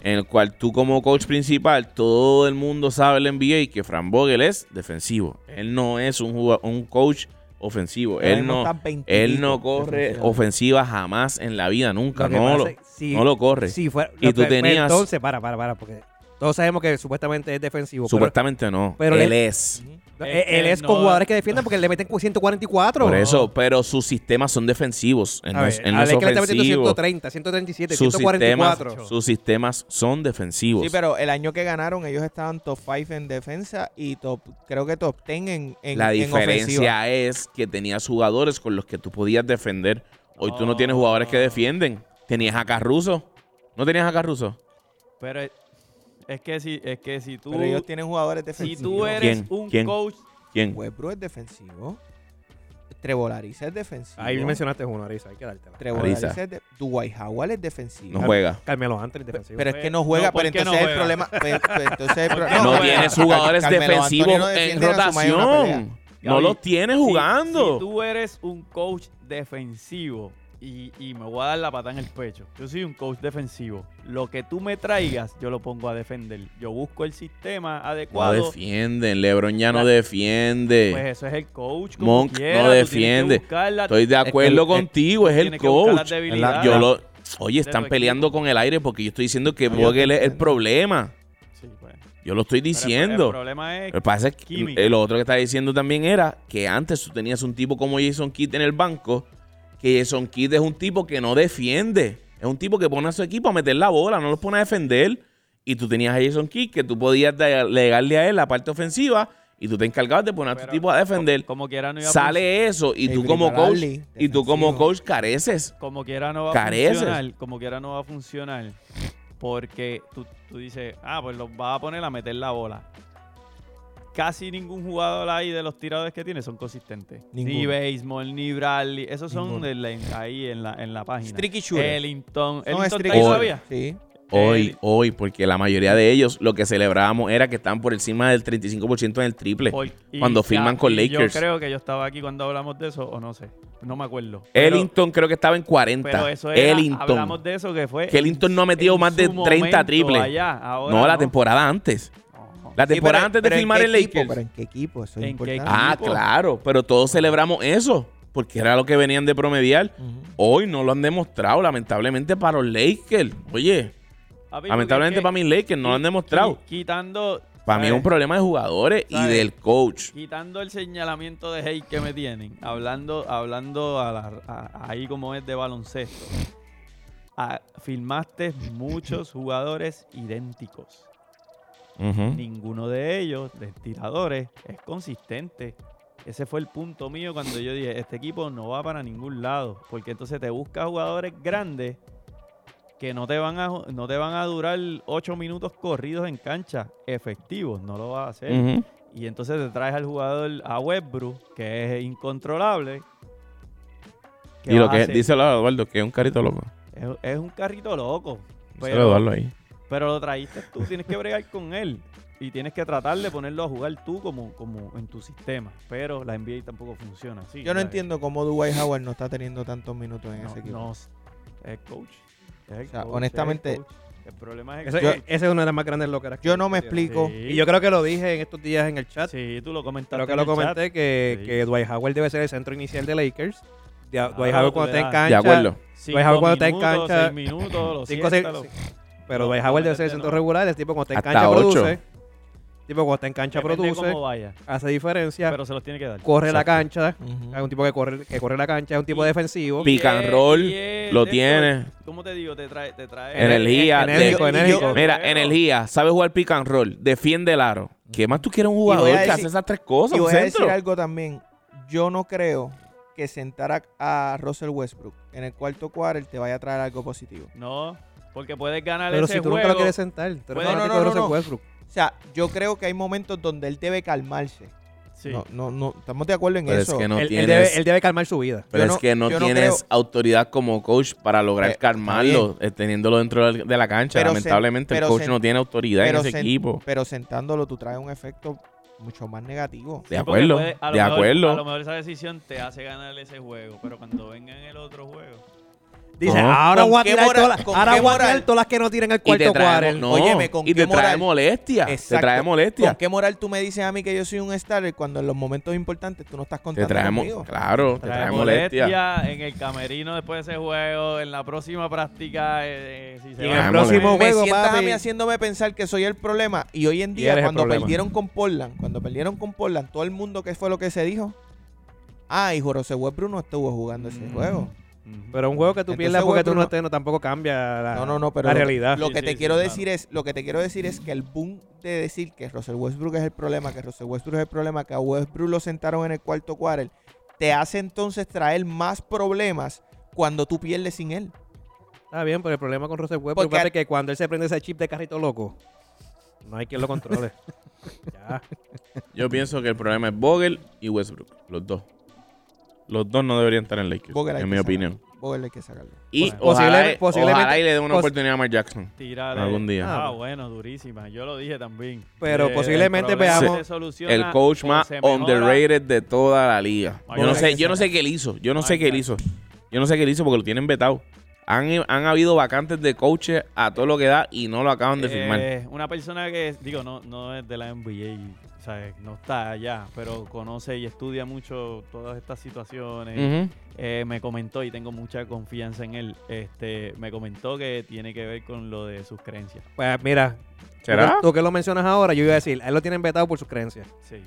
Speaker 3: en el cual tú como coach principal, todo el mundo sabe el NBA que Fran Vogel es defensivo. Él no es un, juga- un coach ofensivo. Él no, él no corre ofensiva jamás en la vida, nunca.
Speaker 2: que
Speaker 3: no,
Speaker 2: pasa
Speaker 3: lo,
Speaker 2: es que si-
Speaker 3: no lo corre.
Speaker 2: si fuera-
Speaker 3: Y
Speaker 2: lo
Speaker 3: tú
Speaker 2: que- pues,
Speaker 3: tenías-
Speaker 2: Entonces, para, para, para, porque todos sabemos que supuestamente es defensivo. pero-
Speaker 3: Supuestamente no.
Speaker 2: pero
Speaker 3: él
Speaker 2: él-
Speaker 3: es.
Speaker 2: No,
Speaker 4: Es
Speaker 2: Él,
Speaker 4: que
Speaker 2: él es con
Speaker 4: no-
Speaker 2: jugadores que defienden porque le meten 144.
Speaker 3: Por eso, pero sus sistemas son defensivos. Él
Speaker 2: A
Speaker 3: no es-
Speaker 2: ver,
Speaker 3: él no
Speaker 2: a
Speaker 3: es
Speaker 2: ver, que le está metiendo
Speaker 3: ofensivo.
Speaker 2: 130, 137,
Speaker 3: Sus sistemas,
Speaker 2: 144.
Speaker 3: sus sistemas son defensivos.
Speaker 1: Sí, pero el año que ganaron, ellos estaban top 5 en defensa y top, creo que top 10 en, en,
Speaker 3: la
Speaker 1: en ofensiva.
Speaker 3: diferencia es que tenías jugadores con los que tú podías defender. Hoy tú no tienes jugadores que
Speaker 4: No.
Speaker 3: defienden. Tenías a Carruso. ¿No tenías a Carruso?
Speaker 4: Pero es, es que si, es que si tú,
Speaker 1: Pero ellos tienen jugadores
Speaker 4: si
Speaker 1: defensivos.
Speaker 4: tú eres
Speaker 3: ¿Quién?
Speaker 4: un
Speaker 3: ¿Quién?
Speaker 4: coach,
Speaker 3: ¿Quién?
Speaker 1: Westbrook es defensivo. Trebolariza es defensivo.
Speaker 2: Ahí mencionaste uno, Arisa, hay que dártela.
Speaker 1: Trebolariza
Speaker 3: Ariza.
Speaker 1: es de... Dwight Howard es defensivo.
Speaker 3: No juega.
Speaker 2: Carmelo Anthony, defensivo.
Speaker 1: Pero es que
Speaker 4: Pues,
Speaker 1: no juega,
Speaker 4: no, ¿por
Speaker 1: pero
Speaker 4: qué
Speaker 1: entonces
Speaker 4: no
Speaker 1: es el
Speaker 4: juega?
Speaker 1: problema. pues, pues, entonces el pro-
Speaker 4: ¿Por qué no
Speaker 3: No
Speaker 4: juega?
Speaker 3: tienes
Speaker 1: Car-
Speaker 3: jugadores
Speaker 1: Carmelo
Speaker 3: defensivos
Speaker 1: Anthony no
Speaker 3: en
Speaker 1: defiende a su mayor una pelea.
Speaker 3: rotación. No
Speaker 4: Gaby,
Speaker 3: los tienes
Speaker 4: si-
Speaker 3: jugando.
Speaker 4: Si tú eres un coach defensivo y, y me voy a dar la patada en el pecho. Yo soy un coach defensivo. Lo que tú me traigas, yo lo pongo a defender. Yo busco el sistema
Speaker 3: No
Speaker 4: adecuado.
Speaker 3: defienden. LeBron ya no
Speaker 4: La-
Speaker 3: defiende.
Speaker 4: pues eso es el coach. Como
Speaker 3: Monk no
Speaker 4: quiera, tú tienes que
Speaker 3: defiende.
Speaker 4: buscarla,
Speaker 3: Estoy de acuerdo
Speaker 5: el-
Speaker 3: contigo, es el
Speaker 4: tienes que buscar
Speaker 3: coach.
Speaker 4: las debilidades.
Speaker 3: Yo lo- oye,
Speaker 4: de
Speaker 3: están
Speaker 4: tu
Speaker 3: peleando con el aire porque yo estoy diciendo que
Speaker 1: No, yo
Speaker 3: Vogel
Speaker 1: te
Speaker 3: es el
Speaker 1: entiendo.
Speaker 3: problema.
Speaker 4: Sí, pues. Pero
Speaker 3: Yo lo estoy
Speaker 4: el pro- El
Speaker 3: diciendo.
Speaker 4: problema es
Speaker 3: Lo que pasa es que
Speaker 4: química.
Speaker 3: el otro que estaba diciendo también era que antes tú tenías un tipo como Jason Kidd en el banco, que Jason Kidd es un tipo que no defiende. Es un tipo que pone a su equipo a meter la bola, no los pone a defender. Y tú tenías a Jason Kidd que tú podías delegarle a él la parte ofensiva y tú te encargabas de poner a tu
Speaker 4: Pero,
Speaker 3: tipo a defender.
Speaker 4: como quiera no iba a funcionar.
Speaker 3: Sale eso y tú como
Speaker 1: Everybody,
Speaker 3: coach y tú como
Speaker 1: defensivo.
Speaker 3: coach careces.
Speaker 4: como quiera no va
Speaker 3: Careces.
Speaker 4: a funcionar, como quiera no va a funcionar, porque tú, tú dices, ah, pues los vas a poner a meter la bola. Casi ningún jugador ahí de los tiradores que tiene son consistentes. Ni
Speaker 1: Ninguno.
Speaker 4: Baseball, ni Bradley. Esos son
Speaker 1: Ninguno.
Speaker 4: de la- ahí en la, en la página.
Speaker 1: Streaky shooter. Son
Speaker 4: Ellington. Ellington está
Speaker 1: streaky
Speaker 4: ahí
Speaker 3: shooter.
Speaker 4: todavía.
Speaker 1: Sí.
Speaker 3: Hoy,
Speaker 4: Eh,
Speaker 3: hoy, porque la mayoría de ellos lo que celebrábamos era que estaban por encima del 35% en el triple.
Speaker 4: Por- y
Speaker 3: Cuando firman con
Speaker 4: y
Speaker 3: Lakers.
Speaker 4: Yo creo que yo estaba aquí cuando hablamos de eso, o no sé. No me acuerdo. Pero-
Speaker 3: Ellington creo que estaba en 40.
Speaker 4: Pero eso era, hablamos
Speaker 3: Ellington.
Speaker 4: de eso que fue.
Speaker 3: Que Ellington no ha metido
Speaker 4: en
Speaker 3: más de
Speaker 4: su
Speaker 3: 30 triples.
Speaker 4: allá, ahora
Speaker 3: no, la temporada antes.
Speaker 4: No.
Speaker 3: La
Speaker 1: Sí,
Speaker 3: temporada
Speaker 1: pero-
Speaker 3: antes de
Speaker 1: pero
Speaker 3: firmar
Speaker 1: qué
Speaker 3: el
Speaker 1: equipo,
Speaker 3: Lakers.
Speaker 1: Pero en qué equipo, eso es
Speaker 4: ¿En qué
Speaker 1: importante.
Speaker 4: equipo?
Speaker 3: Ah, claro. Pero todos celebramos eso. Porque era lo que venían de promediar. Hoy no lo han demostrado, lamentablemente, para los Lakers. Oye,
Speaker 4: Papi,
Speaker 3: lamentablemente para
Speaker 4: porque
Speaker 3: mis Lakers no lo han
Speaker 4: qui-
Speaker 3: demostrado.
Speaker 4: qui- Quitando.
Speaker 3: Para mí es
Speaker 4: ¿sabes?
Speaker 3: un problema de jugadores y
Speaker 4: ¿Sabes?
Speaker 3: del coach.
Speaker 4: Quitando el señalamiento de hate que me tienen, hablando, hablando a la- a- ahí como es de baloncesto, ah, filmaste muchos jugadores idénticos.
Speaker 3: Ujú.
Speaker 4: Ninguno de ellos, de tiradores, es consistente. Ese fue el punto mío cuando yo dije, este equipo no va para ningún lado, porque entonces te busca jugadores grandes que no te van a, no te van a durar ocho minutos corridos en cancha, efectivos, no lo vas a hacer.
Speaker 3: Ujú.
Speaker 4: Y entonces te traes al jugador a Westbrook, que es incontrolable, ¿Qué
Speaker 3: Y lo
Speaker 4: vas a
Speaker 3: que,
Speaker 4: hacer?
Speaker 3: díselo a Eduardo, que es un carrito loco.
Speaker 4: Es, es un carrito loco.
Speaker 3: Díselo a
Speaker 4: Pero,
Speaker 3: Eduardo ahí.
Speaker 4: pero lo traíste tú, tienes que bregar con él. Y tienes que tratar de ponerlo a jugar tú como, como en tu sistema. Pero la NBA tampoco funciona así.
Speaker 3: Ah.
Speaker 1: Yo no
Speaker 4: ¿sabes?
Speaker 1: entiendo cómo Dwight Howard no está teniendo tantos minutos en
Speaker 4: No,
Speaker 1: ese equipo.
Speaker 4: no, es el coach. Es el
Speaker 1: O sea,
Speaker 4: coach, es
Speaker 1: honestamente-
Speaker 4: El, coach. El problema es el
Speaker 2: Ese,
Speaker 1: Yo-
Speaker 2: ese es una de las más grandes loqueras. que-
Speaker 1: Yo no me
Speaker 2: que tiene.
Speaker 1: explico.
Speaker 4: Sí,
Speaker 2: Y yo creo que lo dije en estos días en el chat.
Speaker 4: sí, tú lo comentaste.
Speaker 2: Creo que
Speaker 4: en
Speaker 2: lo
Speaker 4: el chat.
Speaker 2: comenté que,
Speaker 4: Sí.
Speaker 2: que Dwight Howard debe ser el centro inicial de Lakers. De- Dwight
Speaker 4: Claro,
Speaker 2: Howard
Speaker 4: tú
Speaker 2: cuando está
Speaker 4: le
Speaker 2: en
Speaker 4: das-
Speaker 2: cancha.
Speaker 3: De acuerdo.
Speaker 4: Cinco
Speaker 2: Dwight Howard pues, cuando está en
Speaker 4: minutos,
Speaker 2: cancha-
Speaker 4: seis minutos, lo
Speaker 2: Cinco,
Speaker 4: sienta,
Speaker 2: seis-
Speaker 4: lo-
Speaker 2: Pero
Speaker 4: No,
Speaker 2: Dwight Howard debe
Speaker 4: obviamente
Speaker 2: ser el centro
Speaker 4: no.
Speaker 2: regular. El tipo cuando está en
Speaker 3: Hasta
Speaker 2: cancha
Speaker 3: ocho.
Speaker 2: produce. El tipo cuando está en cancha
Speaker 4: depende
Speaker 2: produce.
Speaker 4: cómo vaya,
Speaker 2: Hace diferencia.
Speaker 4: pero se los tiene que dar.
Speaker 2: corre la
Speaker 3: Exacto.
Speaker 2: cancha.
Speaker 1: Ujú.
Speaker 2: Es un tipo que corre, que corre la cancha. Es un tipo
Speaker 4: Y-
Speaker 2: defensivo.
Speaker 3: Pick
Speaker 4: Y
Speaker 3: and
Speaker 4: es-
Speaker 3: roll,
Speaker 4: y es
Speaker 3: lo
Speaker 4: de esto-
Speaker 3: tiene.
Speaker 4: ¿Cómo te digo? Te trae, te trae
Speaker 3: Energía.
Speaker 2: eh, enérgico,
Speaker 3: de-
Speaker 2: enérgico.
Speaker 3: Mira, energía, sabe jugar pick and roll, defiende el aro. ¿Qué más tú quieres un
Speaker 1: voy a
Speaker 3: jugador que
Speaker 1: decir-
Speaker 3: hace esas tres cosas?
Speaker 1: Y
Speaker 3: Un
Speaker 1: voy a decir
Speaker 3: centro.
Speaker 1: algo también. Yo no creo que sentar a, a Russell Westbrook en el cuarto quarter te vaya a traer algo positivo.
Speaker 4: No, porque puedes ganar
Speaker 2: Pero
Speaker 4: ese
Speaker 2: si tú
Speaker 4: juego.
Speaker 2: nunca lo quieres sentar. Tú eres
Speaker 4: Puede-
Speaker 1: No,
Speaker 2: fanático
Speaker 1: no,
Speaker 2: de
Speaker 1: no,
Speaker 2: Russell
Speaker 1: no.
Speaker 2: Westbrook.
Speaker 1: O sea, yo creo que hay momentos donde él debe calmarse.
Speaker 4: Sí.
Speaker 1: No, no, no, estamos de acuerdo en
Speaker 3: Pero es
Speaker 1: eso.
Speaker 3: que no
Speaker 2: él, él
Speaker 3: tienes,
Speaker 2: debe, él debe calmar su vida.
Speaker 3: pero
Speaker 1: yo
Speaker 3: es
Speaker 1: no-
Speaker 3: que no
Speaker 1: yo no
Speaker 3: tienes
Speaker 1: creo-
Speaker 3: autoridad como coach para lograr
Speaker 1: Eh,
Speaker 3: calmarlo, eh, teniéndolo dentro de la- de la cancha.
Speaker 1: Pero se-
Speaker 3: Lamentablemente el
Speaker 1: pero
Speaker 3: coach
Speaker 1: se-
Speaker 3: no tiene autoridad en
Speaker 1: pero
Speaker 3: ese
Speaker 1: se-
Speaker 3: equipo.
Speaker 1: Pero sentándolo tú traes un efecto mucho más negativo.
Speaker 3: De
Speaker 4: Sí, porque
Speaker 3: acuerdo,
Speaker 4: puede- a lo
Speaker 3: de
Speaker 4: mejor- A lo
Speaker 3: acuerdo.
Speaker 4: mejor esa decisión te hace ganar ese juego, pero cuando venga en el otro juego.
Speaker 2: Dice,
Speaker 4: "Ah,
Speaker 3: No.
Speaker 2: ahora
Speaker 1: ¿Con
Speaker 2: voy a
Speaker 1: qué
Speaker 2: tirar
Speaker 1: moral-
Speaker 2: todas las-
Speaker 1: con
Speaker 2: ahora
Speaker 1: qué
Speaker 2: voy a tirar
Speaker 1: moral?
Speaker 2: todas las que no tienen el
Speaker 3: Y te
Speaker 2: cuarto
Speaker 3: trae,
Speaker 2: cuarto
Speaker 3: mo- no,
Speaker 1: Óyeme, ¿con qué
Speaker 3: y te trae
Speaker 1: moral?
Speaker 3: molestia. Te
Speaker 1: Exacto.
Speaker 3: trae
Speaker 1: ¿Con
Speaker 3: molestia.
Speaker 1: qué moral tú me dices a mí que yo soy un starter cuando en los momentos importantes tú no estás
Speaker 3: Te
Speaker 1: contando
Speaker 3: trae, mo-
Speaker 1: conmigo?
Speaker 3: claro, te trae molestia.
Speaker 4: en el camerino después de ese juego, en la próxima práctica. eh, eh, si se
Speaker 2: Y en
Speaker 4: va.
Speaker 2: el
Speaker 3: Trae
Speaker 2: próximo
Speaker 1: me
Speaker 2: juego,
Speaker 1: sientas a
Speaker 2: papi.
Speaker 1: mí haciéndome pensar que soy el problema. Y hoy en
Speaker 2: Y
Speaker 1: día,
Speaker 2: eres el
Speaker 1: cuando
Speaker 2: problema.
Speaker 1: perdieron con Portland, cuando perdieron con Portland, todo el mundo, ¿qué fue lo que se dijo? Ay, José Westbrook no estuvo jugando ese
Speaker 4: Mm.
Speaker 1: juego.
Speaker 4: Ujú.
Speaker 2: Pero un juego que tú
Speaker 1: Entonces,
Speaker 2: pierdas porque tú
Speaker 1: Westbrook
Speaker 2: no
Speaker 1: no-
Speaker 2: estés no tampoco cambia la,
Speaker 1: No, no, no, pero
Speaker 2: la
Speaker 1: lo-
Speaker 2: realidad.
Speaker 1: Lo
Speaker 4: Sí,
Speaker 1: que
Speaker 4: sí,
Speaker 1: te
Speaker 4: sí,
Speaker 1: quiero
Speaker 4: claro.
Speaker 1: decir es, lo que te quiero decir es que el boom de decir que Russell Westbrook es el problema, que Russell Westbrook es el problema, que a Westbrook lo sentaron en el cuarto quarter, te hace entonces traer más problemas cuando tú pierdes sin él.
Speaker 2: Está bien, pero el problema con Russell Westbrook
Speaker 1: Porque-
Speaker 2: papi, es que cuando él se prende ese chip de carrito loco, no hay quien lo controle. ya.
Speaker 3: Yo pienso que el problema es Vogel y Westbrook, los dos. Los dos no deberían estar en Lakers,
Speaker 1: Vogel hay
Speaker 3: en
Speaker 1: que
Speaker 3: mi
Speaker 1: sacarlo.
Speaker 3: opinión.
Speaker 1: Vogel hay que sacarlo.
Speaker 3: Y
Speaker 2: Posible-
Speaker 3: ojalá,
Speaker 2: posiblemente-
Speaker 3: ojalá y le den una
Speaker 2: pos-
Speaker 3: oportunidad a Mark Jackson.
Speaker 4: Tírale.
Speaker 3: Algún día.
Speaker 4: Ah,
Speaker 2: Ah,
Speaker 4: bueno, durísima. Yo lo dije también. Eh,
Speaker 2: Pero posiblemente veamos-
Speaker 3: El coach más underrated de toda la liga.
Speaker 4: Mark
Speaker 3: Yo no
Speaker 4: Jackson.
Speaker 3: sé, yo no sé qué él hizo. Yo no sé
Speaker 4: Mark
Speaker 3: qué él hizo. Yo no sé qué él hizo porque lo tienen vetado. Han, han habido vacantes de coaches a todo lo que da y no lo acaban de firmar.
Speaker 4: Eh, una persona que, digo, no, no es de la NBA, ¿sabes? no está allá, pero conoce y estudia mucho todas estas situaciones.
Speaker 3: Ujú.
Speaker 4: Eh, me comentó, y tengo mucha confianza en él, este, me comentó que tiene que ver con lo de sus creencias.
Speaker 2: Pues mira,
Speaker 3: ¿Será?
Speaker 2: Tú, tú que lo mencionas ahora, yo iba a decir, a él lo tienen vetado por sus creencias.
Speaker 4: Sí.
Speaker 3: Es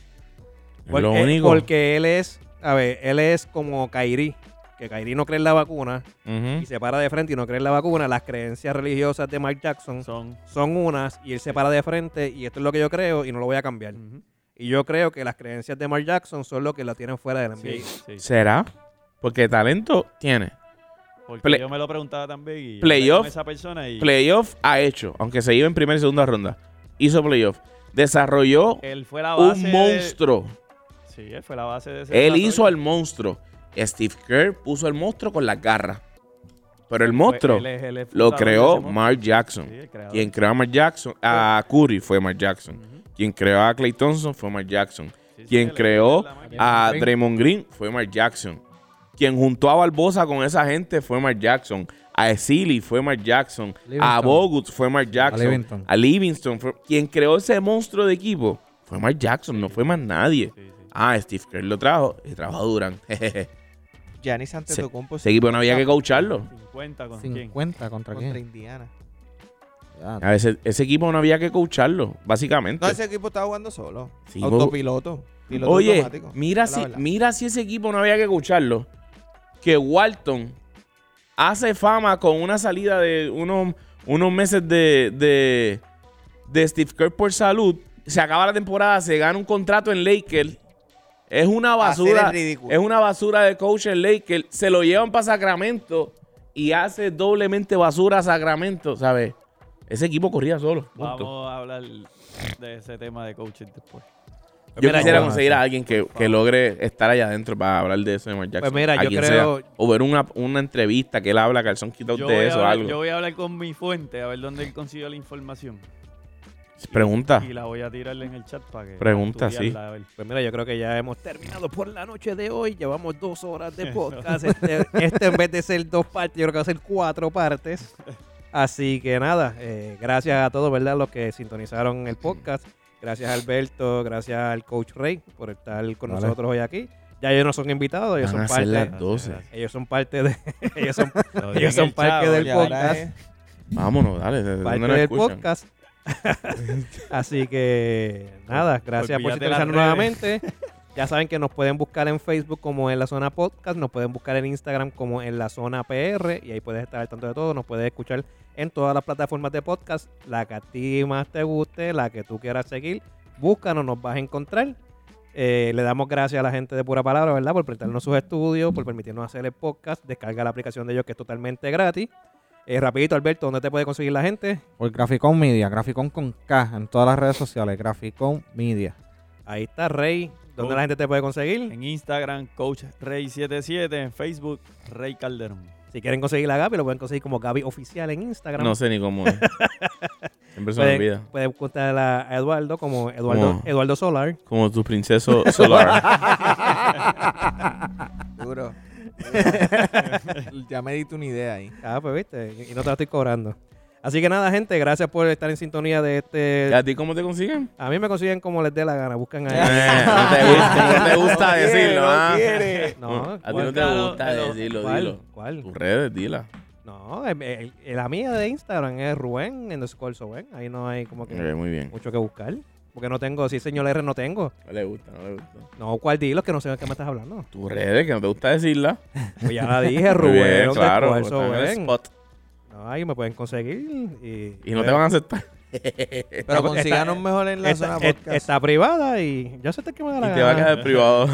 Speaker 2: Porque,
Speaker 3: lo único.
Speaker 2: porque él es, a ver, él es como Kairi, que Kairi no cree en la vacuna
Speaker 3: Ujú.
Speaker 2: y se para de frente y no cree en la vacuna. Las creencias religiosas de Mike Jackson
Speaker 4: Son.
Speaker 2: son unas y él se para de frente y esto es lo que yo creo y no lo voy a cambiar.
Speaker 4: Ujú.
Speaker 2: Y yo creo que las creencias de Mark Jackson son lo que lo tienen fuera del NBA.
Speaker 4: Sí, sí.
Speaker 3: ¿Será? Porque talento tiene.
Speaker 4: Porque
Speaker 3: Play-
Speaker 4: yo me lo preguntaba también. Y hablé
Speaker 3: Playoff.
Speaker 4: con Esa persona y
Speaker 3: Playoff ha hecho, aunque se iba en primera y segunda ronda. Hizo playoff. Desarrolló
Speaker 4: él fue la base.
Speaker 3: un
Speaker 4: de-
Speaker 3: monstruo.
Speaker 4: sí, él fue la base de ese.
Speaker 3: Él
Speaker 4: desarrollo.
Speaker 3: hizo al monstruo. Steve Kerr puso al monstruo con las garras. Pero el
Speaker 4: Fue-
Speaker 3: monstruo
Speaker 4: él es- él es
Speaker 3: lo
Speaker 4: fundador de
Speaker 3: creó
Speaker 4: ese monstruo.
Speaker 3: Mark Jackson.
Speaker 4: Sí, el creador.
Speaker 3: Quien creó a Mark Jackson, a Curry fue Mark Jackson.
Speaker 4: Ujú.
Speaker 3: Quien creó a Clay Thompson fue Mark Jackson.
Speaker 4: Sí, sí,
Speaker 3: Quien
Speaker 4: él es-
Speaker 3: creó
Speaker 4: él es la máquina.
Speaker 3: A
Speaker 5: Green.
Speaker 3: Draymond Green fue Mark Jackson. Quien juntó a Barbosa con esa gente fue Mark Jackson. A Exili fue Mark Jackson. A
Speaker 5: Livingston.
Speaker 3: Bogut fue Mark Jackson. A Livingston.
Speaker 5: Livingston.
Speaker 3: fue... Quien creó ese monstruo de equipo fue Mark Jackson, no fue más nadie.
Speaker 4: Sí, sí.
Speaker 3: Ah, Steve Kerr lo trajo y trajo a Durant. Jejeje.
Speaker 1: Giannis Antetokounmpo
Speaker 3: Ese equipo no había que coacharlo.
Speaker 4: 50 con quién.
Speaker 5: 50 contra
Speaker 1: contra
Speaker 5: quién.
Speaker 1: Indiana.
Speaker 5: Ya,
Speaker 3: A veces, ese equipo no había que coacharlo, básicamente.
Speaker 1: No, ese equipo estaba jugando solo.
Speaker 3: Sí,
Speaker 1: Autopiloto. Piloto
Speaker 3: Oye,
Speaker 1: automático.
Speaker 3: mira
Speaker 1: Es la
Speaker 3: si,
Speaker 1: verdad.
Speaker 3: mira si ese equipo no había que escucharlo. Que Walton hace fama con una salida de unos, unos meses de, de, de Steve Kerr por salud. Se acaba la temporada, se gana un contrato en Lakers. Es una
Speaker 1: Hacer el
Speaker 3: basura.
Speaker 1: ridículo.
Speaker 3: Es una basura de coach en Lakers. Se lo llevan para Sacramento y hace doblemente basura a Sacramento, ¿sabes? Ese equipo corría solo. punto.
Speaker 4: Vamos a hablar de ese tema de coaching después.
Speaker 2: Pues
Speaker 3: Yo
Speaker 2: mira,
Speaker 3: quisiera
Speaker 2: yo-
Speaker 3: conseguir a alguien que, que logre estar allá adentro para hablar de eso de Mark Jackson.
Speaker 2: Pues mira,
Speaker 3: a
Speaker 2: yo
Speaker 3: quien
Speaker 2: creo-
Speaker 3: sea. O ver una, una entrevista que él habla, calzón quitado
Speaker 4: Yo voy,
Speaker 3: de
Speaker 4: a
Speaker 3: eso o
Speaker 4: hablar,
Speaker 3: algo.
Speaker 4: yo voy a hablar con mi fuente a ver dónde él consiguió la información.
Speaker 3: Pregunta.
Speaker 4: Y la voy a tirarle en el chat para que.
Speaker 3: Ah. Pregunta, sí.
Speaker 4: estudiarla, a ver.
Speaker 2: Pues mira, yo creo que ya hemos terminado por la noche de hoy. Llevamos dos horas de podcast. Este, este en vez de ser dos partes, yo creo que va a ser cuatro partes. Así que nada, eh, gracias a todos, ¿verdad? Los que sintonizaron el podcast. Gracias a Alberto, gracias al coach Rey por estar con
Speaker 5: Vale.
Speaker 2: nosotros hoy aquí. Ya ellos no son invitados, ellos
Speaker 3: Van a
Speaker 2: son
Speaker 3: ser
Speaker 2: parte.
Speaker 3: las 12.
Speaker 2: Ellos son parte de. ellos son
Speaker 4: Lo
Speaker 2: Ellos
Speaker 4: di en
Speaker 2: son
Speaker 4: el
Speaker 2: parte
Speaker 4: chat,
Speaker 2: del
Speaker 1: Y
Speaker 4: ya.
Speaker 1: ahora
Speaker 2: podcast.
Speaker 1: es-
Speaker 3: Vámonos, dale. ¿de- de
Speaker 2: parte
Speaker 3: dónde nos
Speaker 2: del
Speaker 3: escuchan?
Speaker 2: podcast. Así que nada, gracias por
Speaker 4: Olvídate de las
Speaker 2: sintonizarnos nuevamente. Ya saben que nos pueden buscar en Facebook como en la zona podcast, nos pueden buscar en Instagram como en la zona PR y ahí puedes estar al tanto de todo, nos puedes escuchar en todas las plataformas de podcast, la que a ti más te guste, la que tú quieras seguir, búscanos, nos vas a encontrar. Eh, le damos gracias a la gente de Pura Palabra, ¿verdad? Por prestarnos sus estudios, por permitirnos hacer el podcast, descarga la aplicación de ellos que es totalmente gratis. Eh, rapidito, Alberto, ¿dónde te puede conseguir la gente?
Speaker 5: Por Graficon Media, Graficon con K en todas las redes sociales, Graficon Media.
Speaker 2: Ahí está Rey. ¿Dónde
Speaker 4: Oh.
Speaker 2: la gente te puede conseguir?
Speaker 4: En Instagram, Coach Rey77. En Facebook, Rey Calderón.
Speaker 2: Si quieren conseguir la Gaby, lo pueden conseguir como Gaby Oficial en Instagram.
Speaker 3: No sé ni cómo. es. Siempre se me
Speaker 2: pueden,
Speaker 3: olvida.
Speaker 2: pueden contar a Eduardo como Eduardo,
Speaker 3: Como-
Speaker 2: Eduardo Solar.
Speaker 3: Como tu princeso solar.
Speaker 1: Duro. ya me diste una idea ahí.
Speaker 2: Ah, pues viste. Y- Y no te la estoy cobrando. Así que nada, gente, gracias por estar en sintonía de
Speaker 3: ¿Y
Speaker 2: este.
Speaker 3: ¿A ti cómo te consiguen?
Speaker 2: A mí me consiguen como les dé la gana. Buscan
Speaker 3: Eh, no,
Speaker 2: ahí.
Speaker 3: te gusta, no te gusta decirlo, ¿ah?
Speaker 2: No,
Speaker 3: A ti no te
Speaker 4: Búscalo,
Speaker 3: gusta
Speaker 4: pero-
Speaker 3: decirlo,
Speaker 2: ¿Cuál?
Speaker 3: dilo.
Speaker 2: ¿Cuál?
Speaker 3: Tus redes, dila.
Speaker 2: No, el- el- el- la mía de Instagram es Rubén underscore Soben. Ahí no hay como que
Speaker 3: Ok, muy bien.
Speaker 2: mucho que buscar. Porque no tengo, sí, señor R, no tengo.
Speaker 3: No le gusta, no le gusta.
Speaker 2: No, ¿cuál dilo? Que no sé de qué me estás hablando.
Speaker 3: Tus redes, que no te gusta decirla.
Speaker 2: Pues ya la dije,
Speaker 3: Muy
Speaker 2: Rubén.
Speaker 3: bien,
Speaker 2: de
Speaker 3: claro.
Speaker 2: Esfuerzo,
Speaker 3: están en el
Speaker 2: ven.
Speaker 3: spot.
Speaker 2: No, ahí me pueden conseguir. Y,
Speaker 3: Y no te van a aceptar.
Speaker 1: Pero
Speaker 2: Esta-
Speaker 1: consíganos mejor en la
Speaker 2: Esta-
Speaker 1: zona
Speaker 2: es-
Speaker 1: podcast.
Speaker 2: está privada y yo sé que me da
Speaker 3: Y
Speaker 2: la
Speaker 3: te va a
Speaker 2: gana.
Speaker 3: quedar privado.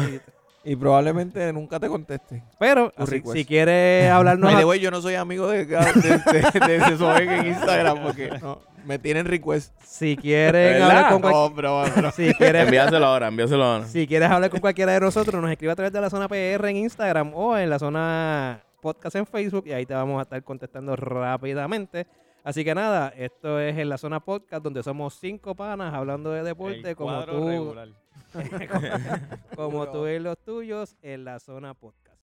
Speaker 1: Y probablemente nunca te conteste.
Speaker 2: Pero
Speaker 1: tu
Speaker 2: así-
Speaker 1: request.
Speaker 2: si quieres hablarnos.
Speaker 1: By
Speaker 2: a-
Speaker 1: the way, yo no soy amigo de, de, de- de ese joven en Instagram porque no, me tienen request.
Speaker 2: si quieren
Speaker 3: ¿Verdad?
Speaker 2: hablar con cual-
Speaker 1: No, pero, pero-
Speaker 2: si quieres
Speaker 3: Envíaselo ahora, envíaselo ahora.
Speaker 2: si quieres hablar con cualquiera de nosotros, nos escribe a través de la zona PR en Instagram o en la zona podcast en Facebook y ahí te vamos a estar contestando rápidamente. Así que nada, esto es en la zona podcast donde somos cinco panas hablando de deporte
Speaker 4: El
Speaker 2: como
Speaker 4: cuadro
Speaker 2: tú,
Speaker 4: regular.
Speaker 2: como tú y los tuyos en la zona podcast.